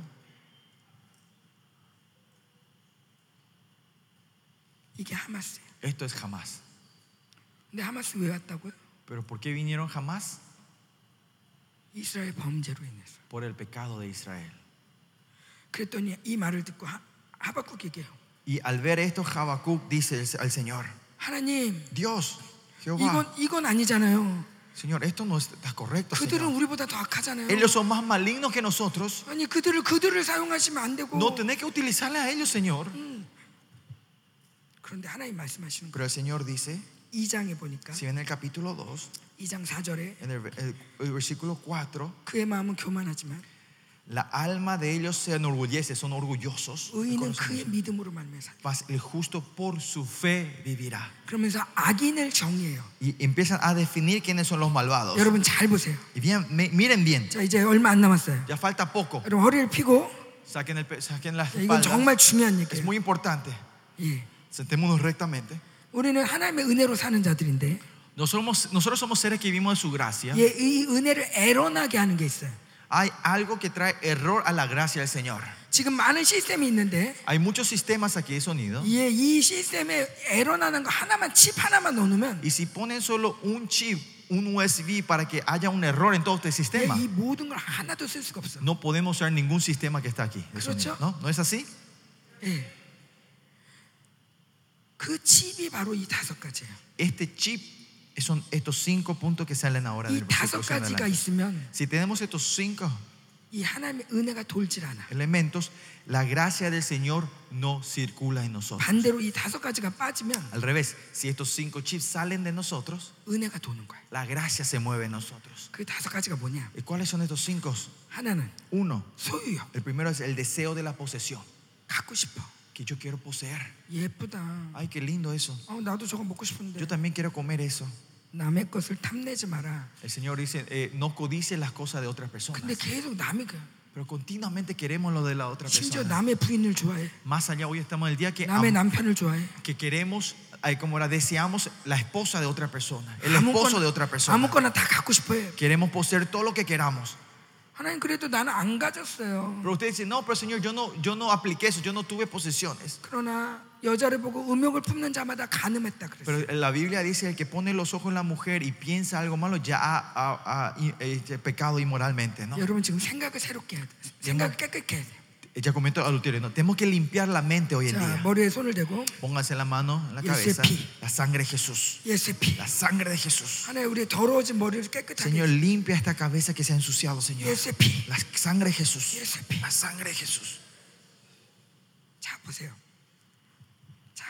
[SPEAKER 1] 이게 하마스예요.
[SPEAKER 2] Esto es jamás.
[SPEAKER 1] 근데 하마스 왜 왔다고요?
[SPEAKER 2] ¿Pero por qué vinieron jamás?
[SPEAKER 1] 이스라엘 범죄로 인해서.
[SPEAKER 2] Por el pecado de Israel.
[SPEAKER 1] 그랬더니 이 말을 듣고 하, 하박국에게요.
[SPEAKER 2] Y al ver esto, Habacuc dice el- al Señor:
[SPEAKER 1] 하나님
[SPEAKER 2] Dios, Jehová,
[SPEAKER 1] 이건 이건 아니잖아요.
[SPEAKER 2] Señor, esto no está correcto.
[SPEAKER 1] 그들은
[SPEAKER 2] Señor.
[SPEAKER 1] 우리보다 더 악하잖아요.
[SPEAKER 2] Ellos son más malignos que nosotros.
[SPEAKER 1] 아니 그들을 그들을 사용하시면 안 되고.
[SPEAKER 2] No tenés que utilizarle a ellos, Señor.
[SPEAKER 1] 그런데 하나님 말씀하시는 거.
[SPEAKER 2] Pero el Señor dice,
[SPEAKER 1] 2장에 보니까
[SPEAKER 2] si en el capítulo 2,
[SPEAKER 1] 2장 4절에
[SPEAKER 2] en el, ve- el- el versículo 4,
[SPEAKER 1] 그의 마음은 교만하지만
[SPEAKER 2] la alma de ellos se enorgullece, son orgullosos. de
[SPEAKER 1] 의인은 그의
[SPEAKER 2] conocimiento.
[SPEAKER 1] 믿음으로 말미암아.
[SPEAKER 2] Mas el justo por su fe vivirá.
[SPEAKER 1] 그러면서 악인을 정의해요.
[SPEAKER 2] Y empiezan a definir quiénes son los malvados.
[SPEAKER 1] 여러분 잘 보세요.
[SPEAKER 2] Y bien, me- miren bien,
[SPEAKER 1] 자 이제 얼마 안 남았어요.
[SPEAKER 2] ya falta poco.
[SPEAKER 1] 여러분 허리를 펴고
[SPEAKER 2] Saquen, el, pe- saquen las
[SPEAKER 1] 자, 이건
[SPEAKER 2] espaldas.
[SPEAKER 1] 정말 중요한
[SPEAKER 2] Es
[SPEAKER 1] 얘기예요.
[SPEAKER 2] muy importante.
[SPEAKER 1] 예.
[SPEAKER 2] Sentémonos rectamente.
[SPEAKER 1] 우리는 하나님의 은혜로 사는 자들인데
[SPEAKER 2] No somos- nosotros somos seres que vivimos de su gracia.
[SPEAKER 1] 예, 이 은혜를 애런하게 하는 게 있어요.
[SPEAKER 2] Hay algo que trae error a la gracia del Señor.
[SPEAKER 1] 지금 많은 시스템이 있는데
[SPEAKER 2] Hay muchos sistemas aquí de sonido.
[SPEAKER 1] 예, 이 시스템에 에런하는 거 하나만 칩 하나만 넣으면
[SPEAKER 2] Y si ponen solo un chip, un USB para que haya un error en todo este
[SPEAKER 1] 예,
[SPEAKER 2] sistema,
[SPEAKER 1] 이 모든 걸 하나도 쓸 수가 없어.
[SPEAKER 2] no podemos usar ningún sistema que está aquí. de sonido,
[SPEAKER 1] ¿Cierto?
[SPEAKER 2] ¿no? ¿No es así?
[SPEAKER 1] 예. 그 칩이 바로 이 다섯 가지예요.
[SPEAKER 2] Este chip son estos cinco puntos que salen ahora
[SPEAKER 1] 이
[SPEAKER 2] del
[SPEAKER 1] 다섯
[SPEAKER 2] versículo. en
[SPEAKER 1] 가지가
[SPEAKER 2] adelante.
[SPEAKER 1] 있으면
[SPEAKER 2] Si tenemos estos cinco
[SPEAKER 1] 이 하나님의 은혜가 돌질 않아.
[SPEAKER 2] elementos, la gracia del Señor no circula en nosotros.
[SPEAKER 1] 반대로 이 다섯 가지가 빠지면
[SPEAKER 2] Al revés, si estos cinco chips salen de nosotros,
[SPEAKER 1] 은혜가 도는 거야.
[SPEAKER 2] la gracia se mueve en nosotros.
[SPEAKER 1] 그 다섯 가지가 뭐냐?
[SPEAKER 2] ¿Y cuáles son estos cinco?
[SPEAKER 1] 하나는
[SPEAKER 2] Uno,
[SPEAKER 1] 소유요.
[SPEAKER 2] el primero es el deseo de la posesión,
[SPEAKER 1] 갖고 싶어.
[SPEAKER 2] que yo quiero poseer.
[SPEAKER 1] 예쁘다.
[SPEAKER 2] Ay, qué lindo eso.
[SPEAKER 1] 어, 나도 저거 먹고 싶은데.
[SPEAKER 2] Yo también quiero comer eso.
[SPEAKER 1] 남의 것을 탐내지 마라.
[SPEAKER 2] El Señor dice, eh, no codices las cosas de otras personas.
[SPEAKER 1] 근데 계속 남의 거.
[SPEAKER 2] Pero continuamente queremos lo de la otra
[SPEAKER 1] 심지어
[SPEAKER 2] persona.
[SPEAKER 1] 남의 부인을 좋아해.
[SPEAKER 2] Más allá, hoy estamos en el día que,
[SPEAKER 1] 남의
[SPEAKER 2] am-
[SPEAKER 1] 남편을 좋아해.
[SPEAKER 2] que queremos, ay, como la deseamos, la esposa de otra persona, el esposo de otra
[SPEAKER 1] 아무거나,
[SPEAKER 2] persona.
[SPEAKER 1] 아무거나 다 갖고 싶어해.
[SPEAKER 2] Queremos poseer todo lo que queramos.
[SPEAKER 1] 하나님 그래도 나는 안 가졌어요.
[SPEAKER 2] Pero usted dice, no, pero Señor, yo no, yo no apliqué eso, yo no tuve posesiones.
[SPEAKER 1] 그러나 여자를 보고 음욕을 품는 자마다 가늠했다 그랬어요.
[SPEAKER 2] Pero la Biblia dice, el que pone los ojos en la mujer y piensa algo malo, ya ha, ha- ha- i- eh, pecado inmoralmente, ¿no?
[SPEAKER 1] 여러분 지금 생각을 새롭게 해야 돼. 어? 생각을 깨끗게 해야 돼.
[SPEAKER 2] Ya comento adulterio, ¿no? Tenemos que limpiar la mente hoy en
[SPEAKER 1] 자,
[SPEAKER 2] día.
[SPEAKER 1] 머리에 손을 대고
[SPEAKER 2] Póngase la mano en la
[SPEAKER 1] Y ese
[SPEAKER 2] cabeza.
[SPEAKER 1] pi.
[SPEAKER 2] La sangre de Jesús.
[SPEAKER 1] 예수 피.
[SPEAKER 2] La sangre de Jesús.
[SPEAKER 1] 하나님 우리의 더러워진 머리를 깨끗하게
[SPEAKER 2] Señor, limpia esta cabeza que se ha ensuciado, Señor.
[SPEAKER 1] 예수 피.
[SPEAKER 2] La sangre de Jesús.
[SPEAKER 1] 예수 피.
[SPEAKER 2] La sangre de Jesús.
[SPEAKER 1] 자, 보세요. 자,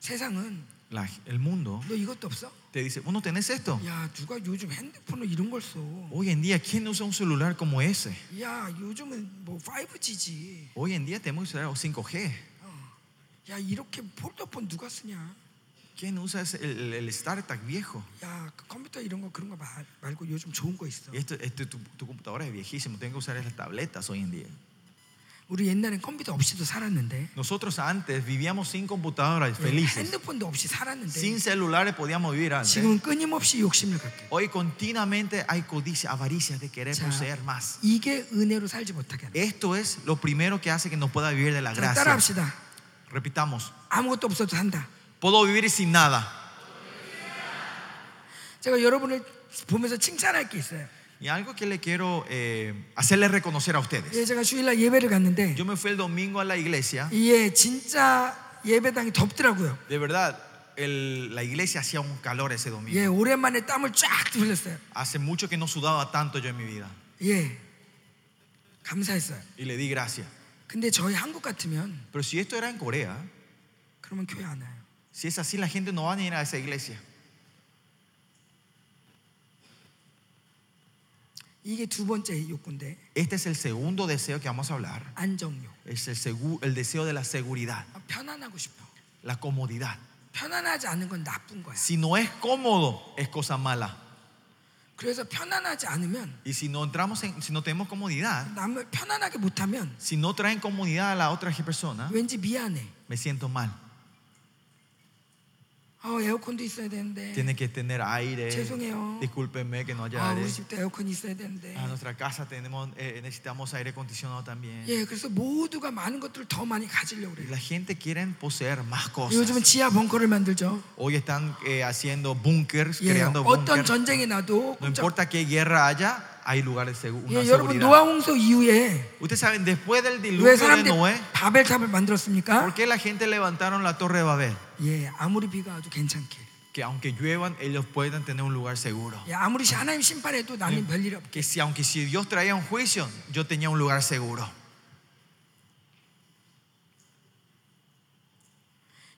[SPEAKER 1] 세상은
[SPEAKER 2] La- el mundo
[SPEAKER 1] 너 이것도 없어?
[SPEAKER 2] te dice, ¿vos no tenés esto?
[SPEAKER 1] 야, 누가 요즘 핸드폰으로 이런 걸 써?
[SPEAKER 2] Hoy en día, ¿quién usa un celular como ese?
[SPEAKER 1] 야, 요즘은 뭐 5G지.
[SPEAKER 2] Hoy en día tenemos que usar 5G.
[SPEAKER 1] 야, 이렇게 폴더폰 누가 쓰냐?
[SPEAKER 2] ¿Quién usa ese- el, el StarTag viejo?
[SPEAKER 1] 야, 그 컴퓨터 이런 거 그런 거 말, 말고 요즘 좋은 거 있어.
[SPEAKER 2] Y Esto, esto- tu, tu computadora es viejísima, tengo que usar las tabletas hoy en día.
[SPEAKER 1] 우리 옛날엔 컴퓨터 없이도 살았는데
[SPEAKER 2] Nosotros antes vivíamos sin computadoras, felices.
[SPEAKER 1] 핸드폰도 없이 살았는데
[SPEAKER 2] Sin celulares podíamos vivir antes.
[SPEAKER 1] 지금은 끊임없이 욕심을 갖게 돼.
[SPEAKER 2] Hoy continuamente hay codicia, avaricia de querer
[SPEAKER 1] Ya.
[SPEAKER 2] poseer más.
[SPEAKER 1] 이게 은혜로 살지 못하게 하는
[SPEAKER 2] Esto es lo primero que hace que no pueda vivir de la
[SPEAKER 1] 거야. 자,
[SPEAKER 2] gracia.
[SPEAKER 1] 따라합시다
[SPEAKER 2] Repitamos,
[SPEAKER 1] 아무것도 없어도 산다
[SPEAKER 2] puedo vivir sin nada.
[SPEAKER 1] 제가 여러분을 보면서 칭찬할 게 있어요
[SPEAKER 2] Y algo que le quiero eh, hacerle reconocer a ustedes.
[SPEAKER 1] 예, 제가 주일날 예배를 갔는데
[SPEAKER 2] Yo me fui el domingo a la iglesia.
[SPEAKER 1] 예, 진짜 예배당이 덥더라고요.
[SPEAKER 2] De verdad, el- la iglesia hacía un calor ese domingo.
[SPEAKER 1] 예, 오랜만에 땀을 쫙 흘렸어요.
[SPEAKER 2] Hace mucho que no sudaba tanto yo en mi vida.
[SPEAKER 1] 예, 감사했어요.
[SPEAKER 2] Y le di gracias.
[SPEAKER 1] 근데 저희 한국 같으면
[SPEAKER 2] Pero si esto era en Corea,
[SPEAKER 1] 그러면 교회 안 와요.
[SPEAKER 2] si es así, la gente no va a ir a esa iglesia.
[SPEAKER 1] 이게 두 번째 욕구인데
[SPEAKER 2] Este es el segundo deseo que vamos a hablar.
[SPEAKER 1] 안정욕.
[SPEAKER 2] Es el, segu- el deseo de la seguridad,
[SPEAKER 1] 아, 편안하고 싶어.
[SPEAKER 2] la comodidad.
[SPEAKER 1] 편안하지 않은 건 나쁜 거야.
[SPEAKER 2] Si no es cómodo, es cosa mala.
[SPEAKER 1] 그래서 편안하지 않으면
[SPEAKER 2] Y si no entramos en, si no tenemos comodidad,
[SPEAKER 1] 남을 편안하게 못하면
[SPEAKER 2] si no traen comodidad a la otra persona,
[SPEAKER 1] 왠지 미안해.
[SPEAKER 2] me siento mal.
[SPEAKER 1] 아 에어컨도 있어야 되는데.
[SPEAKER 2] Tiene que tener aire.
[SPEAKER 1] 죄송해요.
[SPEAKER 2] Discúlpenme que no
[SPEAKER 1] 네.
[SPEAKER 2] haya
[SPEAKER 1] 아
[SPEAKER 2] aire.
[SPEAKER 1] 우리 집도 에어컨 있어야 되는데.
[SPEAKER 2] A nuestra casa tenemos, eh, necesitamos aire acondicionado también.
[SPEAKER 1] 예, 그래서 모두가 많은 것들을 더 많이 가지려고
[SPEAKER 2] Y
[SPEAKER 1] 그래요.
[SPEAKER 2] La gente quiere poseer más cosas.
[SPEAKER 1] 요즘은 지하 벙커를 만들죠.
[SPEAKER 2] Hoy están eh, haciendo bunkers,
[SPEAKER 1] 예,
[SPEAKER 2] creando
[SPEAKER 1] 어떤
[SPEAKER 2] bunkers.
[SPEAKER 1] 전쟁이 나도
[SPEAKER 2] No
[SPEAKER 1] 꼼짝-
[SPEAKER 2] importa qué guerra haya, hay lugares seguros.
[SPEAKER 1] 예, 여러분 노아홍수 이후에
[SPEAKER 2] Ustedes saben, después del
[SPEAKER 1] 왜
[SPEAKER 2] diluvio de
[SPEAKER 1] 사람들이
[SPEAKER 2] Noé,
[SPEAKER 1] 바벨탑을
[SPEAKER 2] ¿por
[SPEAKER 1] 만들었습니까?
[SPEAKER 2] qué la gente levantaron la torre de Babel?
[SPEAKER 1] 예, 아무리 비가 와도 괜찮게.
[SPEAKER 2] Que aunque lluevan, ellos puedan tener un lugar seguro.
[SPEAKER 1] 예, 아무리 시- 하나님 심판해도 나는 별일 없.
[SPEAKER 2] Que si, aunque si Dios traía un juicio, yo tenía un lugar seguro.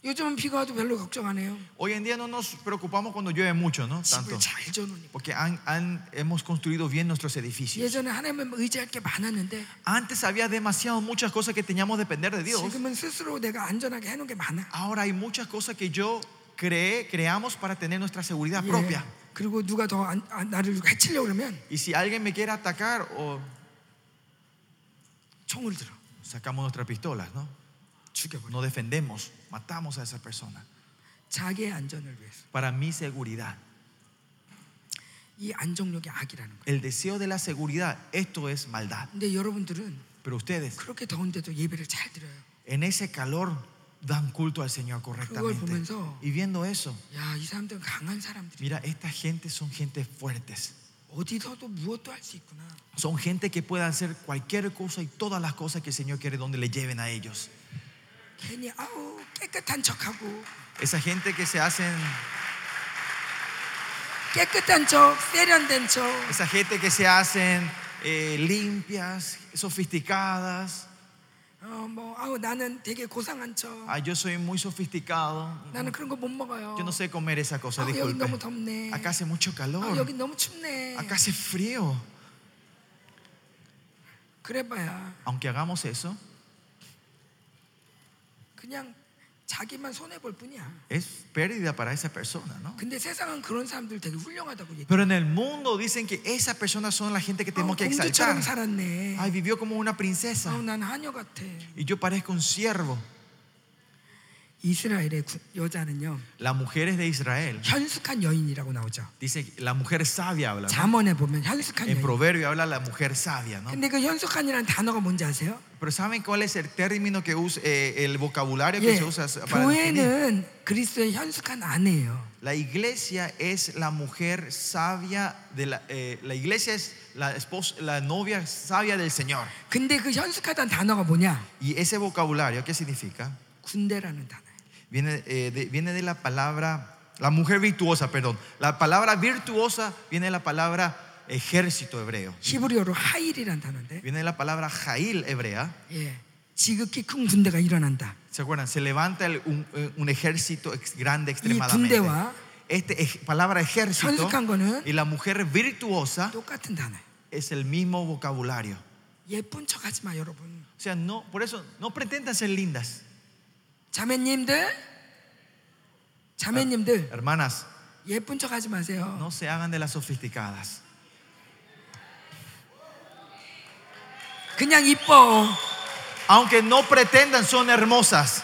[SPEAKER 1] 요즘은 비가 와도 별로 걱정 안 해요.
[SPEAKER 2] Hoy en día no nos preocupamos cuando llueve mucho, ¿no? Tanto.
[SPEAKER 1] 집을 잘 져놓으니까.
[SPEAKER 2] Porque han- han- hemos construido bien nuestros edificios.
[SPEAKER 1] 예전에 하나님을 의지할 게 많았는데
[SPEAKER 2] Antes había demasiado muchas cosas que teníamos que depender de Dios.
[SPEAKER 1] 지금은 스스로 내가 안전하게 해놓은 게 많아.
[SPEAKER 2] Ahora hay muchas cosas que yo creé, creamos para tener nuestra seguridad
[SPEAKER 1] 예,
[SPEAKER 2] propia.
[SPEAKER 1] 그리고 누가 더 안- 안- 나를 해치려고 그러면
[SPEAKER 2] Y si alguien me quiere atacar, o
[SPEAKER 1] 총을 들어
[SPEAKER 2] sacamos nuestras pistolas, ¿no?
[SPEAKER 1] 죽여버려.
[SPEAKER 2] No defendemos, matamos a esa persona.
[SPEAKER 1] 자기의 안전을 위해서.
[SPEAKER 2] Para mi seguridad,
[SPEAKER 1] 이 안정력이 악이라는 거예요.
[SPEAKER 2] el deseo de la seguridad, esto es maldad.
[SPEAKER 1] 근데 여러분들은
[SPEAKER 2] Pero ustedes,
[SPEAKER 1] 그렇게 더운데도 예배를 잘 드려요.
[SPEAKER 2] en ese calor, dan culto al Señor
[SPEAKER 1] Kugol
[SPEAKER 2] correctamente.
[SPEAKER 1] 보면서-
[SPEAKER 2] Y viendo eso,
[SPEAKER 1] 야, 이 사람들은 강한 사람들이
[SPEAKER 2] mira, esta gente son gente fuertes.
[SPEAKER 1] 어디서도 무엇도 할 수 있구나.
[SPEAKER 2] Son gente que puede hacer cualquier cosa y todas las cosas que el Señor quiere donde le lleven a ellos.
[SPEAKER 1] 괜히 아우 깨끗한 척하고
[SPEAKER 2] Esa gente que se hacen,
[SPEAKER 1] 깨끗한 척, 세련된 척.
[SPEAKER 2] esa gente que se hacen eh, limpias, sofisticadas.
[SPEAKER 1] 어, 뭐 아우 나는 되게 고상한 척.
[SPEAKER 2] Ah, yo soy muy sofisticado.
[SPEAKER 1] 나는 그런 거 못 먹어요.
[SPEAKER 2] Yo no sé comer esa cosa,
[SPEAKER 1] 아, 여기
[SPEAKER 2] disculpe.
[SPEAKER 1] 너무 덥네.
[SPEAKER 2] Acá hace mucho
[SPEAKER 1] 아,
[SPEAKER 2] calor.
[SPEAKER 1] 여기 너무 춥네.
[SPEAKER 2] Acá hace frío.
[SPEAKER 1] 그래봐야
[SPEAKER 2] Aunque hagamos eso,
[SPEAKER 1] 그냥 자기만 손해 볼 뿐이야.
[SPEAKER 2] es pérdida para esa persona, ¿no?
[SPEAKER 1] 근데 세상은 그런 사람들 되게 훌륭하다고 얘기해. 아,
[SPEAKER 2] Pero en el mundo dicen que esas personas son la gente que tenemos que
[SPEAKER 1] 공주처럼
[SPEAKER 2] exaltar.
[SPEAKER 1] 네, 뭐 살았네.
[SPEAKER 2] Ay, vivió como una princesa.
[SPEAKER 1] 아우 난 하녀 같아.
[SPEAKER 2] Y yo parezco un siervo.
[SPEAKER 1] 이스라엘의 구- 여자는요
[SPEAKER 2] Las mujeres de Israel,
[SPEAKER 1] 현숙한 여인이라고 나오죠.
[SPEAKER 2] dice que la mujer sabia habla. ¿no?
[SPEAKER 1] 잠언에 보면 현숙한
[SPEAKER 2] En
[SPEAKER 1] 여인.
[SPEAKER 2] proverbio habla la mujer sabia, ¿no?
[SPEAKER 1] 근데 그 현숙한이라는 단어가 뭔지 아세요?
[SPEAKER 2] Pero ¿saben cuál es el término que usa, eh, el vocabulario que
[SPEAKER 1] 예,
[SPEAKER 2] se usa para definir?
[SPEAKER 1] 교회는 그리스도의 현숙한 아내예요.
[SPEAKER 2] La iglesia es la mujer sabia de la, eh, la iglesia es la esposa, la novia sabia del Señor.
[SPEAKER 1] 근데 그 현숙하다는 단어가 뭐냐?
[SPEAKER 2] Y ese vocabulario, ¿qué significa?
[SPEAKER 1] 군대라는 단어예요.
[SPEAKER 2] Viene, eh, de, viene de la palabra, la mujer virtuosa, perdón. La palabra virtuosa viene de la palabra ejército hebreo.
[SPEAKER 1] 히브리어로 하일이라는 단어인데
[SPEAKER 2] Viene de la palabra jail hebrea.
[SPEAKER 1] 예, 지극히 큰 군대가 일어난다.
[SPEAKER 2] ¿Se acuerdan? Se levanta el- un, eh, un ejército ex- grande extremadamente.
[SPEAKER 1] 군대와
[SPEAKER 2] Este ej- palabra ejército
[SPEAKER 1] 현숙한 거는
[SPEAKER 2] y la mujer virtuosa
[SPEAKER 1] 똑같은 단어예요.
[SPEAKER 2] es el mismo vocabulario.
[SPEAKER 1] 예쁜 척하지 마 여러분.
[SPEAKER 2] O sea, no, por eso no pretendan ser lindas.
[SPEAKER 1] 자매님들 자매님들
[SPEAKER 2] Hermanas,
[SPEAKER 1] 아. 예쁜 척하지 마세요.
[SPEAKER 2] no se hagan de las sofisticadas.
[SPEAKER 1] 그냥 이뻐.
[SPEAKER 2] Aunque no pretendan, son hermosas.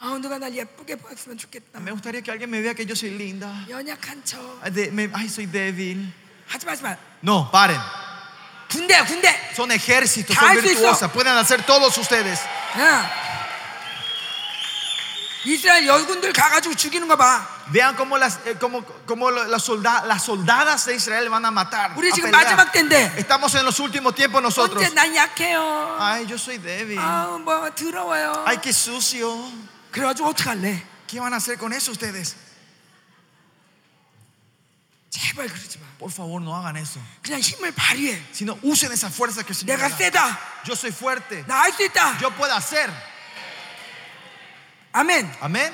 [SPEAKER 1] 아 누가 날 예쁘게 봤으면 좋겠다.
[SPEAKER 2] Me gustaría que alguien me vea que yo soy linda.
[SPEAKER 1] 연약한 척.
[SPEAKER 2] Ay, de- me- ay, soy débil.
[SPEAKER 1] 하지 마 하지 마.
[SPEAKER 2] No, paren.
[SPEAKER 1] 군대야 군대.
[SPEAKER 2] Son ejércitos,
[SPEAKER 1] ¡Ay,
[SPEAKER 2] son
[SPEAKER 1] sí,
[SPEAKER 2] virtuosas. Pueden hacer todos ustedes.
[SPEAKER 1] 어. 이스라엘 여군들 가가지고 죽이는 거 봐.
[SPEAKER 2] Vean cómo las, eh, cómo, cómo las, solda- las soldadas de Israel van a matar. a
[SPEAKER 1] 우리 지금
[SPEAKER 2] pelear.
[SPEAKER 1] 마지막 때인데
[SPEAKER 2] Estamos en los últimos tiempos nosotros.
[SPEAKER 1] 언제 난 약해요.
[SPEAKER 2] Ay, yo soy débil.
[SPEAKER 1] 아우 뭐 더러워요.
[SPEAKER 2] Ay, qué sucio.
[SPEAKER 1] 그래가지고 어떡할래?
[SPEAKER 2] ¿Qué van a hacer con eso ustedes?
[SPEAKER 1] 제발 그러지 마.
[SPEAKER 2] Por favor, no hagan eso.
[SPEAKER 1] 그냥 힘을 발휘해.
[SPEAKER 2] Sino usen esa fuerza que el Señor
[SPEAKER 1] 내가
[SPEAKER 2] da.
[SPEAKER 1] 세다.
[SPEAKER 2] Yo soy fuerte.
[SPEAKER 1] 나 할 수 있다.
[SPEAKER 2] Yo puedo hacer.
[SPEAKER 1] 아멘.
[SPEAKER 2] Amén.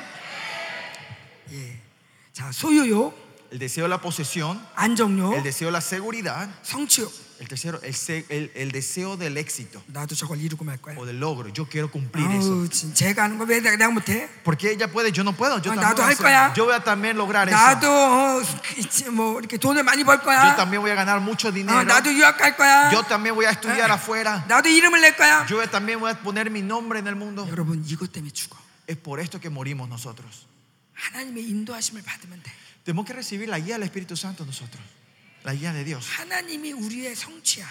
[SPEAKER 1] 자 소유욕,
[SPEAKER 2] El deseo de la posesión, el
[SPEAKER 1] 안정욕,
[SPEAKER 2] deseo de la seguridad,
[SPEAKER 1] 성취욕.
[SPEAKER 2] el tercero, el, se- el- el deseo del éxito
[SPEAKER 1] 나도 저걸 이루고 말 거야.
[SPEAKER 2] o del logro. Yo quiero cumplir eso.
[SPEAKER 1] 어, 아우 진 제가 하는 거 왜 내가, 내가 못해?
[SPEAKER 2] Porque ella puede, yo no puedo. Yo,
[SPEAKER 1] Ah,
[SPEAKER 2] también,
[SPEAKER 1] 나도
[SPEAKER 2] voy a
[SPEAKER 1] 할
[SPEAKER 2] hacer.
[SPEAKER 1] 거야.
[SPEAKER 2] yo voy a también lograr
[SPEAKER 1] 나도
[SPEAKER 2] eso.
[SPEAKER 1] 어, 그치, 뭐 이렇게 돈을 많이 벌
[SPEAKER 2] Yo
[SPEAKER 1] 거야.
[SPEAKER 2] también voy a ganar mucho
[SPEAKER 1] 어,
[SPEAKER 2] dinero.
[SPEAKER 1] 나도 유학 갈 거야.
[SPEAKER 2] Yo también voy a estudiar afuera.
[SPEAKER 1] 나도 이름을 낼 거야.
[SPEAKER 2] Yo también voy a poner mi nombre en el mundo.
[SPEAKER 1] 여러분 이것 때문에 죽어.
[SPEAKER 2] Es por esto que morimos nosotros.
[SPEAKER 1] 하나님의 인도하심을 받으면 돼.
[SPEAKER 2] Tenemos que recibir la guía del Espíritu Santo nosotros. La guía de Dios.
[SPEAKER 1] 하나님이 우리의 성취야.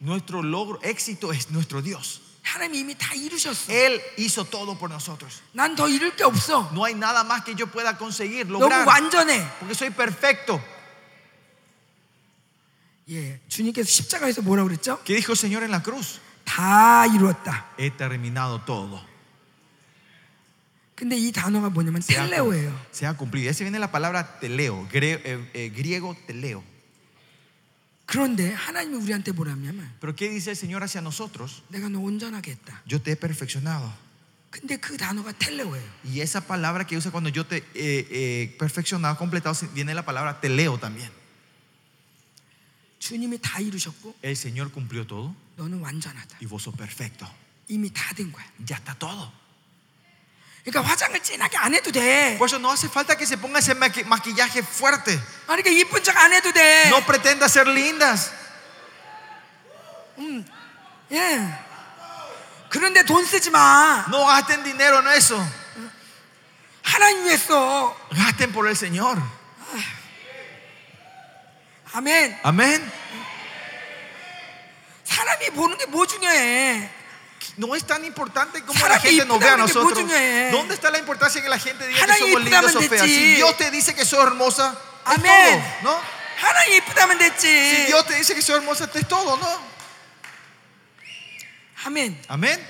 [SPEAKER 2] Nuestro logro, éxito es nuestro Dios.
[SPEAKER 1] 하나님이 이미 다 이루셨어.
[SPEAKER 2] Él hizo todo por nosotros.
[SPEAKER 1] 난 더 이룰 게 없어.
[SPEAKER 2] No hay nada más que yo pueda conseguir,
[SPEAKER 1] 너무
[SPEAKER 2] lograr.
[SPEAKER 1] 완전해.
[SPEAKER 2] Porque soy perfecto.
[SPEAKER 1] 예, 주님께서 십자가에서 뭐라고 그랬죠?
[SPEAKER 2] ¿Qué dijo el Señor en la cruz?
[SPEAKER 1] 다 이루었다.
[SPEAKER 2] He terminado todo.
[SPEAKER 1] 근데 이 단어가 뭐냐면
[SPEAKER 2] Se ha,
[SPEAKER 1] 텔레오예요.
[SPEAKER 2] se ha cumplido. Ese viene la palabra teleo, gre- eh, eh, griego teleo.
[SPEAKER 1] 그런데 하나님이 우리한테 뭐라냐면
[SPEAKER 2] Pero ¿qué dice el Señor hacia nosotros?
[SPEAKER 1] 내가 너 온전하게 했다.
[SPEAKER 2] Yo te he perfeccionado.
[SPEAKER 1] 근데 그 단어가 텔레오예요.
[SPEAKER 2] Y esa palabra que usa cuando yo te he perfeccionado, completado, viene la palabra teleo también.
[SPEAKER 1] 주님이 다 이루셨고
[SPEAKER 2] El Señor cumplió todo
[SPEAKER 1] 너는 완전하다.
[SPEAKER 2] y vos sos perfecto.
[SPEAKER 1] 이미 다 된 거야.
[SPEAKER 2] Ya está todo.
[SPEAKER 1] 그러니까 화장을 진하게 안 해도 돼.
[SPEAKER 2] Por eso no hace falta que se ponga ese maqui- maquillaje fuerte.
[SPEAKER 1] 아니 그러니까 이쁜 척 안 해도 돼.
[SPEAKER 2] No pretenda ser lindas.
[SPEAKER 1] 예. 그런데 돈 쓰지 마.
[SPEAKER 2] No gasten dinero en eso.
[SPEAKER 1] 하나님 위해 써.
[SPEAKER 2] Gasten por el Señor.
[SPEAKER 1] 아멘.
[SPEAKER 2] Amén.
[SPEAKER 1] 사람이 보는 게 뭐 중요해.
[SPEAKER 2] No es tan importante como
[SPEAKER 1] Sabe
[SPEAKER 2] la
[SPEAKER 1] que
[SPEAKER 2] gente nos vea a
[SPEAKER 1] importante que
[SPEAKER 2] nosotros.
[SPEAKER 1] vos tenés.
[SPEAKER 2] ¿Dónde está la importancia que la gente diga que
[SPEAKER 1] Haram
[SPEAKER 2] somos lindos o
[SPEAKER 1] importante,
[SPEAKER 2] feas? Si
[SPEAKER 1] sí.
[SPEAKER 2] Dios te dice que sos hermosa, es
[SPEAKER 1] Amén. Eh.
[SPEAKER 2] todo, ¿no?
[SPEAKER 1] 하나님 이쁘다면
[SPEAKER 2] Si
[SPEAKER 1] 됐지.
[SPEAKER 2] Dios te dice que sos hermosa, es todo, ¿no?
[SPEAKER 1] 아멘.
[SPEAKER 2] Amén.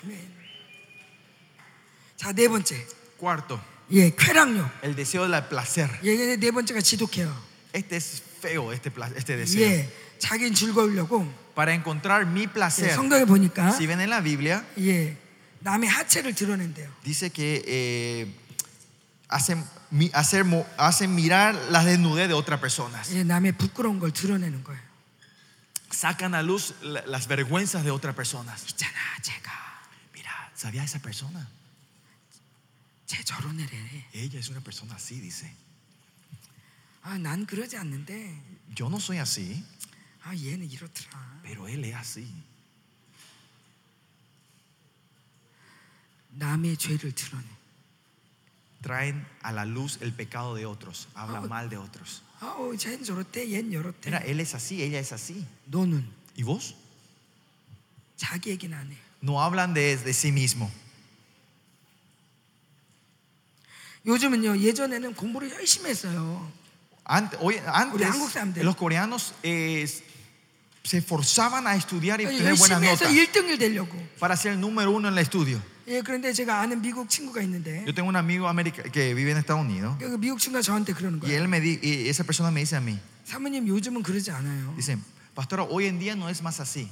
[SPEAKER 1] 아멘. 자, 네 번째.
[SPEAKER 2] Cuarto,
[SPEAKER 1] 예, 쾌락욕.
[SPEAKER 2] el deseo del placer.
[SPEAKER 1] 예, 네 번째가 지독해요.
[SPEAKER 2] Este es feo, este, pla- este deseo.
[SPEAKER 1] 예. 자기는 즐거우려고
[SPEAKER 2] Para encontrar mi
[SPEAKER 1] 예,
[SPEAKER 2] placer.
[SPEAKER 1] 성경에 보니까
[SPEAKER 2] Si ven en la Biblia,
[SPEAKER 1] 예. 남의 하체를 드러낸대요.
[SPEAKER 2] dice que eh, hacen, mi- hacer mo- hacen mirar la desnudez de otras personas.
[SPEAKER 1] 예, 남의 부끄러운 걸 드러내는 거예요.
[SPEAKER 2] Sacan a luz la- las vergüenzas de otras personas.
[SPEAKER 1] 있잖아, 제가
[SPEAKER 2] Mira, ¿sabía esa persona?
[SPEAKER 1] 제 저런 애래.
[SPEAKER 2] Ella es una persona así, dice.
[SPEAKER 1] 아, 난 그러지 않는데.
[SPEAKER 2] Yo no soy así,
[SPEAKER 1] 아, 얘는 이렇더라.
[SPEAKER 2] pero él es así.
[SPEAKER 1] 남의 죄를 드러내.
[SPEAKER 2] Traen a la luz el pecado de otros, hablan mal de otros.
[SPEAKER 1] 아우, 쟤는 저렇대, 얜
[SPEAKER 2] Mira,
[SPEAKER 1] 이렇대.
[SPEAKER 2] él es así, ella es así.
[SPEAKER 1] 너는
[SPEAKER 2] ¿Y vos?
[SPEAKER 1] 자기 얘기는 안 해.
[SPEAKER 2] No hablan de, de sí mismo.
[SPEAKER 1] 요즘은요 예전에는 공부를 열심히 했어요.
[SPEAKER 2] Ante- hoy-
[SPEAKER 1] Uy, 한국
[SPEAKER 2] antes,
[SPEAKER 1] 사람들.
[SPEAKER 2] los coreanos eh, se forzaban a estudiar y tener buenas
[SPEAKER 1] 열심히 해서
[SPEAKER 2] notas
[SPEAKER 1] 1등을 되려고.
[SPEAKER 2] para ser el número uno en el estudio.
[SPEAKER 1] 예 그런데 제가 아는 미국 친구가 있는데
[SPEAKER 2] Yo tengo un amigo america- que vive en Estados Unidos
[SPEAKER 1] 그 미국 친구가 저한테 그러는
[SPEAKER 2] y,
[SPEAKER 1] 거예요.
[SPEAKER 2] él me di- y esa persona me dice a mí,
[SPEAKER 1] 사모님 요즘은 그러지 않아요.
[SPEAKER 2] dice, pastora, hoy en día no es más así.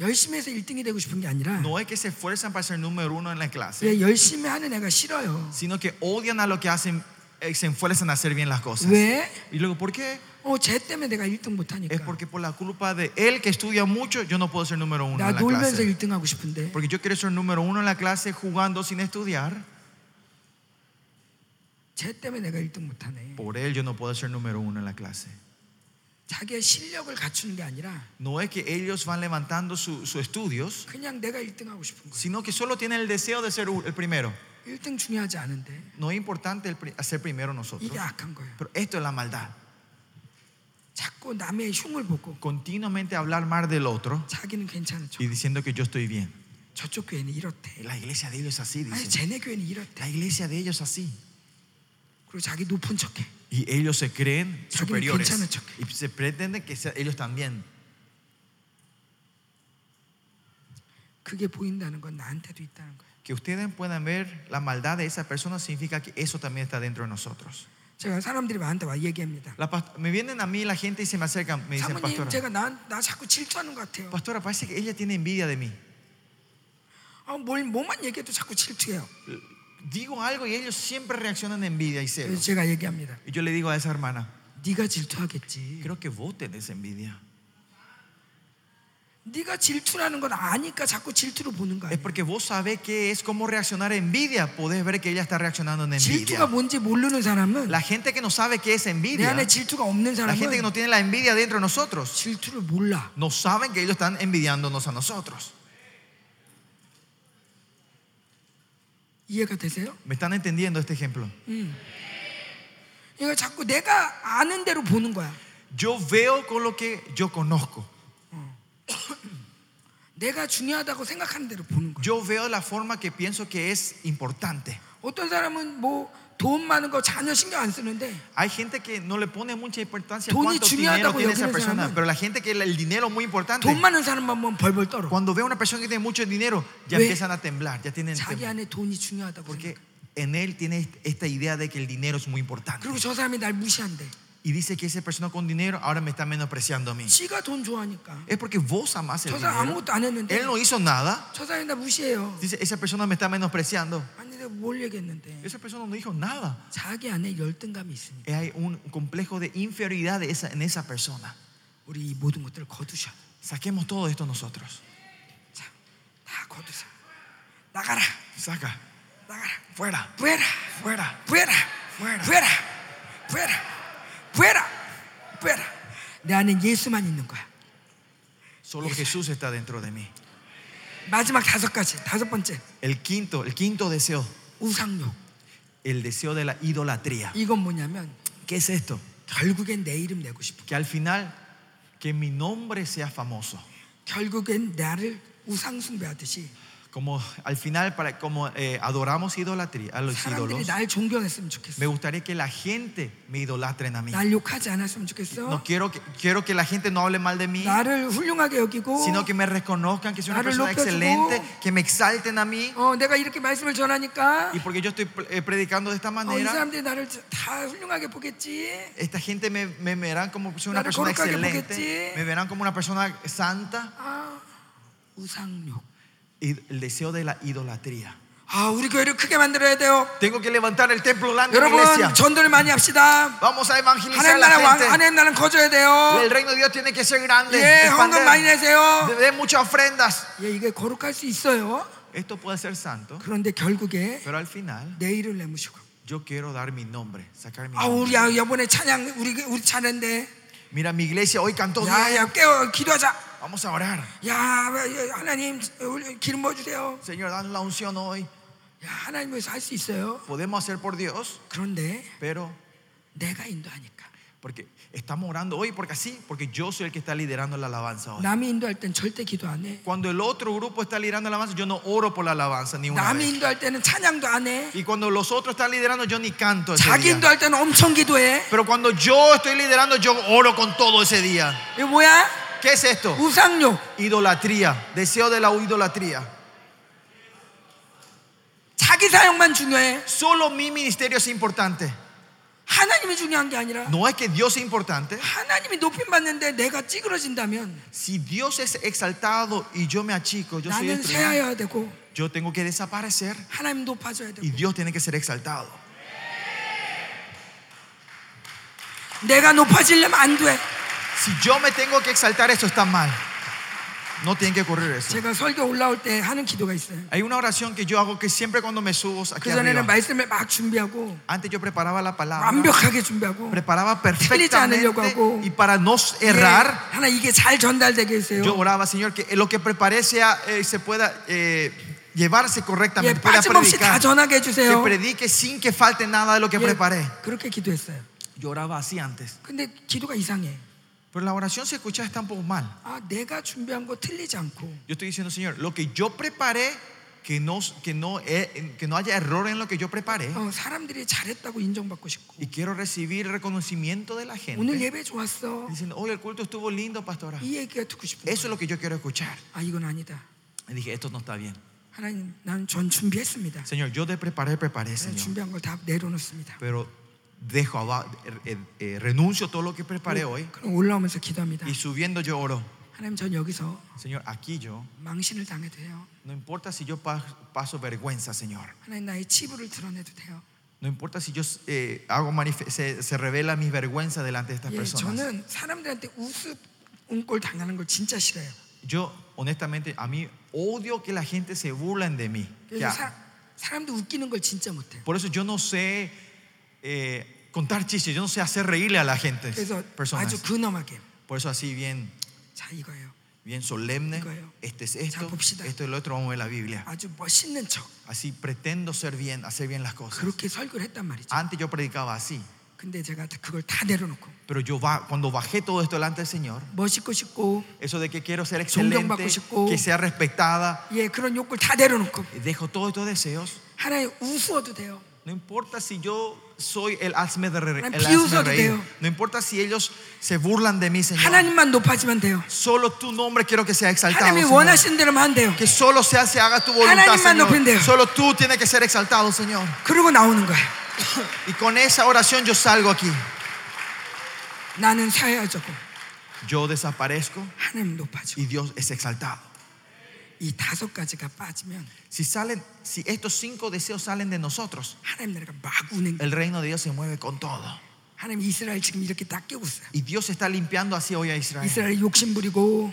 [SPEAKER 1] 열심히 해서 1등이 되고 싶은 게 아니라
[SPEAKER 2] No es que se esfuerzan para ser número uno en la clase,
[SPEAKER 1] 예, 열심히 하는 애가 싫어요.
[SPEAKER 2] sino que odian a lo que hacen, eh, se esfuerzan a hacer bien las cosas.
[SPEAKER 1] 왜?
[SPEAKER 2] Y luego, ¿por qué?
[SPEAKER 1] 어, 쟤 때문에 내가 1등 못
[SPEAKER 2] Es
[SPEAKER 1] 하니까.
[SPEAKER 2] porque por la culpa de él que estudia mucho, yo no puedo ser número uno
[SPEAKER 1] 나
[SPEAKER 2] en la
[SPEAKER 1] 놀면서
[SPEAKER 2] clase.
[SPEAKER 1] 1등 하고 싶은데.
[SPEAKER 2] Porque yo quiero ser número uno en la clase jugando sin estudiar.
[SPEAKER 1] 쟤 때문에 내가 1등 못 하네.
[SPEAKER 2] Por él yo no puedo ser número uno en la clase.
[SPEAKER 1] 자기의 실력을 갖추는 게 아니라
[SPEAKER 2] No es que ellos van levantando sus estudios,
[SPEAKER 1] 그냥 내가 1등 하고 싶은 거예요.
[SPEAKER 2] sino que solo tienen el deseo de ser u- el primero.
[SPEAKER 1] 1등 중요하지 않은데
[SPEAKER 2] No es importante el pri- ser primero
[SPEAKER 1] 이게
[SPEAKER 2] nosotros.
[SPEAKER 1] 악한 거예요.
[SPEAKER 2] Pero esto es la maldad.
[SPEAKER 1] 자꾸 남의 흉을 보고
[SPEAKER 2] Continuamente hablar mal del otro
[SPEAKER 1] 자기는 괜찮은 척.
[SPEAKER 2] y diciendo que yo estoy bien.
[SPEAKER 1] 저쪽 교회는 이렇대.
[SPEAKER 2] La iglesia de ellos es así,
[SPEAKER 1] 아니
[SPEAKER 2] dice.
[SPEAKER 1] 쟤네 교회는 이렇대.
[SPEAKER 2] La iglesia de ellos es así.
[SPEAKER 1] 그리고 자기 높은 척해.
[SPEAKER 2] Y ellos se creen
[SPEAKER 1] Saben
[SPEAKER 2] superiores.
[SPEAKER 1] 괜찮은 척해.
[SPEAKER 2] Y se pretende que sea- ellos también.
[SPEAKER 1] 그게 보인다는 건 나한테도 있다는 거예요.
[SPEAKER 2] Que ustedes puedan ver la maldad de esa persona significa que eso también está dentro de nosotros.
[SPEAKER 1] 제가 사람들이 나한테 와 얘기합니다.
[SPEAKER 2] La past- me vienen a mí la gente y se me acercan, me dicen,
[SPEAKER 1] 사모님,
[SPEAKER 2] pastora,
[SPEAKER 1] 제가 나, 나 자꾸 질투하는 것 같아요.
[SPEAKER 2] pastora, parece que ella tiene envidia de mí.
[SPEAKER 1] 아, 뭘 뭐만 얘기해도 자꾸 질투해요.
[SPEAKER 2] Digo algo y ellos siempre reaccionan de envidia y
[SPEAKER 1] 그래서
[SPEAKER 2] celos.
[SPEAKER 1] 제가 얘기합니다.
[SPEAKER 2] Y yo le digo a esa hermana,
[SPEAKER 1] 네가 질투하겠지.
[SPEAKER 2] creo que vos tenés envidia.
[SPEAKER 1] 네가 질투라는 건 아니까 자꾸 질투로 보는 거
[SPEAKER 2] Es
[SPEAKER 1] 아니야.
[SPEAKER 2] porque vos sabés qué es cómo reaccionar a envidia. Podés ver que ella está reaccionando en
[SPEAKER 1] 질투가
[SPEAKER 2] envidia.
[SPEAKER 1] 뭔지 모르는 사람은
[SPEAKER 2] La gente que no sabe qué es
[SPEAKER 1] 내
[SPEAKER 2] envidia,
[SPEAKER 1] 안에 질투가 없는
[SPEAKER 2] la
[SPEAKER 1] 사람은
[SPEAKER 2] gente que no tiene la envidia dentro de nosotros,
[SPEAKER 1] 질투를 몰라.
[SPEAKER 2] no saben que ellos están envidiándonos a nosotros.
[SPEAKER 1] 이해가 되세요?
[SPEAKER 2] ¿Me están entendiendo este ejemplo?
[SPEAKER 1] 이거 그러니까 자꾸 내가 아는 대로 보는 거야.
[SPEAKER 2] Yo veo con lo que yo conozco.
[SPEAKER 1] 내가 중요하다고 생각하는 대로 보는 거야.
[SPEAKER 2] Yo veo la forma que pienso que es importante.
[SPEAKER 1] 어떤 사람은 뭐 돈 많은 거 자녀 신경 안 쓰는데
[SPEAKER 2] Hay gente que no le pone mucha importancia a
[SPEAKER 1] Don이
[SPEAKER 2] cuánto dinero
[SPEAKER 1] 중요하다고
[SPEAKER 2] tiene esa
[SPEAKER 1] 여기는
[SPEAKER 2] persona,
[SPEAKER 1] 사람은
[SPEAKER 2] pero la gente que el dinero es muy importante.
[SPEAKER 1] 돈 많은 사람만 보면 벌벌 떨어.
[SPEAKER 2] Cuando veo a una persona que tiene mucho dinero, ya
[SPEAKER 1] 왜?
[SPEAKER 2] empiezan a temblar, ya tienen
[SPEAKER 1] 자기
[SPEAKER 2] temblor.
[SPEAKER 1] 안에 돈이 중요하다고
[SPEAKER 2] Porque
[SPEAKER 1] 생각해.
[SPEAKER 2] en él tiene esta idea de que el dinero es muy importante.
[SPEAKER 1] 그리고 저 사람이 날 무시한대.
[SPEAKER 2] Y dice que esa persona con dinero ahora me está menospreciando a mí.
[SPEAKER 1] 지가 돈 좋아하니까.
[SPEAKER 2] Es porque vos amás el
[SPEAKER 1] 저 사람
[SPEAKER 2] dinero.
[SPEAKER 1] 아무것도 안 했는데
[SPEAKER 2] Él no hizo nada.
[SPEAKER 1] 저 사람이 나 무시해요.
[SPEAKER 2] Dice, esa persona me está menospreciando.
[SPEAKER 1] 아니 내가 뭘 얘기했는데
[SPEAKER 2] Esa persona no dijo nada.
[SPEAKER 1] 자기 안에 열등감이 있으니까
[SPEAKER 2] Hay un complejo de inferioridad de esa, en esa persona.
[SPEAKER 1] 우리 이 모든 것들을 거두셔.
[SPEAKER 2] Saquemos todo esto nosotros.
[SPEAKER 1] 자, 다 거두세요. 나가라,
[SPEAKER 2] Saca.
[SPEAKER 1] 나가라.
[SPEAKER 2] Fuera.
[SPEAKER 1] 부해라, 부해라,
[SPEAKER 2] Fuera. 부해라.
[SPEAKER 1] 부해라, 부해라, 부해라, 부해라. 내 안에 예수만 있는 거야.
[SPEAKER 2] Solo Jesús está dentro de mí.
[SPEAKER 1] 마지막 다섯 가지, 다섯 번째
[SPEAKER 2] El quinto, el quinto deseo.
[SPEAKER 1] 우상욕.
[SPEAKER 2] El deseo de la idolatría.
[SPEAKER 1] 이건 뭐냐면
[SPEAKER 2] ¿Qué es esto?
[SPEAKER 1] 결국엔 내 이름 내고 싶어.
[SPEAKER 2] Que al final, que mi nombre sea famoso.
[SPEAKER 1] 결국엔 나를 우상 숭배하듯이
[SPEAKER 2] Como al final, para, como eh, adoramos idolatría a los
[SPEAKER 1] 사람들이
[SPEAKER 2] ídolos,
[SPEAKER 1] 날 존경했으면
[SPEAKER 2] me
[SPEAKER 1] 좋겠어.
[SPEAKER 2] gustaría que la gente me idolatren a mí.
[SPEAKER 1] 날 욕하지 않았으면 좋겠어.
[SPEAKER 2] No quiero que, quiero que la gente no hable mal de mí,
[SPEAKER 1] 나를 훌륭하게 여기고
[SPEAKER 2] sino que me reconozcan que soy una
[SPEAKER 1] 나를
[SPEAKER 2] persona
[SPEAKER 1] 높여주고,
[SPEAKER 2] excelente, que me exalten a mí.
[SPEAKER 1] 어, 내가 이렇게 말씀을 전하니까
[SPEAKER 2] Y porque yo estoy eh, predicando de esta
[SPEAKER 1] 어, 이
[SPEAKER 2] manera,
[SPEAKER 1] 사람들이 나를 다 훌륭하게 보겠지.
[SPEAKER 2] esta gente me, me verán como soy una
[SPEAKER 1] 나를 거룩하게
[SPEAKER 2] persona excelente,
[SPEAKER 1] 보겠지.
[SPEAKER 2] me verán como una persona santa.
[SPEAKER 1] 아, 우상욕.
[SPEAKER 2] Y el deseo de la idolatría.
[SPEAKER 1] 아, 우리 교회를 크게 만들어야 돼요.
[SPEAKER 2] Tengo que levantar el templo grande, la iglesia.
[SPEAKER 1] 여러분, 전도를 많이 합시다.
[SPEAKER 2] Vamos a evangelizar a
[SPEAKER 1] 하나님
[SPEAKER 2] la
[SPEAKER 1] 나라 왕,
[SPEAKER 2] gente.
[SPEAKER 1] 하나님 나라 커져야 돼요.
[SPEAKER 2] El reino de Dios tiene que ser grande.
[SPEAKER 1] 예,
[SPEAKER 2] expander.
[SPEAKER 1] 헌금 많이 내세요.
[SPEAKER 2] De- de muchas ofrendas.
[SPEAKER 1] 예, 이게 거룩할 수 있어요.
[SPEAKER 2] Esto puede ser santo,
[SPEAKER 1] 그런데 결국에
[SPEAKER 2] pero al final
[SPEAKER 1] 내일을 내무시고.
[SPEAKER 2] yo quiero dar mi nombre, sacar mi
[SPEAKER 1] 아,
[SPEAKER 2] nombre.
[SPEAKER 1] 우리 아, 이번에 찬양 우리 우리 차례인데.
[SPEAKER 2] Mira, mi iglesia hoy
[SPEAKER 1] 야,
[SPEAKER 2] cantó bien.
[SPEAKER 1] 야, 깨워 기도하자.
[SPEAKER 2] Vamos a orar.
[SPEAKER 1] 야, 하나님 우리 기름 부어 주세요.
[SPEAKER 2] Señor, danos la unción hoy.
[SPEAKER 1] 야, 하나님을 할수 있어요.
[SPEAKER 2] Podemos hacer por Dios,
[SPEAKER 1] 그런데
[SPEAKER 2] pero
[SPEAKER 1] 내가 인도하니까.
[SPEAKER 2] porque estamos orando hoy porque así, porque yo soy el que está liderando la alabanza hoy.
[SPEAKER 1] 남이 인도할 땐 절대 기도 안 해.
[SPEAKER 2] Cuando el otro grupo está liderando la alabanza, yo no oro por la alabanza ni una
[SPEAKER 1] 남이
[SPEAKER 2] vez.
[SPEAKER 1] 인도할 때는 찬양도 안 해.
[SPEAKER 2] Y cuando los otros están liderando, yo ni canto. ese
[SPEAKER 1] 자기
[SPEAKER 2] día.
[SPEAKER 1] 인도할 때는 엄청 기도해.
[SPEAKER 2] Pero cuando yo estoy liderando, yo oro con todo ese día.
[SPEAKER 1] 이거 뭐야?
[SPEAKER 2] ¿Qué es esto?
[SPEAKER 1] 우상욕.
[SPEAKER 2] Idolatría, deseo de la idolatría.
[SPEAKER 1] 자기 사역만 중요해.
[SPEAKER 2] Solo mi ministerio es importante.
[SPEAKER 1] 하나님이 중요한 게 아니라
[SPEAKER 2] No es que Dios es importante.
[SPEAKER 1] 하나님이 높임 받는데 내가 찌그러진다면
[SPEAKER 2] Si Dios es exaltado y yo me achico, yo soy
[SPEAKER 1] 나는
[SPEAKER 2] destruido,
[SPEAKER 1] 쇠하여야 되고
[SPEAKER 2] yo tengo que desaparecer
[SPEAKER 1] 하나님 높아져야 되고
[SPEAKER 2] y Dios tiene que ser exaltado.
[SPEAKER 1] 내가 높아지려면 안 돼.
[SPEAKER 2] Si yo me tengo que exaltar, eso está mal. No tiene que ocurrir eso.
[SPEAKER 1] 제가 설교 올라올 때 하는 기도가 있어요.
[SPEAKER 2] Hay una oración que yo hago que siempre cuando me subo aquí
[SPEAKER 1] 그 전에는
[SPEAKER 2] arriba,
[SPEAKER 1] 말씀을 막 준비하고
[SPEAKER 2] antes yo preparaba la palabra.
[SPEAKER 1] 완벽하게 준비하고
[SPEAKER 2] preparaba
[SPEAKER 1] 않으려고
[SPEAKER 2] perfectamente
[SPEAKER 1] 하고.
[SPEAKER 2] y para no
[SPEAKER 1] 예,
[SPEAKER 2] errar
[SPEAKER 1] 하나 이게 잘 전달되게
[SPEAKER 2] yo
[SPEAKER 1] 해주세요.
[SPEAKER 2] oraba Señor que lo que preparé sea eh, se pueda eh, llevarse
[SPEAKER 1] 예,
[SPEAKER 2] correctamente pueda
[SPEAKER 1] 빠짐없이 다
[SPEAKER 2] predicar
[SPEAKER 1] 전하게
[SPEAKER 2] que
[SPEAKER 1] 해주세요.
[SPEAKER 2] predique sin que falte nada de lo que
[SPEAKER 1] 예,
[SPEAKER 2] preparé
[SPEAKER 1] 그렇게 기도했어요.
[SPEAKER 2] yo oraba así antes
[SPEAKER 1] 근데 기도가 이상해.
[SPEAKER 2] Pero la oración si escuchás está un poco mal.
[SPEAKER 1] 아, 내가 준비한 거 틀리지 않고
[SPEAKER 2] Yo estoy diciendo, Señor, lo que yo preparé, que no, que no, eh, que no haya error en lo que yo preparé.
[SPEAKER 1] 어, 사람들이 잘했다고 인정받고 싶고
[SPEAKER 2] Y quiero recibir reconocimiento de la
[SPEAKER 1] 오늘
[SPEAKER 2] gente.
[SPEAKER 1] 예배 좋았어
[SPEAKER 2] Diciendo, oye, el culto estuvo lindo, pastora.
[SPEAKER 1] 이 얘기가 듣고 싶은 거야.
[SPEAKER 2] Eso es lo que yo quiero escuchar.
[SPEAKER 1] 아 이건 아니다
[SPEAKER 2] Y dije, esto no está bien.
[SPEAKER 1] 하나님 난 전 준비했습니다
[SPEAKER 2] Señor, yo te preparé, preparé,
[SPEAKER 1] 제가
[SPEAKER 2] Señor.
[SPEAKER 1] 준비한 걸 다 내려놓습니다
[SPEAKER 2] Pero dejo abajo, eh, eh, eh, renuncio a todo lo que preparé hoy.
[SPEAKER 1] 그럼 올라오면서 기도합니다
[SPEAKER 2] Y subiendo yo oro.
[SPEAKER 1] 하나님 전 여기서
[SPEAKER 2] Señor, aquí yo,
[SPEAKER 1] 망신을 당해도 돼요
[SPEAKER 2] no importa si yo pa- paso vergüenza, Señor.
[SPEAKER 1] 하나님 나의 치부를 드러내도 돼요
[SPEAKER 2] No importa si yo eh, hago manife- se, se revela mis vergüenzas delante de estas
[SPEAKER 1] 예,
[SPEAKER 2] personas.
[SPEAKER 1] 저는 사람들한테 우습 운꼴 당하는 걸 진짜 싫어요
[SPEAKER 2] Yo, honestamente, a mí odio que la gente se burlen de mí.
[SPEAKER 1] 그래서
[SPEAKER 2] Ya.
[SPEAKER 1] 사, 사람들 웃기는 걸 진짜 못해요
[SPEAKER 2] Por eso yo no sé eh, contar chistes, yo no sé hacer reírle a la gente.
[SPEAKER 1] 그래서
[SPEAKER 2] Personas.
[SPEAKER 1] 아주 근엄하게
[SPEAKER 2] Por eso así bien,
[SPEAKER 1] 자 이거예요
[SPEAKER 2] bien solemne,
[SPEAKER 1] Digo요.
[SPEAKER 2] este es esto,
[SPEAKER 1] 자, 봅시다.
[SPEAKER 2] esto es lo otro, vamos a ver la Biblia.
[SPEAKER 1] 아주 멋있는 척
[SPEAKER 2] Así pretendo ser bien, hacer bien las cosas.
[SPEAKER 1] 그렇게 설교를 했단 말이죠
[SPEAKER 2] Antes yo predicaba así,
[SPEAKER 1] 근데 제가 그걸 다 내려놓고
[SPEAKER 2] pero yo va, cuando bajé todo esto delante del Señor,
[SPEAKER 1] 멋있고 싶고
[SPEAKER 2] eso de que quiero ser
[SPEAKER 1] 존경받고
[SPEAKER 2] excelente,
[SPEAKER 1] 싶고.
[SPEAKER 2] que sea respetada, eh,
[SPEAKER 1] 예 그런 욕구를 다 내려놓고
[SPEAKER 2] dejo todos estos deseos.
[SPEAKER 1] 하나님 우스워도 돼요
[SPEAKER 2] No importa si yo soy el hazme de re-
[SPEAKER 1] 하나님
[SPEAKER 2] el hazme
[SPEAKER 1] 비웃어도
[SPEAKER 2] reír.
[SPEAKER 1] 돼요.
[SPEAKER 2] No importa si ellos se burlan de mí,
[SPEAKER 1] 네.
[SPEAKER 2] Señor.
[SPEAKER 1] 하나님만 높아지면 돼요
[SPEAKER 2] Solo tu nombre quiero que sea exaltado.
[SPEAKER 1] 하나님이
[SPEAKER 2] Señor.
[SPEAKER 1] 원하시는 대로만 안 돼요
[SPEAKER 2] Que solo sea, se haga tu voluntad,
[SPEAKER 1] 하나님만
[SPEAKER 2] Señor.
[SPEAKER 1] 높인대요.
[SPEAKER 2] Solo tú tienes que ser exaltado, Señor.
[SPEAKER 1] 그러고 나오는 거예요
[SPEAKER 2] Y con esa oración yo salgo aquí.
[SPEAKER 1] 나는 사회화적고
[SPEAKER 2] Yo desaparezco
[SPEAKER 1] 하나님 높아지고
[SPEAKER 2] y Dios es exaltado.
[SPEAKER 1] 이 다섯 가지가 빠지면
[SPEAKER 2] Si salen, si estos cinco deseos salen de nosotros,
[SPEAKER 1] 하나님 나라가 막 우는 거예요
[SPEAKER 2] el reino de Dios se mueve con todo.
[SPEAKER 1] 하나님 이스라엘 지금 이렇게 다 깨고 있어요
[SPEAKER 2] Y Dios está limpiando así hoy a Israel.
[SPEAKER 1] 이스라엘 욕심 부리고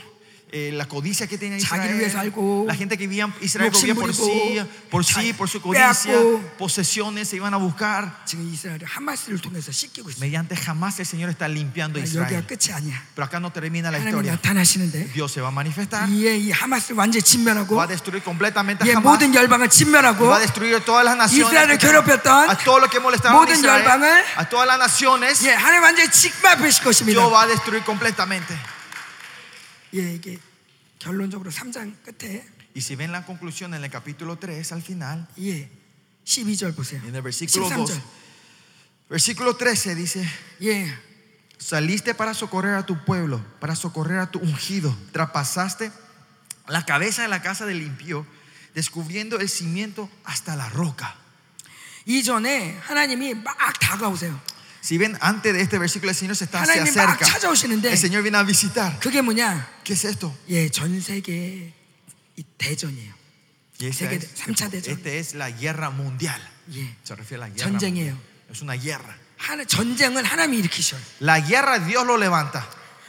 [SPEAKER 2] Eh, la codicia que tenía
[SPEAKER 1] 자기를 위해서
[SPEAKER 2] Israel,
[SPEAKER 1] 살고,
[SPEAKER 2] la gente que vivía Israel
[SPEAKER 1] 욕심
[SPEAKER 2] vivía por sí,
[SPEAKER 1] 부리고,
[SPEAKER 2] por sí,
[SPEAKER 1] 자-
[SPEAKER 2] por su codicia,
[SPEAKER 1] 빼앗고.
[SPEAKER 2] posesiones se iban a buscar.
[SPEAKER 1] 지금 이스라엘 하마스를 통해서 씻기고 있어요
[SPEAKER 2] Mediante jamás el Señor está limpiando a
[SPEAKER 1] 여기가
[SPEAKER 2] Israel.
[SPEAKER 1] 끝이 아니야
[SPEAKER 2] Pero acá no termina la
[SPEAKER 1] 하나님
[SPEAKER 2] historia.
[SPEAKER 1] 나타나시는데
[SPEAKER 2] Dios se va a manifestar,
[SPEAKER 1] 이에 이 하마스를 완전히 진멸하고
[SPEAKER 2] va a destruir completamente
[SPEAKER 1] 예,
[SPEAKER 2] a Hamas,
[SPEAKER 1] 모든 열방을
[SPEAKER 2] y va
[SPEAKER 1] 진멸하고
[SPEAKER 2] a destruir a todas las
[SPEAKER 1] 이스라엘을
[SPEAKER 2] naciones, a
[SPEAKER 1] 괴롭혔던
[SPEAKER 2] todo lo que molestaban a
[SPEAKER 1] 모든
[SPEAKER 2] Israel,
[SPEAKER 1] 열방을
[SPEAKER 2] a todas las naciones,
[SPEAKER 1] 예, 하나님 완전히 직마하실 것입니다.
[SPEAKER 2] Dios va a destruir completamente.
[SPEAKER 1] 예, 이게 결론적으로 3장 끝에
[SPEAKER 2] Y si ven la conclusión en el capítulo 3, al final,
[SPEAKER 1] 예, 12절 보세요.
[SPEAKER 2] en el versículo 2,
[SPEAKER 1] 13절.
[SPEAKER 2] versículo 13 dice,
[SPEAKER 1] 예,
[SPEAKER 2] Saliste para socorrer a tu pueblo, para socorrer a tu ungido. Traspasaste la cabeza de la casa del impío, descubriendo el cimiento hasta la roca.
[SPEAKER 1] 이전에 하나님이 막 다가오세요.
[SPEAKER 2] Si ven, antes de este versículo, el Señor se, está, se
[SPEAKER 1] 하나님이 막
[SPEAKER 2] acerca.
[SPEAKER 1] 찾아오시는데
[SPEAKER 2] El Señor viene a visitar.
[SPEAKER 1] 그게 뭐냐?
[SPEAKER 2] ¿Qué es esto?
[SPEAKER 1] 예, 전 세계 이 대전이에요.
[SPEAKER 2] Y esta
[SPEAKER 1] Segue-
[SPEAKER 2] es,
[SPEAKER 1] 삼차 대전.
[SPEAKER 2] esta es la guerra mundial.
[SPEAKER 1] 예,
[SPEAKER 2] Se refiere a la guerra.
[SPEAKER 1] 전쟁이에요.
[SPEAKER 2] mundial. Es una guerra.
[SPEAKER 1] 하나 전쟁은 하나님이 일으키셔요.
[SPEAKER 2] La guerra Dios lo levanta.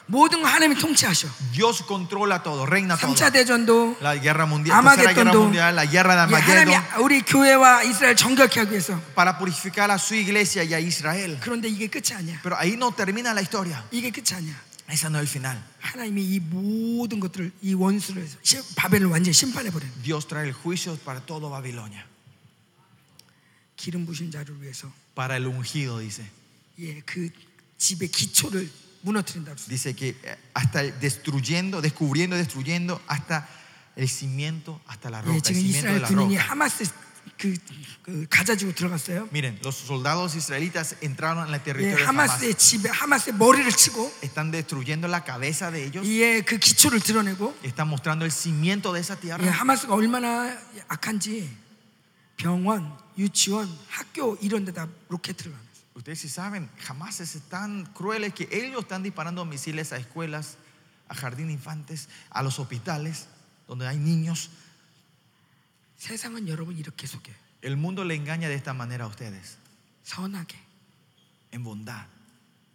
[SPEAKER 1] 모든 거 하나님이 통치하셔.
[SPEAKER 2] Dios controla todo, reina todo.
[SPEAKER 1] 3차 대전도
[SPEAKER 2] La guerra mundial, la tercera guerra
[SPEAKER 1] Armagedon도.
[SPEAKER 2] mundial, la guerra de
[SPEAKER 1] 예, 하나님이
[SPEAKER 2] Armagedón.
[SPEAKER 1] 우리 교회와 이스라엘 정결케 하기 위해서.
[SPEAKER 2] para purificar a su iglesia y a Israel.
[SPEAKER 1] 그런데 이게 끝이 아니야.
[SPEAKER 2] Pero ahí no termina la historia.
[SPEAKER 1] 이게 끝이 아니야.
[SPEAKER 2] Esa no es el final.
[SPEAKER 1] 하나님이 이 모든 것들을 이 원수를 시- 바벨을 완전히 심판해 버리는
[SPEAKER 2] Dios trae el juicio para todo Babilonia.
[SPEAKER 1] 기름 부신 자를 위해서
[SPEAKER 2] Para el ungido, dice.
[SPEAKER 1] 예, 그 집의 기초를 무너뜨린다 그랬어요.
[SPEAKER 2] Dice que eh, hasta el- destruyendo, descubriendo, destruyendo hasta el cimiento, hasta la roca.
[SPEAKER 1] 예,
[SPEAKER 2] El
[SPEAKER 1] 지금
[SPEAKER 2] cimiento de
[SPEAKER 1] 이스라엘
[SPEAKER 2] la
[SPEAKER 1] 군인이
[SPEAKER 2] roca.
[SPEAKER 1] 하마스 그, 그 가자지구 들어갔어요.
[SPEAKER 2] Miren, los soldados israelitas entraron en el
[SPEAKER 1] 예,
[SPEAKER 2] territorio de Hamas.
[SPEAKER 1] 하마스의 집에 하마스의 머리를 치고
[SPEAKER 2] Están destruyendo la cabeza de ellos.
[SPEAKER 1] 예, 그 기초를 드러내고
[SPEAKER 2] Están mostrando el cimiento de esa
[SPEAKER 1] 예,
[SPEAKER 2] tierra.
[SPEAKER 1] 하마스가 얼마나 악한지 병원, 유치원, 학교 이런 데다 로켓을 가는
[SPEAKER 2] Ustedes sí saben, jamás es tan cruel que ellos están disparando misiles a escuelas, a jardín de infantes, a los hospitales donde hay niños.
[SPEAKER 1] 세상은 여러분 이렇게 속여요.
[SPEAKER 2] El mundo le engaña de esta manera a ustedes,
[SPEAKER 1] 선하게
[SPEAKER 2] en bondad,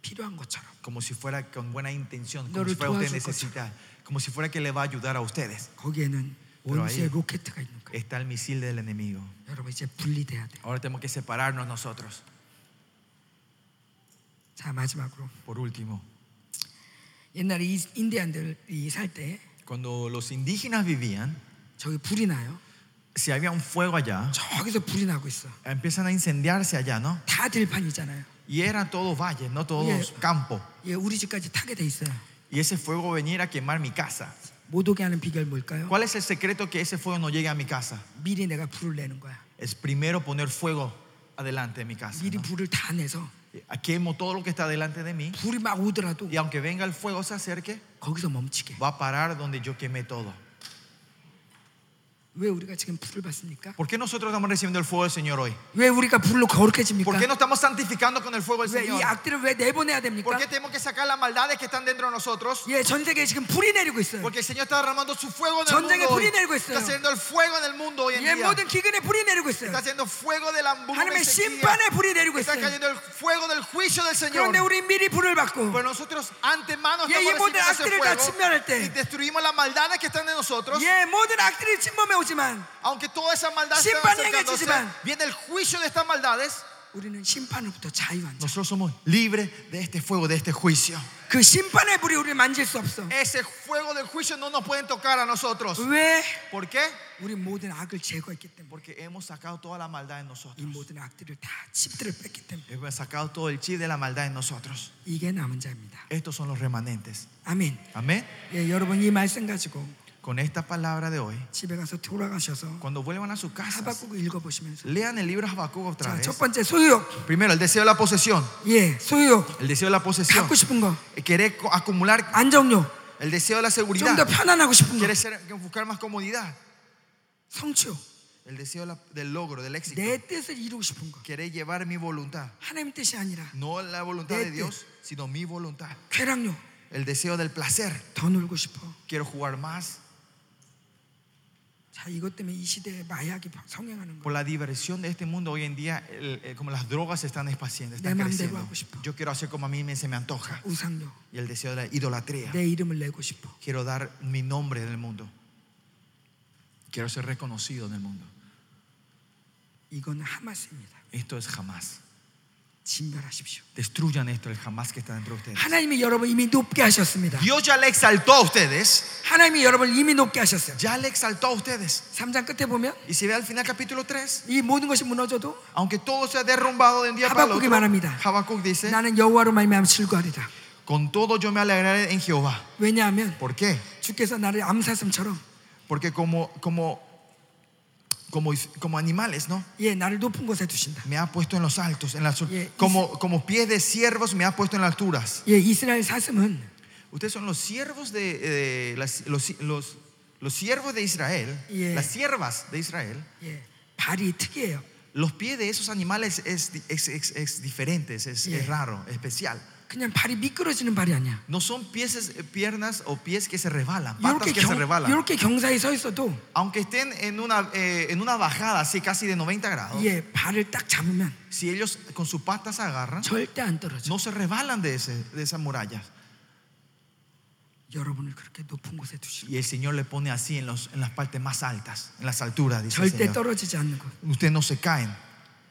[SPEAKER 1] 필요한 것처럼
[SPEAKER 2] como si fuera con buena intención, como
[SPEAKER 1] 너를
[SPEAKER 2] si fuera usted
[SPEAKER 1] 도와줄
[SPEAKER 2] necesitar, como si fuera que le va a ayudar a ustedes.
[SPEAKER 1] 거기에는
[SPEAKER 2] 들어와,
[SPEAKER 1] 원수의
[SPEAKER 2] 예.
[SPEAKER 1] 로켓가 있는 거예요.
[SPEAKER 2] Está el misil del enemigo.
[SPEAKER 1] 여러분 이제 분리돼야 돼요.
[SPEAKER 2] Ahora tenemos que separarnos nosotros.
[SPEAKER 1] 자 마지막으로
[SPEAKER 2] Por último,
[SPEAKER 1] 옛날에 이- 인디안들이 살 때
[SPEAKER 2] cuando los indígenas vivían,
[SPEAKER 1] 저기 불이 나요.
[SPEAKER 2] si había un fuego allá,
[SPEAKER 1] 저기서 불이 나고 있어.
[SPEAKER 2] empiezan a incendiarse allá, ¿no?
[SPEAKER 1] 다 들판이잖아요.
[SPEAKER 2] Y eran todos valles, no todos
[SPEAKER 1] Yeah.
[SPEAKER 2] campos.
[SPEAKER 1] 예, 우리 집까지 타게 돼 있어요.
[SPEAKER 2] Y ese fuego venir a quemar mi casa.
[SPEAKER 1] 못 오게 하는 비결 뭘까요?
[SPEAKER 2] ¿Cuál es el secreto que ese fuego no llegue a mi casa?
[SPEAKER 1] 미리 내가 불을 내는 거야.
[SPEAKER 2] Es primero poner fuego adelante de mi casa.
[SPEAKER 1] 미리
[SPEAKER 2] ¿no? Eh,
[SPEAKER 1] 불을 다 내서
[SPEAKER 2] Quemo todo lo que está delante de mí.
[SPEAKER 1] 불이 막 오더라도
[SPEAKER 2] Y aunque venga el fuego, se acerque,
[SPEAKER 1] 거기서 멈추게.
[SPEAKER 2] va a parar donde yo quemé todo.
[SPEAKER 1] 왜 우리가 지금 불을 받습니까?
[SPEAKER 2] ¿Por qué nosotros estamos recibiendo el fuego del Señor hoy?
[SPEAKER 1] 왜 우리가 불로 거룩해집니까?
[SPEAKER 2] ¿Por qué no estamos santificando con el fuego del
[SPEAKER 1] 왜 이
[SPEAKER 2] Señor?
[SPEAKER 1] 악들을 왜 내보내야 됩니까?
[SPEAKER 2] ¿Por qué tenemos que sacar las maldades que están dentro de nosotros?
[SPEAKER 1] 예, 전 세계에 지금 불이 내리고 있어요.
[SPEAKER 2] Porque el Señor está derramando su fuego en el
[SPEAKER 1] 전쟁에
[SPEAKER 2] mundo.
[SPEAKER 1] 불이
[SPEAKER 2] hoy.
[SPEAKER 1] 내리고 있어요.
[SPEAKER 2] Está haciendo el fuego en el mundo hoy en
[SPEAKER 1] 예,
[SPEAKER 2] día.
[SPEAKER 1] 모든 기근에 불이 내리고 있어요.
[SPEAKER 2] Está haciendo fuego de la
[SPEAKER 1] 하나님의
[SPEAKER 2] hambruna.
[SPEAKER 1] 심판에 불이 내리고
[SPEAKER 2] Está
[SPEAKER 1] 있어요.
[SPEAKER 2] cayendo el fuego del juicio del Señor.
[SPEAKER 1] 그런데 우리 미리 불을 받고
[SPEAKER 2] Pero nosotros antemano
[SPEAKER 1] Y ahí
[SPEAKER 2] estamos
[SPEAKER 1] 모든
[SPEAKER 2] recibiendo ese
[SPEAKER 1] 악들을 다 침멸할
[SPEAKER 2] fuego
[SPEAKER 1] 때.
[SPEAKER 2] y destruimos las maldades que están en nosotros.
[SPEAKER 1] 예, 모든 악들이 침범해 오지만
[SPEAKER 2] Aunque toda esa maldad se
[SPEAKER 1] 심판이
[SPEAKER 2] acercándose,
[SPEAKER 1] 행해지지만.
[SPEAKER 2] viene el juicio de estas maldades.
[SPEAKER 1] 우리는 심판으로부터 자유한 자.
[SPEAKER 2] Nosotros somos libres de este fuego, de este juicio.
[SPEAKER 1] 그 심판의 불이 우리를 만질 수 없어.
[SPEAKER 2] Ese fuego del juicio no nos pueden tocar a nosotros.
[SPEAKER 1] 왜?
[SPEAKER 2] ¿Por qué?
[SPEAKER 1] 우리 모든 악을 제거했기 때문에
[SPEAKER 2] Porque hemos sacado toda la maldad en
[SPEAKER 1] 이
[SPEAKER 2] nosotros.
[SPEAKER 1] 모든 악들을 다 칩들을 뺐기 때문에
[SPEAKER 2] Hemos sacado todo el chip de la maldad en nosotros.
[SPEAKER 1] 이게 남은 자입니다.
[SPEAKER 2] Estos son los remanentes.
[SPEAKER 1] 아멘.
[SPEAKER 2] Amén.
[SPEAKER 1] 예, 여러분 이 말씀 가지고
[SPEAKER 2] Con esta palabra de hoy,
[SPEAKER 1] 집에 가서 돌아가셔서
[SPEAKER 2] cuando vuelvan a su casa,
[SPEAKER 1] 하박국 읽어보시면서
[SPEAKER 2] lean el libro Habacuc otra
[SPEAKER 1] 자,
[SPEAKER 2] vez.
[SPEAKER 1] 첫 번째 소유욕.
[SPEAKER 2] Primero, el deseo de la posesión.
[SPEAKER 1] 예, 소유욕.
[SPEAKER 2] El deseo de la posesión. Eh,
[SPEAKER 1] 갖고 싶은 거.
[SPEAKER 2] Querer co- acumular
[SPEAKER 1] 안정욕.
[SPEAKER 2] el deseo de la
[SPEAKER 1] 좀 더
[SPEAKER 2] seguridad.
[SPEAKER 1] 편안하고 싶은 거.
[SPEAKER 2] Quieres ser- buscar más comodidad.
[SPEAKER 1] 성취욕.
[SPEAKER 2] El deseo de la- del logro, del éxito.
[SPEAKER 1] 내 뜻을 이루고 싶은 거.
[SPEAKER 2] Querer llevar mi voluntad.
[SPEAKER 1] 하나님 뜻이 아니라
[SPEAKER 2] No la voluntad de Dios, sino mi voluntad.
[SPEAKER 1] 쾌락욕.
[SPEAKER 2] El deseo del placer.
[SPEAKER 1] 더 놀고 싶어.
[SPEAKER 2] Quiero jugar más
[SPEAKER 1] 자, 이것 때문에 이 시대에 마약이 성행하는 거.
[SPEAKER 2] Por la diversión de este mundo hoy en día, el- el- como las drogas se están expandiendo,
[SPEAKER 1] 내
[SPEAKER 2] están
[SPEAKER 1] 맘대로
[SPEAKER 2] creciendo.
[SPEAKER 1] 하고 싶어.
[SPEAKER 2] Yo quiero hacer como a mí me- se me antoja.
[SPEAKER 1] 우상욕.
[SPEAKER 2] Y el deseo de la idolatría.
[SPEAKER 1] 내 이름을 내고 싶어.
[SPEAKER 2] Quiero dar mi nombre en el mundo. Quiero ser reconocido en el mundo.
[SPEAKER 1] 이건 하마스입니다.
[SPEAKER 2] Esto es jamás.
[SPEAKER 1] 진멸하십시오.
[SPEAKER 2] Destruyan esto, el jamás que está dentro de ustedes.
[SPEAKER 1] 하나님이 여러분 이미 높게 하셨습니다.
[SPEAKER 2] Dios ya le exaltó a ustedes.
[SPEAKER 1] 하나님이 여러분 이미 높게 하셨어요.
[SPEAKER 2] Ya le exaltó a ustedes.
[SPEAKER 1] 3장 끝에 보면
[SPEAKER 2] Y si ve al final capítulo 3,
[SPEAKER 1] 이 모든 것이 무너져도
[SPEAKER 2] aunque todo sea derrumbado de un día para el
[SPEAKER 1] Habacuc
[SPEAKER 2] otro,
[SPEAKER 1] 말합니다.
[SPEAKER 2] Habacuc dice,
[SPEAKER 1] 나는 여호와로 말미암아 즐거하리라.
[SPEAKER 2] con todo yo me alegraré en Jehová.
[SPEAKER 1] 왜냐하면
[SPEAKER 2] ¿Por qué?
[SPEAKER 1] 주께서 나를 암사슴처럼
[SPEAKER 2] Porque como, como, como, como animales, ¿no?
[SPEAKER 1] 예 나를 높은 곳에 두신다.
[SPEAKER 2] Me ha puesto en los altos, en las,
[SPEAKER 1] Yeah,
[SPEAKER 2] como, como pies de siervos me ha puesto en las alturas.
[SPEAKER 1] 예 이스라엘 사슴은
[SPEAKER 2] Ustedes son los siervos de, eh, las- los, los, los siervos de Israel,
[SPEAKER 1] Yeah.
[SPEAKER 2] las siervas de Israel.
[SPEAKER 1] 예 발이 특이해요.
[SPEAKER 2] Los pies de esos animales es, di- es, es- es diferente, es, es-
[SPEAKER 1] Yeah.
[SPEAKER 2] es raro, es especial.
[SPEAKER 1] 그냥 발이 미끄러지는 발이 아니야.
[SPEAKER 2] No son pies, eh, piernas o pies que se rebalan, patas
[SPEAKER 1] 이렇게
[SPEAKER 2] que se
[SPEAKER 1] 경
[SPEAKER 2] rebalan.
[SPEAKER 1] 이렇게 경사에 서 있어도
[SPEAKER 2] Aunque estén en una, eh, en una bajada así casi de 90 grados,
[SPEAKER 1] 예 발을 딱 잡으면
[SPEAKER 2] si ellos con sus patas agarran,
[SPEAKER 1] 절대 안 떨어져.
[SPEAKER 2] no se rebalan de, ese, de esas murallas.
[SPEAKER 1] 여러분을 그렇게 높은 곳에 두시는
[SPEAKER 2] Y el Señor le pone así en, los, en las partes más altas, en las alturas, dice el
[SPEAKER 1] 절대
[SPEAKER 2] Señor.
[SPEAKER 1] 떨어지지 않는 곳.
[SPEAKER 2] Ustedes no se caen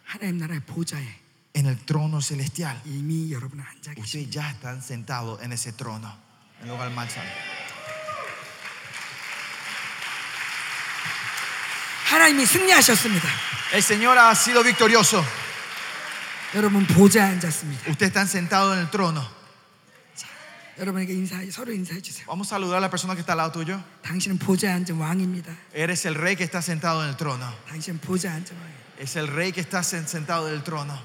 [SPEAKER 1] 하나님 나라의 보좌에
[SPEAKER 2] en el trono celestial.
[SPEAKER 1] 이미 여러분은 앉아 계십니다.
[SPEAKER 2] Ustedes ya están sentados en ese trono, en el lugar más alto.
[SPEAKER 1] 하나님이 승리하셨습니다.
[SPEAKER 2] El Señor ha sido victorioso.
[SPEAKER 1] 여러분 보좌에 앉았습니다.
[SPEAKER 2] Ustedes están sentados en el trono.
[SPEAKER 1] 자, 여러분에게 인사 서로 인사해 주세요.
[SPEAKER 2] Vamos a saludar a la persona que está al lado tuyo.
[SPEAKER 1] 당신은 보좌에 앉은 왕입니다.
[SPEAKER 2] Eres el rey que está sentado en el trono.
[SPEAKER 1] 당신은 보좌에 앉은 왕.
[SPEAKER 2] Es el rey que está sen- sentado en el trono.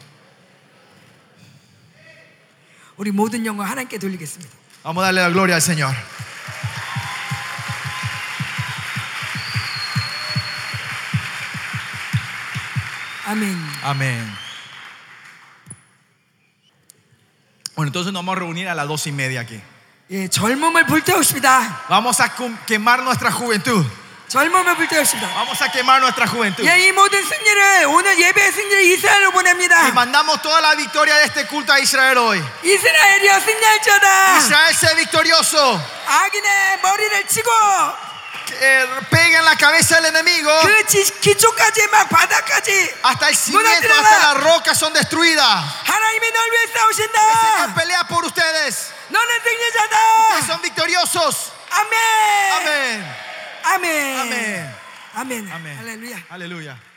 [SPEAKER 1] 우리 모든 영광 하나님께 돌리겠습니다.
[SPEAKER 2] Vamos a darle la gloria al Señor.
[SPEAKER 1] 아멘.
[SPEAKER 2] Amén. Bueno, entonces nos vamos a reunir a las dos y media aquí.
[SPEAKER 1] 예, 젊음을 불태웁시다.
[SPEAKER 2] Vamos a cum- quemar nuestra juventud.
[SPEAKER 1] 젊음을 불태웁시다.
[SPEAKER 2] Vamos a quemar nuestra juventud.
[SPEAKER 1] 예, 이 모든 승리를 오늘 예배의 승리를 이스라엘로
[SPEAKER 2] Y
[SPEAKER 1] 보냅니다.
[SPEAKER 2] mandamos toda la victoria de este culto a Israel hoy.
[SPEAKER 1] 이스라엘이여 승리할지어다.
[SPEAKER 2] Israel sea victorioso.
[SPEAKER 1] 악인의 머리를 치고
[SPEAKER 2] Eh, pega en la cabeza al enemigo.
[SPEAKER 1] 그 지- 기초까지 막 바닥까지
[SPEAKER 2] Hasta el cimiento, hasta las rocas son destruidas.
[SPEAKER 1] 하나님이 널 위해
[SPEAKER 2] El Señor
[SPEAKER 1] 싸우신다.
[SPEAKER 2] pelea por ustedes.
[SPEAKER 1] 너는
[SPEAKER 2] Ustedes
[SPEAKER 1] 승리자다.
[SPEAKER 2] son victoriosos.
[SPEAKER 1] 아멘.
[SPEAKER 2] Amén.
[SPEAKER 1] 아멘.
[SPEAKER 2] Amén.
[SPEAKER 1] 아멘. Eh.
[SPEAKER 2] Amén.
[SPEAKER 1] 할렐루야.
[SPEAKER 2] Aleluya.